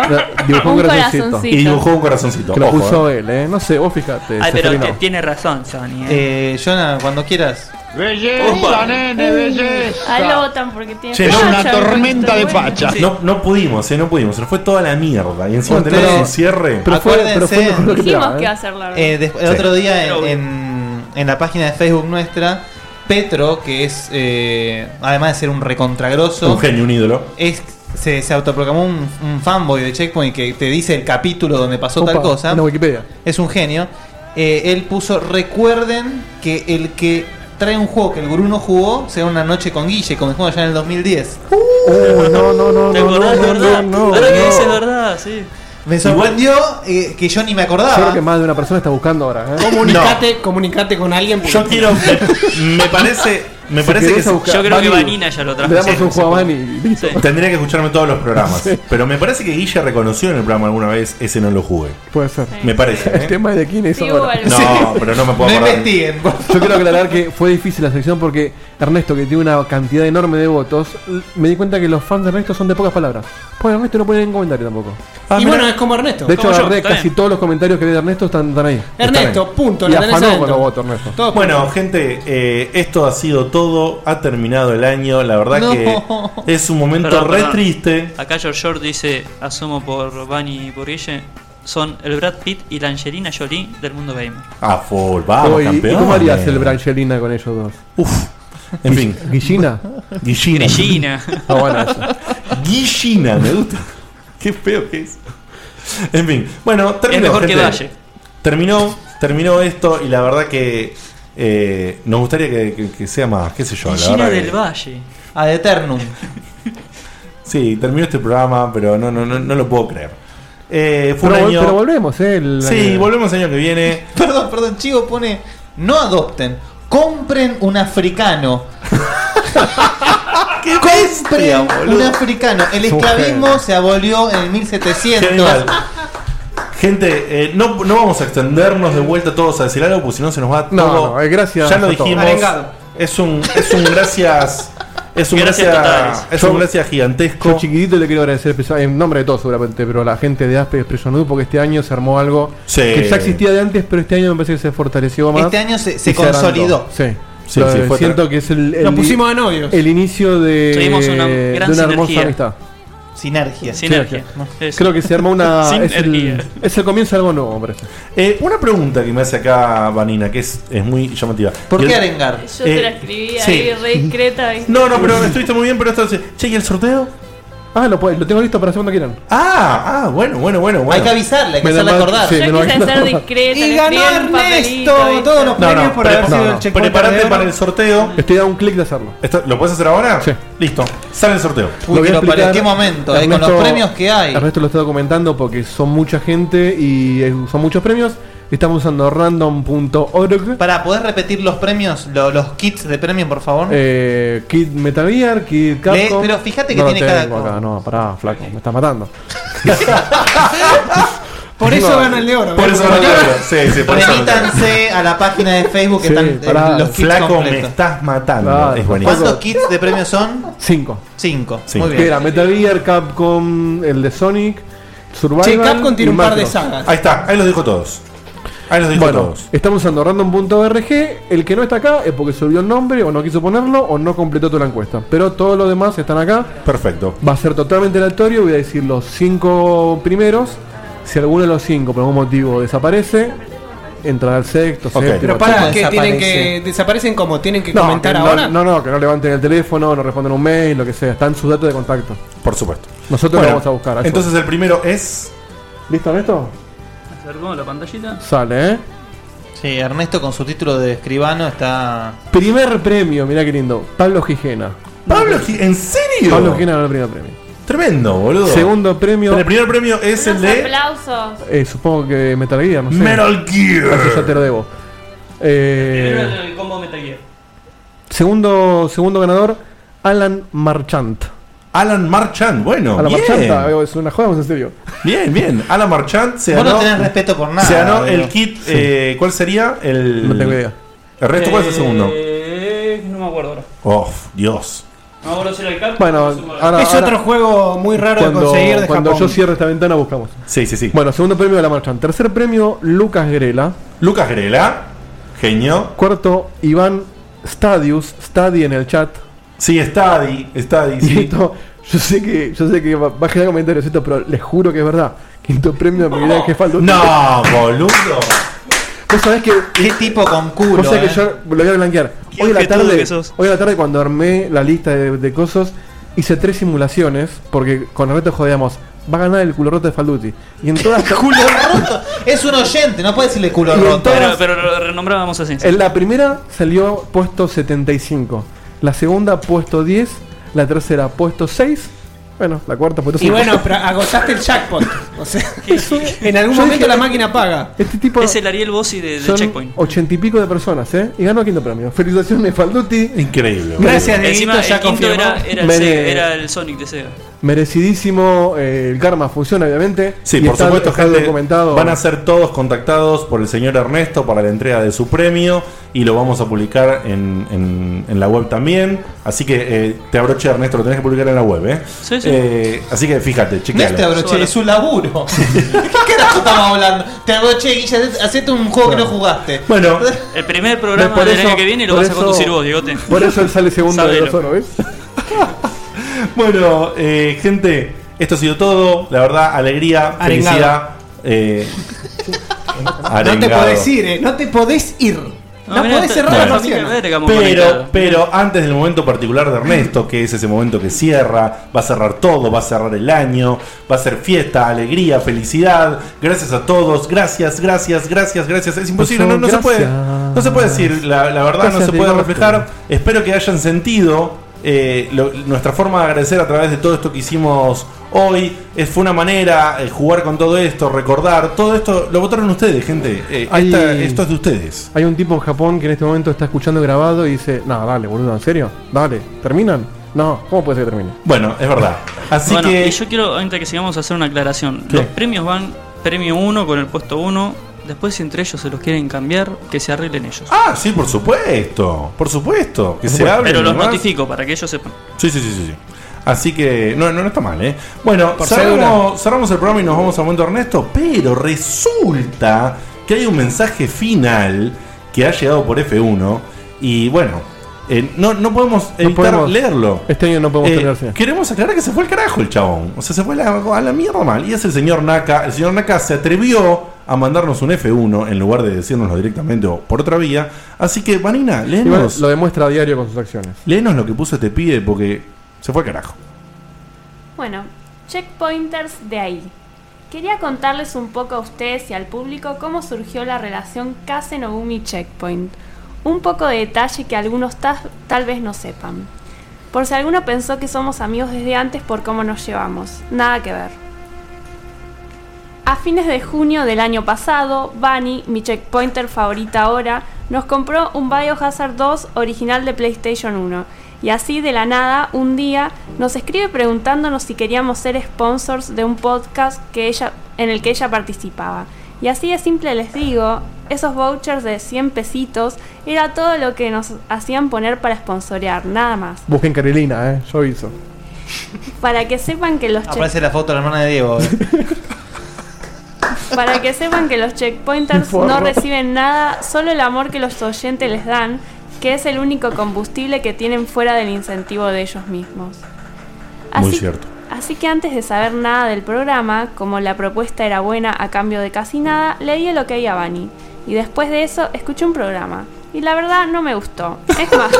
Speaker 10: dibujó un corazoncito.
Speaker 7: Un corazoncito.
Speaker 1: Y dibujó un corazoncito.
Speaker 10: Que lo
Speaker 1: Ojo,
Speaker 10: puso él, ¿eh? No sé, vos fijate.
Speaker 4: Ay, pero
Speaker 10: Seferino.
Speaker 4: te- tiene razón, Sony. eh.
Speaker 5: Eh, Jonah, cuando quieras.
Speaker 14: Belleza,
Speaker 4: Opa.
Speaker 14: nene, belleza.
Speaker 7: A él lo votan porque tiene.
Speaker 1: Che, no, una
Speaker 7: facha,
Speaker 14: tormenta
Speaker 7: porque
Speaker 14: de
Speaker 7: está bueno.
Speaker 14: facha.
Speaker 1: No, no pudimos, eh, no pudimos. Se nos fue toda la mierda. Y encima
Speaker 5: Ustedes-
Speaker 1: tenemos un cierre.
Speaker 5: Pero fue- pero fue Acuérdense- mejor que
Speaker 7: Dijimos
Speaker 5: esperaba,
Speaker 7: que
Speaker 5: ¿eh?
Speaker 7: iba a ser largo.
Speaker 5: Eh, después- el
Speaker 1: Sí.
Speaker 5: otro día en, en- en la página de Facebook nuestra, Petro, que es, eh, además de ser un recontragroso,
Speaker 1: Un genio, un ídolo.
Speaker 5: es, se, se autoproclamó un, un fanboy de Checkpoint que te dice el capítulo donde pasó
Speaker 10: Opa,
Speaker 5: tal cosa.
Speaker 10: en la Wikipedia.
Speaker 5: Es un genio. Eh, él puso, recuerden que el que trae un juego que el gurú no jugó, será una noche con Guille, como jugó allá en el 2010.
Speaker 10: Uh. Uy, no, no, no, no, no, no, no, no,
Speaker 4: Ahora que
Speaker 10: no.
Speaker 4: dices verdad, sí.
Speaker 5: Me sorprendió eh, que yo ni me
Speaker 10: Yo creo
Speaker 5: acordaba.
Speaker 10: que más de una persona está buscando ahora, ¿eh?
Speaker 17: Comunicate, comunicate con alguien.
Speaker 1: Yo quiero. Me parece. Me
Speaker 10: Si
Speaker 1: parece
Speaker 10: querés
Speaker 1: que se-
Speaker 10: a buscar-
Speaker 4: Yo creo que Vanina ya lo trajo.
Speaker 10: Le damos
Speaker 4: Sí,
Speaker 10: un
Speaker 4: sí,
Speaker 10: juego a Vani.
Speaker 1: Tendría que escucharme todos los programas. Pero me parece que Guille reconoció en el programa alguna vez ese no lo jugué.
Speaker 10: Puede ser.
Speaker 1: Me parece.
Speaker 10: El
Speaker 1: ¿eh?
Speaker 10: tema es de quién es
Speaker 1: Sí,
Speaker 10: ahora.
Speaker 1: hubo algo. No, pero no me puedo No acordar.
Speaker 5: investiguen.
Speaker 10: Yo quiero aclarar que fue difícil la sección porque Ernesto, que tiene una cantidad enorme de votos, l- me di cuenta que los fans de Ernesto son de pocas palabras. Pues Ernesto no pone en comentario tampoco.
Speaker 17: y bueno, es como Ernesto.
Speaker 10: De hecho,
Speaker 17: como Ah, yo,
Speaker 10: agarré
Speaker 17: está
Speaker 10: casi
Speaker 17: bien.
Speaker 10: todos los comentarios que vi de Ernesto están, están ahí.
Speaker 17: Ernesto,
Speaker 10: Están ahí.
Speaker 17: punto,
Speaker 10: Y
Speaker 17: lo tenés
Speaker 10: afanó
Speaker 17: adentro.
Speaker 10: con los votos, Ernesto.
Speaker 17: Todos
Speaker 1: Bueno, gente, eh, esto ha sido todo. Ha terminado el año. La verdad
Speaker 4: No.
Speaker 1: que es un momento
Speaker 4: Perdón,
Speaker 1: re
Speaker 4: perdón.
Speaker 1: triste.
Speaker 4: Acá George Short dice, asumo por Bunny y por Guille, son el Brad Pitt y la Angelina Jolie del mundo gamer.
Speaker 1: A Ah, full, vamos,
Speaker 10: Uy, ¿Y
Speaker 1: campeón.
Speaker 10: cómo harías el Brangelina con ellos dos?
Speaker 1: Uf, en fin.
Speaker 10: Guillina.
Speaker 1: Guillina.
Speaker 4: Guillina.
Speaker 10: Ah, bueno, eso.
Speaker 1: Guillina, me gusta. Qué feo que es. En fin, bueno, terminó.
Speaker 4: mejor que
Speaker 1: gente.
Speaker 4: Valle.
Speaker 1: Terminó, terminó esto y la verdad que eh, nos gustaría que, que- que sea más, qué sé yo. La
Speaker 4: Guillina
Speaker 1: verdad
Speaker 4: del
Speaker 1: que-
Speaker 4: Valle.
Speaker 5: Ad eternum.
Speaker 1: sí, terminó este programa, pero no, no, no, no lo puedo creer. Eh, fue
Speaker 10: Pero,
Speaker 1: un
Speaker 10: vol-
Speaker 1: año.
Speaker 10: pero volvemos, ¿eh? el
Speaker 1: sí,
Speaker 10: año-
Speaker 1: volvemos el año que viene.
Speaker 5: Perdón, perdón, Chivo pone. No adopten. Compren un africano. Compren un africano. El
Speaker 1: Es un
Speaker 5: esclavismo se abolió en el 1700.
Speaker 1: Genial. Gente, eh, no, no vamos a extendernos de vuelta todos a decir algo, porque si no se nos va
Speaker 10: No,
Speaker 1: todo.
Speaker 10: no, eh, gracias
Speaker 1: Ya lo
Speaker 10: a todos.
Speaker 1: dijimos.
Speaker 10: Arengado.
Speaker 1: Es un, es un gracias. Es un
Speaker 10: Gracias
Speaker 1: gracias.
Speaker 10: totales.
Speaker 1: es un
Speaker 10: Yo-
Speaker 1: gracias gigantesco.
Speaker 10: Yo chiquitito le quiero agradecer especial- en nombre de todos seguramente, pero la gente de Aspe Expression Nude, porque este año se armó algo
Speaker 1: Sí.
Speaker 10: que ya existía de antes, pero este año me parece que se fortaleció más.
Speaker 5: Este año se- se
Speaker 10: y agrandó.
Speaker 5: consolidó.
Speaker 10: Sí.
Speaker 1: Sí,
Speaker 10: Lo-
Speaker 1: sí, fue
Speaker 10: siento
Speaker 1: tra-
Speaker 10: que es el, el
Speaker 1: Nos
Speaker 10: i-
Speaker 1: pusimos de novios.
Speaker 10: El inicio de,
Speaker 1: Tuvimos una gran
Speaker 10: de una hermosa
Speaker 1: sinergia.
Speaker 10: amistad.
Speaker 5: Sinergia.
Speaker 1: Sinergia.
Speaker 4: Eso.
Speaker 10: Creo que se armó una. es,
Speaker 1: Sinergia.
Speaker 10: el, es el comienzo de algo nuevo, me parece.
Speaker 1: Eh, una pregunta que me hace acá Vanina, que es, es muy llamativa.
Speaker 5: ¿Por
Speaker 1: Y
Speaker 5: qué
Speaker 1: el-
Speaker 5: arengar?
Speaker 7: Yo te la
Speaker 1: Eh,
Speaker 7: escribí
Speaker 1: sí.
Speaker 7: ahí, re discreta. ¿viste?
Speaker 1: No, no, pero estuviste muy bien, pero esto dice, che, ¿y el sorteo?
Speaker 10: Ah, lo, puedo- lo tengo listo para hacer cuando quieran.
Speaker 1: Ah, ah, bueno, bueno, bueno. bueno.
Speaker 5: Hay que avisarle, hay que
Speaker 10: Me
Speaker 5: hacerle
Speaker 10: la mar-
Speaker 5: acordar.
Speaker 10: sí, me
Speaker 7: Yo
Speaker 10: lo-
Speaker 7: quise ser discreta.
Speaker 5: Y
Speaker 7: le
Speaker 5: ganó
Speaker 7: escribí en un papelito,
Speaker 5: Ernesto
Speaker 7: ¿viste?
Speaker 5: todos los
Speaker 1: No,
Speaker 5: premios
Speaker 1: no,
Speaker 5: por haber
Speaker 1: pre-
Speaker 5: sido
Speaker 1: no,
Speaker 5: el
Speaker 1: no.
Speaker 5: checkpoint.
Speaker 1: Preparate para el sorteo.
Speaker 10: Estoy a un clic de hacerlo.
Speaker 1: Esto- ¿Lo puedes hacer ahora?
Speaker 10: Sí.
Speaker 1: Listo. Sale el sorteo.
Speaker 5: Uy,
Speaker 10: Lo voy a
Speaker 5: pero para
Speaker 10: explicar.
Speaker 5: qué momento, eh, con los premios que hay.
Speaker 10: Ernesto lo está documentando porque son mucha gente y eh, son muchos premios. Estamos usando random.org,
Speaker 5: Para poder repetir los premios, lo- los kits de premio, por favor.
Speaker 10: eh, Kid Metal Gear, Kid Capcom.
Speaker 5: Le- pero fíjate que
Speaker 10: No lo
Speaker 5: tiene cada-
Speaker 10: tengo acá, no, pará, flaco, me estás matando.
Speaker 17: Por eso
Speaker 10: No,
Speaker 17: gana el de oro.
Speaker 1: Por
Speaker 17: ¿eh?
Speaker 1: eso no lo logro. Sí, sí, por eso. no lo logro.
Speaker 5: Remítanse a la página de Facebook que
Speaker 10: Sí,
Speaker 5: están eh,
Speaker 10: pará.
Speaker 5: los kits
Speaker 1: Flaco, me
Speaker 5: completos.
Speaker 1: estás matando.
Speaker 10: Claro,
Speaker 1: es
Speaker 5: ¿Cuántos
Speaker 1: buenísimo.
Speaker 5: kits de premio son?
Speaker 10: Cinco.
Speaker 5: Cinco.
Speaker 1: Sí.
Speaker 5: Muy
Speaker 10: Que
Speaker 5: bien.
Speaker 10: era Metal Gear, Capcom, el de Sonic, Survival.
Speaker 17: Che, Capcom tiene
Speaker 10: y
Speaker 17: un par de
Speaker 10: Macross.
Speaker 17: sagas.
Speaker 1: Ahí está, ahí los dijo todos. Ahí los dijo
Speaker 10: Bueno,
Speaker 1: todos.
Speaker 10: estamos usando random.org. El que no está acá es porque se olvidó el nombre, o no quiso ponerlo, o no completó toda la encuesta. Pero todos los demás están acá.
Speaker 1: Perfecto.
Speaker 10: Va a ser totalmente aleatorio. Voy a decir los cinco primeros. Si alguno de los cinco por algún motivo desaparece, entrará al sexto, séptimo.
Speaker 17: Pero
Speaker 10: etcétera.
Speaker 17: para, que tienen que.
Speaker 5: desaparece?
Speaker 17: ¿Desaparecen como? ¿Tienen que
Speaker 10: No,
Speaker 17: comentar
Speaker 10: que no,
Speaker 17: ahora?
Speaker 10: No, no, que no levanten el teléfono, no respondan un mail, lo que sea. Están sus datos de contacto.
Speaker 1: Por supuesto.
Speaker 10: Nosotros
Speaker 1: Bueno,
Speaker 10: lo vamos a buscar. a eso.
Speaker 1: Entonces el primero es.
Speaker 10: ¿Listo, Ernesto?
Speaker 4: ¿Acercó la pantallita?
Speaker 10: Sale, ¿eh?
Speaker 5: Sí, Ernesto con su título de escribano está.
Speaker 10: Primer premio, mirá qué lindo. Pablo Gijena.
Speaker 1: Pablo, Gi- ¿en serio?
Speaker 10: Pablo Gijena ganó el primer premio.
Speaker 1: Tremendo, boludo.
Speaker 10: Segundo premio.
Speaker 1: El primer premio es el
Speaker 7: Unos
Speaker 1: de
Speaker 7: aplausos.
Speaker 10: Eh, supongo que Metal Gear, no sé.
Speaker 1: Metal Gear.
Speaker 10: Eso ya te lo debo.
Speaker 4: Primero
Speaker 10: Eh,
Speaker 4: el combo Metal Gear.
Speaker 10: segundo, segundo ganador, Alan Marchant.
Speaker 1: Alan Marchand. Bueno,
Speaker 10: Alan
Speaker 1: bien.
Speaker 10: Marchant, eh, es una joda, vamos en serio.
Speaker 1: Bien, bien. Alan Marchand se
Speaker 5: Vos no
Speaker 1: ganó.
Speaker 5: tenés respeto por nada.
Speaker 1: se ganó
Speaker 5: boludo.
Speaker 1: el kit. eh, ¿Cuál sería? El.
Speaker 10: No tengo idea.
Speaker 1: Ernesto, ¿cuál es el segundo?
Speaker 4: Eh, no me acuerdo ahora.
Speaker 1: Oh, Dios.
Speaker 4: No me acuerdo si era el Capcom.
Speaker 10: Bueno,
Speaker 4: o sumo-
Speaker 10: ahora,
Speaker 17: Es
Speaker 10: ahora
Speaker 17: otro juego muy raro de
Speaker 10: cuando,
Speaker 17: conseguir de
Speaker 10: cuando
Speaker 17: Japón.
Speaker 10: yo cierre esta ventana buscamos.
Speaker 1: Sí, sí, sí.
Speaker 10: Bueno, segundo premio Alan Marchant. Tercer premio, Lucas Grela.
Speaker 1: Lucas Grela. Genio.
Speaker 10: Cuarto, Iván Stadius. Stadi en el chat.
Speaker 1: Sí, está ahí. Está ahí,
Speaker 10: Y
Speaker 1: sí.
Speaker 10: esto, yo sé que, yo sé que va va a generar comentarios esto, pero les juro que es verdad. Quinto premio de Miguel Ángel Faldo.
Speaker 1: No, boludo.
Speaker 10: Vos sabés que
Speaker 5: Qué tipo con culo.
Speaker 10: Vos sabés
Speaker 5: eh.
Speaker 10: que yo lo voy a blanquear.
Speaker 4: Qué
Speaker 10: Hoy a, la
Speaker 4: objetudo
Speaker 10: tarde,
Speaker 4: que sos.
Speaker 10: hoy a la tarde, cuando armé la lista de, de cosas, hice tres simulaciones. Porque con el reto jodíamos, va a ganar el culo roto de Falduti. Y en todas.
Speaker 5: Culo roto. Es un oyente, no puede decirle culo
Speaker 10: Y en
Speaker 5: roto.
Speaker 10: todas-
Speaker 4: Pero, pero lo renombrábamos así.
Speaker 10: en la primera salió puesto 75. La segunda, puesto 10. La tercera, puesto 6. Bueno, la cuarta, pues
Speaker 17: Y bueno, pero agotaste el jackpot. O sea, en algún
Speaker 10: Yo
Speaker 17: momento
Speaker 10: dije-
Speaker 17: la máquina paga.
Speaker 10: Este tipo
Speaker 4: Es el Ariel Bossi de, de
Speaker 10: son
Speaker 4: Checkpoint.
Speaker 10: ochenta y pico de personas, ¿eh? Y ganó quinto premio. Felicitaciones, Falduti.
Speaker 1: Increíble.
Speaker 4: Encima, el quinto era, era, el
Speaker 10: Mere-
Speaker 4: Sega- era el Sonic de Sega.
Speaker 10: Merecidísimo. eh, el karma funciona, obviamente.
Speaker 1: Sí,
Speaker 10: Y
Speaker 1: por
Speaker 10: está-
Speaker 1: supuesto,
Speaker 10: está
Speaker 1: gente,
Speaker 10: documentado.
Speaker 1: van a ser todos contactados por el señor Ernesto para la entrega de su premio y lo vamos a publicar en, en- en la web también. Así que eh, te abroché, Ernesto, lo tenés que publicar en la web, ¿eh?
Speaker 4: Sí, sí.
Speaker 1: Eh, así que fíjate,
Speaker 5: No es te
Speaker 1: chequealo.
Speaker 5: abroché, es un laburo. ¿Qué carajo estamos hablando? Te abroché, Guilla, hacete un juego que no jugaste.
Speaker 1: Bueno,
Speaker 4: El primer programa
Speaker 5: Por
Speaker 4: del
Speaker 5: eso-
Speaker 4: año que viene lo
Speaker 5: por
Speaker 4: vas a
Speaker 5: eso-
Speaker 4: conducir vos, Diegote.
Speaker 10: Por eso él sale segundo de
Speaker 4: Sabelo.
Speaker 10: los oros, ¿ves?
Speaker 1: Bueno, eh, gente, esto ha sido todo. La verdad, alegría,
Speaker 17: Arengado.
Speaker 1: felicidad. eh,
Speaker 17: No te
Speaker 1: arengado.
Speaker 17: podés ir, eh. No te podés ir. No,
Speaker 4: mirá,
Speaker 17: podés
Speaker 4: está-
Speaker 17: cerrar
Speaker 1: está
Speaker 17: la
Speaker 1: la
Speaker 17: pasión.
Speaker 4: familia Verga,
Speaker 1: Pero, pero antes del momento particular de Ernesto, que es ese momento que cierra, va a cerrar todo, va a cerrar el año, va a ser fiesta, alegría, felicidad. Gracias a todos, gracias, gracias, gracias, gracias. Es imposible, no, no se puede. No se puede decir, la, la verdad no
Speaker 10: Gracias,
Speaker 1: se puede
Speaker 10: Diegote.
Speaker 1: reflejar. Espero que hayan sentido eh, lo- nuestra forma de agradecer a través de todo esto que hicimos hoy. Es, fue una manera eh, jugar con todo esto, recordar. Todo esto lo votaron ustedes, gente. Eh,
Speaker 10: Hay-
Speaker 1: esta- esto es de ustedes.
Speaker 10: Hay un tipo en Japón que en este momento está escuchando grabado y dice: No, dale, boludo, ¿en serio? Dale, ¿terminan? No, ¿cómo puede ser que termine?
Speaker 1: Bueno, es verdad. Así
Speaker 4: bueno,
Speaker 1: que.
Speaker 4: y yo quiero, antes que sigamos, hacer una aclaración.
Speaker 1: ¿Qué?
Speaker 4: Los premios van premio 1 con el puesto 1. Después, si entre ellos se los quieren cambiar, que se arreglen ellos.
Speaker 1: Ah, sí, por supuesto. Por supuesto. Que se hable.
Speaker 4: Pero los
Speaker 1: nomás.
Speaker 4: notifico para que ellos sepan.
Speaker 1: Sí, sí, sí, sí. sí. Así que no, no, no está mal, ¿eh? Bueno,
Speaker 4: Por cédula.
Speaker 1: cerramos, cerramos el programa y nos vamos a momento Ernesto, pero resulta que hay un mensaje final que ha llegado por F1 y bueno, eh, no, no podemos evitar
Speaker 10: podemos.
Speaker 1: leerlo.
Speaker 10: Este año no podemos
Speaker 1: Eh,
Speaker 10: terminar sin-
Speaker 1: Queremos aclarar que se fue el carajo el chabón. O sea, se fue a la, a la mierda mal. Y es el señor Naka. El señor Naka se atrevió a mandarnos un F1 en lugar de decírnoslo directamente o por otra vía. Así que, Vanina,
Speaker 10: Igual
Speaker 1: léenos,
Speaker 10: lo demuestra a diario con sus acciones.
Speaker 1: léenos lo que puso este pibe porque se fue al carajo.
Speaker 7: Bueno, checkpointers de ahí. Quería contarles un poco a ustedes y al público cómo surgió la relación Kazenogumi Checkpoint. Un poco de detalle que algunos ta- tal vez no sepan. Por si alguno pensó que somos amigos desde antes por cómo nos llevamos. Nada que ver. A fines de junio del año pasado, Bunny, mi checkpointer favorita ahora, nos compró un Biohazard 2 original de PlayStation 1. Y así de la nada, un día, nos escribe preguntándonos si queríamos ser sponsors de un podcast que ella, en el que ella participaba. Y así de simple les digo, esos vouchers de 100 pesitos era todo lo que nos hacían poner para sponsorear, nada más.
Speaker 10: Busquen Carolina, ¿eh? Yo hizo.
Speaker 7: Para que sepan que los check-
Speaker 5: Aparece la foto de la hermana de Diego. eh.
Speaker 7: Para que sepan que los checkpointers
Speaker 5: Forro.
Speaker 7: no reciben nada, solo el amor que los oyentes les dan, que es el único combustible que tienen fuera del incentivo de ellos mismos.
Speaker 1: Muy
Speaker 7: Así-
Speaker 1: cierto.
Speaker 7: Así que antes de saber nada del programa, como la propuesta era buena a cambio de casi nada, le di el ok a Bani. Y después de eso, escuché un programa. Y la verdad, no me gustó. Es más.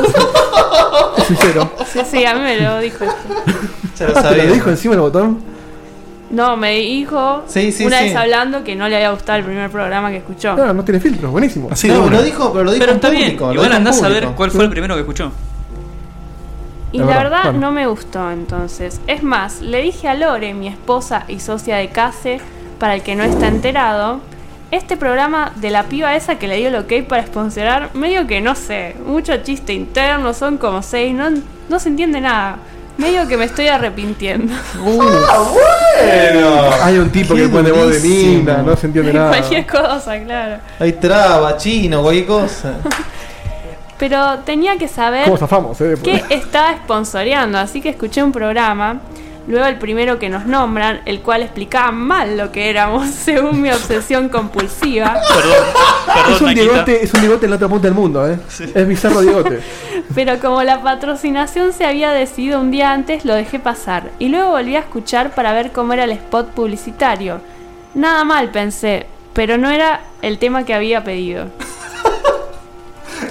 Speaker 10: Sincero.
Speaker 7: Sí, sí, a mí me lo dijo esto.
Speaker 10: Ah, ¿Te lo dijo encima el botón?
Speaker 7: No, me dijo
Speaker 10: Sí, sí,
Speaker 7: una
Speaker 10: sí.
Speaker 7: vez hablando que no le había gustado el primer programa que escuchó.
Speaker 10: No, no tiene filtros, buenísimo.
Speaker 1: Así
Speaker 5: No, lo dijo, pero lo dijo
Speaker 4: Pero
Speaker 5: en
Speaker 4: está bien.
Speaker 5: público, lo
Speaker 4: Igual
Speaker 5: dijo en
Speaker 4: andás a ver
Speaker 5: público.
Speaker 4: cuál fue el primero que escuchó.
Speaker 7: Y
Speaker 4: Es
Speaker 7: la
Speaker 4: verdad,
Speaker 7: verdad
Speaker 4: claro.
Speaker 7: no me gustó entonces. Es más, le dije a Lore, mi esposa y socia de Case, para el que no está enterado, este programa de la piba esa que le dio el ok para sponsorar, medio que no sé, mucho chiste interno, son como seis, no, no se entiende nada. Medio que me estoy arrepintiendo.
Speaker 10: Ah, Hay un tipo
Speaker 5: Qué
Speaker 10: que pone voz de
Speaker 5: durísimo.
Speaker 10: linda, no se entiende nada.
Speaker 7: Cualquier cosa, claro.
Speaker 5: Hay traba, chino, cualquier cosa.
Speaker 7: Pero tenía que saber
Speaker 10: ¿Cómo zafamos, eh?
Speaker 7: que
Speaker 10: después?
Speaker 7: estaba sponsoreando, así que escuché un programa, luego el primero que nos nombran, el cual explicaba mal lo que éramos, según mi obsesión compulsiva,
Speaker 10: Ah, es, un diegote, es un diegote en la otra punta del mundo, ¿eh? Es bizarro diegote.
Speaker 7: pero como la patrocinación se había decidido un día antes, lo dejé pasar, y luego volví a escuchar para ver cómo era el spot publicitario. Nada mal, pensé, pero no era el tema que había pedido.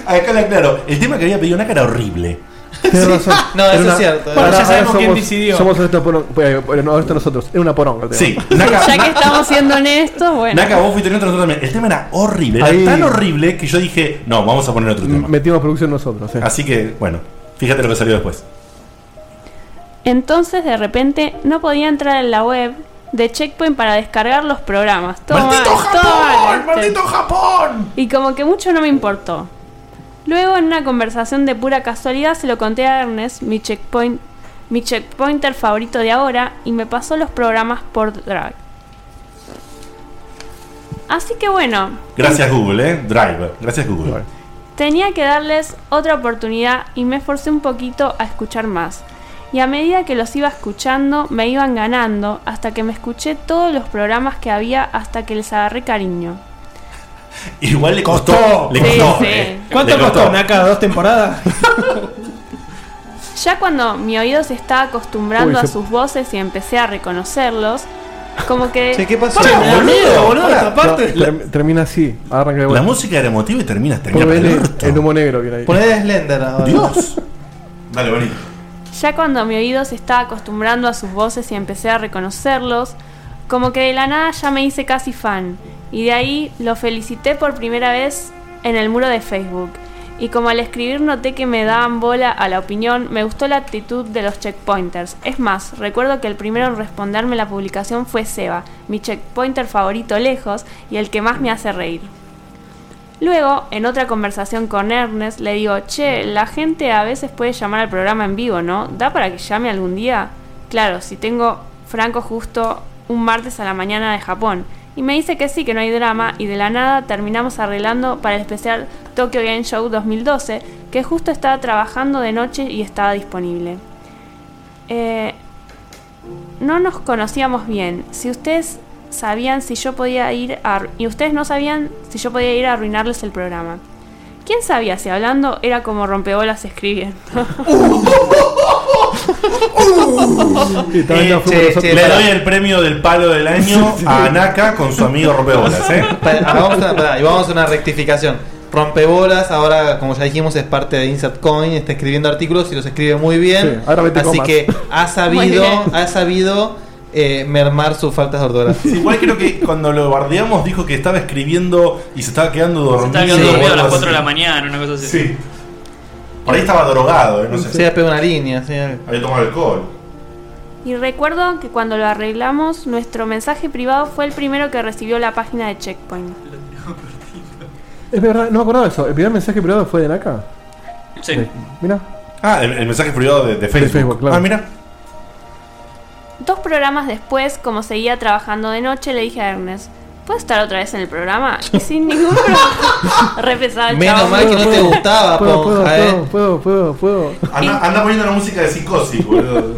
Speaker 1: Acá le aclaro, el tema que había pedido Naka era horrible.
Speaker 10: Tienes razón.
Speaker 1: No,
Speaker 10: Era
Speaker 1: eso es
Speaker 10: una-
Speaker 1: cierto.
Speaker 10: ahora-
Speaker 1: Bueno, ya
Speaker 10: ahora
Speaker 1: sabemos quién
Speaker 10: somos-
Speaker 1: decidió.
Speaker 10: Somos estos poronga. Bueno, esto nosotros. Era una poronga. el tema.
Speaker 1: Sí,
Speaker 7: ya que estamos siendo honestos, bueno.
Speaker 1: Naka, vos fuiste en otro, nosotros también. El tema era horrible, era
Speaker 10: Ahí-
Speaker 1: tan horrible que yo dije, no, vamos a poner otro tema.
Speaker 10: Metimos producción nosotros. eh.
Speaker 1: Así que, bueno, fíjate lo que salió después.
Speaker 7: Entonces de repente no podía entrar en la web de Checkpoint para descargar los programas. Todo mal, todo mal, ¿viste? Y como que mucho no me importó. Luego en una conversación de pura casualidad se lo conté a Ernest, mi checkpoint, mi checkpointer favorito de ahora, y me pasó los programas por Drive. Así que bueno,
Speaker 1: Gracias Google, ¿eh? Driver. Gracias Google.
Speaker 7: Tenía que darles otra oportunidad y me esforcé un poquito a escuchar más. Y a medida que los iba escuchando, me iban ganando hasta que me escuché todos los programas que había hasta que les agarré cariño.
Speaker 1: Igual le costó. Le
Speaker 7: Sí,
Speaker 1: costó.
Speaker 7: sí.
Speaker 1: eh.
Speaker 13: ¿Cuánto
Speaker 1: Le
Speaker 13: costó? ¿Naka? ¿Dos temporadas?
Speaker 7: Ya cuando mi oído se estaba acostumbrando
Speaker 13: Uy,
Speaker 7: a
Speaker 13: yo-
Speaker 7: sus voces y empecé a reconocerlos, como que...
Speaker 13: Che,
Speaker 7: ¿qué
Speaker 13: pasó?
Speaker 10: Pará, no, term- termina así. Arranca de
Speaker 1: La música era emotiva y termina, termina por
Speaker 10: Ponele
Speaker 1: el
Speaker 10: el humo negro que era ahí.
Speaker 5: Ponele Slender ahora.
Speaker 1: Dios. Dale, vení.
Speaker 7: Ya cuando mi oído se estaba acostumbrando a sus voces y empecé a reconocerlos, como que de la nada ya me hice casi fan, y de ahí lo felicité por primera vez en el muro de Facebook. Y como al escribir noté que me daban bola a la opinión, me gustó la actitud de los checkpointers. Es más, recuerdo que el primero en responderme la publicación fue Seba, mi checkpointer favorito lejos y el que más me hace reír. Luego, en otra conversación con Ernest, le digo, che, la gente a veces puede llamar al programa en vivo, ¿no? ¿Da para que llame algún día? Claro, si tengo Franco justo un martes a la mañana de Japón. Y me dice que sí, que no hay drama, y de la nada terminamos arreglando para el especial Tokyo Game Show 2012, que justo estaba trabajando de noche y estaba disponible. Eh, no nos conocíamos bien. Si ustedes sabían si yo podía ir a, y ustedes no sabían si yo podía ir a arruinarles el programa. ¿Quién sabía si hablando era como rompebolas escribiendo?
Speaker 10: Sí, también
Speaker 1: Eh,
Speaker 10: nos fuimos
Speaker 1: che,
Speaker 10: nosotros.
Speaker 1: che, le doy el premio del palo del año a Naka con su amigo Rompebolas, ¿eh?
Speaker 5: Pará, ahora ah, vamos a- pará, y vamos a una rectificación. Rompebolas, ahora como ya dijimos, es parte de Insert Coin, está escribiendo artículos y los escribe muy bien.
Speaker 10: Sí, ahora mete
Speaker 5: así
Speaker 10: comas.
Speaker 5: que ha
Speaker 10: Muy
Speaker 5: sabido,
Speaker 10: bien.
Speaker 5: ha sabido eh, mermar sus faltas de ortografía.
Speaker 1: Igual creo que cuando lo bardeamos dijo que estaba escribiendo y se estaba quedando dormido.
Speaker 4: Estaba quedando
Speaker 1: o
Speaker 4: dormido a las
Speaker 1: algo
Speaker 4: 4 de la
Speaker 1: así.
Speaker 4: mañana, una cosa así.
Speaker 1: Sí. Por ahí estaba drogado, ¿eh? No sé.
Speaker 5: Se había pegado una línea, sí.
Speaker 1: Había tomado alcohol.
Speaker 7: Y recuerdo que cuando lo arreglamos, nuestro mensaje privado fue el primero que recibió la página de Checkpoint.
Speaker 10: Es verdad, no me acordaba de eso. El primer mensaje privado fue de Naka.
Speaker 4: Sí.
Speaker 10: Mira.
Speaker 1: Ah, el, el mensaje privado de, de Facebook.
Speaker 10: claro.
Speaker 1: Ah, mira.
Speaker 7: Dos programas después, como seguía trabajando de noche, le dije a Ernest, ¿puedo estar otra vez en el programa? Y sin ningún problema. Re pesado el
Speaker 5: Menos
Speaker 7: chabón.
Speaker 5: mal que no te gustaba,
Speaker 10: puedo, puedo,
Speaker 5: Ponja, eh.
Speaker 10: puedo, puedo, puedo, puedo.
Speaker 1: Anda, anda poniendo la música de psicosis, boludo.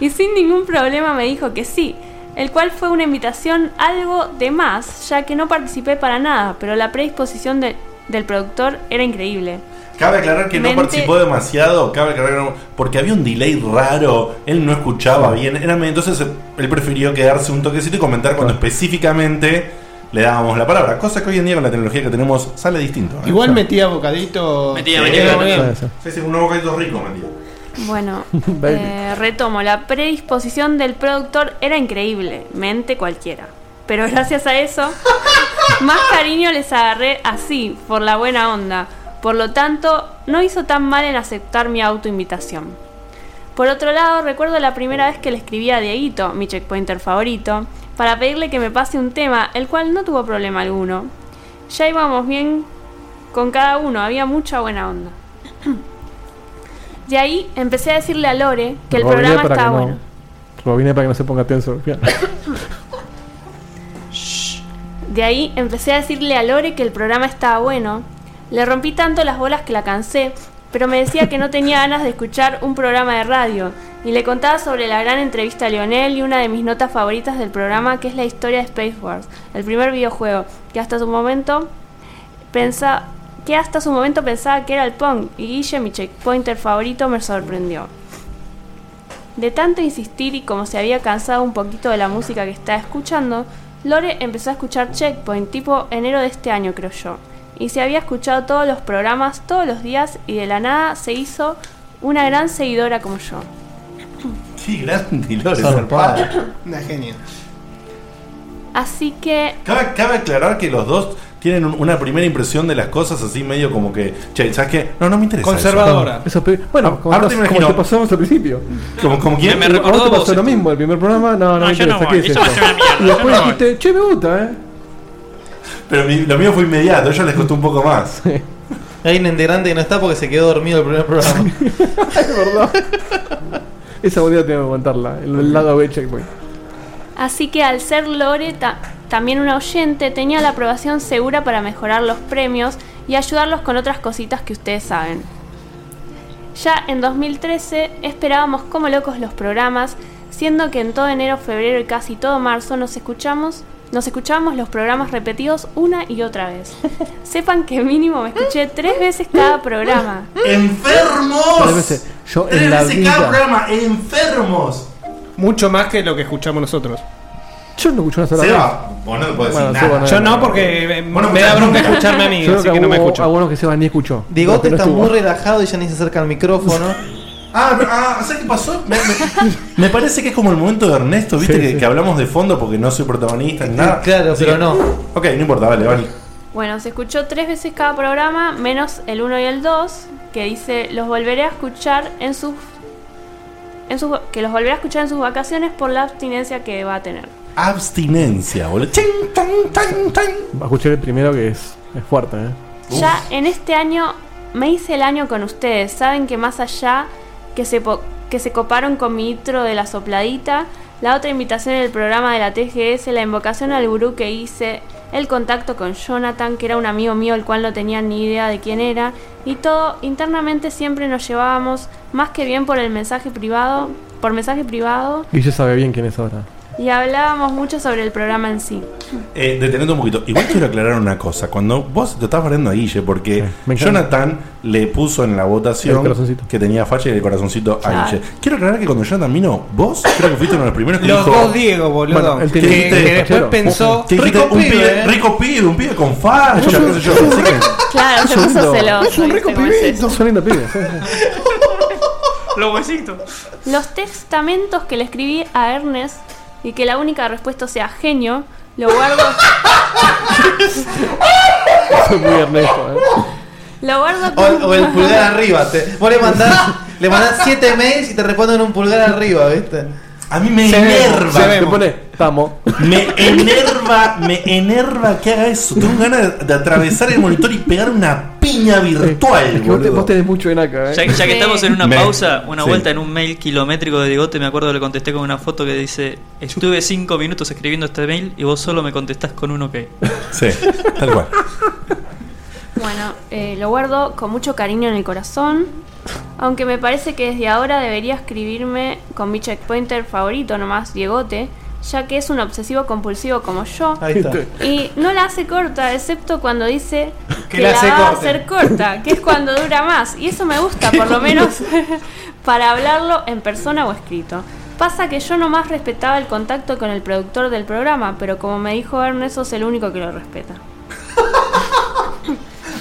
Speaker 7: y sin ningún problema me dijo que sí, el cual fue una invitación algo de más, ya que no participé para nada, pero la predisposición de- del productor era increíble.
Speaker 1: Cabe aclarar que no
Speaker 7: Mente-
Speaker 1: participó demasiado, cabe aclarar que no- porque había un delay raro, él no escuchaba bien, era medio- entonces eh, él prefirió quedarse un toquecito y comentar cuando específicamente le dábamos la palabra, cosa que hoy en día con la tecnología que tenemos sale distinto. ¿eh?
Speaker 22: Igual metía bocadito.
Speaker 1: Metía,
Speaker 22: Sí,
Speaker 1: metía
Speaker 22: era
Speaker 1: bocadito.
Speaker 22: muy bien.
Speaker 1: Sí, sí, unos bocaditos ricos, metía.
Speaker 7: Bueno,
Speaker 1: Baby.
Speaker 7: eh, retomo, la predisposición del productor era increíble, mente cualquiera. Pero gracias a eso, más cariño les agarré así, por la buena onda. Por lo tanto, no hizo tan mal en aceptar mi autoinvitación. Por otro lado, recuerdo la primera vez que le escribí a Dieguito, mi checkpointer favorito, para pedirle que me pase un tema, el cual no tuvo problema alguno. Ya íbamos bien con cada uno, había mucha buena onda. De ahí empecé a decirle a Lore que el
Speaker 10: Rebobiné
Speaker 7: programa
Speaker 10: para
Speaker 7: estaba
Speaker 10: que no-
Speaker 7: bueno.
Speaker 10: rebobiné para que no se ponga tenso. Mira.
Speaker 7: De ahí empecé a decirle a Lore que el programa estaba bueno. Le rompí tanto las bolas que la cansé, pero me decía que no tenía ganas de escuchar un programa de radio. Y le contaba sobre la gran entrevista a Lionel y una de mis notas favoritas del programa, que es la historia de Space Wars, el primer videojuego, que hasta su momento pensa- que hasta su momento pensaba que era el Pong, y Guille, mi checkpointer favorito, me sorprendió. De tanto insistir y como se había cansado un poquito de la música que estaba escuchando, Lore empezó a escuchar Checkpoint tipo enero de este año, creo yo. Y se había escuchado todos los programas todos los días y de la nada se hizo una gran seguidora como yo.
Speaker 1: Qué grande, Lore,
Speaker 22: Zarpado.
Speaker 1: zarpado.
Speaker 22: Una genia.
Speaker 7: Así que
Speaker 1: Cabe, cabe aclarar que los dos tienen un- una primera impresión de las cosas así medio como que, che, ¿sabes qué? No, no me interesa.
Speaker 10: Conservadora.
Speaker 1: Eso.
Speaker 13: Ah,
Speaker 1: bueno,
Speaker 10: Como,
Speaker 1: ahora
Speaker 10: te-
Speaker 1: te
Speaker 10: como
Speaker 1: imagino.
Speaker 10: te pasamos al principio.
Speaker 1: Como, como quien
Speaker 10: ¿A vos te pasó
Speaker 5: ¿eh?
Speaker 10: lo mismo el primer programa. No, no, me
Speaker 1: yo no
Speaker 10: interesa.
Speaker 1: voy,
Speaker 10: ¿Qué es esto?
Speaker 1: eso va a ser una mierda,
Speaker 10: Y
Speaker 1: yo
Speaker 10: después
Speaker 1: no voy.
Speaker 10: dijiste, che, me gusta, ¿eh?
Speaker 1: Pero mi- lo mío fue inmediato, a ellos les costó un poco más.
Speaker 5: Hay un integrante que no está porque se quedó dormido el primer programa.
Speaker 10: Esa bodega tengo que aguantarla. El, el lado B checkpoint.
Speaker 7: Así que al ser Lore ta- también una oyente, tenía la aprobación segura para mejorar los premios y ayudarlos con otras cositas que ustedes saben. Ya en 2013 esperábamos como locos los programas, siendo que en todo enero, febrero y casi todo marzo nos escuchamos nos escuchábamos los programas repetidos una y otra vez. Sepan que mínimo me escuché tres veces cada programa.
Speaker 10: Tres
Speaker 1: ¡Enfermos!
Speaker 10: veces. Yo en la vida.
Speaker 1: programa, enfermos.
Speaker 13: Mucho más que lo que escuchamos nosotros.
Speaker 10: Yo no escucho una sola vez.
Speaker 13: Seba,
Speaker 1: vos no podés
Speaker 10: Bueno,
Speaker 13: decir
Speaker 10: Seba,
Speaker 13: nada. Yo no, porque, eh, me da bronca escucharme a mí,
Speaker 10: Yo
Speaker 13: así
Speaker 10: creo
Speaker 13: que no me
Speaker 10: hubo
Speaker 13: escucho.
Speaker 10: Algunos que Seba ni escuchó.
Speaker 5: Digote
Speaker 10: Pero
Speaker 5: está
Speaker 10: estuvo.
Speaker 5: muy relajado y ya ni se acerca al micrófono.
Speaker 1: Ah, ah, ¿sabes qué pasó? Me, me- me parece que es como el momento de Ernesto, ¿viste? que, que hablamos de fondo porque no soy protagonista ni nada. Claro, pero no. Ok, no importa, vale, vale.
Speaker 7: Bueno, se escuchó tres veces cada programa, menos el 1 y el 2, que dice los volveré a escuchar en sus, en sus que los volveré a escuchar en sus vacaciones por la abstinencia que va a tener.
Speaker 1: Abstinencia, boludo. Ching, tan, tan, tan.
Speaker 10: Va a escuchar el primero que es, es fuerte, ¿eh?
Speaker 7: Ya en este año me hice el año con ustedes. Saben que más allá que se po- que se coparon con mi intro de la sopladita, la otra invitación en el programa de la TGS, la invocación al gurú que hice, el contacto con Jonathan, que era un amigo mío el cual no tenía ni idea de quién era, y todo internamente siempre nos llevábamos más que bien por el mensaje privado, por mensaje privado
Speaker 10: Y ya sabe bien quién es ahora.
Speaker 7: y hablábamos mucho sobre el programa en sí.
Speaker 1: Eh, detenete un poquito. Igual quiero aclarar una cosa. Cuando vos te estás barriendo a Guille, porque
Speaker 10: me encanta.
Speaker 1: Jonathan le puso en la
Speaker 10: El
Speaker 1: votación
Speaker 10: corazoncito.
Speaker 1: que tenía falla y el corazoncito a
Speaker 10: Ah.
Speaker 1: Guille. Quiero aclarar que cuando Jonathan vino, vos creo que fuiste uno de los primeros que
Speaker 13: Los
Speaker 1: dijo.
Speaker 13: dos Diego, boludo.
Speaker 1: él
Speaker 13: Que-
Speaker 1: tiene-
Speaker 13: que
Speaker 1: tiene-
Speaker 13: después pensó,
Speaker 1: que dijiste,
Speaker 13: "Rico
Speaker 1: un
Speaker 13: pibe,
Speaker 1: pibe,
Speaker 13: eh".
Speaker 1: rico pibe, un pibe con falla,
Speaker 10: Es un-
Speaker 1: qué sé yo.
Speaker 10: es un
Speaker 1: Así que-
Speaker 10: rico-
Speaker 7: Claro,
Speaker 10: es
Speaker 7: se
Speaker 10: un
Speaker 7: puso
Speaker 10: lindo-
Speaker 7: celoso,
Speaker 10: Es un rico
Speaker 7: ¿viste cómo es
Speaker 10: pibito. Es un lindo pibe. sí, sí.
Speaker 4: Los huesitos.
Speaker 7: Los testamentos que le escribí a Ernest y que la única respuesta sea genio, lo guardo,
Speaker 10: Soy muy Ernesto, ¿eh?
Speaker 7: lo guardo
Speaker 5: O,
Speaker 7: con-
Speaker 5: o el pulgar arriba. Te, vos le mandás, le mandás siete mails y te responden un pulgar arriba, ¿viste?
Speaker 1: A mí me enerva.
Speaker 10: Te pone, estamos.
Speaker 1: Me enerva, me enerva que haga eso. Tengo ganas de, de atravesar el monitor y pegar una piña virtual,
Speaker 10: Es que vos, te-
Speaker 1: boludo.
Speaker 10: vos tenés mucho en acá, ¿eh?
Speaker 4: Ya, ya que estamos en una
Speaker 1: Me-
Speaker 4: pausa, una
Speaker 1: sí.
Speaker 4: vuelta en un mail kilométrico de Digote, me acuerdo que le contesté con una foto que dice: Estuve cinco minutos escribiendo este mail y vos solo me contestás con un ok.
Speaker 1: Sí, tal cual.
Speaker 7: Bueno, eh, lo guardo con mucho cariño en el corazón. Aunque me parece que desde ahora debería escribirme con mi checkpointer favorito nomás, Diegote, ya que es un obsesivo compulsivo como yo.
Speaker 5: Ahí está.
Speaker 7: Y no la hace corta, excepto cuando dice que,
Speaker 5: Que la
Speaker 7: la,
Speaker 5: hace
Speaker 7: va a
Speaker 5: corta.
Speaker 7: hacer corta, que es cuando dura más. Y eso me gusta, por lo menos para hablarlo en persona o escrito. Pasa que yo nomás respetaba el contacto con el productor del programa, pero como me dijo Ernest, sos el único que lo respeta.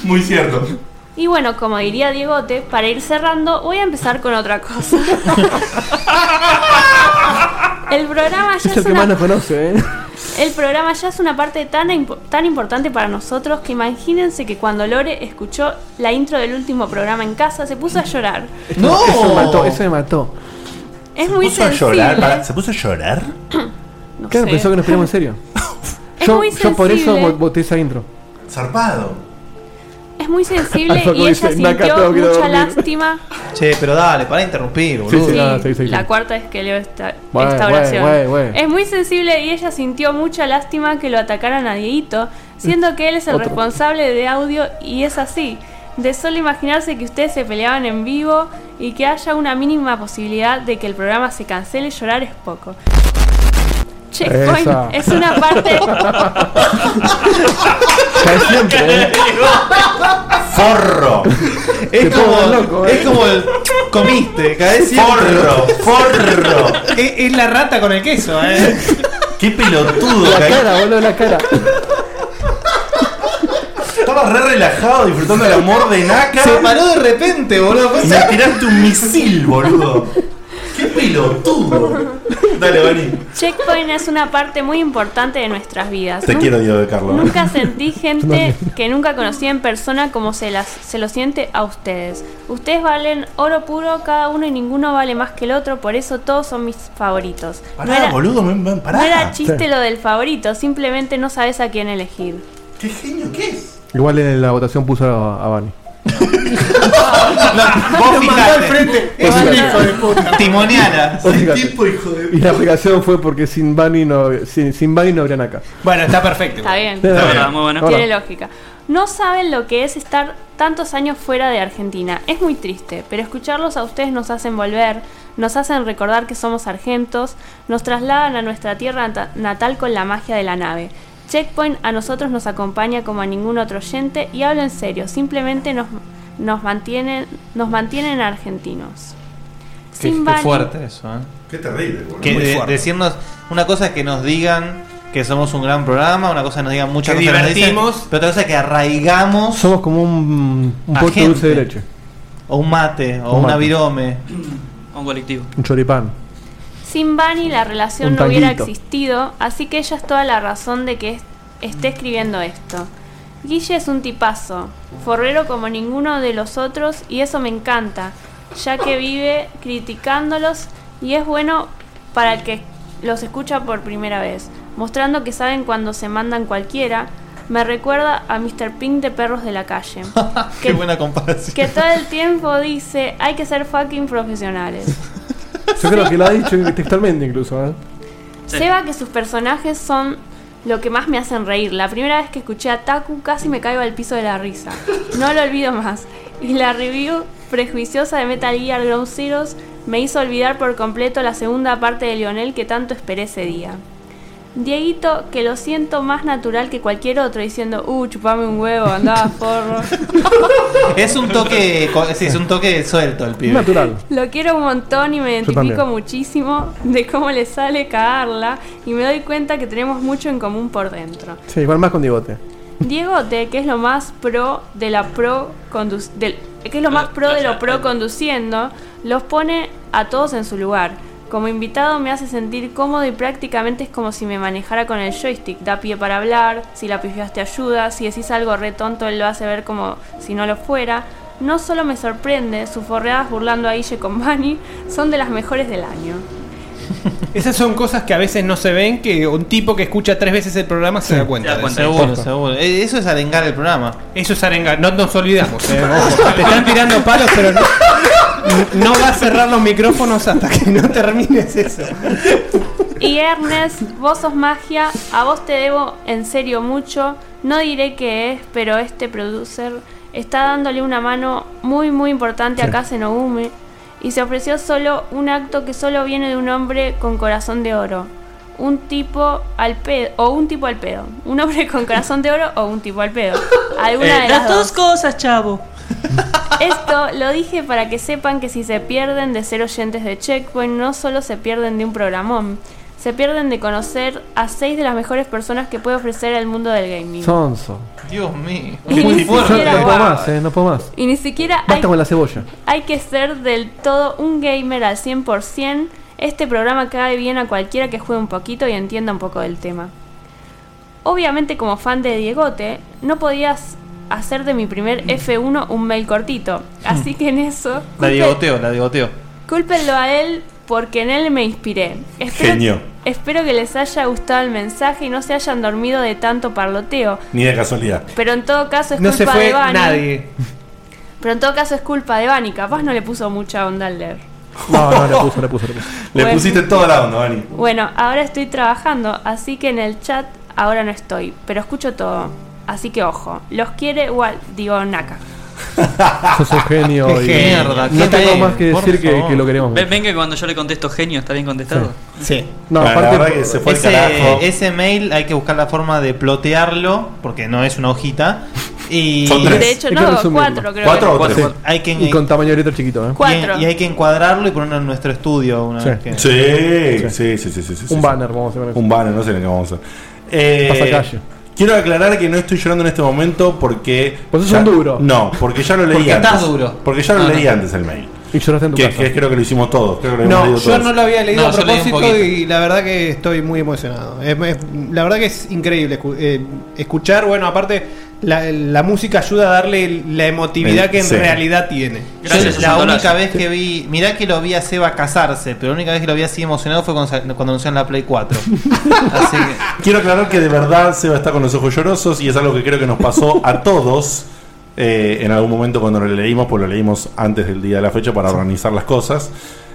Speaker 1: Muy cierto.
Speaker 7: Y bueno, como diría Diegote, para ir cerrando, voy a empezar con otra cosa. el programa ya
Speaker 10: Es
Speaker 7: es,
Speaker 10: el que
Speaker 7: una
Speaker 10: más nos conoce, ¿eh?
Speaker 7: el programa ya es una parte tan, impo- tan importante para nosotros que imagínense que cuando Lore escuchó la intro del último programa en casa se puso a llorar.
Speaker 10: Eso- Eso me mató, eso me mató.
Speaker 7: Es muy
Speaker 1: ¿Se puso a
Speaker 7: sensible.
Speaker 1: llorar? Pará, ¿Se puso a llorar?
Speaker 7: No
Speaker 10: claro,
Speaker 7: sé.
Speaker 10: pensó que nos peleamos en serio.
Speaker 7: Es
Speaker 10: yo,
Speaker 7: muy
Speaker 10: yo por eso
Speaker 7: sensible.
Speaker 10: vo- voté esa intro.
Speaker 1: Zarpado.
Speaker 7: Es muy sensible
Speaker 10: Alfa
Speaker 7: y ella
Speaker 10: dice, "Naca,
Speaker 7: sintió
Speaker 10: tengo que ir a
Speaker 7: mucha
Speaker 10: dormir".
Speaker 7: lástima.
Speaker 5: Che, pero dale, para interrumpir, boludo.
Speaker 10: sí, no, sí, sí,
Speaker 7: La cuarta es que leo esta,
Speaker 5: Güey,
Speaker 7: esta
Speaker 5: güey,
Speaker 7: oración.
Speaker 5: güey, güey.
Speaker 7: Es muy sensible y ella sintió mucha lástima que lo atacaran a Dieguito, siendo que él es el
Speaker 10: Otro.
Speaker 7: responsable de audio y es así. De solo imaginarse que ustedes se peleaban en vivo y que haya una mínima posibilidad de que el programa se cancele, llorar es poco. Checkpoint
Speaker 10: Esa.
Speaker 7: es una parte.
Speaker 10: Cae siempre, ¿eh?
Speaker 1: ¡Forro!
Speaker 5: Es como,
Speaker 10: loco, ¿eh?
Speaker 5: es como el comiste, caes siempre.
Speaker 1: ¡Forro! ¡Forro!
Speaker 13: Es, es la rata con el queso, eh.
Speaker 1: ¡Qué pelotudo!
Speaker 10: La
Speaker 1: caí.
Speaker 10: cara, boludo, la cara.
Speaker 1: Estaba re relajado disfrutando el amor de Naka.
Speaker 5: Se paró de repente, boludo.
Speaker 1: Y me tiraste un misil, boludo. ¡Qué pelotudo! Dale, Vani.
Speaker 7: Checkpoint es una parte muy importante de nuestras vidas.
Speaker 1: Te
Speaker 7: Nun-
Speaker 1: quiero, Diego de Carlos.
Speaker 7: Nunca sentí gente
Speaker 1: también.
Speaker 7: que nunca conocí en persona como se, las, se lo siente a ustedes. Ustedes valen oro puro cada uno y ninguno vale más que el otro, por eso todos son mis favoritos. No
Speaker 1: Pará,
Speaker 7: era-
Speaker 1: boludo, ven, ven, pará.
Speaker 7: No era chiste lo del favorito, simplemente no sabes a quién elegir.
Speaker 1: ¿Qué genio qué es?
Speaker 10: Igual en la votación puso a, a Vani.
Speaker 5: Vos fijate.
Speaker 10: Vos fijate.
Speaker 5: Timoniana.
Speaker 10: Vos fijate. Y la aplicación fue porque sin Vani no, sin, sin Vani no habrían acá.
Speaker 13: Bueno, está perfecto.
Speaker 7: Está bien.
Speaker 10: Está bien. Está bien. Muy bueno.
Speaker 7: Tiene
Speaker 10: Hola.
Speaker 7: lógica. No saben lo que es estar tantos años fuera de Argentina. Es muy triste, pero escucharlos a ustedes nos hacen volver, nos hacen recordar que somos argentos, nos trasladan a nuestra tierra nata- natal con la magia de la nave. Checkpoint a nosotros nos acompaña como a ningún otro oyente y hablo en serio, simplemente nos, nos mantienen, nos mantienen argentinos.
Speaker 5: Qué,
Speaker 7: Sin
Speaker 5: qué
Speaker 7: Bani-
Speaker 5: fuerte eso, ¿eh?
Speaker 1: Qué terrible, boludo.
Speaker 5: Que
Speaker 1: Muy
Speaker 5: de-
Speaker 1: fuerte.
Speaker 5: decirnos, una cosa es que nos digan que somos un gran programa, una cosa es que nos digan muchas
Speaker 13: Que
Speaker 5: cosas que nos dicen,
Speaker 13: divertimos.
Speaker 5: pero otra cosa es que arraigamos
Speaker 10: Somos como un, un
Speaker 5: A
Speaker 10: postre dulce de
Speaker 5: gente.
Speaker 10: leche.
Speaker 5: o un mate o
Speaker 10: Un
Speaker 5: un
Speaker 10: mate.
Speaker 5: virome
Speaker 4: A un colectivo.
Speaker 10: Un choripán.
Speaker 7: Sin Bani la relación
Speaker 10: Un
Speaker 7: no hubiera
Speaker 10: tanguito.
Speaker 7: existido, así que ella es toda la razón de que es- esté escribiendo esto. Guille es un tipazo, forrero como ninguno de los otros y eso me encanta, ya que vive criticándolos y es bueno para el que los escucha por primera vez, mostrando que saben cuando se mandan cualquiera. Me recuerda a Mr. Pink de Perros de la Calle,
Speaker 5: Qué buena comparación.
Speaker 7: que todo el tiempo dice hay que ser fucking profesionales.
Speaker 10: Yo creo que lo ha dicho textualmente incluso. ¿eh?
Speaker 7: Seba que sus personajes son lo que más me hacen reír. La primera vez que escuché a Taku casi me caigo al piso de la risa. No lo olvido más. Y la review prejuiciosa de Metal Gear Ground Zeroes me hizo olvidar por completo la segunda parte de Lionel que tanto esperé ese día. Dieguito, que lo siento más natural que cualquier otro, diciendo, uh, chupame un huevo, andaba forro.
Speaker 5: Es un toque, co- sí, es un toque suelto el pibe.
Speaker 10: Natural.
Speaker 7: Lo quiero un montón y me identifico
Speaker 5: también.
Speaker 7: muchísimo de cómo le sale cagarla y me doy cuenta que tenemos mucho en común por dentro.
Speaker 10: Sí, igual más con bigote.
Speaker 7: Diego T, que es lo más pro de la pro condu- del- que es lo más pro de lo pro conduciendo, los pone a todos en su lugar. Como invitado me hace sentir cómodo y prácticamente es como si me manejara con el joystick. Da pie para hablar, si la pifias te ayuda, si decís algo re tonto él lo hace ver como si no lo fuera. No solo me sorprende, sus forreadas burlando a Guille con Manny son de las mejores del año.
Speaker 13: Esas son cosas que a veces no se ven, que un tipo que escucha tres veces el programa se da cuenta.
Speaker 5: Se da
Speaker 13: de
Speaker 5: cuenta,
Speaker 13: eso.
Speaker 5: seguro, seguro. Eh, Eso es arengar el programa.
Speaker 13: Eso es arengar, no nos olvidamos. eh, ojo. Te están tirando palos, pero no, no va a cerrar los micrófonos hasta que no termines eso.
Speaker 7: Y Ernest, vos sos magia, a vos te debo en serio mucho. No diré qué es, pero este producer está dándole una mano muy muy importante a Kase Nogume y se ofreció solo un acto que solo viene de un hombre con corazón de oro. Un tipo al pedo, o un tipo al pedo. Un hombre con corazón de oro o un tipo al pedo. Alguna
Speaker 4: Eh,
Speaker 7: de
Speaker 4: las
Speaker 7: las
Speaker 4: dos
Speaker 7: cosas, chavo. Esto lo dije para que sepan que si se pierden de ser oyentes de Checkpoint, no solo se pierden de un programón, se pierden de conocer a seis de las mejores personas que puede ofrecer el mundo del gaming.
Speaker 10: Sonso.
Speaker 5: Dios mío.
Speaker 7: Y ni siquiera-
Speaker 10: no puedo más, eh, no puedo más.
Speaker 7: Y ni siquiera hay,
Speaker 10: Basta con la cebolla.
Speaker 7: hay que ser del todo un gamer al 100%. Este programa cae bien a cualquiera que juegue un poquito y entienda un poco del tema. Obviamente como fan de Diegote, no podías hacer de mi primer F1 un mail cortito.
Speaker 10: Hmm.
Speaker 7: Así que en eso...
Speaker 5: La digoteo, la digoteo.
Speaker 7: Cúlpenlo a él porque en él me inspiré. Espero,
Speaker 1: Genio.
Speaker 7: espero que les haya gustado el mensaje y no se hayan dormido de tanto parloteo.
Speaker 1: Ni de casualidad.
Speaker 7: Pero en todo caso es
Speaker 1: No se
Speaker 7: culpa
Speaker 1: fue
Speaker 7: de Vani.
Speaker 1: nadie.
Speaker 7: Pero en todo caso es culpa de Vani. Capaz no le puso mucha onda al leer.
Speaker 10: No, no, le puso, le puso, le puso.
Speaker 1: Le
Speaker 7: Bueno.
Speaker 1: pusiste toda la onda, Vani.
Speaker 7: Bueno, ahora estoy trabajando, así que en el chat ahora no estoy. Pero escucho todo. Así que ojo. Los quiere igual, digo Naka.
Speaker 10: Sos un Ah, genio.
Speaker 5: Qué
Speaker 10: y
Speaker 5: mierda,
Speaker 10: no
Speaker 5: qué
Speaker 10: tengo
Speaker 5: mail,
Speaker 10: más que
Speaker 5: por
Speaker 10: decir que,
Speaker 5: favor.
Speaker 10: que lo queremos.
Speaker 4: Ven, ven que cuando yo le contesto genio está bien contestado.
Speaker 5: Sí.
Speaker 10: No, Bueno, la aparte- verdad que
Speaker 1: se fue al
Speaker 5: ese,
Speaker 1: carajo.
Speaker 5: ese mail hay que buscar la forma de plotearlo, porque no es una hojita. Y
Speaker 10: Son tres. De hecho, Hay que no, resumirlo. cuatro, creo ¿Cuatro que- o tres? Sí.
Speaker 5: Hay que,
Speaker 10: Y con tamaño de letra chiquito, ¿eh?
Speaker 7: Cuatro.
Speaker 5: Y, y hay que encuadrarlo y ponerlo en nuestro estudio una
Speaker 10: Sí.
Speaker 5: vez que.
Speaker 1: Sí, Ah, sí, sí, sí, sí, sí, sí.
Speaker 10: Un banner, vamos a poner.
Speaker 1: Un banner, no sé lo que vamos a hacer. Eh,
Speaker 10: Pasacalle.
Speaker 1: Quiero aclarar que no estoy llorando en este momento porque.
Speaker 10: Pues sos
Speaker 1: ya-
Speaker 10: un duro.
Speaker 1: No, porque ya lo leí
Speaker 5: Porque
Speaker 1: antes.
Speaker 5: estás duro.
Speaker 1: Porque ya lo
Speaker 5: Ah,
Speaker 1: leí
Speaker 5: no.
Speaker 1: antes el mail.
Speaker 10: Y lloraste en tu
Speaker 1: Que-
Speaker 10: casa.
Speaker 1: que creo que lo hicimos todos. creo que lo hemos
Speaker 13: No,
Speaker 1: leído
Speaker 13: yo
Speaker 1: todos.
Speaker 13: no lo había leído
Speaker 1: No,
Speaker 13: a
Speaker 1: yo leí un
Speaker 13: propósito
Speaker 1: poquito.
Speaker 13: y la verdad que estoy muy emocionado. Es- es- la verdad que es increíble escu- eh, escuchar, bueno, aparte la, la música ayuda a darle la emotividad
Speaker 5: El-
Speaker 1: Eh,
Speaker 13: que en
Speaker 5: sí.
Speaker 13: realidad tiene.
Speaker 5: Yo la única vez que vi, mirá que lo vi a Seba casarse, pero la única vez que lo vi así emocionado fue cuando, sa- cuando anunciaron la Play 4.
Speaker 1: Quiero aclarar que de verdad Seba está con los ojos llorosos y es algo que creo que nos pasó a todos eh, en algún momento cuando lo leímos, pues lo leímos antes del día de la fecha para organizar las cosas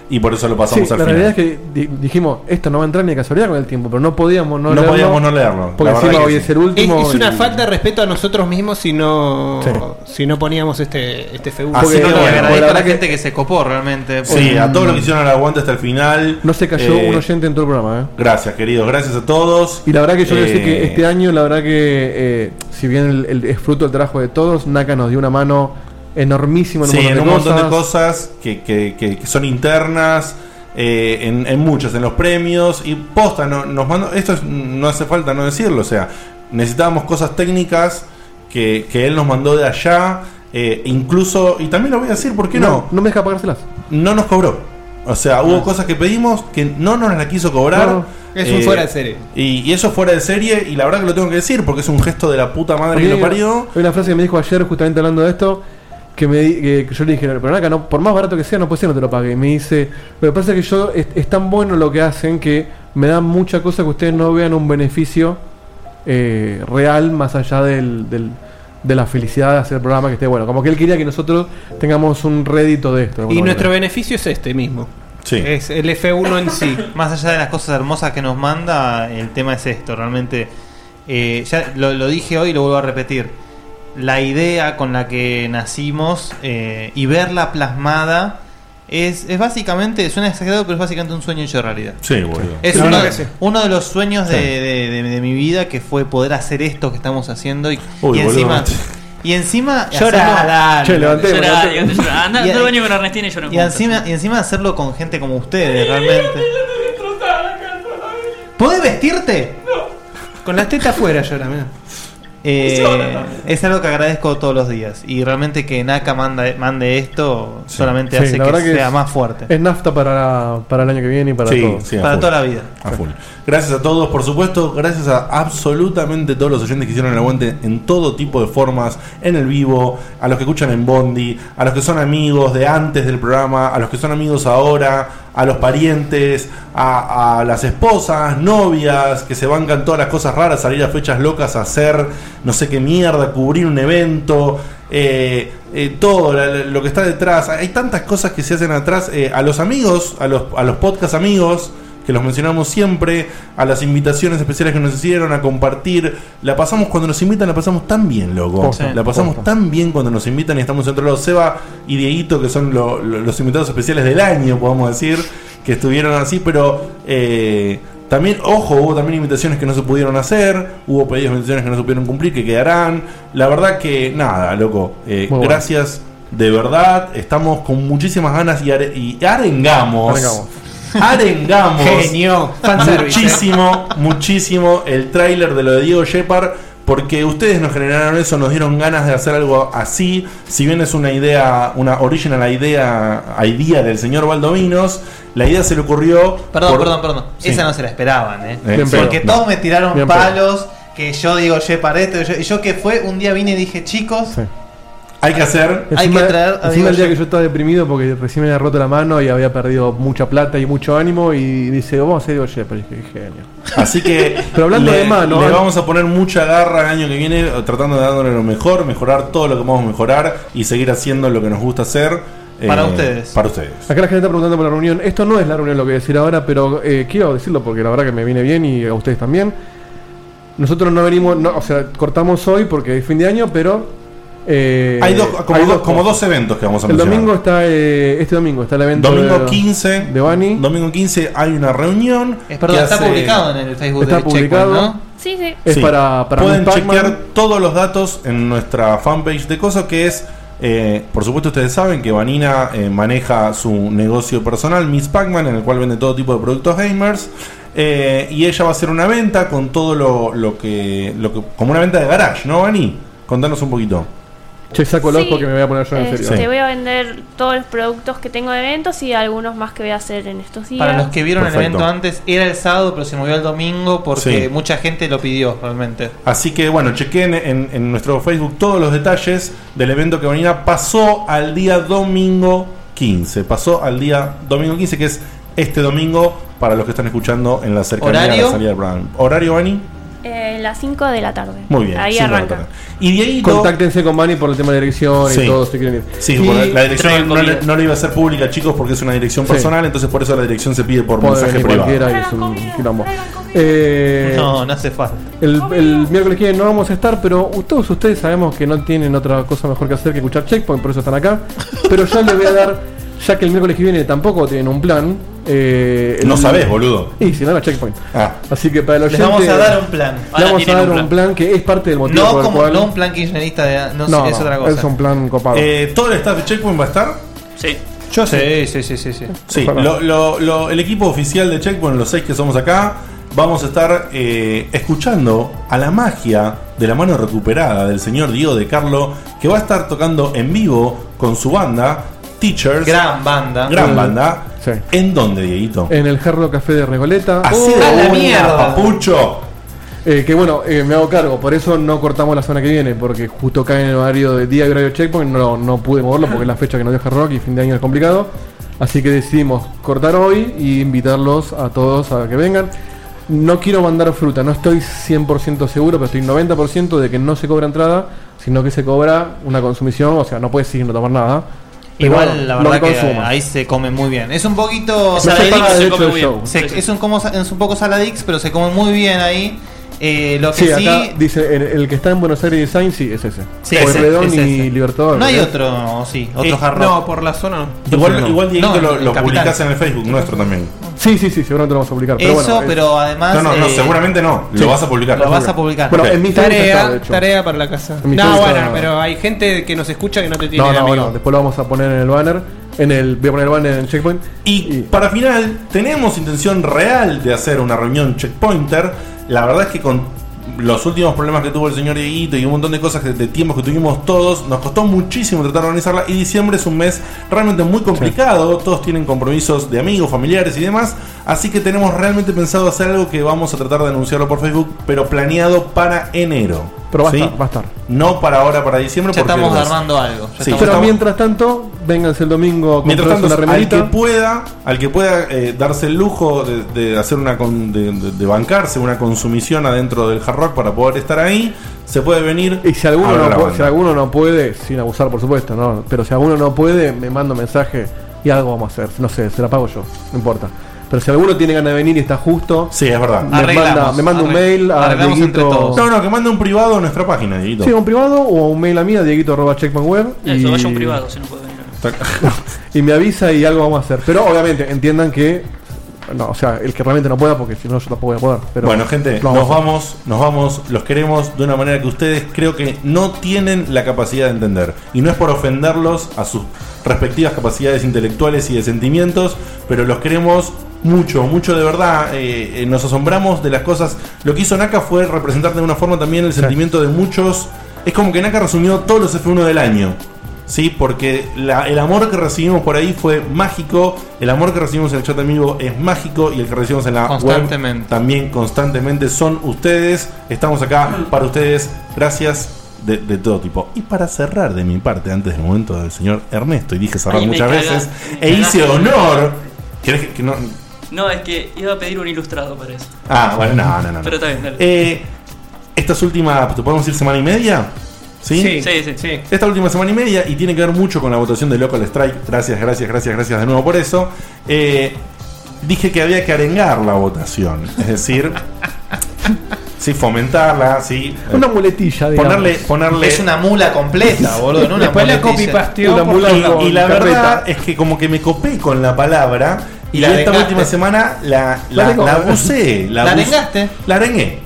Speaker 1: y por eso lo pasamos
Speaker 10: Sí,
Speaker 1: al
Speaker 10: la
Speaker 1: final.
Speaker 10: realidad es que di- dijimos, esto no va a entrar ni de casualidad con el tiempo, pero no podíamos no,
Speaker 1: No podíamos no leerlo, la
Speaker 10: Porque
Speaker 1: verdad
Speaker 10: encima
Speaker 1: que
Speaker 10: hoy
Speaker 1: sí.
Speaker 10: es el último.
Speaker 13: Es, es una
Speaker 10: y-
Speaker 13: falta de respeto a nosotros mismos si no, si no poníamos este, este feudo.
Speaker 1: Así que
Speaker 13: Porque-
Speaker 1: bueno,
Speaker 13: agradezco
Speaker 1: la
Speaker 13: a la
Speaker 1: verdad que-
Speaker 5: gente que se copó realmente. pues.
Speaker 1: Sí, a todos los que hicieron el aguante hasta el final.
Speaker 10: Mm. No se cayó
Speaker 1: Eh,
Speaker 10: un oyente en todo el programa, ¿eh?
Speaker 1: Gracias, queridos, gracias a todos.
Speaker 10: Y la verdad que yo quiero decir que
Speaker 1: Eh,
Speaker 10: este año, la verdad que, eh, si bien el, el- es fruto del trabajo de todos, Naka nos dio una mano enormísima en un
Speaker 1: Sí,
Speaker 10: montón
Speaker 1: en
Speaker 10: de
Speaker 1: un montón de
Speaker 10: cosas.
Speaker 1: cosas que, que- que- que son internas, eh, en, en muchas, en los premios. Y posta, no- nos mandó. Esto es- no hace falta no decirlo. O sea, necesitábamos cosas técnicas que, que él nos mandó de allá. eh, incluso, y también lo voy a decir, ¿por qué no? No,
Speaker 10: me deja pagárselas.
Speaker 1: No nos cobró. O sea, hubo cosas que pedimos que no nos las quiso cobrar. eh,
Speaker 10: No,
Speaker 13: es un fuera de serie.
Speaker 1: Y, y eso fuera de serie, y la verdad que lo tengo que decir, porque es un gesto de la puta madre que
Speaker 10: Porque
Speaker 1: lo parió.
Speaker 10: Hay una frase que me dijo ayer, justamente hablando de esto, que, me, di- que, que yo le dije, pero Naka, no, por más barato que sea, no puede ser, no te lo pague. Y me dice, lo que pasa es que yo, es, es tan bueno lo que hacen que me dan mucha cosa que ustedes no vean un beneficio eh, real más allá del, del- de la felicidad de hacer el programa que esté bueno. Como que él quería que nosotros tengamos un rédito de esto. de
Speaker 13: Y
Speaker 10: alguna
Speaker 13: nuestro
Speaker 10: manera.
Speaker 13: beneficio es este mismo.
Speaker 1: Sí.
Speaker 13: Es el F1 en sí.
Speaker 5: Más allá de las cosas hermosas que nos manda, el tema es esto, realmente. eh, ya lo, lo dije hoy y lo vuelvo a repetir. La idea con la que nacimos eh, y verla plasmada es, es básicamente, suena exagerado, pero es básicamente un sueño hecho realidad.
Speaker 1: Sí, boludo.
Speaker 5: Es
Speaker 1: La
Speaker 5: uno,
Speaker 1: verdad que sí.
Speaker 5: uno de los sueños de,
Speaker 1: Sí.
Speaker 5: de- de- de mi vida que fue poder hacer esto que estamos haciendo y,
Speaker 1: Uy, boludo.
Speaker 5: y encima. Y encima.
Speaker 4: Llorá,
Speaker 5: hacerlo-
Speaker 4: dale. Che, levanté, Llorá, levanté. levanté, llorá. Andá,
Speaker 5: Y-
Speaker 4: andá al baño con Ernestina y llorá
Speaker 5: y encima, y encima hacerlo con gente como ustedes, realmente. ¿Podés vestirte?
Speaker 13: Con las tetas afuera llora, mirá.
Speaker 5: Eh,
Speaker 13: Y llora también.
Speaker 5: es algo que agradezco todos los días. Y realmente que Naka manda- mande esto solamente
Speaker 10: Sí,
Speaker 5: hace
Speaker 10: la
Speaker 5: que,
Speaker 10: verdad que
Speaker 5: sea
Speaker 10: es-
Speaker 5: más fuerte.
Speaker 10: Es nafta para, para el año que viene y para
Speaker 1: Sí,
Speaker 10: todo.
Speaker 1: sí, a full. A full. Gracias a todos, por supuesto, gracias a absolutamente todos los oyentes que hicieron el aguante en todo tipo de formas, en el vivo, a los que escuchan en Bondi, a los que son amigos de antes del programa, a los que son amigos ahora, a los parientes, a, a las esposas, novias, que se bancan todas las cosas raras, salir a fechas locas, a hacer no sé qué mierda, cubrir un evento. eh, eh, todo la- la- lo que está detrás, hay tantas cosas que se hacen atrás, eh, a los amigos, a los, a los podcast amigos, que los mencionamos siempre, a las invitaciones especiales que nos hicieron, a compartir. La pasamos cuando nos invitan, la pasamos tan bien, loco.
Speaker 10: Posta,
Speaker 1: la pasamos
Speaker 10: posta.
Speaker 1: tan bien cuando nos invitan y estamos entre los Seba y Dieguito, que son lo- lo- los invitados especiales del año, podemos decir, que estuvieron así, pero eh, también, ojo, hubo también invitaciones que no se pudieron hacer, hubo pedidos de invitaciones que no se pudieron cumplir, que quedarán. La verdad que, nada, loco, eh,
Speaker 10: Muy bueno.
Speaker 1: gracias. De verdad, estamos con muchísimas ganas y, are- y arengamos.
Speaker 10: Arengamos.
Speaker 1: Arengamos.
Speaker 13: Genio. Fanservice,
Speaker 1: Muchísimo, muchísimo el tráiler de lo de Diego Shepard. Porque ustedes nos generaron eso, nos dieron ganas de hacer algo así. Si bien es una idea, una original idea, idea del señor Valdominos, la idea se le ocurrió.
Speaker 5: Perdón,
Speaker 1: por-
Speaker 5: perdón, perdón.
Speaker 1: Sí.
Speaker 5: Esa no se la esperaban, ¿eh?
Speaker 1: Bien
Speaker 5: Porque
Speaker 1: pedo, no.
Speaker 5: todos me tiraron
Speaker 1: Bien
Speaker 5: palos. Que yo digo, che, para esto. Yo, yo que fue, un día vine y dije, chicos,
Speaker 1: Hay que hacer.
Speaker 5: Hay que traer a
Speaker 10: encima
Speaker 5: Diego
Speaker 10: el día
Speaker 5: Shep-
Speaker 10: que yo estaba deprimido porque recién me había roto la mano y había perdido mucha plata y mucho ánimo y dice, "Oh, vamos a hacer Diego Shepard. Y dije, genio.
Speaker 1: Así que.
Speaker 10: Pero hablando
Speaker 1: le-
Speaker 10: de mano,
Speaker 1: Le
Speaker 10: ¿eh?
Speaker 1: vamos a poner mucha garra el año que viene, tratando de dándole lo mejor, mejorar todo lo que podemos mejorar y seguir haciendo lo que nos gusta hacer. eh,
Speaker 10: Para ustedes.
Speaker 1: Para ustedes.
Speaker 10: Acá la gente está preguntando por la reunión. Esto no es la reunión lo que voy a decir ahora, pero eh, quiero decirlo porque la verdad que me viene bien y a ustedes también. Nosotros no venimos, no, o sea, cortamos hoy porque es fin de año, pero... eh,
Speaker 1: hay dos, como,
Speaker 10: hay
Speaker 1: dos,
Speaker 10: dos
Speaker 1: como
Speaker 10: cosas.
Speaker 1: dos eventos que vamos a
Speaker 10: El
Speaker 1: mencionar.
Speaker 10: domingo está, eh, este domingo está el evento...
Speaker 1: Domingo
Speaker 10: de-
Speaker 1: 15 de Domingo 15 hay una reunión.
Speaker 5: Es- perdón,
Speaker 1: que
Speaker 5: está publicado en el Facebook
Speaker 10: Está
Speaker 5: de Checkpoint,
Speaker 10: publicado.
Speaker 5: ¿no?
Speaker 7: Sí, sí.
Speaker 10: Es para- para
Speaker 1: Pueden
Speaker 10: Miss Pac-Man.
Speaker 1: chequear todos los datos en nuestra fanpage de Coso, que es. eh, por supuesto, ustedes saben que Vanina eh, maneja su negocio personal, Miss Pac-Man, en el cual vende todo tipo de productos gamers. Eh, y ella va a hacer una venta con todo lo, lo que, lo que. Como una venta de garage, ¿no, Vani? Contanos un poquito.
Speaker 10: Che, saco los
Speaker 7: Sí,
Speaker 10: porque me voy a poner yo en
Speaker 7: eh,
Speaker 10: serio.
Speaker 7: Te voy a vender todos los productos que tengo de eventos y algunos más que voy a hacer en estos días.
Speaker 5: Para los que vieron el
Speaker 1: Perfecto.
Speaker 5: evento antes, era el sábado, pero se movió al domingo porque
Speaker 1: Sí.
Speaker 5: mucha gente lo pidió realmente.
Speaker 1: Así que bueno, chequen en, en nuestro Facebook todos los detalles del evento que mañana pasó al día domingo 15. Pasó al día domingo 15, que es este domingo, para los que están escuchando en la cercanía de
Speaker 7: ¿Horario?
Speaker 1: la salida del programa. ¿Horario, Bani?
Speaker 7: Eh, las 5 de la tarde.
Speaker 1: Muy bien,
Speaker 7: Ahí
Speaker 1: cinco de la
Speaker 7: arranca.
Speaker 1: tarde. Y Dieguito-
Speaker 10: Contáctense con Manny por el tema de la dirección
Speaker 1: Sí.
Speaker 10: y todo, si quieren ir.
Speaker 1: Sí,
Speaker 10: Y-
Speaker 1: bueno, la dirección no, le- no le iba a ser pública, chicos, porque es una dirección
Speaker 10: Sí.
Speaker 1: personal, entonces por eso la dirección se pide por
Speaker 10: Puede
Speaker 1: mensaje
Speaker 10: venir
Speaker 1: privado.
Speaker 10: cualquiera y es un quilombo. Eh,
Speaker 5: No, no hace falta.
Speaker 10: El, el miércoles que viene no vamos a estar, pero todos ustedes sabemos que no tienen otra cosa mejor que hacer que escuchar Checkpoint, por eso están acá. Pero yo les voy a dar, ya que el miércoles que viene tampoco tienen un plan. eh, el-
Speaker 1: No sabés, boludo.
Speaker 10: Y si no era Checkpoint.
Speaker 1: Ah.
Speaker 10: Así que para los
Speaker 5: Les vamos a dar un plan.
Speaker 10: Le
Speaker 5: Ahora
Speaker 10: vamos a
Speaker 5: tienen
Speaker 10: dar
Speaker 5: un
Speaker 10: un plan.
Speaker 5: plan.
Speaker 10: que es parte del motivo por
Speaker 5: No
Speaker 10: el
Speaker 5: como
Speaker 10: cual-
Speaker 5: no un plan kirchnerista, de, no,
Speaker 10: No,
Speaker 5: es
Speaker 10: no,
Speaker 5: otra cosa.
Speaker 10: es un plan copado.
Speaker 1: Eh, ¿Todo el staff de Checkpoint va a estar?
Speaker 4: Sí.
Speaker 5: Yo sí, sí, sí, sí. sí.
Speaker 1: Sí, lo- lo- lo- el equipo oficial de Checkpoint, los seis que somos acá, vamos a estar eh, escuchando a la magia de la mano recuperada del señor Diego de Carlo, que va a estar tocando en vivo con su banda, Teachers.
Speaker 5: Gran banda.
Speaker 1: Gran
Speaker 10: Mm.
Speaker 1: banda. ¿En dónde, Dieguito?
Speaker 10: En el Herlo Café de Regoleta.
Speaker 1: Así
Speaker 5: Oh,
Speaker 1: de una, papucho!
Speaker 10: Eh, que bueno, eh, me hago cargo, por eso no cortamos la semana que viene, porque justo cae en el horario de día y horario checkpoint, no, no pude moverlo porque es la fecha que nos deja Rock y fin de año es complicado. Así que decidimos cortar hoy y invitarlos a todos a que vengan. No quiero mandar fruta, no estoy 100% seguro, pero estoy 90% de que no se cobra entrada, sino que se cobra una consumición, o sea, no puedes ir no tomar nada. Pero bueno,
Speaker 5: Igual, la
Speaker 10: lo
Speaker 5: verdad que
Speaker 10: consuma.
Speaker 5: ahí se come muy bien. Es un poquito
Speaker 10: No se
Speaker 5: saladix,
Speaker 10: paga, de
Speaker 5: se
Speaker 10: hecho,
Speaker 5: come
Speaker 10: el
Speaker 5: muy bien.
Speaker 10: show.
Speaker 5: Se-
Speaker 10: Sí, sí.
Speaker 5: Es, un como, es un poco saladix, pero se come muy bien ahí. Eh, lo que
Speaker 10: Sí,
Speaker 5: sí,
Speaker 10: acá dice, el, el que está en Buenos Aires Design, sí, es ese.
Speaker 5: Sí,
Speaker 10: O
Speaker 5: ese,
Speaker 10: Redón
Speaker 5: es
Speaker 10: y
Speaker 5: ese.
Speaker 10: Libertador.
Speaker 5: No hay
Speaker 10: ¿eh?
Speaker 5: otro, sí, otro
Speaker 10: Eh,
Speaker 5: jarro.
Speaker 10: no,
Speaker 13: por la zona no.
Speaker 1: Igual,
Speaker 10: No,
Speaker 1: igual Dieguito
Speaker 10: no,
Speaker 1: lo,
Speaker 10: en
Speaker 1: lo
Speaker 10: Capital.
Speaker 1: publicás en el Facebook nuestro también.
Speaker 10: Sí, sí, sí, seguramente lo vamos a publicar. Pero
Speaker 5: Eso,
Speaker 10: bueno, es-
Speaker 5: pero además. eh,
Speaker 1: No, no, no, seguramente no. Lo vas a publicar.
Speaker 5: Lo vas a publicar.
Speaker 10: Bueno, en mi Facebook
Speaker 13: tarea,
Speaker 10: está, de hecho.
Speaker 13: tarea para la casa.
Speaker 10: En mi
Speaker 13: No,
Speaker 10: Facebook
Speaker 13: bueno,
Speaker 10: está-
Speaker 13: pero hay gente que nos escucha que no te tiene
Speaker 10: No, no,
Speaker 13: de amigo.
Speaker 10: bueno, después lo vamos a poner en el banner. En el, voy a poner el banner en el checkpoint.
Speaker 1: Y para final, tenemos intención real de hacer una reunión checkpointer. La verdad es que con los últimos problemas que tuvo el señor Dieguito y un montón de cosas que- de tiempos que tuvimos todos, nos costó muchísimo tratar de organizarla. Y diciembre es un mes realmente muy complicado. Todos tienen compromisos de amigos, familiares y demás. Así que tenemos realmente pensado hacer algo que vamos a tratar de anunciarlo por Facebook, pero planeado para enero.
Speaker 10: Pero va a
Speaker 1: ¿Sí?
Speaker 10: estar, va a estar.
Speaker 1: No para ahora, para diciembre.
Speaker 5: Ya
Speaker 1: porque
Speaker 5: estamos
Speaker 1: los-
Speaker 5: armando algo. Ya
Speaker 1: Sí,
Speaker 5: estamos-
Speaker 10: pero mientras tanto, vénganse el domingo con
Speaker 1: Mientras tanto,
Speaker 10: una
Speaker 1: al que
Speaker 10: remerita.
Speaker 1: pueda, al que pueda eh, darse el lujo de, de hacer una con- de, de- de bancarse una consumición adentro del hard rock para poder estar ahí, se puede venir. Y si
Speaker 10: Alguno no puede- si alguno no puede, sin abusar, por supuesto, no. Pero si alguno no puede, me manda un mensaje y algo vamos a hacer. No sé, se la pago yo, no importa. Pero si alguno tiene ganas de venir y está justo,
Speaker 1: sí, es verdad.
Speaker 10: Me manda, me manda un mail a Dieguito-
Speaker 1: No, no, que mande un privado a nuestra página, Dieguito.
Speaker 10: Sí, un privado o un mail a mí a dieguito.checkmanweb.
Speaker 4: Eso, vaya un privado si no puede venir.
Speaker 10: y me avisa y algo vamos a hacer. Pero obviamente entiendan que. No, o sea, el que realmente no pueda, porque si no, yo tampoco voy a poder. Pero
Speaker 1: bueno, gente,
Speaker 10: lo
Speaker 1: nos
Speaker 10: a hacer.
Speaker 1: vamos, nos vamos, los queremos de una manera que ustedes creo que no tienen la capacidad de entender. Y no es por ofenderlos a sus respectivas capacidades intelectuales y de sentimientos, pero los queremos mucho, mucho de verdad. Eh, eh, nos asombramos de las cosas. Lo que hizo Naka fue representar de una forma también el sentimiento de muchos. Es como que Naka resumió todos los F1 del año. Sí, porque la- el amor que recibimos por ahí fue mágico, el amor que recibimos en el chat amigo es mágico y el que recibimos en la
Speaker 5: Constantemente.
Speaker 1: web también constantemente son ustedes. Estamos acá para ustedes. Gracias de, de todo tipo. Y para cerrar de mi parte, antes del momento del señor Ernesto, y dije cerrar
Speaker 4: Ay, me
Speaker 1: muchas
Speaker 4: cagaste,
Speaker 1: veces,
Speaker 4: me
Speaker 1: e hice
Speaker 4: cagaste.
Speaker 1: honor. ¿Querés que- que no?
Speaker 4: No, es que iba a pedir un ilustrado para eso.
Speaker 1: Ah, bueno, no, no, no. no.
Speaker 4: Pero está bien, dale.
Speaker 1: Eh, estas últimas, ¿te podemos decir semana y media? ¿Sí?
Speaker 4: Sí, sí, sí.
Speaker 1: Esta última semana y media, y tiene que ver mucho con la votación de Local Strike. Gracias, gracias, gracias, gracias de nuevo por eso. Eh, dije que había que arengar la votación. Es decir, sí, fomentarla, sí. eh,
Speaker 10: Una muletilla, digamos.
Speaker 1: Ponerle, ponerle.
Speaker 5: Es una mula completa, boludo. No una
Speaker 1: Después la
Speaker 5: muletilla.
Speaker 1: copypasteó
Speaker 5: Una
Speaker 1: por
Speaker 5: mula
Speaker 1: todos lados.
Speaker 5: con
Speaker 1: Y la
Speaker 5: carreta.
Speaker 1: verdad es que como que me copé con la palabra. Y,
Speaker 5: Y la
Speaker 1: esta
Speaker 5: arengaste.
Speaker 1: última semana la, la,
Speaker 5: La arengaste.
Speaker 1: la abusé.
Speaker 5: ¿La
Speaker 1: abus-
Speaker 5: arengaste? Eh.
Speaker 1: La arengué.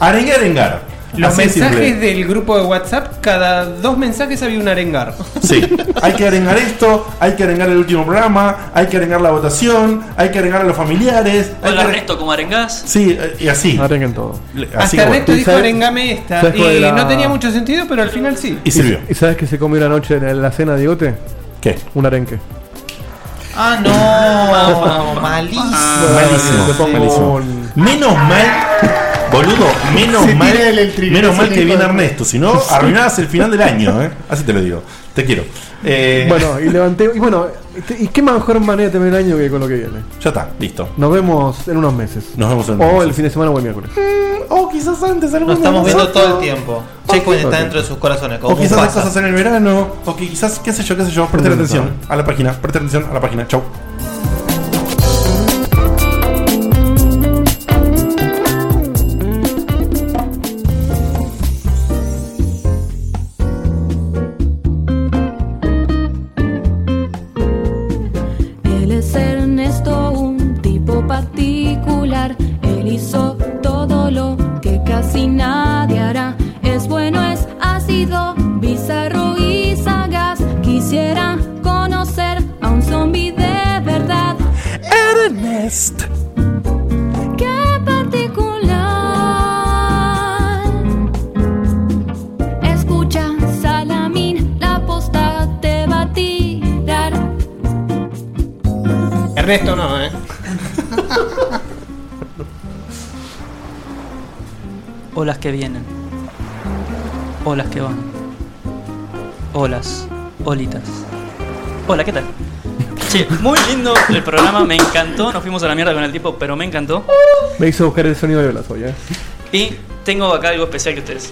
Speaker 1: Arengué, arengar.
Speaker 13: Los
Speaker 1: Así de
Speaker 13: mensajes
Speaker 1: simple.
Speaker 13: del grupo de WhatsApp, cada dos mensajes había un arengar.
Speaker 1: Sí, hay que arengar esto, hay que arengar el último programa, hay que arengar la votación, hay que arengar a los familiares. hay
Speaker 4: Hola
Speaker 1: que are-
Speaker 4: Ernesto, ¿cómo arengás?
Speaker 1: Sí, eh, y así.
Speaker 10: Arengan todo.
Speaker 1: Así
Speaker 13: Hasta
Speaker 1: que bueno.
Speaker 13: Ernesto dijo
Speaker 10: ¿sabes-
Speaker 13: arengame esta.
Speaker 10: sabes cuál
Speaker 13: Y
Speaker 10: era-
Speaker 13: no tenía mucho sentido, pero al final sí.
Speaker 1: Y sirvió.
Speaker 10: ¿Y sabes que se comió una noche en la cena de Diegote?
Speaker 1: ¿Qué?
Speaker 10: Un arenque.
Speaker 5: Ah, no. malísimo.
Speaker 1: Malísimo, malísimo. Menos mal, boludo, menos
Speaker 5: Se tira
Speaker 1: mal.
Speaker 5: el- el triple,
Speaker 1: menos
Speaker 5: se
Speaker 1: mal
Speaker 5: le
Speaker 1: que viene
Speaker 5: corta.
Speaker 1: Ernesto, si no, arruinabas el final del año, ¿eh? Así te lo digo. Te quiero. Eh,
Speaker 10: Bueno, y levanté. Y bueno, este- ¿y qué mejor manera de terminar el año que con lo que viene?
Speaker 1: ya está, listo.
Speaker 10: Nos vemos en unos meses.
Speaker 1: Nos vemos en
Speaker 10: O
Speaker 1: unos
Speaker 10: el
Speaker 1: meses.
Speaker 10: fin de semana o el miércoles.
Speaker 1: O oh, quizás antes,
Speaker 5: Lo estamos viendo todo el tiempo. Checkpoint está dentro de sus corazones. Como
Speaker 1: O quizás
Speaker 5: un
Speaker 1: hay cosas en el verano, o que quizás, qué sé yo, qué sé yo, preste la atención a la página, preste atención a la página, chau.
Speaker 22: Él es Ernesto, un tipo particular. Él hizo todo lo que casi nadie hará. Es bueno, es ácido, bizarro y sagaz. Quisiera conocer a un zombie de verdad.
Speaker 1: Ernest.
Speaker 22: ¡Qué particular! Escucha, Salamín, la posta te va a tirar.
Speaker 13: Ernesto no, eh.
Speaker 4: Olas que vienen. Olas que van. Olas. Olitas. Hola, ¿qué tal? Che, muy lindo el programa, me encantó. Nos fuimos a la mierda con el tipo, pero me encantó.
Speaker 10: Me hizo buscar el sonido de ¿eh? las ollas.
Speaker 4: Y tengo acá algo especial que ustedes.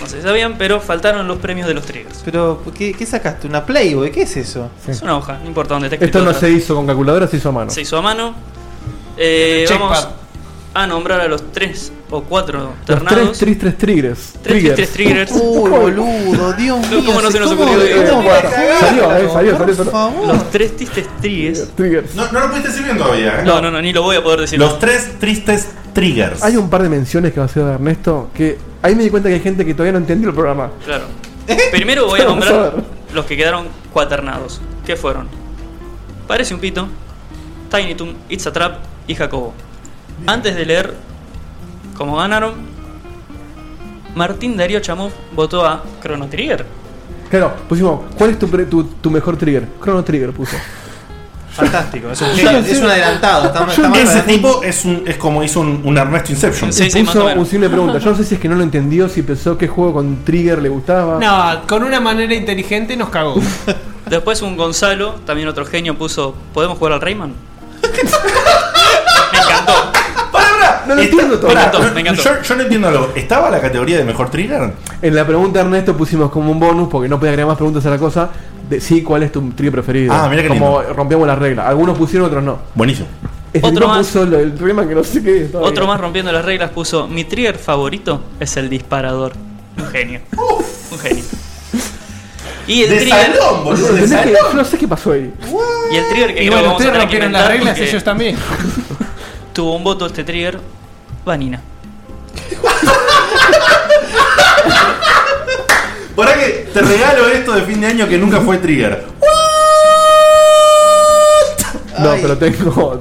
Speaker 4: No sé si sabían, pero faltaron los premios de los triggers.
Speaker 5: Pero, ¿qué, qué sacaste? ¿Una Playboy? ¿Qué es eso?
Speaker 4: Es una hoja, no importa dónde te
Speaker 10: Esto no se hizo con calculadora, se hizo a mano.
Speaker 4: Se hizo a mano. Eh,
Speaker 10: Checkpad.
Speaker 4: vamos a nombrar a los tres o cuatro
Speaker 10: Los
Speaker 4: ternados.
Speaker 10: tres, tres, tres triggers.
Speaker 4: Tres, tres, tres triggers.
Speaker 5: Uy, boludo, Dios mío.
Speaker 4: ¿Cómo no se nos
Speaker 5: ¿cómo-
Speaker 4: ocurrió?
Speaker 5: cómo-
Speaker 4: Diego?
Speaker 10: Salió, eh, salió, salió, salió.
Speaker 4: Los tres tristes triggers.
Speaker 1: No, no lo pudiste decir bien todavía, ¿eh?
Speaker 4: No, no, no, ni lo voy a poder decir.
Speaker 1: Los tres tristes triggers.
Speaker 10: Hay un par de menciones que va a hacer Ernesto que ahí me di cuenta que hay gente que todavía no entendió el programa.
Speaker 4: Claro. Primero voy a
Speaker 10: Vamos a
Speaker 4: nombrar los que quedaron cuaternados. ¿Qué fueron? Parece un pito, Tiny Toon, It's a Trap y Jacobo. Antes de leer cómo ganaron, Martín Darío Chamov votó a Chrono Trigger.
Speaker 10: Claro, pusimos, ¿cuál es tu, pre- tu, tu mejor trigger? Chrono Trigger puso.
Speaker 5: Fantástico, es un,
Speaker 1: Yo
Speaker 5: genio,
Speaker 1: no sé.
Speaker 5: es un adelantado. Está, está mal
Speaker 1: Ese
Speaker 5: para-
Speaker 1: tipo es, un, es como hizo un, un Ernesto Inception.
Speaker 10: Y puso un simple pregunta. Yo no sé si es que no lo entendió, si pensó qué juego con trigger le gustaba.
Speaker 13: No, con una manera inteligente nos cagó.
Speaker 4: Después un Gonzalo, también otro genio, puso ¿Podemos jugar al Rayman?
Speaker 10: No lo entiendo todo.
Speaker 1: Pará, no- Yo, yo no entiendo algo. ¿Estaba la categoría de mejor trigger?
Speaker 10: En la pregunta de Ernesto pusimos como un bonus, porque no podía agregar más preguntas a la cosa, de sí, cuál es tu trigger preferido.
Speaker 1: Ah, mirá qué
Speaker 10: Como rompíamos las reglas. Algunos pusieron, otros no.
Speaker 1: Buenísimo.
Speaker 10: Este
Speaker 4: Otro
Speaker 10: tipo
Speaker 4: más.
Speaker 10: puso lo- el problema que no sé qué es. todavía.
Speaker 4: Otro más rompiendo las reglas puso Mi trigger favorito es el disparador. Un genio. Un genio. Y el
Speaker 10: De
Speaker 4: trigger.
Speaker 10: salón, boludo, de ¿Entendés que- salón? yo no sé qué pasó ahí.
Speaker 4: Y el trigger que
Speaker 13: Y
Speaker 4: creo
Speaker 13: bueno,
Speaker 4: que vamos
Speaker 13: ustedes
Speaker 4: a tener que
Speaker 13: rompieron
Speaker 4: inventar
Speaker 13: las reglas,
Speaker 4: porque
Speaker 13: ellos también.
Speaker 4: Tuvo un voto este trigger, Vanina.
Speaker 1: Por ahí que te regalo esto de fin de año que nunca fue trigger.
Speaker 10: No, pero tengo. ¿Cómo?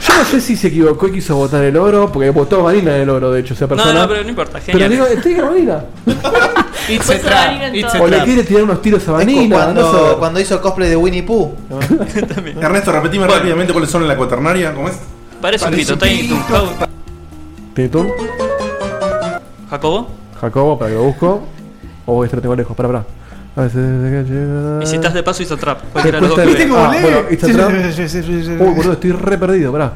Speaker 10: Yo no sé si se equivocó y quiso votar el oro, porque votó Vanina en el oro, de hecho, esa persona.
Speaker 4: No, no, pero no importa,
Speaker 10: Pero
Speaker 4: genial.
Speaker 10: digo, estoy con Vanina.
Speaker 5: It's a trap, it's a
Speaker 10: O le
Speaker 5: trap.
Speaker 10: quiere tirar unos tiros a
Speaker 5: Es como
Speaker 10: Vanina. no
Speaker 5: cuando,
Speaker 10: sé.
Speaker 5: cuando hizo cosplay de Winnie Pooh.
Speaker 1: Ernesto, repetime rápidamente cuáles son en la cuaternaria. ¿Cómo es?
Speaker 4: Parece un pito, Tiny Toon. Jau-
Speaker 10: Tetón,
Speaker 4: Jacobo,
Speaker 10: Jacobo, para que lo busco. O extra tengo lejos, para, para. A veces.
Speaker 4: y si estás de paso, hizo trap. Cualquiera de los dos.
Speaker 10: Respuesta
Speaker 4: que
Speaker 10: Eh, de-
Speaker 4: vea.
Speaker 10: ah, bueno, esta atrás. Uy, boludo, estoy re perdido, pará.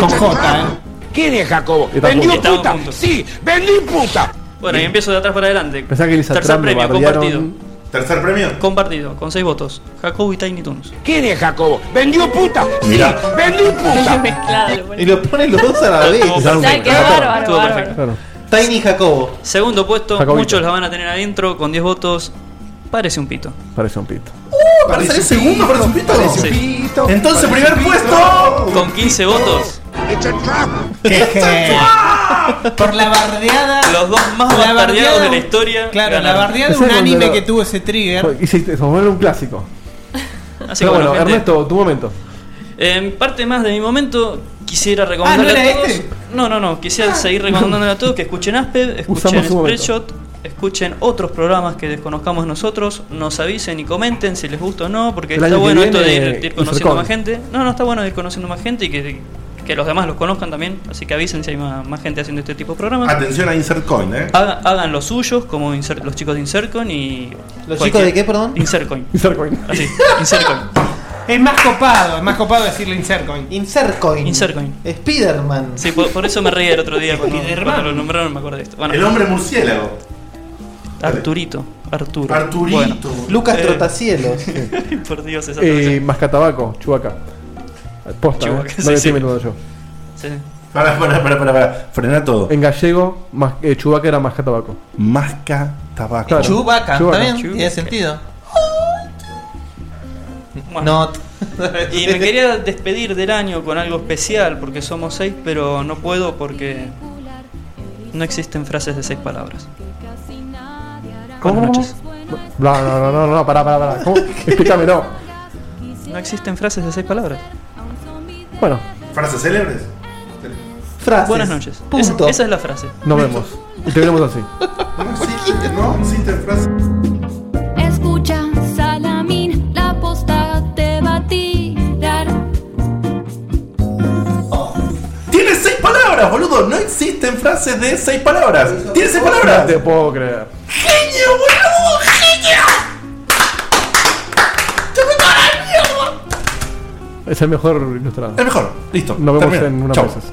Speaker 16: Con J, ¿eh? ¿Quién es Jacobo?
Speaker 10: Está
Speaker 16: ¿Vendió
Speaker 10: junto.
Speaker 16: puta? Sí, vendí puta.
Speaker 4: Bueno, y empiezo de atrás para adelante.
Speaker 10: Pensá que Lisa
Speaker 4: Tercer
Speaker 10: Trump lo
Speaker 4: premio,
Speaker 10: bardearon.
Speaker 4: compartido.
Speaker 1: ¿Tercer premio?
Speaker 4: Compartido, con seis votos. Jacobo y Tiny Toons.
Speaker 16: ¿Quién es Jacobo? ¿Vendió puta?
Speaker 1: Mirá.
Speaker 16: Sí, vendí puta.
Speaker 5: Y lo ponen los dos a la vez.
Speaker 4: Qué bárbaro, Estuvo bárbaro. perfecto.
Speaker 5: Tiny Jacobo.
Speaker 4: Segundo puesto,
Speaker 5: Jacobito.
Speaker 4: muchos la van a tener adentro, con 10 votos. Parece un pito.
Speaker 10: Parece un pito.
Speaker 1: ¿Para salir segundo, parece un pito?
Speaker 4: Sí.
Speaker 1: Entonces, primer puesto.
Speaker 4: Con 15 votos.
Speaker 14: It's a trap.
Speaker 17: Que- que- por la bardeada.
Speaker 4: Los dos más
Speaker 17: la
Speaker 4: bastardeados
Speaker 17: bardeada-
Speaker 4: de la historia.
Speaker 17: Claro, la
Speaker 4: ganaron.
Speaker 17: bardeada de un
Speaker 10: Ese es
Speaker 17: anime
Speaker 10: cuando
Speaker 17: que
Speaker 10: lo-
Speaker 17: tuvo ese trigger.
Speaker 10: Y se se volvió un clásico.
Speaker 4: Así que
Speaker 10: Pero
Speaker 4: bueno,
Speaker 10: bueno,
Speaker 4: gente,
Speaker 10: Ernesto, tu momento.
Speaker 4: En parte más de mi momento, quisiera recomendarle
Speaker 10: Ah, ¿no
Speaker 4: a
Speaker 10: era Ah.
Speaker 4: todos. No, no, no. Quisiera seguir recomendándole a todos que escuchen Aspe, escuchen
Speaker 10: Usamos su momento.
Speaker 4: Spreadshot, escuchen otros programas que desconozcamos nosotros, nos avisen y comenten si les gusta o no, porque
Speaker 10: El
Speaker 4: está
Speaker 10: año que
Speaker 4: bueno esto de
Speaker 10: viene,
Speaker 4: ir, de ir conociendo
Speaker 10: Usercon.
Speaker 4: más gente. No, no, está bueno ir conociendo más gente y que, que los demás los conozcan también. Así que avisen si hay más, más gente haciendo este tipo de programas.
Speaker 1: Atención a Insert Coin, eh.
Speaker 4: Haga- hagan los suyos, como Insert- los chicos de Insercoin y.
Speaker 5: ¿Los
Speaker 4: cualquier-
Speaker 5: chicos de qué, perdón?
Speaker 4: Insercoin.
Speaker 10: Insercoin.
Speaker 4: Así, Insercoin.
Speaker 17: Es más copado, es más copado decirle Insercoin.
Speaker 5: Insercoin.
Speaker 4: Insercoin.
Speaker 5: Spiderman.
Speaker 4: Sí, por, por eso me reí el otro día cuando, cuando lo nombraron, me acordé de esto. Bueno.
Speaker 1: El hombre murciélago.
Speaker 4: Arturito. Arturo.
Speaker 1: Arturito.
Speaker 4: Bueno.
Speaker 5: Lucas
Speaker 4: Eh,
Speaker 5: Trotacielos.
Speaker 4: por Dios, esa
Speaker 10: Eh, Mascatabaco, Chubaca. Posta,
Speaker 4: Chewbacca,
Speaker 10: eh.
Speaker 4: sí,
Speaker 10: no le
Speaker 4: sí.
Speaker 10: estoy mintiendo yo.
Speaker 4: Sí.
Speaker 1: Para, para, para, para, frena todo.
Speaker 10: En gallego, mas, eh, Chubaca era Mascatabaco.
Speaker 1: Masca tabaco.
Speaker 10: Claro.
Speaker 5: Chubaca,
Speaker 10: Chewbacca.
Speaker 5: ¿está bien? Tiene sentido.
Speaker 4: Bueno. Y me quería despedir del año con algo especial, porque somos seis, pero no puedo porque no existen frases de seis palabras.
Speaker 10: ¿Cómo?
Speaker 4: Buenas
Speaker 10: No, no, no, no, no, pará, pará, pará. ¿Cómo? Explícame, no.
Speaker 4: No existen frases de seis palabras.
Speaker 10: Bueno,
Speaker 1: Frases célebres.
Speaker 5: Frases.
Speaker 4: Buenas noches. Es-
Speaker 5: Punto.
Speaker 4: esa es la frase.
Speaker 10: nos vemos. Y te veremos así.
Speaker 1: No existen frases.
Speaker 22: Escucha, Salamín, la posta te va a tirar.
Speaker 1: Tiene seis palabras, boludo. No existen frases de seis palabras. Tiene seis palabras.
Speaker 10: No te puedo creer.
Speaker 14: ¡Genio, boludo! ¡Genio! ¡Yo me cago en
Speaker 10: Es el mejor ilustrado.
Speaker 1: El mejor. Listo.
Speaker 10: Nos vemos
Speaker 1: Termina.
Speaker 10: en una
Speaker 1: Chau.
Speaker 10: de esas.